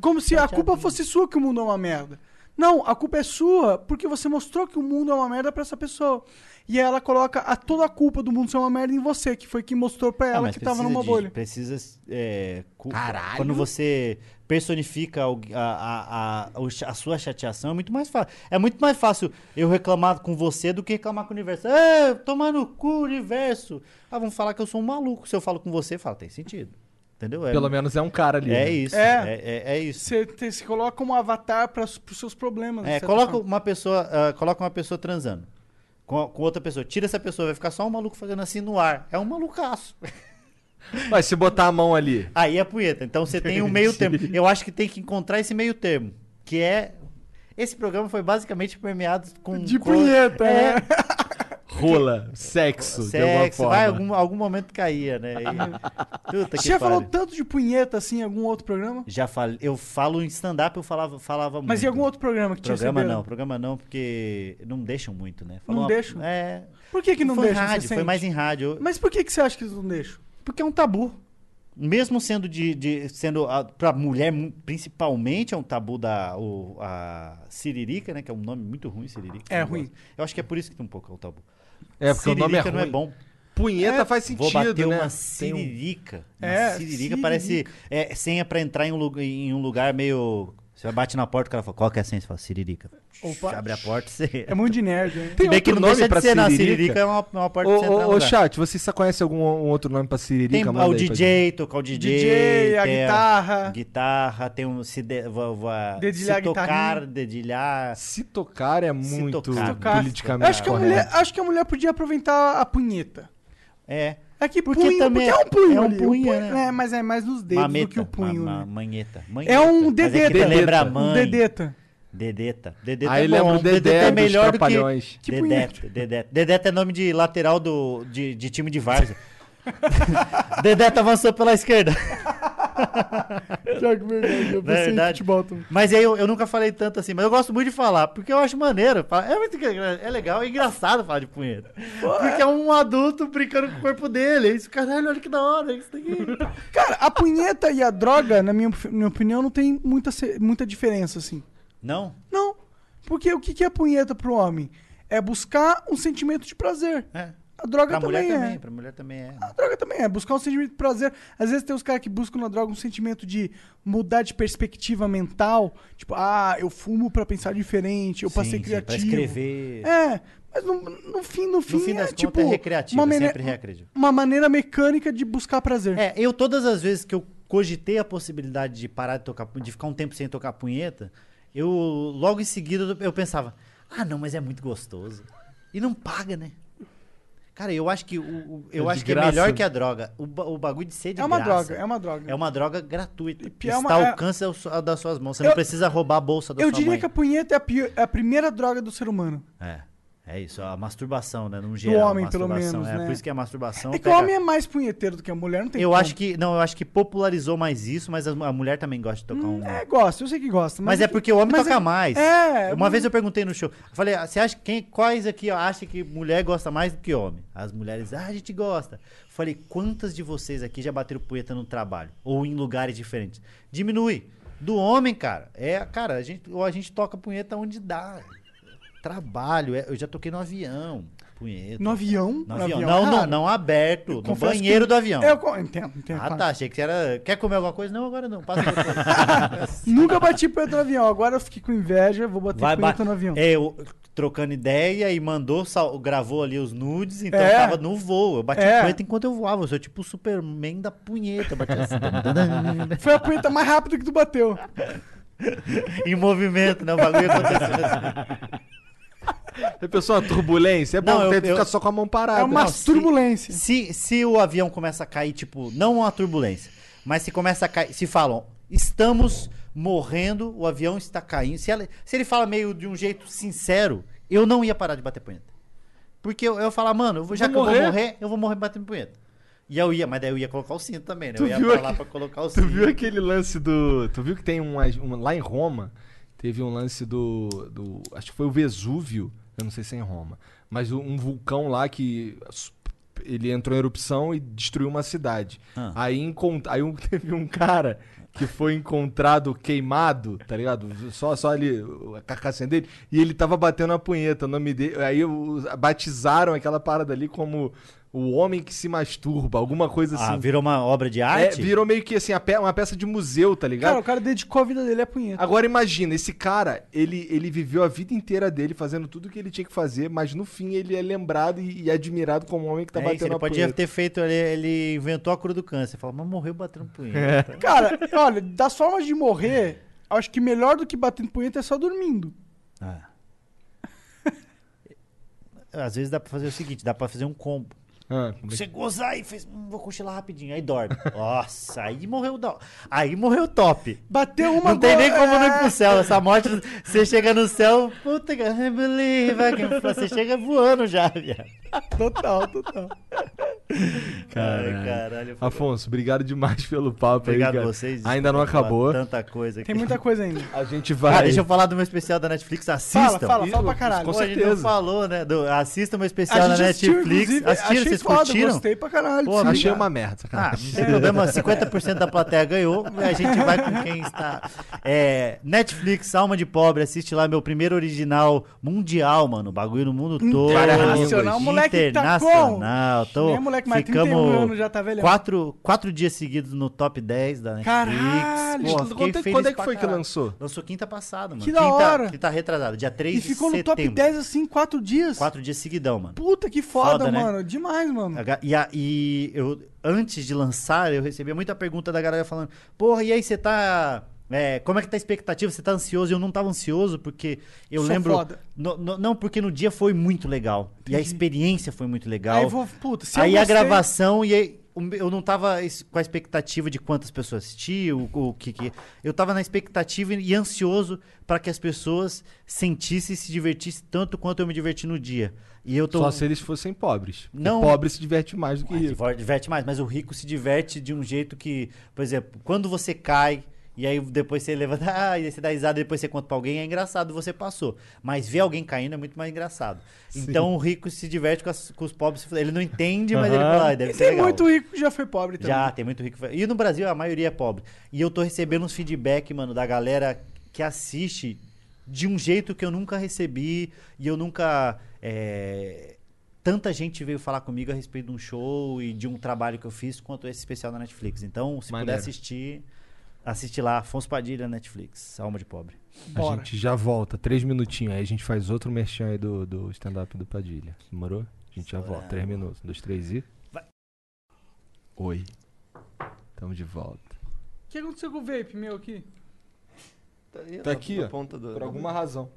Speaker 3: Como se a culpa fosse sua que o mundo é uma merda. Não, a culpa é sua porque você mostrou que o mundo é uma merda pra essa pessoa. E aí ela coloca a toda a culpa do mundo ser uma merda em você, que foi quem mostrou pra ela
Speaker 4: Ah, mas
Speaker 3: que tava
Speaker 4: precisa
Speaker 3: numa
Speaker 4: de-
Speaker 3: bolha.
Speaker 4: Precisa. é, cu-
Speaker 2: Caralho!
Speaker 4: Quando você personifica algu- a, a, a, o cha- a sua chateação, é muito mais fácil. É muito mais fácil eu reclamar com você do que reclamar com o universo. É, tomar no cu, universo. Ah, vão falar que eu sou um maluco. Se eu falo com você, fala, tem sentido. Entendeu? É,
Speaker 2: Pelo menos é um cara ali.
Speaker 4: é
Speaker 2: né?
Speaker 4: isso.
Speaker 3: É.
Speaker 4: É, é, é isso.
Speaker 3: Você, te- você coloca um avatar para os seus problemas. de
Speaker 4: É,
Speaker 3: certa
Speaker 4: coloca
Speaker 3: forma.
Speaker 4: uma pessoa, ah, coloca uma pessoa transando. Com, com outra pessoa. Tira essa pessoa, vai ficar só um maluco fazendo assim no ar. É um malucaço.
Speaker 2: Mas se botar a mão ali.
Speaker 4: Aí é punheta. Então você tem um meio termo. Eu acho que tem que encontrar esse meio termo. Que é. Esse programa foi basicamente permeado com.
Speaker 3: De
Speaker 4: com-
Speaker 3: punheta,
Speaker 4: É,
Speaker 3: né?
Speaker 2: Rola, sexo, de alguma
Speaker 4: Sexo,
Speaker 2: forma.
Speaker 4: vai, algum, algum momento caía, né? E- Puta que
Speaker 3: Você já falou
Speaker 4: pariu.
Speaker 3: tanto de punheta assim em algum outro programa?
Speaker 4: Já falei. Eu falo em stand-up, eu falava, falava muito.
Speaker 3: Mas em algum outro programa que tinha
Speaker 4: Programa
Speaker 3: recebido?
Speaker 4: não, programa não, porque não deixam muito, né?
Speaker 3: Não
Speaker 4: uma-
Speaker 3: deixam?
Speaker 4: É.
Speaker 3: Por que, que não
Speaker 4: foi em
Speaker 3: deixa?
Speaker 4: rádio, foi mais em rádio.
Speaker 3: Mas por que, que você acha que eles não deixam?
Speaker 4: Porque é um tabu. Mesmo sendo de. de sendo a, pra mulher, mu- principalmente, é um tabu da. O, a Siririca, né? Que é um nome muito ruim, Siririca.
Speaker 3: É
Speaker 4: eu não
Speaker 3: ruim.
Speaker 4: gosto. Eu acho que é por isso que tem um pouco é o tabu.
Speaker 2: É, porque o nome é
Speaker 4: Siririca não é
Speaker 2: ruim.
Speaker 4: bom. É.
Speaker 2: Punheta faz
Speaker 4: Vou bater
Speaker 2: sentido, né?
Speaker 4: uma
Speaker 2: Tem um-
Speaker 4: siririca. Uma
Speaker 3: É,
Speaker 4: siririca,
Speaker 3: siririca.
Speaker 4: parece é, senha pra entrar em um, lugar, em um lugar meio. Você bate na porta, o cara fala, qual que é a senha? Você fala, siririca.
Speaker 3: Opa.
Speaker 4: Abre a porta e você.
Speaker 3: É muito de nerd, né?
Speaker 2: Tem
Speaker 4: Bem
Speaker 2: outro
Speaker 4: que não
Speaker 2: nome
Speaker 4: deixa de
Speaker 2: pra
Speaker 4: ser, não. A
Speaker 2: siririca?
Speaker 4: Siririca é uma,
Speaker 2: Ô,
Speaker 4: uma porta pra você entrar
Speaker 2: ô,
Speaker 4: no
Speaker 2: ô,
Speaker 4: lugar.
Speaker 2: chat, você só conhece algum um outro nome pra siririca?
Speaker 4: Tem ah,
Speaker 2: Manda
Speaker 4: o
Speaker 2: aí pra
Speaker 4: DJ, tocar o DJ.
Speaker 3: DJ, a
Speaker 4: tem
Speaker 3: guitarra.
Speaker 4: Guitarra, tem um. Se de, va- va-
Speaker 3: Dedilhar
Speaker 4: se
Speaker 3: a
Speaker 4: tocar,
Speaker 3: guitarrinha.
Speaker 4: dedilhar.
Speaker 2: Se tocar é muito
Speaker 4: tocar.
Speaker 3: Tocar.
Speaker 2: politicamente
Speaker 3: Acho que, a
Speaker 4: um
Speaker 2: correto.
Speaker 3: mulher, acho que a mulher podia aproveitar a punheta.
Speaker 4: É.
Speaker 3: É que
Speaker 4: Porque
Speaker 3: punho,
Speaker 4: também
Speaker 3: porque é um punho,
Speaker 4: é um
Speaker 3: ali, o
Speaker 4: punho, né?
Speaker 3: é, mas é mais nos dedos
Speaker 4: Mameta.
Speaker 3: do que o punho.
Speaker 4: ma- ma-
Speaker 3: né?
Speaker 4: manheta.
Speaker 3: É um
Speaker 4: Mas que
Speaker 3: dedeta.
Speaker 4: te lembra a
Speaker 3: Um
Speaker 4: mãe.
Speaker 3: dedeta.
Speaker 4: Dedeta. Dedeta
Speaker 2: Aí
Speaker 4: é
Speaker 2: lembra
Speaker 4: bom.
Speaker 2: o Dedé
Speaker 4: Dedeta é
Speaker 2: dos
Speaker 4: melhor do
Speaker 2: Trapalhões.
Speaker 4: que.
Speaker 3: Que
Speaker 4: Dedeta, Dedeta. Dedeta é nome de lateral do, de, de time de Várzea. Dedeta avançou pela esquerda.
Speaker 3: Já que verdade, eu pensei em
Speaker 4: Verdade.
Speaker 3: é futebol também.
Speaker 4: Mas aí eu, eu nunca falei tanto assim, mas eu gosto muito de falar, porque eu acho maneiro. falar- É muito engra- é legal, é engraçado falar de punheta. Porque é um adulto brincando com o corpo dele. é Isso, caralho, olha que da hora, é isso daqui.
Speaker 3: Cara, a punheta e a droga, na minha, minha opinião, não tem muita, se- muita diferença, assim.
Speaker 4: Não?
Speaker 3: Não. Porque o que que é punheta pro homem? É buscar um sentimento de prazer.
Speaker 4: É.
Speaker 3: A droga
Speaker 4: Pra mulher
Speaker 3: também é.
Speaker 4: também, pra mulher também é.
Speaker 3: A droga também é. Buscar um sentimento de prazer. Às vezes tem os caras que buscam na droga um sentimento de mudar de perspectiva mental. Tipo, ah, eu fumo pra pensar diferente, eu passei
Speaker 4: Sim, sim,
Speaker 3: criativo.
Speaker 4: Pra escrever.
Speaker 3: É, mas no, no fim, no fim,
Speaker 4: fim
Speaker 3: é,
Speaker 4: das
Speaker 3: tipo,
Speaker 4: contas, é recreativo,
Speaker 3: uma mane-
Speaker 4: sempre recreativo.
Speaker 3: Uma maneira mecânica de buscar prazer.
Speaker 4: É, eu todas as vezes que eu cogitei a possibilidade de parar de tocar, pu- de ficar um tempo sem tocar punheta, eu logo em seguida eu pensava, ah não, mas é muito gostoso. E não paga, né? Cara, eu acho que o, o- eu
Speaker 2: É de
Speaker 4: acho que é
Speaker 2: graça.
Speaker 4: melhor que a droga. O, ba- o bagulho de ser de
Speaker 3: É uma
Speaker 4: graça.
Speaker 3: droga, é uma droga.
Speaker 4: É uma droga gratuita.
Speaker 3: E
Speaker 4: E
Speaker 3: pior, é
Speaker 4: Está
Speaker 3: uma-
Speaker 4: ao
Speaker 3: é-
Speaker 4: alcance ao su- das suas mãos. Você
Speaker 3: Eu-
Speaker 4: não precisa roubar a bolsa da
Speaker 3: Eu
Speaker 4: sua
Speaker 3: diria
Speaker 4: mãe.
Speaker 3: que a punheta é a, pior- é a primeira droga do ser humano.
Speaker 4: É. É isso, a masturbação, né? No geral, a
Speaker 3: homem, pelo
Speaker 4: masturbação,
Speaker 3: menos,
Speaker 4: É
Speaker 3: né?
Speaker 4: por isso que a masturbação.
Speaker 3: é que o
Speaker 4: pega-
Speaker 3: homem é mais punheteiro do que a mulher, não tem
Speaker 4: Eu
Speaker 3: como.
Speaker 4: acho que. Não, eu acho que popularizou mais isso, mas a, a mulher também gosta de tocar um.
Speaker 3: É, gosta, eu sei que gosta.
Speaker 4: Mas é
Speaker 3: que-
Speaker 4: porque o homem
Speaker 3: mas
Speaker 4: toca
Speaker 3: é-
Speaker 4: mais.
Speaker 3: É.
Speaker 4: Uma vez eu perguntei no show. eu Falei, "Ah, você acha quem, quais aqui acha que mulher gosta mais do que homem? As mulheres, ah, a gente gosta. Eu Falei, quantas de vocês aqui já bateram punheta no trabalho ou em lugares diferentes? Diminui. Do homem, cara, é, cara, a gente, ou a gente toca punheta onde dá. Trabalho, é- eu já toquei no avião, punheta.
Speaker 3: No avião?
Speaker 4: No
Speaker 3: No
Speaker 4: avião.
Speaker 3: avião,
Speaker 4: Não, não,
Speaker 3: raro.
Speaker 4: não aberto, no
Speaker 3: Confesso que-
Speaker 4: banheiro do avião.
Speaker 3: Eu co- entendo, entendo.
Speaker 4: Ah,
Speaker 3: claro.
Speaker 4: tá, achei que você era, quer comer alguma coisa? Não, agora não, passa depois.
Speaker 3: Nunca bati punheta no avião. Agora eu fiquei com inveja, vou bater
Speaker 4: Vai
Speaker 3: punheta
Speaker 4: ba-
Speaker 3: no avião.
Speaker 4: É, eu- trocando ideia e mandou, sal- gravou ali os nudes, então
Speaker 3: É.
Speaker 4: eu tava no voo. Eu bati
Speaker 3: É.
Speaker 4: punheta enquanto eu voava. Eu sou tipo o Superman da punheta. eu bati assim, dan, dan, dan.
Speaker 3: Foi a punheta mais rápida que tu bateu.
Speaker 4: em movimento, né? O bagulho acontecendo assim.
Speaker 2: A pessoa, turbulência, é bom,
Speaker 4: Não, eu-
Speaker 2: tem que ficar
Speaker 4: eu-
Speaker 2: só com a mão parada.
Speaker 3: É uma
Speaker 4: Não, se-
Speaker 3: turbulência.
Speaker 4: Se, se o avião começa a cair, tipo, não uma turbulência, mas se começa a cair, se falam, estamos morrendo, o avião está caindo. Se, ela- se ele fala meio de um jeito sincero, eu não ia parar de bater punheta. Porque eu, eu ia falar, mano, eu vou- já
Speaker 2: Vou
Speaker 4: que eu
Speaker 2: morrer.
Speaker 4: vou morrer, eu vou morrer batendo punheta. E eu ia, mas daí eu ia colocar o cinto também, né?
Speaker 2: Tu
Speaker 4: eu ia
Speaker 2: viu
Speaker 4: pra lá
Speaker 2: aqui-
Speaker 4: pra colocar o
Speaker 2: Tu
Speaker 4: cinto.
Speaker 2: viu aquele lance do. Tu viu que tem um, um- Lá em Roma, teve um lance do. do acho que foi o Vesúvio. Eu não sei se é em Roma. Mas o- um vulcão lá que. s- Ele entrou em erupção e destruiu uma cidade.
Speaker 4: Ah.
Speaker 2: Aí, encont... Aí um- teve um cara que foi encontrado queimado, tá ligado? Só, só ali o- a carcassinha dele. E ele tava batendo a punheta. O nome dele. Aí o- batizaram aquela parada ali como o homem que se masturba, alguma coisa
Speaker 4: Ah,
Speaker 2: assim.
Speaker 4: virou uma obra de
Speaker 2: É,
Speaker 4: arte?
Speaker 2: virou meio que assim, a pe- uma peça de museu, tá ligado?
Speaker 3: Cara, o cara dedicou a vida dele a punheta.
Speaker 2: Agora imagina, esse cara, ele, ele viveu a vida inteira dele fazendo tudo o que ele tinha que fazer, mas no fim ele é lembrado e, e admirado como um homem que tá
Speaker 4: É isso,
Speaker 2: batendo
Speaker 4: ele
Speaker 2: a
Speaker 4: podia
Speaker 2: punheta.
Speaker 4: ter feito, ele, ele inventou a cura do câncer. Fala, mas morreu batendo punheta.
Speaker 3: Cara, olha, das formas de morrer, acho que melhor do que batendo punheta é só dormindo.
Speaker 4: É. Às vezes dá pra fazer o seguinte, dá pra fazer um combo.
Speaker 2: Ah, como é que-
Speaker 4: Você gozar e fez. "Hum, vou cochilar rapidinho. Aí dorme. Nossa, aí morreu. do- Aí morreu top.
Speaker 3: Bateu uma
Speaker 4: não tem
Speaker 3: go-
Speaker 4: nem como não ir
Speaker 3: É.
Speaker 4: pro céu. Essa morte, você chega no céu, puta que. I believe I can fly. Você chega voando já, viado.
Speaker 3: Total, total.
Speaker 4: Ai, caralho. foi-
Speaker 2: Afonso, obrigado demais pelo papo aí,
Speaker 4: Obrigado a
Speaker 2: cara.
Speaker 4: vocês.
Speaker 2: Ainda não
Speaker 4: desculpa falar
Speaker 2: acabou.
Speaker 4: Tanta coisa aqui.
Speaker 3: Tem muita coisa ainda.
Speaker 2: A gente vai.
Speaker 4: Cara, deixa eu falar do meu especial da Netflix. Assistam.
Speaker 3: Fala, fala, fala pra caralho.
Speaker 2: com
Speaker 4: Pô, a gente não
Speaker 2: certeza.
Speaker 4: falou, né? Do, assista o meu especial
Speaker 3: A
Speaker 4: na
Speaker 3: gente assistiu,
Speaker 4: Netflix.
Speaker 3: inclusive,
Speaker 4: assistiram,
Speaker 3: achei
Speaker 4: vocês
Speaker 3: foda,
Speaker 4: curtiram?
Speaker 3: gostei pra caralho.
Speaker 4: Pô,
Speaker 3: sim.
Speaker 2: Achei uma merda,
Speaker 4: Ah,
Speaker 2: cara.
Speaker 4: não tem problema, 50% da plateia ganhou, a gente vai com quem está. É, Netflix, Alma de Pobre, assiste lá meu primeiro original mundial, mano, bagulho no mundo todo.
Speaker 3: Internacional, moleque tá com-
Speaker 4: Internacional, tô-
Speaker 3: Nem moleque, mas 31
Speaker 4: ficamos
Speaker 3: anos já tá velhão.
Speaker 4: quatro, quatro dias seguidos no top 10 da Netflix.
Speaker 3: Caralho,
Speaker 4: Pô,
Speaker 2: quando
Speaker 4: fiquei
Speaker 2: é que-
Speaker 4: feliz
Speaker 2: quando é que
Speaker 4: pra
Speaker 2: foi que
Speaker 4: caralho.
Speaker 2: lançou?
Speaker 4: Lançou quinta passada, mano.
Speaker 3: Que da
Speaker 4: Quinta-
Speaker 3: hora.
Speaker 4: Quinta retrasada, dia 3
Speaker 3: E
Speaker 4: de
Speaker 3: ficou no
Speaker 4: setembro.
Speaker 3: top 10 assim, quatro dias.
Speaker 4: Quatro dias seguidão, mano.
Speaker 3: Puta que foda,
Speaker 4: Foda, né?
Speaker 3: mano. Demais, mano.
Speaker 4: A ga- E, a- e eu, antes de lançar, eu recebia muita pergunta da galera falando: Porra, e aí você tá. é, como é que tá a expectativa? Você tá ansioso? Eu não tava ansioso porque eu
Speaker 3: Sou
Speaker 4: lembro.
Speaker 3: foda.
Speaker 4: No- no- não, porque no dia foi muito legal. E a experiência foi muito legal.
Speaker 3: Aí vou, puta, se eu
Speaker 4: Aí a
Speaker 3: gostei-
Speaker 4: gravação e aí, o me- eu não tava es- com a expectativa de quantas pessoas assistiam, o, o que, que- eu tava na expectativa e ansioso para que as pessoas sentissem e se divertissem tanto quanto eu me diverti no dia. E eu tô
Speaker 2: Só se eles fossem pobres. Porque
Speaker 4: Não.
Speaker 2: Pobre se diverte mais do que
Speaker 4: ah,
Speaker 2: rico.
Speaker 4: divor- diverte mais, mas o rico se diverte de um jeito que, por exemplo, quando você cai e aí depois você levanta, ah, e aí você dá risada e depois você conta pra alguém, é engraçado, você passou. Mas ver alguém caindo é muito mais engraçado. Então o rico se diverte com, as- com os pobres, ele não entende, mas ele fala, ah, deve
Speaker 3: E
Speaker 4: ser
Speaker 3: tem
Speaker 4: legal.
Speaker 3: é muito rico que já foi pobre também.
Speaker 4: Já, tem muito rico. E no Brasil a maioria é pobre. E eu tô recebendo uns feedback, mano, da galera que assiste de um jeito que eu nunca recebi e eu nunca. é, Tanta gente veio falar comigo a respeito de um show e de um trabalho que eu fiz quanto esse especial da Netflix. Então, se
Speaker 2: Maneiro.
Speaker 4: puder assistir, assiste lá, Afonso Padilha Netflix, Alma de Pobre.
Speaker 2: A
Speaker 3: Bora.
Speaker 2: gente já volta, três minutinhos. Aí a gente faz outro merchan aí do, do stand-up do Padilha. Demorou? A gente já volta. Três minutos. Um, dois, três e.
Speaker 4: Vai.
Speaker 2: Oi. Tamo de volta.
Speaker 3: O que aconteceu com o vape meu aqui?
Speaker 2: Tá aqui,
Speaker 5: na
Speaker 2: ó,
Speaker 5: ponta do-
Speaker 2: Por alguma razão.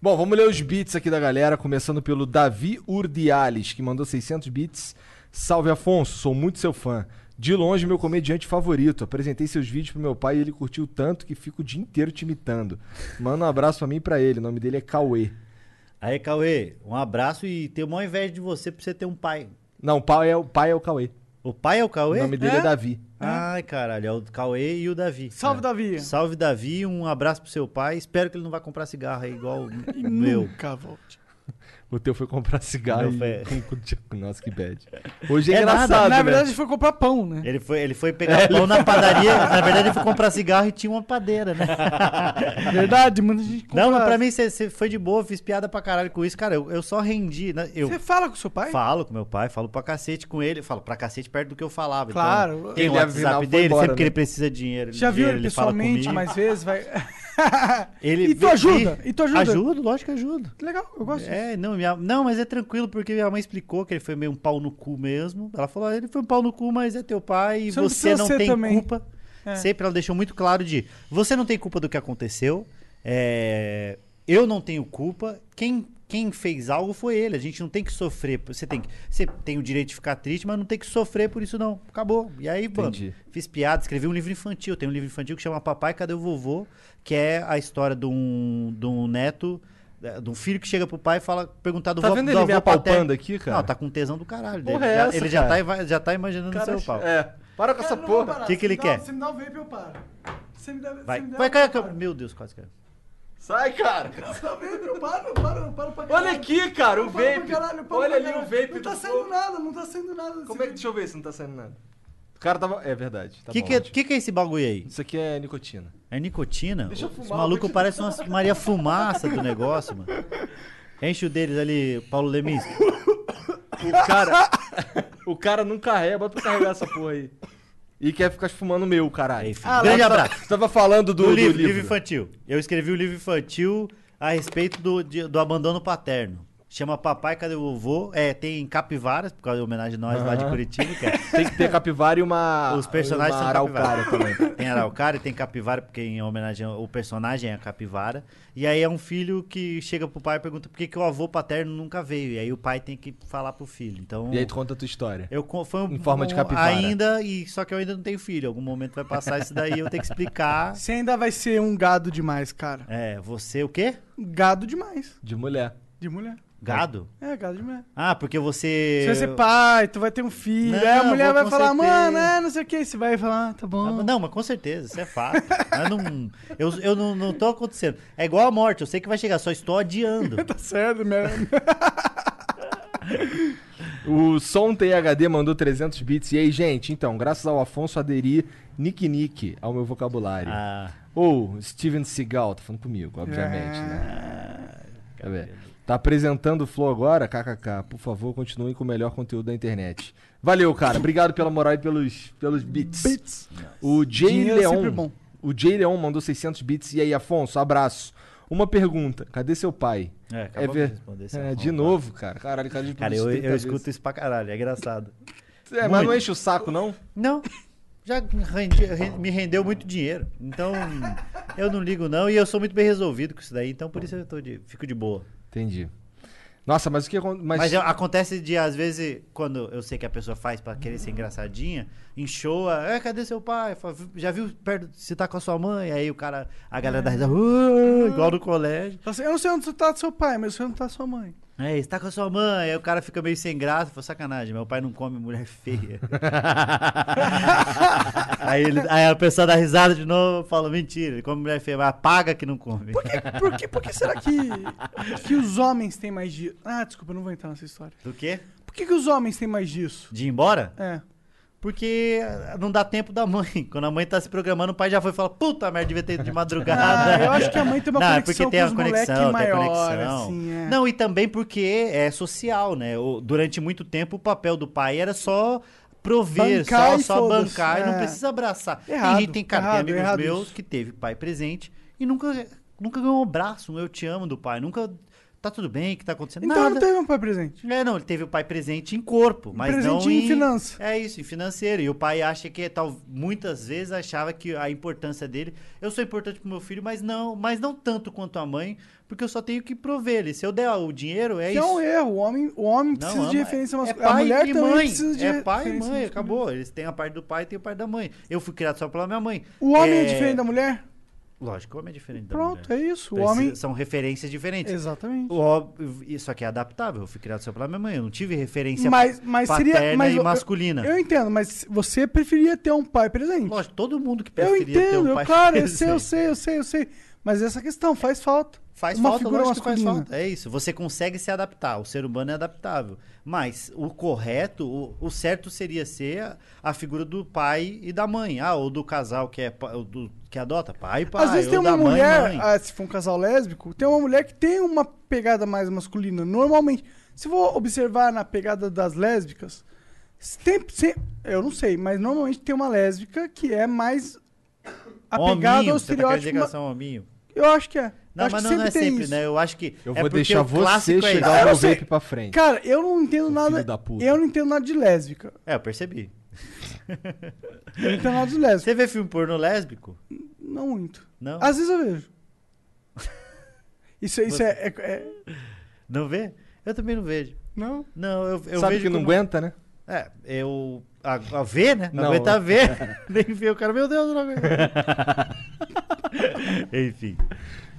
Speaker 2: Bom, vamos ler os bits aqui da galera, começando pelo Davi Urdiales, que mandou 600 bits. Salve Afonso, sou muito seu fã. De longe, meu comediante favorito. Apresentei seus vídeos pro meu pai e ele curtiu tanto que fico o dia inteiro te imitando. Manda um abraço pra mim e pra ele. O nome dele é Cauê.
Speaker 4: Aí, Cauê, um abraço e tenho maior inveja de você por você ter um pai.
Speaker 2: Não, o pai é o, pai é o Cauê.
Speaker 4: O pai é o Cauê?
Speaker 2: O nome dele é, Davi.
Speaker 4: Ai, caralho, é o Cauê e o Davi.
Speaker 3: Salve,
Speaker 4: É.
Speaker 3: Davi.
Speaker 4: Salve, Davi. Um abraço pro seu pai. Espero que ele não vá comprar cigarro aí igual o
Speaker 3: E
Speaker 4: meu.
Speaker 3: nunca volte.
Speaker 2: O teu foi comprar cigarro.
Speaker 4: Meu
Speaker 2: e- Nossa, que bad. Hoje é,
Speaker 4: É nada,
Speaker 2: engraçado,
Speaker 3: Na
Speaker 2: né?
Speaker 3: verdade, a gente foi comprar pão, né?
Speaker 4: Ele foi, ele foi pegar pão na padaria. Na verdade, ele foi comprar cigarro e tinha uma padeira, né?
Speaker 3: Verdade, muita gente compra.
Speaker 4: Não, mas pra mim você foi de boa, eu fiz piada pra caralho com isso. Cara, eu, eu só rendi. né? Eu
Speaker 3: Você fala com seu pai?
Speaker 4: falo com meu pai, falo pra cacete com ele, falo pra cacete perto do que eu falava. Então,
Speaker 3: Claro.
Speaker 4: tem o
Speaker 2: Ele, afinal,
Speaker 4: WhatsApp
Speaker 2: foi
Speaker 4: dele,
Speaker 2: embora,
Speaker 4: sempre que
Speaker 2: né?
Speaker 4: ele precisa de dinheiro.
Speaker 3: Já viu
Speaker 4: dinheiro,
Speaker 3: ele pessoalmente
Speaker 4: fala comigo.
Speaker 3: mais vezes? Vai...
Speaker 4: Ele
Speaker 3: E tu
Speaker 4: vem-
Speaker 3: ajuda?
Speaker 4: vem-
Speaker 3: E tu ajuda?
Speaker 4: Ajudo, lógico que ajudo.
Speaker 3: Legal, eu gosto disso.
Speaker 4: É, não, minha- não, mas é tranquilo, porque minha mãe explicou que ele foi meio um pau no cu mesmo. Ela falou, "Ah, ele foi um pau no cu, mas é teu pai e
Speaker 3: Você
Speaker 4: você,
Speaker 3: não precisa
Speaker 4: não
Speaker 3: ser
Speaker 4: tem
Speaker 3: também." É.
Speaker 4: culpa. Sempre ela deixou muito claro de você não tem culpa do que aconteceu, é, eu não tenho culpa, quem, quem fez algo foi ele, a gente não tem que sofrer. Você tem, que- você tem o direito de ficar triste, mas não tem que sofrer por isso não. Acabou. E aí, mano,
Speaker 2: Entendi.
Speaker 4: fiz piada, escrevi um livro infantil. Tem um livro infantil que chama Papai, Cadê o Vovô? Que é a história de um, de um neto, eh, de um filho que chega pro pai e fala, perguntar do
Speaker 2: Tá
Speaker 4: vô-
Speaker 2: vendo
Speaker 4: do
Speaker 2: ele
Speaker 4: avô
Speaker 2: me apalpando
Speaker 4: paterno.
Speaker 2: aqui, cara?
Speaker 4: Não, tá com tesão do caralho dele.
Speaker 2: Porra é
Speaker 4: Já-
Speaker 2: essa,
Speaker 4: ele já tá,
Speaker 2: cara?
Speaker 4: iva- já tá imaginando o seu pau.
Speaker 2: É. Para com essa porra.
Speaker 4: O que que ele
Speaker 3: me dá-
Speaker 4: quer?
Speaker 3: Você me dá um vape, eu paro. Você me dá,
Speaker 4: Vai,
Speaker 2: é
Speaker 3: você me dá
Speaker 4: vai
Speaker 3: um
Speaker 4: cair a
Speaker 3: vape, eu
Speaker 4: câmera. Meu Deus, quase caiu.
Speaker 2: Sai, cara.
Speaker 3: paro. Você me dá um vape, eu paro, eu paro, eu paro pra caralho.
Speaker 2: Olha aqui, cara, o
Speaker 3: Eu paro pra
Speaker 2: vape.
Speaker 3: caralho, eu paro
Speaker 2: Olha
Speaker 3: pra
Speaker 2: ali o
Speaker 3: caralho.
Speaker 2: vape
Speaker 3: Não tá
Speaker 2: do
Speaker 3: saindo
Speaker 2: povo.
Speaker 3: nada, não tá saindo nada. desse
Speaker 2: Como é que.
Speaker 3: vape.
Speaker 2: Deixa eu ver se não tá saindo nada. O cara tava. É verdade. Tá
Speaker 4: O que,
Speaker 2: bom,
Speaker 4: que, é-
Speaker 2: ótimo.
Speaker 4: que que é esse bagulho aí?
Speaker 2: Isso aqui é nicotina.
Speaker 4: É nicotina?
Speaker 2: Deixa eu fumar,
Speaker 4: Esse
Speaker 2: eu vou
Speaker 4: maluco
Speaker 2: te-
Speaker 4: parece uma Maria Fumaça do negócio, mano. Enche o deles ali, Paulo Lemis.
Speaker 2: O cara. o cara não carrega, bota pra carregar essa porra aí. E quer ficar fumando o meu, caralho.
Speaker 4: Grande abraço.
Speaker 2: Você tava falando do,
Speaker 4: Ah, Do
Speaker 2: do
Speaker 4: livro, livro infantil. Eu escrevi o livro infantil a respeito do, de- do abandono paterno. Chama Papai, Cadê o Vovô? É, tem capivaras, por causa de homenagem a nós lá de Curitiba, cara.
Speaker 2: Tem que ter capivara e uma.
Speaker 4: Os personagens
Speaker 2: uma
Speaker 4: são
Speaker 2: araucária
Speaker 4: capivara
Speaker 2: também.
Speaker 4: Tem araucária, tem capivara, porque em homenagem ao- o personagem é a capivara. E aí é um filho que chega pro pai e pergunta por que, que o avô paterno nunca veio. E aí o pai tem que falar pro filho. Então,
Speaker 2: E aí tu conta a tua história.
Speaker 4: eu co- foi um,
Speaker 2: Em forma de
Speaker 4: um-
Speaker 2: capivara.
Speaker 4: Ainda, e só que eu ainda não tenho filho. Algum momento vai passar isso daí, eu tenho que explicar.
Speaker 3: Você ainda vai ser um gado demais, cara.
Speaker 4: É, você o quê?
Speaker 3: Gado demais.
Speaker 2: De mulher.
Speaker 3: De mulher.
Speaker 4: Gado?
Speaker 3: É, gado de mulher.
Speaker 4: Ah, porque você. Ah,
Speaker 3: Você vai ser pai, tu vai ter um filho.
Speaker 4: Não,
Speaker 3: aí a mulher
Speaker 4: vou
Speaker 3: vai falar,
Speaker 4: consertar.
Speaker 3: mano, é, não sei o que. Você vai falar, ah, tá
Speaker 4: Ah,
Speaker 3: bom.
Speaker 4: mas Não, mas com certeza, isso é fato. Mas não, eu eu não, não tô acontecendo. É igual a morte, eu sei que vai chegar, só estou adiando.
Speaker 3: Tá certo, mesmo.
Speaker 2: O Som THD mandou 300 bits. E aí, gente, então, graças ao Afonso aderi Nick Nick ao meu vocabulário.
Speaker 4: Ah,
Speaker 2: Ou Steven Seagal, tá falando comigo, obviamente,
Speaker 4: É.
Speaker 2: né? Quer ver? Tá apresentando o Flow agora? KKK, por favor, continuem com o melhor conteúdo da internet. Valeu, cara. Obrigado pela moral e pelos, pelos bits. O Jay
Speaker 3: Dinheiro é sempre
Speaker 2: Leon.
Speaker 3: bom.
Speaker 2: O Jay Leon mandou 600 bits. E aí, Afonso, abraço. Uma pergunta. Cadê seu pai?
Speaker 4: É, acabou
Speaker 2: ver-
Speaker 4: de responder esse
Speaker 2: É,
Speaker 4: Afonso,
Speaker 2: de novo, cara. Caralho, cara, a gente
Speaker 4: cara, eu,
Speaker 2: produz 30
Speaker 4: eu
Speaker 2: vezes.
Speaker 4: escuto isso pra caralho, é engraçado.
Speaker 2: É, mas não enche o saco, não?
Speaker 4: Não, já rendi- re- me rendeu muito dinheiro. Então, eu não ligo não e eu sou muito bem resolvido com isso daí, então por isso eu tô de, fico de boa.
Speaker 2: Entendi. Nossa, mas o que acontece. Mas,
Speaker 4: Mas eu- acontece de, às vezes, quando eu sei que a pessoa faz pra querer ser engraçadinha, enxoa, é, cadê seu pai? Fala, Já viu perto, se tá com a sua mãe? Aí o cara, a galera dá risada, "Uh", igual no colégio.
Speaker 3: Fala assim, Eu não sei onde tá seu pai, mas eu sei onde tá sua mãe.
Speaker 4: É, você tá com a sua mãe? Aí o cara fica meio sem graça, fala, sacanagem, meu pai não come mulher feia. aí, ele- aí a pessoa dá risada de novo, fala, mentira, ele come mulher feia, mas paga que não come.
Speaker 3: Por que, por que será que, que os homens têm mais disso? Ah, desculpa, eu não vou entrar nessa história.
Speaker 4: Do quê?
Speaker 3: Por que, que os homens têm mais disso?
Speaker 4: De ir embora?
Speaker 3: É.
Speaker 4: Porque eh, não dá tempo da mãe. Quando a mãe tá se programando, o pai já foi e fala: Puta merda, devia ter ido de madrugada.
Speaker 3: Ah, eu acho que a mãe tem uma
Speaker 4: não, é
Speaker 3: conexão
Speaker 4: porque tem
Speaker 3: com
Speaker 4: a
Speaker 3: os moleque
Speaker 4: conexão,
Speaker 3: maior,
Speaker 4: tem a conexão.
Speaker 3: assim, é.
Speaker 4: Não, e também porque é social, né? O- durante muito tempo, o papel do pai era só prover,
Speaker 3: Bancar
Speaker 4: só,
Speaker 3: e
Speaker 4: só
Speaker 3: foda-se,
Speaker 4: bancar e não
Speaker 3: é.
Speaker 4: precisa abraçar.
Speaker 3: Errado,
Speaker 4: tem gente, tem, cara,
Speaker 3: errado,
Speaker 4: tem amigos
Speaker 3: errado
Speaker 4: meus
Speaker 3: isso.
Speaker 4: que teve pai presente e nunca, nunca ganhou um abraço, um eu te amo do pai. Nunca. Tá tudo bem, o que tá acontecendo?
Speaker 3: Então
Speaker 4: Nada.
Speaker 3: não teve um pai presente.
Speaker 4: É, não, ele teve o pai presente em corpo, mas
Speaker 3: Presente
Speaker 4: não
Speaker 3: em
Speaker 4: em
Speaker 3: finança.
Speaker 4: É isso, em financeiro. E o pai acha que é, tal, muitas vezes achava que a importância dele, eu sou importante pro meu filho, mas não, mas não tanto quanto a mãe, porque eu só tenho que prover ele. Se eu der o dinheiro, é
Speaker 3: que
Speaker 4: isso.
Speaker 3: é um erro. O homem, o homem precisa
Speaker 4: Não,
Speaker 3: de
Speaker 4: é-
Speaker 3: referência masculina.
Speaker 4: É pai
Speaker 3: a mulher
Speaker 4: e
Speaker 3: também
Speaker 4: mãe.
Speaker 3: precisa de
Speaker 4: é pai e
Speaker 3: referência
Speaker 4: mãe,
Speaker 3: masculina.
Speaker 4: acabou. Eles têm a parte do pai e tem a parte da mãe. Eu fui criado só pela minha mãe.
Speaker 3: O homem é... diferente da mulher?
Speaker 4: Lógico, o homem é diferente da mulher.
Speaker 3: Pronto, é isso. O
Speaker 4: Precisa-
Speaker 3: homem.
Speaker 4: São referências diferentes.
Speaker 3: Exatamente.
Speaker 4: Ó, Isso aqui é adaptável. Eu fui criado só pela minha mãe. Eu não tive referência
Speaker 3: Mas, mas
Speaker 4: paterna
Speaker 3: seria. Mas
Speaker 4: e
Speaker 3: eu-
Speaker 4: masculina.
Speaker 3: Eu entendo, mas você preferia ter um pai presente.
Speaker 4: Lógico, todo mundo que
Speaker 3: eu
Speaker 4: preferia ter
Speaker 3: entendo,
Speaker 4: um
Speaker 3: eu-
Speaker 4: pai
Speaker 3: claro, eu
Speaker 4: presente.
Speaker 3: sei, eu sei, eu sei, eu sei. Mas essa questão faz falta.
Speaker 4: Faz
Speaker 3: Uma
Speaker 4: falta,
Speaker 3: figura
Speaker 4: lógico que faz
Speaker 3: masculina.
Speaker 4: falta. É isso, você consegue se adaptar, o ser humano é adaptável. Mas o correto, o, o certo seria ser a, a figura do pai e da mãe. Ah, ou do casal que, é, pa- ou do, que adota, pai e pai.
Speaker 3: Às vezes
Speaker 4: ou
Speaker 3: tem uma
Speaker 4: da mãe,
Speaker 3: mulher,
Speaker 4: mãe.
Speaker 3: ah, se for um casal lésbico, tem uma mulher que tem uma pegada mais masculina, normalmente. Se for observar na pegada das lésbicas, tem, se- eu não sei, mas normalmente tem uma lésbica que é mais apegada
Speaker 4: hominho,
Speaker 3: ao
Speaker 4: você tá querendo
Speaker 3: estereótipo.
Speaker 4: dizer que
Speaker 3: ma-
Speaker 4: elas são hominho.
Speaker 3: Eu acho que é.
Speaker 4: Não,
Speaker 3: acho
Speaker 4: mas
Speaker 3: que
Speaker 4: não, não é
Speaker 3: tem
Speaker 4: sempre,
Speaker 3: isso.
Speaker 4: né? Eu acho que.
Speaker 2: Eu vou
Speaker 4: é porque
Speaker 2: deixar
Speaker 4: o clássico
Speaker 2: você
Speaker 4: é
Speaker 2: chegar
Speaker 4: isso.
Speaker 2: o meu
Speaker 3: sei.
Speaker 2: vape pra frente.
Speaker 3: Cara, eu não entendo
Speaker 2: filho
Speaker 3: nada.
Speaker 2: da puta.
Speaker 3: Eu não entendo nada de lésbica.
Speaker 4: É, eu percebi.
Speaker 3: Internautas lésbicos.
Speaker 4: Você vê filme porno lésbico?
Speaker 3: Não muito.
Speaker 4: Não?
Speaker 3: Às vezes eu vejo. Isso, isso é, é- é-
Speaker 4: Não vê? Eu também não vejo.
Speaker 3: Não?
Speaker 4: Não, eu, eu
Speaker 2: Sabe
Speaker 4: vejo
Speaker 2: que não
Speaker 4: como-
Speaker 2: aguenta, né?
Speaker 4: É, eu. A, a ver, né? Não,
Speaker 2: Não.
Speaker 4: aguenta ver. Nem ver o cara, meu Deus, eu não aguento. Enfim.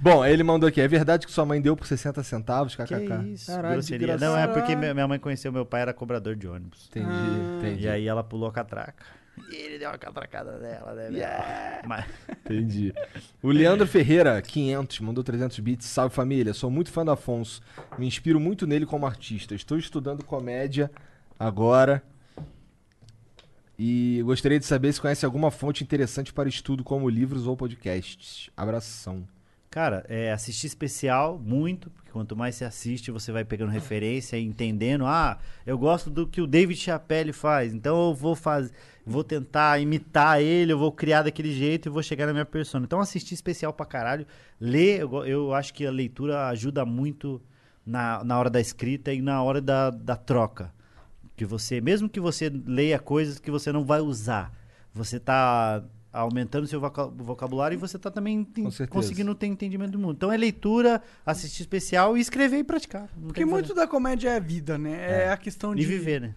Speaker 2: Bom, ele mandou aqui. É verdade que sua mãe deu por 60 centavos, kkk.
Speaker 4: Que isso,
Speaker 3: Caralho,
Speaker 4: grosseria.
Speaker 3: desgraçado.
Speaker 4: Não, é porque minha minha mãe conheceu meu pai, era cobrador de ônibus.
Speaker 2: Entendi,
Speaker 3: Ah.
Speaker 2: entendi.
Speaker 4: E aí ela pulou a catraca. E ele deu uma catracada nela, né? meu? Mas-
Speaker 2: Entendi. O Leandro Ferreira, 500, mandou 300 bits. Salve família, sou muito fã do Afonso. Me inspiro muito nele como artista. Estou estudando comédia agora. E gostaria de saber se conhece alguma fonte interessante para estudo, como livros ou podcasts. Abração.
Speaker 4: Cara, é, assistir especial muito, porque quanto mais você assiste, você vai pegando referência e entendendo. Ah, eu gosto do que o David Chapelle faz, então eu vou fazer, vou tentar imitar ele, eu vou criar daquele jeito e vou chegar na minha persona. Então assistir especial pra caralho, ler, eu, go- eu acho que a leitura ajuda muito na, na hora da escrita e na hora da, da troca. Que você, mesmo que você leia coisas que você não vai usar, você tá aumentando seu voca- vocabulário e você tá também enten-
Speaker 2: Com certeza.
Speaker 4: conseguindo não tem entendimento do mundo. Então é leitura, assistir especial e escrever e praticar. Não
Speaker 3: Porque
Speaker 4: tem o que
Speaker 3: muito
Speaker 4: fazer.
Speaker 3: da comédia é a vida, né? É, a questão de.
Speaker 4: E viver, né?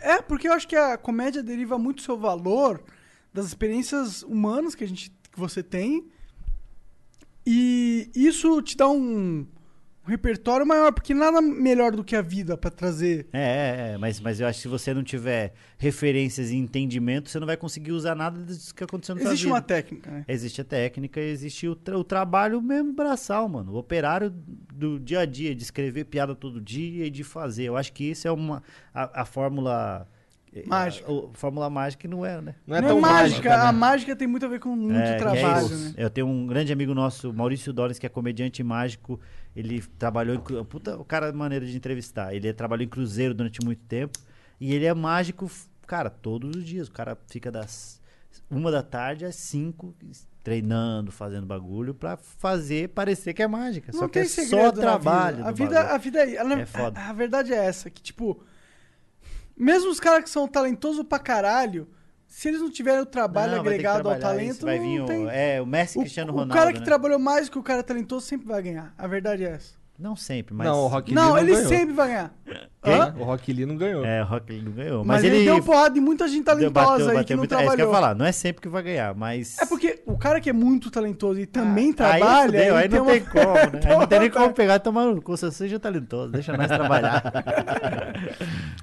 Speaker 3: É, porque eu acho que a comédia deriva muito seu valor das experiências humanas que a gente que você tem. E isso te dá um, um repertório maior, porque nada melhor do que a vida pra trazer.
Speaker 4: É, é, é. Mas, mas eu acho que se você não tiver referências e entendimento, você não vai conseguir usar nada disso que aconteceu no sua
Speaker 3: Existe
Speaker 4: vida.
Speaker 3: uma técnica, né?
Speaker 4: Existe a técnica, existe o, tra- o trabalho mesmo braçal, mano. O operário do dia a dia, de escrever piada todo dia e de fazer. Eu acho que isso é uma a, a fórmula. eh,
Speaker 3: Mágica.
Speaker 4: a- o- fórmula mágica que não é, né?
Speaker 2: Não é
Speaker 3: Não
Speaker 2: tão mágica.
Speaker 3: mágica,
Speaker 2: né?
Speaker 3: a mágica tem muito a ver com muito
Speaker 4: É, que é
Speaker 3: trabalho,
Speaker 4: isso.
Speaker 3: né?
Speaker 4: Eu tenho um grande amigo nosso, Maurício Dornes, que é comediante mágico. Ele trabalhou em. cru- Puta, o cara é maneira de entrevistar. Ele trabalhou em Cruzeiro durante muito tempo. E ele é mágico, f- cara, todos os dias. O cara fica das uma da tarde às cinco treinando, fazendo bagulho pra fazer parecer que é mágica.
Speaker 3: Não
Speaker 4: só que
Speaker 3: tem
Speaker 4: é
Speaker 3: segredo
Speaker 4: só
Speaker 3: na
Speaker 4: trabalho.
Speaker 3: Vida. A
Speaker 4: do
Speaker 3: vida,
Speaker 4: bagulho.
Speaker 3: a vida é, ela-
Speaker 4: É foda.
Speaker 3: A, a verdade é essa, que tipo, mesmo os caras que são talentosos pra caralho, se eles não tiverem o trabalho
Speaker 4: Não, vai ter que
Speaker 3: agregado ao
Speaker 4: trabalhar isso,
Speaker 3: talento,
Speaker 4: vai
Speaker 3: não
Speaker 4: vir o,
Speaker 3: tem...
Speaker 4: é, o Messi
Speaker 3: O-
Speaker 4: Cristiano
Speaker 3: o,
Speaker 4: Ronaldo.
Speaker 3: cara que
Speaker 4: né?
Speaker 3: trabalhou mais que o cara talentoso sempre vai ganhar. A verdade é essa.
Speaker 4: Não sempre, mas.
Speaker 2: Não, o Rock Lee
Speaker 3: não, ele
Speaker 2: ganhou.
Speaker 3: sempre vai ganhar.
Speaker 2: Quem?
Speaker 3: Hã?
Speaker 2: O Rock Lee não ganhou.
Speaker 4: É, o Rock Lee não ganhou.
Speaker 3: Mas, ele, deu porrada em muita gente
Speaker 4: Deu-
Speaker 3: talentosa
Speaker 4: bateu- É
Speaker 3: aí que
Speaker 4: bateu
Speaker 3: não
Speaker 4: muito- É isso que eu
Speaker 3: trabalhou.
Speaker 4: ia falar. Não é sempre que vai ganhar, mas.
Speaker 3: É porque o cara que é muito talentoso e também
Speaker 4: Ah, Aí
Speaker 3: trabalha.
Speaker 4: fudeu,
Speaker 3: ele
Speaker 4: aí não
Speaker 3: uma-
Speaker 4: tem como, né? Aí não tem nem
Speaker 3: Então,
Speaker 4: como pegar e tomar no cu. Se você já é talentoso, deixa nós trabalhar.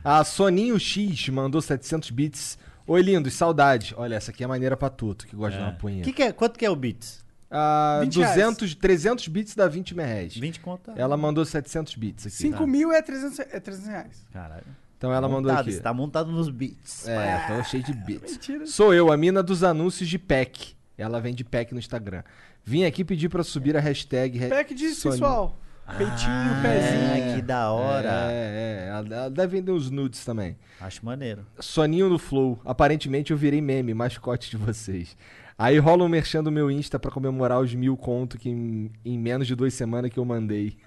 Speaker 2: A Soninho X mandou 700 bits. Oi, lindos, saudade. Olha, essa aqui é maneira pra tudo que gosta de uma punha.
Speaker 4: que que é, quanto que é o Beats?
Speaker 2: Ah,
Speaker 3: 20 reais.
Speaker 2: 200, 300 bits dá 20 merréis.
Speaker 4: 20 conta?
Speaker 2: Ela mandou 700 bits aqui.
Speaker 3: 5 mil é 300, é 300 reais.
Speaker 4: Caralho.
Speaker 2: Então ela mandou
Speaker 4: montado,
Speaker 2: aqui.
Speaker 4: Você tá montado nos Beats.
Speaker 2: É, tô cheio de bits.
Speaker 3: Mentira.
Speaker 2: Sou eu, a mina dos anúncios de pack. Ela vende pack no Instagram. Vim aqui pedir pra subir a hashtag. re-
Speaker 3: Pack de
Speaker 2: Sony.
Speaker 3: sensual. Peitinho, pezinho.
Speaker 4: Ah, É, que da hora.
Speaker 2: Um É, é, ela, ela deve vender uns nudes também.
Speaker 4: Acho maneiro.
Speaker 2: Soninho no Flow. Aparentemente eu virei meme, mascote de vocês. Aí rola um merchan do meu Insta pra comemorar os mil conto que em, em menos de duas semanas que eu mandei.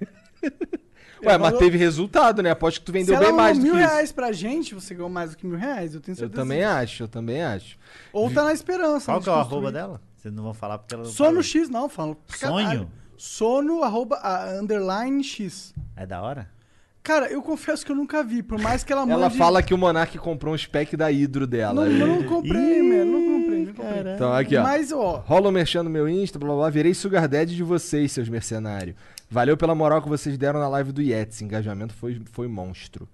Speaker 2: Ué, mas
Speaker 3: mandou-
Speaker 2: teve resultado, né? Aposto que tu
Speaker 3: É, Se
Speaker 2: vendeu
Speaker 3: ela
Speaker 2: bem mais
Speaker 3: mandou
Speaker 2: do
Speaker 3: mil
Speaker 2: que isso.
Speaker 3: reais pra gente, você ganhou mais do que mil reais, eu tenho
Speaker 2: Eu
Speaker 3: certeza.
Speaker 2: também acho, eu também acho.
Speaker 3: Ou tá na esperança.
Speaker 4: Qual
Speaker 3: né,
Speaker 4: que
Speaker 3: de
Speaker 4: é o
Speaker 3: construir.
Speaker 4: arroba dela? Vocês não vão falar porque ela não
Speaker 3: Sono
Speaker 4: falou.
Speaker 3: X, não, falo. pra caralho.
Speaker 4: Sonho?
Speaker 3: Sono, arroba, ah, underline X.
Speaker 4: É da hora?
Speaker 3: Cara, eu confesso que eu nunca vi, por mais que ela mande...
Speaker 2: Ela fala que o Monark comprou um spec da Hidro dela.
Speaker 3: Não, não comprei, mano, não comprei, não comprei.
Speaker 2: Então aqui, ó.
Speaker 3: Mas, ó,
Speaker 2: Rola o merchan no meu Insta, blá blá, blá. virei sugar daddy de vocês, seus mercenários. Valeu pela moral que vocês deram na live do Yetz, engajamento foi, foi monstro.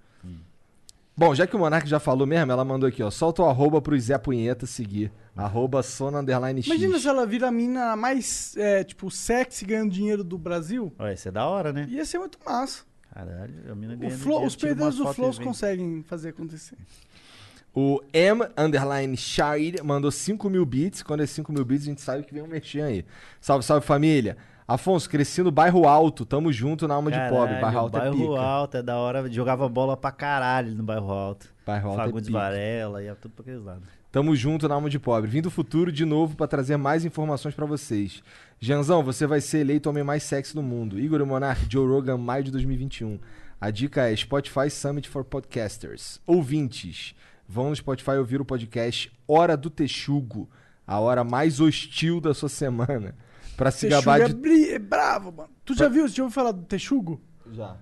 Speaker 2: Bom, já que o Monark já falou mesmo, ela mandou aqui, ó, solta o arroba pro Zé Punheta seguir, arroba sona underline x.
Speaker 3: imagina se ela vira a mina mais, é, tipo, sexy ganhando dinheiro do Brasil.
Speaker 4: Olha, isso é da hora, né?
Speaker 3: Ia ser muito massa.
Speaker 4: Caralho, a mina
Speaker 3: O
Speaker 4: ganha
Speaker 3: flow-
Speaker 4: dinheiro,
Speaker 3: os
Speaker 4: tira
Speaker 3: perdedores
Speaker 4: umas
Speaker 3: do
Speaker 4: fotos e
Speaker 3: Flows
Speaker 4: vem.
Speaker 3: conseguem fazer acontecer.
Speaker 2: O M underline Shire mandou 5 mil bits. Quando é 5 mil bits, a gente sabe que vem um mexer aí. Salve, salve família. Afonso, cresci no bairro alto, tamo junto na alma de pobre. Bairro alto é pica.
Speaker 4: Alto é da hora. Jogava bola pra caralho no bairro alto.
Speaker 2: Bairro alto é
Speaker 4: Fagundes
Speaker 2: pica.
Speaker 4: Varela, ia tudo pra aqueles lados.
Speaker 2: Tamo junto na alma de pobre. Vim do futuro de novo pra trazer mais informações pra vocês. Janzão, você vai ser eleito o homem mais sexy do mundo. Igor Monarch, Joe Rogan, um. maio de 2021. A dica é Spotify Summit for Podcasters. Ouvintes, vão no Spotify ouvir o podcast Hora do Texugo, a hora mais hostil da sua semana. Pra se
Speaker 3: Texugo
Speaker 2: gabar
Speaker 3: é,
Speaker 2: de.
Speaker 3: bri- é bravo, mano. Tu já viu? Você já ouviu falar do texugo?
Speaker 2: Já.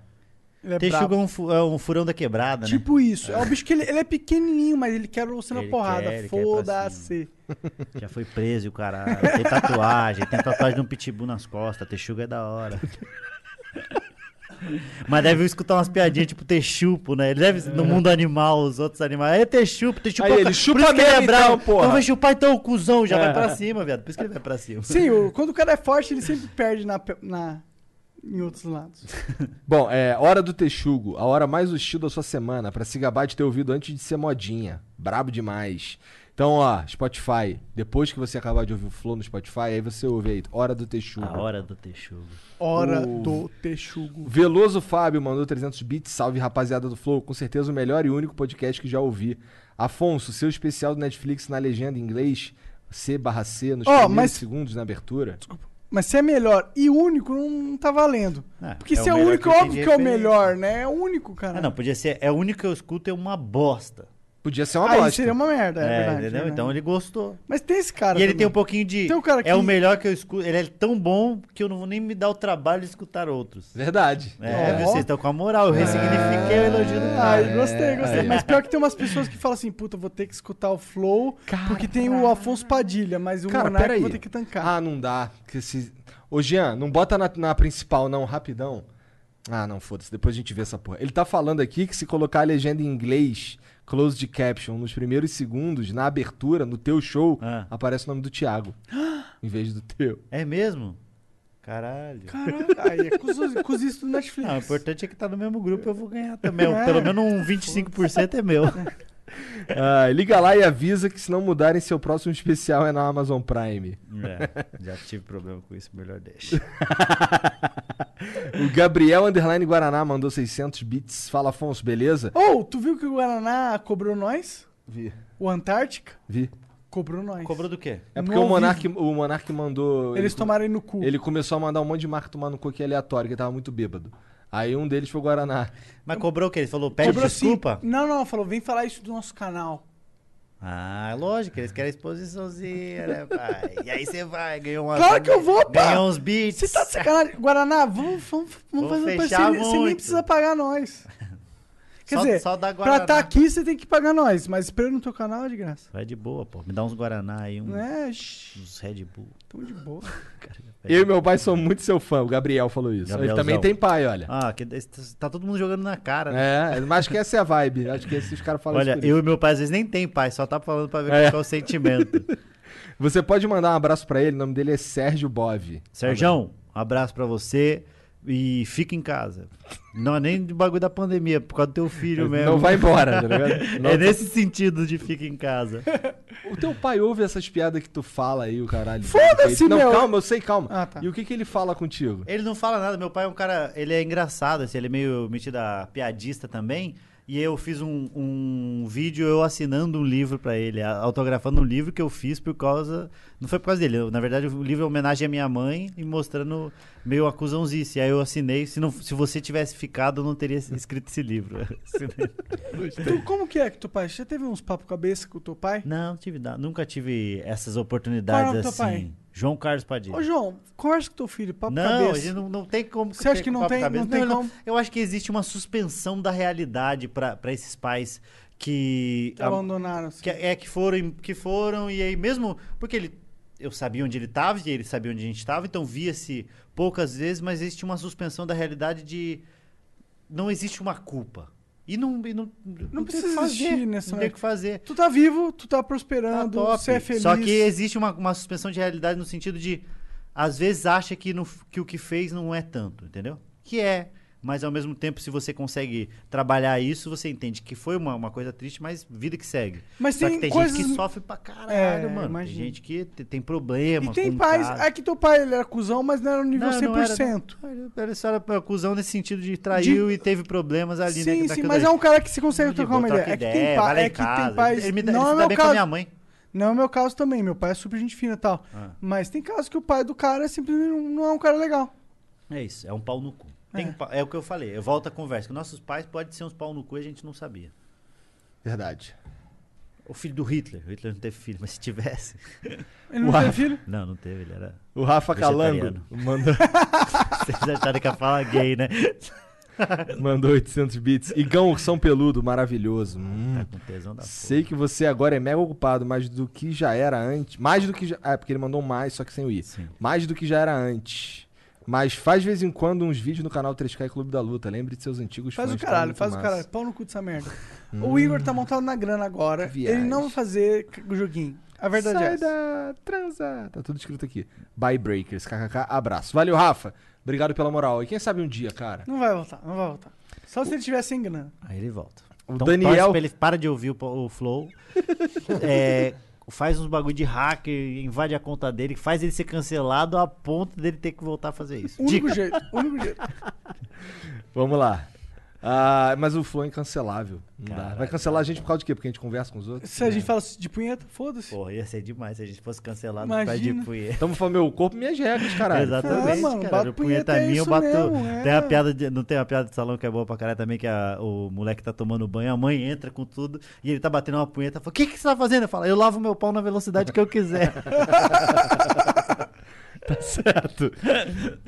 Speaker 3: Ele é
Speaker 4: Texugo
Speaker 3: bravo.
Speaker 4: é um, fu- é um furão da quebrada, né?
Speaker 3: Tipo isso. É um bicho que ele, ele é pequenininho, mas ele quer você na
Speaker 4: Ele
Speaker 3: porrada.
Speaker 4: quer, ele quer ir pra
Speaker 3: Foda-se.
Speaker 4: Já foi preso e o caralho. Tem tatuagem, tem tatuagem de um pitbull nas costas. Texugo é da hora. Mas deve escutar umas piadinhas tipo texupo, né? Ele deve, no mundo animal, os outros animais. É texupo, texupo.
Speaker 2: Aí
Speaker 4: é o
Speaker 2: ele,
Speaker 4: ca-
Speaker 2: "Chupa
Speaker 4: por isso que ele
Speaker 2: mesmo,
Speaker 4: é bravo.
Speaker 2: então, porra." É.
Speaker 4: Então vai chupar então o cuzão, já vai pra cima, viado. Por isso que ele vai pra cima.
Speaker 3: Sim, o- quando o cara é forte, ele sempre perde na, pe- na, em outros lados.
Speaker 2: Bom, é Hora do Texugo, a hora mais hostil da sua semana, pra se gabar de ter ouvido antes de ser modinha. Brabo demais. Então, ó, Spotify, depois que você acabar de ouvir o Flow no Spotify, aí você ouve aí, Hora do Texugo.
Speaker 4: A hora do texugo.
Speaker 3: Hora do texugo.
Speaker 2: Veloso Fábio mandou 300 bits, salve rapaziada do Flow, com certeza o melhor e único podcast que já ouvi. Afonso, seu especial do Netflix na legenda em inglês, C barra C, nos
Speaker 3: Ó,
Speaker 2: primeiros
Speaker 3: mas-
Speaker 2: segundos na abertura.
Speaker 3: Mas se é melhor e único, não, tá valendo.
Speaker 4: Ah,
Speaker 3: Porque
Speaker 4: é
Speaker 3: se
Speaker 4: o
Speaker 3: é
Speaker 4: melhor
Speaker 3: único,
Speaker 4: que eu
Speaker 3: óbvio
Speaker 4: entendi,
Speaker 3: que é o
Speaker 4: é diferente.
Speaker 3: melhor, né? É o único, cara.
Speaker 4: Ah, não, podia ser. É o único que eu escuto é uma bosta.
Speaker 2: Podia ser uma
Speaker 3: Aí
Speaker 2: bosta.
Speaker 3: seria uma merda,
Speaker 4: É,
Speaker 3: é, verdade.
Speaker 4: entendeu?
Speaker 3: né?
Speaker 4: Então ele gostou.
Speaker 3: Mas tem esse cara
Speaker 4: e ele
Speaker 3: também.
Speaker 4: tem um pouquinho de.
Speaker 3: Tem um cara
Speaker 4: É
Speaker 3: que-
Speaker 4: o melhor que eu escuto. Ele é tão bom que eu não vou nem me dar o trabalho de escutar outros.
Speaker 2: Verdade.
Speaker 4: É,
Speaker 3: Ó. É.
Speaker 4: viu? vocês estão com a moral. Eu ressignifiquei o elogio do cara.
Speaker 3: Ai,
Speaker 4: é.
Speaker 3: gostei, gostei. Mas pior que tem umas pessoas que falam assim, puta, vou ter que escutar o Flow, porque tem o Afonso Padilha, mas o
Speaker 2: Cara,
Speaker 3: Monark
Speaker 2: peraí.
Speaker 3: eu vou ter que tancar.
Speaker 2: Ah, não dá. Que se... Ô, Jean, não bota na, na principal, não, rapidão. Ah, não, foda-se. Depois a gente vê essa porra. Ele tá falando aqui que se colocar a legenda em inglês, closed caption, nos primeiros segundos, na abertura, no teu show,
Speaker 4: Ah.
Speaker 2: aparece o nome do Thiago. em vez do teu.
Speaker 4: É mesmo? Caralho.
Speaker 3: Caraca, aí é cus- cusista do Netflix.
Speaker 4: Não, o importante é que tá no mesmo grupo eu vou ganhar também.
Speaker 3: É.
Speaker 4: Pelo menos um 25% é meu.
Speaker 2: Ah, liga lá e avisa que se não mudarem, seu próximo especial é na Amazon Prime.
Speaker 4: É, já tive problema com isso, melhor deixa.
Speaker 2: O Gabriel Underline Guaraná mandou 600 bits. Fala, Afonso, beleza?
Speaker 3: Ou, tu viu que o Guaraná cobrou nós?
Speaker 2: Vi.
Speaker 3: O Antártica
Speaker 2: Vi.
Speaker 3: cobrou nós.
Speaker 4: Cobrou do quê?
Speaker 2: É porque
Speaker 3: Não
Speaker 2: o
Speaker 3: ouvi.
Speaker 2: Monark, o Monark mandou.
Speaker 3: Eles tomaram aí no cu.
Speaker 2: Ele começou a mandar um monte de marca tomar no cu aqui aleatório, que ele tava muito bêbado. Aí um deles foi o Guaraná.
Speaker 4: Mas cobrou o quê? Ele falou, pede
Speaker 3: Cobrou sim.
Speaker 4: desculpa?
Speaker 3: Não, não, falou, vem falar isso do nosso canal.
Speaker 4: Ah, lógico, eles querem exposiçãozinha, né, pai? E aí você vai, ganhou uma.
Speaker 3: Claro que eu vou, pá!
Speaker 4: Ganhou uns beats.
Speaker 3: Você tá de sacanagem. Guaraná, vamos, vamos, vamos
Speaker 4: Vamos
Speaker 3: fazer uma
Speaker 4: fechar
Speaker 3: parceria. Você nem
Speaker 4: muito.
Speaker 3: precisa pagar nós. Quer
Speaker 4: Só-
Speaker 3: dizer,
Speaker 4: só dá
Speaker 3: pra
Speaker 4: Guaraná.
Speaker 3: estar aqui você tem que pagar nós, mas esperando no teu canal é de graça.
Speaker 4: Vai de boa, pô. Me dá uns Guaraná aí, um-
Speaker 3: Né? Shhh,
Speaker 4: uns Red Bull.
Speaker 3: Tamo de boa.
Speaker 2: Eu e meu pai são muito seu fã, o Gabriel falou isso. Ele
Speaker 4: Gabrielzão.
Speaker 2: também tem pai, olha.
Speaker 4: Ah, que esse- tá todo mundo jogando na cara, né?
Speaker 2: É, mas acho que essa é a vibe. Acho que esses caras falam
Speaker 4: Olha,
Speaker 2: isso. por
Speaker 4: eu e meu pai às vezes nem tem pai, só tá falando pra ver
Speaker 2: É.
Speaker 4: qual é o sentimento.
Speaker 2: isso. Você pode mandar um abraço pra ele, o nome dele é Sérgio Bove.
Speaker 4: Serjão, um abraço pra você e fica em casa. Não é nem do bagulho da pandemia, é por causa do teu filho mesmo.
Speaker 2: Não vai embora, tá ligado? Não-
Speaker 4: É nesse sentido de fica em casa.
Speaker 2: O teu pai ouve essas piadas que tu fala aí, o caralho.
Speaker 3: Foda-se,
Speaker 2: Não,
Speaker 3: meu!
Speaker 2: calma, eu sei, calma.
Speaker 3: Ah, tá.
Speaker 2: E o que que ele fala contigo?
Speaker 4: Ele não fala nada, meu pai é um cara, ele é engraçado, assim, ele é meio metido a piadista também. E eu fiz um, um vídeo eu assinando um livro pra ele, a- autografando um livro que eu fiz por causa. Não foi por causa dele, eu- na verdade o livro é homenagem à minha mãe e mostrando meio acusãozice. Aí eu assinei, se, não, se você tivesse ficado, eu não teria escrito esse livro.
Speaker 3: Tu, como que é que teu pai? Você teve uns papo cabeça com o teu pai?
Speaker 4: não, tive, nada, nunca tive essas
Speaker 3: Qual é o
Speaker 4: oportunidades
Speaker 3: teu
Speaker 4: assim.
Speaker 3: pai?
Speaker 4: João Carlos Padilha.
Speaker 3: Ô, João, conversa com teu filho, papo
Speaker 4: Não,
Speaker 3: cabeça.
Speaker 4: ele não, não tem como.
Speaker 3: Você acha
Speaker 4: ter
Speaker 3: que não
Speaker 4: papo
Speaker 3: tem-
Speaker 4: cabeça.
Speaker 3: não tem como?
Speaker 4: Eu acho que existe uma suspensão da realidade pra pra esses pais que.
Speaker 3: Que abandonaram. assim.
Speaker 4: tá. que é que foram, que foram e aí mesmo porque ele eu sabia onde ele estava e ele sabia onde a gente estava, então via-se poucas vezes, mas existe uma suspensão da realidade de não existe uma culpa. E não e não, tem o que
Speaker 3: precisa
Speaker 4: fazer,
Speaker 3: existir nessa-
Speaker 4: Não tem o que fazer.
Speaker 3: Tu tá vivo, tu tá
Speaker 4: Tá
Speaker 3: prosperando,
Speaker 4: top.
Speaker 3: você é feliz.
Speaker 4: Só que existe uma, uma suspensão de realidade no sentido de, às vezes, acha que, no, que o que fez não é tanto, entendeu? Que é. Mas ao mesmo tempo, se você consegue trabalhar isso, você entende que foi uma, uma coisa triste, mas vida que segue.
Speaker 3: Mas
Speaker 4: Só
Speaker 3: tem
Speaker 4: que tem
Speaker 3: coisas-
Speaker 4: gente que sofre pra caralho,
Speaker 3: É,
Speaker 4: mano.
Speaker 3: imagino.
Speaker 4: Tem gente que te- tem problema.
Speaker 3: E tem
Speaker 4: com
Speaker 3: pais.
Speaker 4: casa.
Speaker 3: É que teu pai ele era cuzão, mas não era no nível
Speaker 4: Não,
Speaker 3: 100%.
Speaker 4: não era, não. Ele só era cuzão nesse sentido de traiu e teve problemas ali
Speaker 3: sim,
Speaker 4: né,
Speaker 3: sim, mas é um cara que você consegue
Speaker 4: de
Speaker 3: trocar uma ideia.
Speaker 4: troca
Speaker 3: É que
Speaker 4: ideia,
Speaker 3: tem, pa-
Speaker 4: vai lá em
Speaker 3: é que
Speaker 4: casa.
Speaker 3: tem pais.
Speaker 4: Ele me dá, ele
Speaker 3: não
Speaker 4: se
Speaker 3: é
Speaker 4: dá
Speaker 3: meu
Speaker 4: bem com a minha
Speaker 3: caso.
Speaker 4: mãe.
Speaker 3: Não é o meu caso também. Meu pai é super gente fina e tal.
Speaker 4: Ah.
Speaker 3: Mas tem casos que o pai do cara simplesmente não- não é um cara legal.
Speaker 4: É isso, é um pau no cu. Tem
Speaker 3: É.
Speaker 4: um pau- é. o que eu falei, eu volto à conversa. Que nossos pais podem ser uns pau no cu e a gente não sabia.
Speaker 2: Verdade.
Speaker 4: O filho do Hitler. O Hitler não teve filho, mas se tivesse.
Speaker 3: Ele não
Speaker 5: Uau.
Speaker 3: tem filho?
Speaker 4: Não, não teve, ele era.
Speaker 5: O Rafa Calango
Speaker 4: Vegetariano.
Speaker 5: mandou,
Speaker 4: Vocês acharam que ia tá falar gay, né?
Speaker 2: Mandou 800 bits. Igão Ursão Peludo, maravilhoso. Hum.
Speaker 4: Tá com tesão da porra.
Speaker 2: Sei que você agora é mega ocupado, mas do que já era antes. Mais do que já. Ah, é porque ele mandou um mais, só que sem o i.
Speaker 4: Sim.
Speaker 2: Mais do que já era antes. Mas faz de vez em quando uns vídeos no canal 3K e Clube da Luta. Lembre de seus antigos
Speaker 3: Faz o
Speaker 2: fãs, tá
Speaker 3: caralho,
Speaker 2: muito
Speaker 3: faz o
Speaker 2: massa.
Speaker 3: caralho. Pau no cu dessa merda. O Igor tá montado na grana agora.
Speaker 2: Viagem.
Speaker 3: Ele não vai fazer c- joguinho. A verdade
Speaker 2: Sai
Speaker 3: é essa.
Speaker 2: da transa. Tá tudo escrito aqui. Bye Breakers. KKK. Abraço. Valeu, Rafa. Obrigado pela moral. E quem sabe um dia, cara.
Speaker 3: Não vai voltar, não vai voltar. Só se ele tiver sem grana.
Speaker 4: Aí ele volta.
Speaker 2: O
Speaker 4: então,
Speaker 2: Daniel-
Speaker 4: torce pra ele para de ouvir o, po- o Flow. É, faz uns bagulho de hacker, invade a conta dele, faz ele ser cancelado a ponto dele ter que voltar a fazer isso.
Speaker 3: O único jeito, o único jeito.
Speaker 2: Vamos lá. Ah, mas o flow é incancelável. Não dá. Vai
Speaker 4: Caralho.
Speaker 2: cancelar a gente por causa de quê? Porque a gente conversa com os outros?
Speaker 3: Se a gente fala de punheta, foda-se.
Speaker 4: Porra, ia ser demais se a gente fosse cancelado
Speaker 3: Imagina.
Speaker 4: por causa de punheta.
Speaker 2: Estamos falando meu corpo e minhas regras, caralho.
Speaker 4: Exatamente,
Speaker 3: É, mano,
Speaker 4: cara.
Speaker 3: bato
Speaker 4: O
Speaker 3: punheta
Speaker 4: punheta
Speaker 3: é
Speaker 4: é minha, eu
Speaker 3: isso
Speaker 4: bato.
Speaker 3: mesmo, é.
Speaker 4: Tem uma piada de- não tem uma piada de salão que é boa pra caralho também, que a- o moleque tá tomando banho, a mãe entra com tudo e ele tá batendo uma punheta. Fala, o que, que você tá fazendo? Eu falo, eu lavo meu pau na velocidade que eu quiser.
Speaker 2: Certo.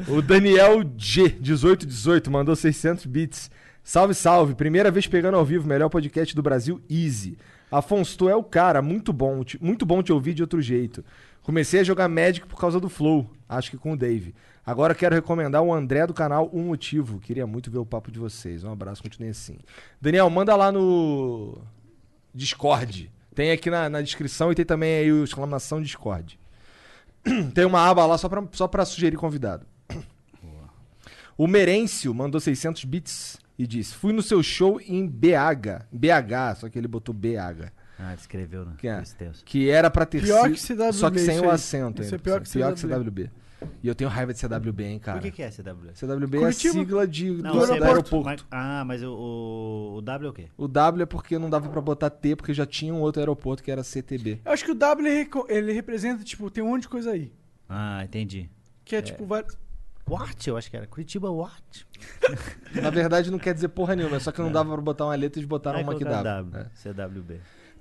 Speaker 2: O Daniel G1818 mandou 600 bits. Salve, salve. Primeira vez pegando ao vivo, melhor podcast do Brasil, Easy. Afonso, tu é o cara, muito bom, te- muito bom te ouvir de outro jeito. Comecei a jogar Magic por causa do Flow, acho que com o Dave. Agora quero recomendar o André do canal Um Motivo. Queria muito ver o papo de vocês. Um abraço, continue assim. Daniel, manda lá no Discord. Tem aqui na, na descrição e tem também aí o exclamação Discord. Tem uma aba lá só pra, só pra sugerir convidado. O Merêncio mandou 600 bits e disse: Fui no seu show em BH. BH, só que ele botou BH.
Speaker 4: ah, escreveu, né?
Speaker 2: Que, é-
Speaker 4: Isso, tenso.
Speaker 2: que era pra ter
Speaker 3: Pior
Speaker 2: sido-
Speaker 3: que CWB,
Speaker 2: Só que sem
Speaker 3: isso
Speaker 2: o
Speaker 3: aí.
Speaker 2: acento.
Speaker 3: Isso
Speaker 2: Ainda,
Speaker 3: é pior
Speaker 2: por
Speaker 3: que
Speaker 2: cima. pior que
Speaker 3: CWB.
Speaker 2: CWB. E eu tenho raiva de CWB, hein, cara.
Speaker 4: Por que, que é CW?
Speaker 2: CWB
Speaker 3: Curitiba?
Speaker 2: é sigla de,
Speaker 4: Não,
Speaker 2: do
Speaker 4: você-
Speaker 2: aeroporto.
Speaker 4: mas- ah, mas o, o, o W é o quê?
Speaker 2: O W é porque não dava pra botar T, porque já tinha um outro aeroporto que era CTB.
Speaker 3: Eu acho que o W ele reco- ele representa, tipo, tem um monte de coisa aí.
Speaker 4: Ah, entendi.
Speaker 3: Que é, tipo, vários.
Speaker 4: What? Eu acho que era. Curitiba What?
Speaker 2: Na verdade, não quer dizer porra nenhuma, só que não dava pra botar uma letra, eles botaram
Speaker 4: Aí
Speaker 2: uma Tá que
Speaker 4: colocaram
Speaker 2: dava.
Speaker 4: W, CWB.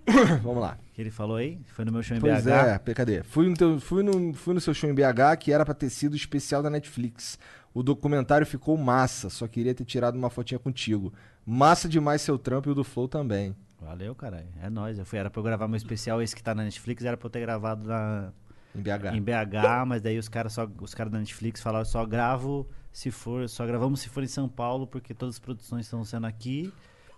Speaker 2: É. Vamos lá.
Speaker 4: Que ele falou aí? Foi no meu show em
Speaker 2: Pois
Speaker 4: BH.
Speaker 2: é, PKD. Fui no, teu- fui, no, fui no seu show em BH, que era pra ter sido especial da Netflix. O documentário ficou massa, só queria ter tirado uma fotinha contigo. Massa demais seu trampo e o do Flow também.
Speaker 4: Valeu, caralho. É nóis. Eu fui, era pra eu gravar meu especial, esse que tá na Netflix, era pra eu ter gravado na,
Speaker 2: Em BH.
Speaker 4: em BH, mas daí os caras só os caras da Netflix falaram só gravo se for, só gravamos se for em São Paulo, porque todas as produções estão sendo aqui.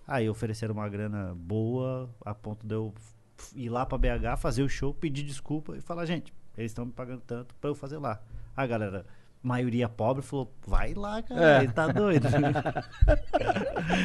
Speaker 4: Aí ofereceram uma grana boa, a ponto de eu f- ir lá pra BH, fazer o show, pedir desculpa e falar, gente, eles estão me pagando tanto pra eu fazer lá. A galera, maioria pobre, falou, vai lá, cara, ele tá doido.
Speaker 3: É.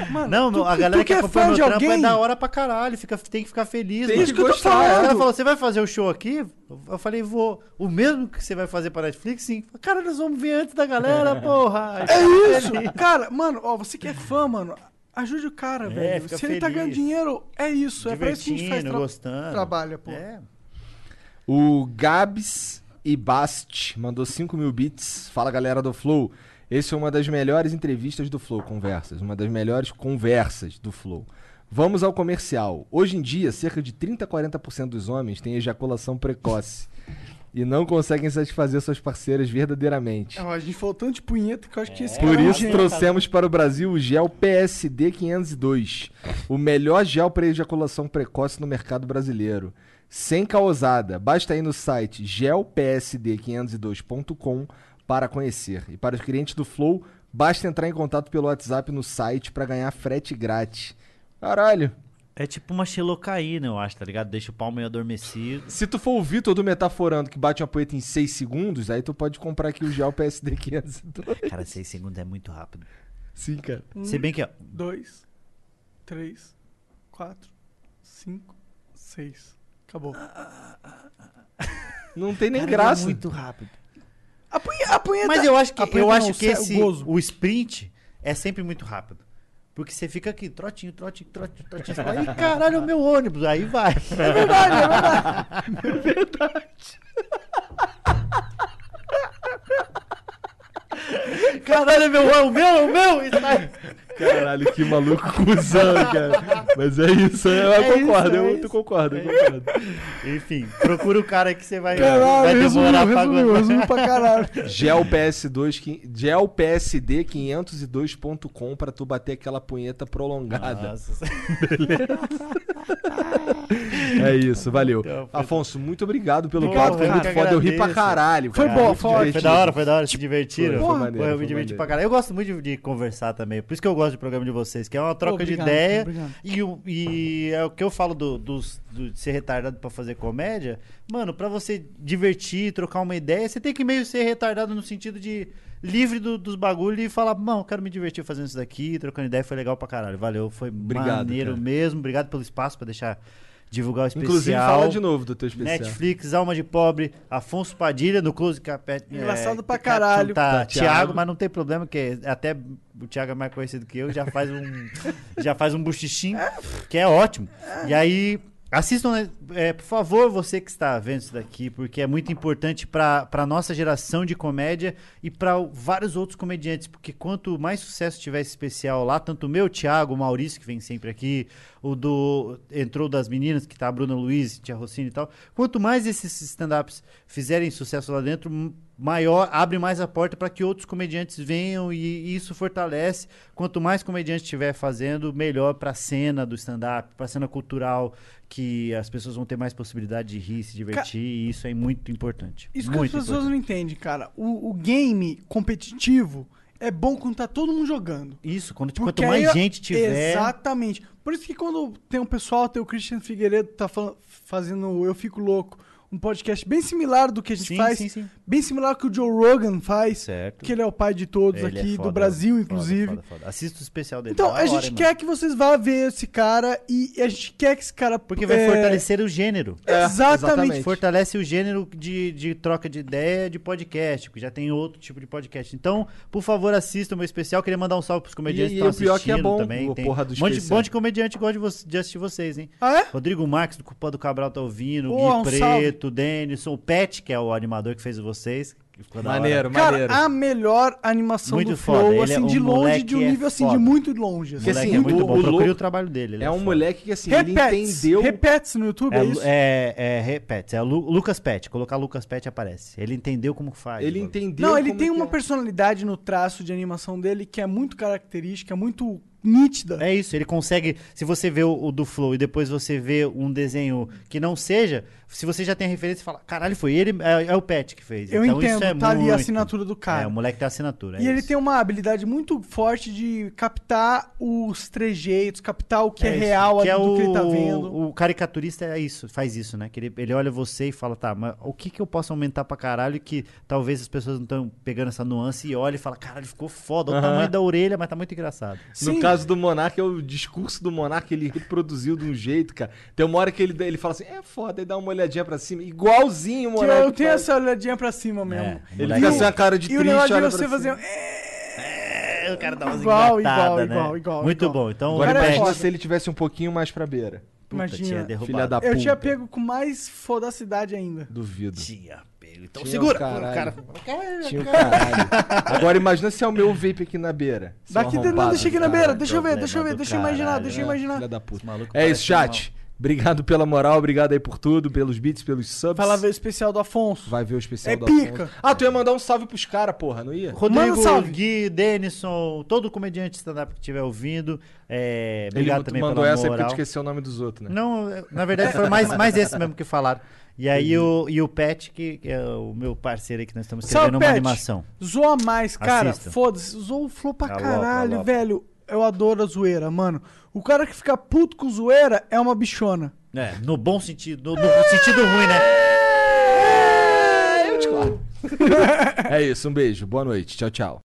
Speaker 3: Mano,
Speaker 4: Não,
Speaker 3: tu-
Speaker 4: a galera
Speaker 3: tu
Speaker 4: que
Speaker 3: é
Speaker 4: acompanha
Speaker 3: fã
Speaker 4: meu
Speaker 3: de
Speaker 4: trampo é
Speaker 3: alguém?
Speaker 4: da hora pra caralho, fica, tem que ficar feliz.
Speaker 2: Tem
Speaker 4: mano.
Speaker 2: que
Speaker 3: que eu tô
Speaker 2: gostar.
Speaker 4: O cara
Speaker 3: falando.
Speaker 4: falou, você vai fazer o show aqui? Eu falei, vou. O mesmo que você vai fazer pra Netflix? Sim. Eu falei, Cara, nós vamos ver antes da galera, porra.
Speaker 3: É isso! Cara, mano, ó, você que é fã, mano, ajude o cara,
Speaker 4: É,
Speaker 3: velho.
Speaker 4: fica
Speaker 3: Se ele tá
Speaker 4: feliz.
Speaker 3: ganhando dinheiro, é isso. É pra isso que a gente faz
Speaker 4: Divertindo,
Speaker 3: tra
Speaker 4: gostando.
Speaker 3: trabalha, pô.
Speaker 4: É.
Speaker 2: O Gabs e Bast mandou 5 mil bits. Fala galera do Flow. Essa é uma das melhores entrevistas do Flow Conversas. Uma das melhores conversas do Flow. Vamos ao comercial. Hoje em dia, cerca de 30 a 40% dos homens têm ejaculação precoce e não conseguem satisfazer suas parceiras verdadeiramente.
Speaker 3: Ó, a gente falou tanto de punheta que eu acho que esse cara
Speaker 2: Por
Speaker 3: é um
Speaker 2: isso
Speaker 3: gênio.
Speaker 2: trouxemos para o Brasil o gel PSD 502, o melhor gel para ejaculação precoce no mercado brasileiro. Sem causada, basta ir no site gelpsd502.com para conhecer. E para os clientes do Flow, basta entrar em contato pelo WhatsApp no site para ganhar frete grátis. Caralho,
Speaker 4: É tipo uma xelocaína, eu acho, tá ligado? Deixa o pau meio adormecido.
Speaker 2: se tu for o Vitor do Metaforando que bate uma poeta em 6 segundos, aí tu pode comprar aqui o gel PSD 502.
Speaker 4: Cara, seis segundos é muito rápido.
Speaker 2: Sim, cara.
Speaker 4: Se bem que, ó,
Speaker 3: dois, três, quatro, cinco, seis. Acabou.
Speaker 2: Não tem nem
Speaker 4: cara,
Speaker 2: graça.
Speaker 4: é muito rápido.
Speaker 3: A, punha- a punheta.
Speaker 4: Mas eu acho que,
Speaker 3: a punheta
Speaker 4: eu
Speaker 3: não,
Speaker 4: acho que
Speaker 3: o é
Speaker 4: esse,
Speaker 3: gozo.
Speaker 4: o sprint é sempre muito rápido. Porque você fica aqui, trotinho, trotinho, trotinho, trotinho. Você fala, Ih, caralho, é o meu ônibus. Aí vai. É verdade, é verdade. É verdade. Caralho, é meu, é o meu, é o meu. E sai.
Speaker 2: Caralho, que maluco cuzão, cara. Mas é isso, eu concordo,
Speaker 3: isso, é
Speaker 2: eu
Speaker 3: isso.
Speaker 2: tu concorda, eu concordo.
Speaker 4: Enfim, procura o cara que você vai, vai
Speaker 3: Caralho, resumiu,
Speaker 4: demorar pra
Speaker 3: resumiu,
Speaker 4: aguentar.
Speaker 3: resumiu pra caralho.
Speaker 2: Gel PS2, que- Gel PSD 502.com pra tu bater aquela punheta prolongada.
Speaker 4: Nossa.
Speaker 2: É isso, valeu.
Speaker 4: Então, foi-
Speaker 2: Afonso, muito obrigado pelo
Speaker 4: Obrigado,
Speaker 2: papo, foi
Speaker 4: cara,
Speaker 2: muito
Speaker 4: que
Speaker 2: foda, eu ri pra
Speaker 4: agradeço.
Speaker 2: caralho.
Speaker 3: Foi
Speaker 2: cara,
Speaker 3: bom,
Speaker 2: muito
Speaker 3: foi
Speaker 2: divertido. Tipo,
Speaker 4: Foi da hora, foi da hora, se divertiram.
Speaker 2: Foi, foi maneiro,
Speaker 4: Pô, eu me
Speaker 2: foi
Speaker 4: diverti
Speaker 2: maneiro.
Speaker 4: pra caralho. Eu gosto muito de, de conversar também. Por isso que eu gosto do programa de vocês, que é uma troca
Speaker 3: Obrigado,
Speaker 4: de ideia.
Speaker 3: obrigado.
Speaker 4: E, o- e é o que eu falo do, dos- do- de ser retardado pra fazer comédia. Mano, pra você divertir, trocar uma ideia, você tem que meio ser retardado no sentido de livre do- dos bagulhos e falar, mano, eu quero me divertir fazendo isso daqui, trocando ideia, foi legal pra caralho. Valeu, foi
Speaker 2: Obrigado,
Speaker 4: maneiro
Speaker 2: cara.
Speaker 4: mesmo. Obrigado pelo espaço pra deixar divulgar o especial.
Speaker 2: Inclusive, fala de novo do teu especial.
Speaker 4: Netflix, Alma de Pobre, Afonso Padilha no Close Capet.
Speaker 3: Engraçado pra caralho.
Speaker 4: Tá,
Speaker 2: Tá, Thiago.
Speaker 4: Thiago, mas não tem problema, que até o Thiago é mais conhecido que eu, já faz um, já faz um buchichim, que é ótimo. E aí, assistam, né, é, por favor, você que está vendo isso daqui, porque é muito importante pra, pra nossa geração de comédia e pra o- vários outros comediantes, porque quanto mais sucesso tiver esse especial lá, tanto o meu, o Thiago, o Maurício, que vem sempre aqui, o do. Entrou das meninas, que tá a Bruna Luiz, Tia Rossini e tal. Quanto mais esses stand-ups fizerem sucesso lá dentro, m- maior abre mais a porta para que outros comediantes venham e, e isso fortalece. Quanto mais comediante estiver fazendo, melhor para a cena do stand-up, para a cena cultural, que as pessoas vão ter mais possibilidade de rir, se divertir, e isso é muito importante.
Speaker 3: Isso que
Speaker 4: muito
Speaker 3: as pessoas não entendem, cara. O, o game competitivo é bom quando tá todo mundo jogando.
Speaker 4: Isso, quando,
Speaker 3: Porque
Speaker 4: quanto mais
Speaker 3: aí-
Speaker 4: gente tiver.
Speaker 3: Exatamente. Por isso que quando tem um pessoal, tem o Christian Figueiredo tá falando, fazendo Eu Fico Louco, um podcast bem similar do que a gente
Speaker 4: Sim,
Speaker 3: faz,
Speaker 4: sim, sim.
Speaker 3: bem similar ao que o Joe Rogan faz,
Speaker 4: Certo.
Speaker 3: que ele é o pai de todos
Speaker 4: Ele é
Speaker 3: aqui,
Speaker 4: foda,
Speaker 3: do Brasil,
Speaker 4: foda,
Speaker 3: inclusive.
Speaker 4: foda, foda. Assista o especial dele.
Speaker 3: Então,
Speaker 4: da
Speaker 3: a
Speaker 4: hora,
Speaker 3: gente
Speaker 4: hein,
Speaker 3: quer
Speaker 4: mano?
Speaker 3: que vocês vá ver esse cara e a gente quer que esse cara...
Speaker 4: Porque vai
Speaker 3: é,
Speaker 4: fortalecer É, o gênero.
Speaker 3: Exatamente.
Speaker 2: exatamente.
Speaker 4: Fortalece o gênero de, de troca de ideia de podcast, que já tem outro tipo de podcast. Então, por favor, assista o meu especial. Queria mandar um salve pros comediantes
Speaker 2: E-
Speaker 4: que estão
Speaker 2: e o pior
Speaker 4: assistindo
Speaker 2: que é bom,
Speaker 4: também.
Speaker 2: o
Speaker 4: Tem
Speaker 2: porra do
Speaker 4: um monte, de-
Speaker 2: especial.
Speaker 4: monte de comediante gosta de, vo- de assistir vocês, hein?
Speaker 3: Ah, é?
Speaker 4: Rodrigo Marques, do Culpa do Cabral, tá ouvindo.
Speaker 3: Porra, um
Speaker 4: Gui Preto, Denison, o Pet, que é o animador que fez vocês. que ficou da hora.
Speaker 2: Maneiro, maneiro.
Speaker 3: Cara, a melhor animação
Speaker 4: Muito
Speaker 3: do
Speaker 4: foda,
Speaker 3: Flow,
Speaker 4: ele é
Speaker 3: assim,
Speaker 4: um
Speaker 3: de longe,
Speaker 4: moleque
Speaker 3: de um
Speaker 4: é
Speaker 3: nível, assim,
Speaker 4: foda.
Speaker 3: de muito longe. Assim.
Speaker 4: Moleque
Speaker 2: assim,
Speaker 4: é muito
Speaker 2: o-
Speaker 4: bom.
Speaker 2: o
Speaker 4: Procure
Speaker 2: louco-
Speaker 4: o trabalho dele. ele
Speaker 2: é um
Speaker 4: foda.
Speaker 2: moleque que assim, ele
Speaker 3: Repetes,
Speaker 2: entendeu.
Speaker 3: repetes no YouTube, é,
Speaker 4: É,
Speaker 3: isso?
Speaker 4: é, é, repete, é Lu- Lucas Pet. Colocar Lucas Pet aparece. Ele entendeu como faz.
Speaker 2: Ele
Speaker 4: mano.
Speaker 2: entendeu.
Speaker 3: Não, ele
Speaker 2: como
Speaker 3: tem
Speaker 2: que
Speaker 3: uma
Speaker 2: é.
Speaker 3: personalidade no traço de animação dele que é muito característica, muito nítida.
Speaker 4: É isso, ele consegue. Se você vê o, o do Flow e depois você vê um desenho que não seja, se você já tem a referência, fala: caralho, foi ele, é, é o Pet que fez.
Speaker 3: Eu
Speaker 4: então,
Speaker 3: entendo,
Speaker 4: isso é
Speaker 3: tá ali a
Speaker 4: muito-
Speaker 3: assinatura do cara.
Speaker 4: É, o moleque tem a assinatura. é
Speaker 3: e ele
Speaker 4: isso.
Speaker 3: tem um uma habilidade muito forte de captar os trejeitos, captar o que é,
Speaker 4: isso,
Speaker 3: real ali
Speaker 4: que é
Speaker 3: do
Speaker 4: o,
Speaker 3: que ele tá vendo.
Speaker 4: O caricaturista é isso, faz isso, né? Que ele, ele olha você e fala, tá, mas o que que eu posso aumentar pra caralho que talvez as pessoas não estão pegando essa nuance e olha e fala, caralho, ficou foda, olha o tamanho da orelha, mas tá muito engraçado.
Speaker 2: No caso do Monark, é o discurso do Monark, ele reproduziu de um jeito, cara. Tem uma hora que ele, ele fala assim, é foda, e dá uma olhadinha pra cima, igualzinho o
Speaker 3: Que
Speaker 2: Monark.
Speaker 3: eu tenho
Speaker 2: faz.
Speaker 3: essa olhadinha pra cima mesmo.
Speaker 4: É,
Speaker 2: Ele
Speaker 4: moleque.
Speaker 2: fica assim, a cara de
Speaker 3: E
Speaker 2: triste,
Speaker 3: o negócio de
Speaker 2: olha
Speaker 3: você
Speaker 2: pra
Speaker 3: fazer.
Speaker 2: cima.
Speaker 3: um, "É",
Speaker 4: É, o cara dá umas
Speaker 3: Igual,
Speaker 4: engatadas,
Speaker 3: igual,
Speaker 4: né?
Speaker 3: igual, igual,
Speaker 4: Muito
Speaker 3: igual.
Speaker 4: bom. Então,
Speaker 2: Agora
Speaker 3: cara é
Speaker 4: repete.
Speaker 2: imagina
Speaker 3: foda.
Speaker 2: se ele tivesse um pouquinho mais pra beira.
Speaker 4: Puta, tinha
Speaker 3: Imagina.
Speaker 4: derrubado.
Speaker 2: Filha da puta.
Speaker 3: Eu tinha pego com mais fodacidade ainda.
Speaker 2: Duvido.
Speaker 4: Tinha pego. Então
Speaker 2: Tinha
Speaker 4: segura.
Speaker 2: o caralho.
Speaker 4: O cara...
Speaker 2: Tinha o caralho. Agora imagina se é o meu vape aqui na beira. Seu
Speaker 3: Daqui de não,
Speaker 2: arrombado
Speaker 3: deixa
Speaker 2: do
Speaker 3: aqui na
Speaker 2: caralho.
Speaker 3: beira. Deixa eu ver,
Speaker 4: problema
Speaker 3: deixa eu ver,
Speaker 4: do
Speaker 3: deixa eu imaginar,
Speaker 4: caralho,
Speaker 3: deixa eu
Speaker 4: né?
Speaker 3: imaginar.
Speaker 2: Filha da puta.
Speaker 4: maluco
Speaker 2: É
Speaker 4: parece
Speaker 2: isso, chat. Obrigado pela moral, obrigado aí por tudo, pelos beats, pelos subs.
Speaker 3: Fala ver o especial do Afonso.
Speaker 2: Vai ver o especial
Speaker 3: É
Speaker 2: do
Speaker 3: pica.
Speaker 2: Afonso. Ah, tu ia mandar um salve pros caras, porra, não ia?
Speaker 4: Rodrigo,
Speaker 3: Manda um salve.
Speaker 4: Gui, Denison, todo comediante stand-up que estiver ouvindo. É... Obrigado
Speaker 2: Ele
Speaker 4: também
Speaker 2: mandou
Speaker 4: pela
Speaker 2: essa aí porque eu
Speaker 4: moral.
Speaker 2: esqueci o nome dos outros, né?
Speaker 4: Não, na verdade foi mais, mais esse mesmo que falaram. E aí o, e o Pet, que que é o meu parceiro aí que nós estamos escrevendo
Speaker 3: Salve,
Speaker 4: uma
Speaker 3: Pet.
Speaker 4: animação.
Speaker 3: Zoa mais, cara.
Speaker 4: Assista.
Speaker 3: Foda-se. Zoa o Flow pra
Speaker 4: Alopa,
Speaker 3: caralho,
Speaker 4: alopa.
Speaker 3: velho. Eu adoro a zoeira, mano. O cara que fica puto com zoeira é uma bichona.
Speaker 4: É, no bom sentido, no, no sentido ruim, né?
Speaker 2: É isso, um beijo, boa noite, tchau, tchau.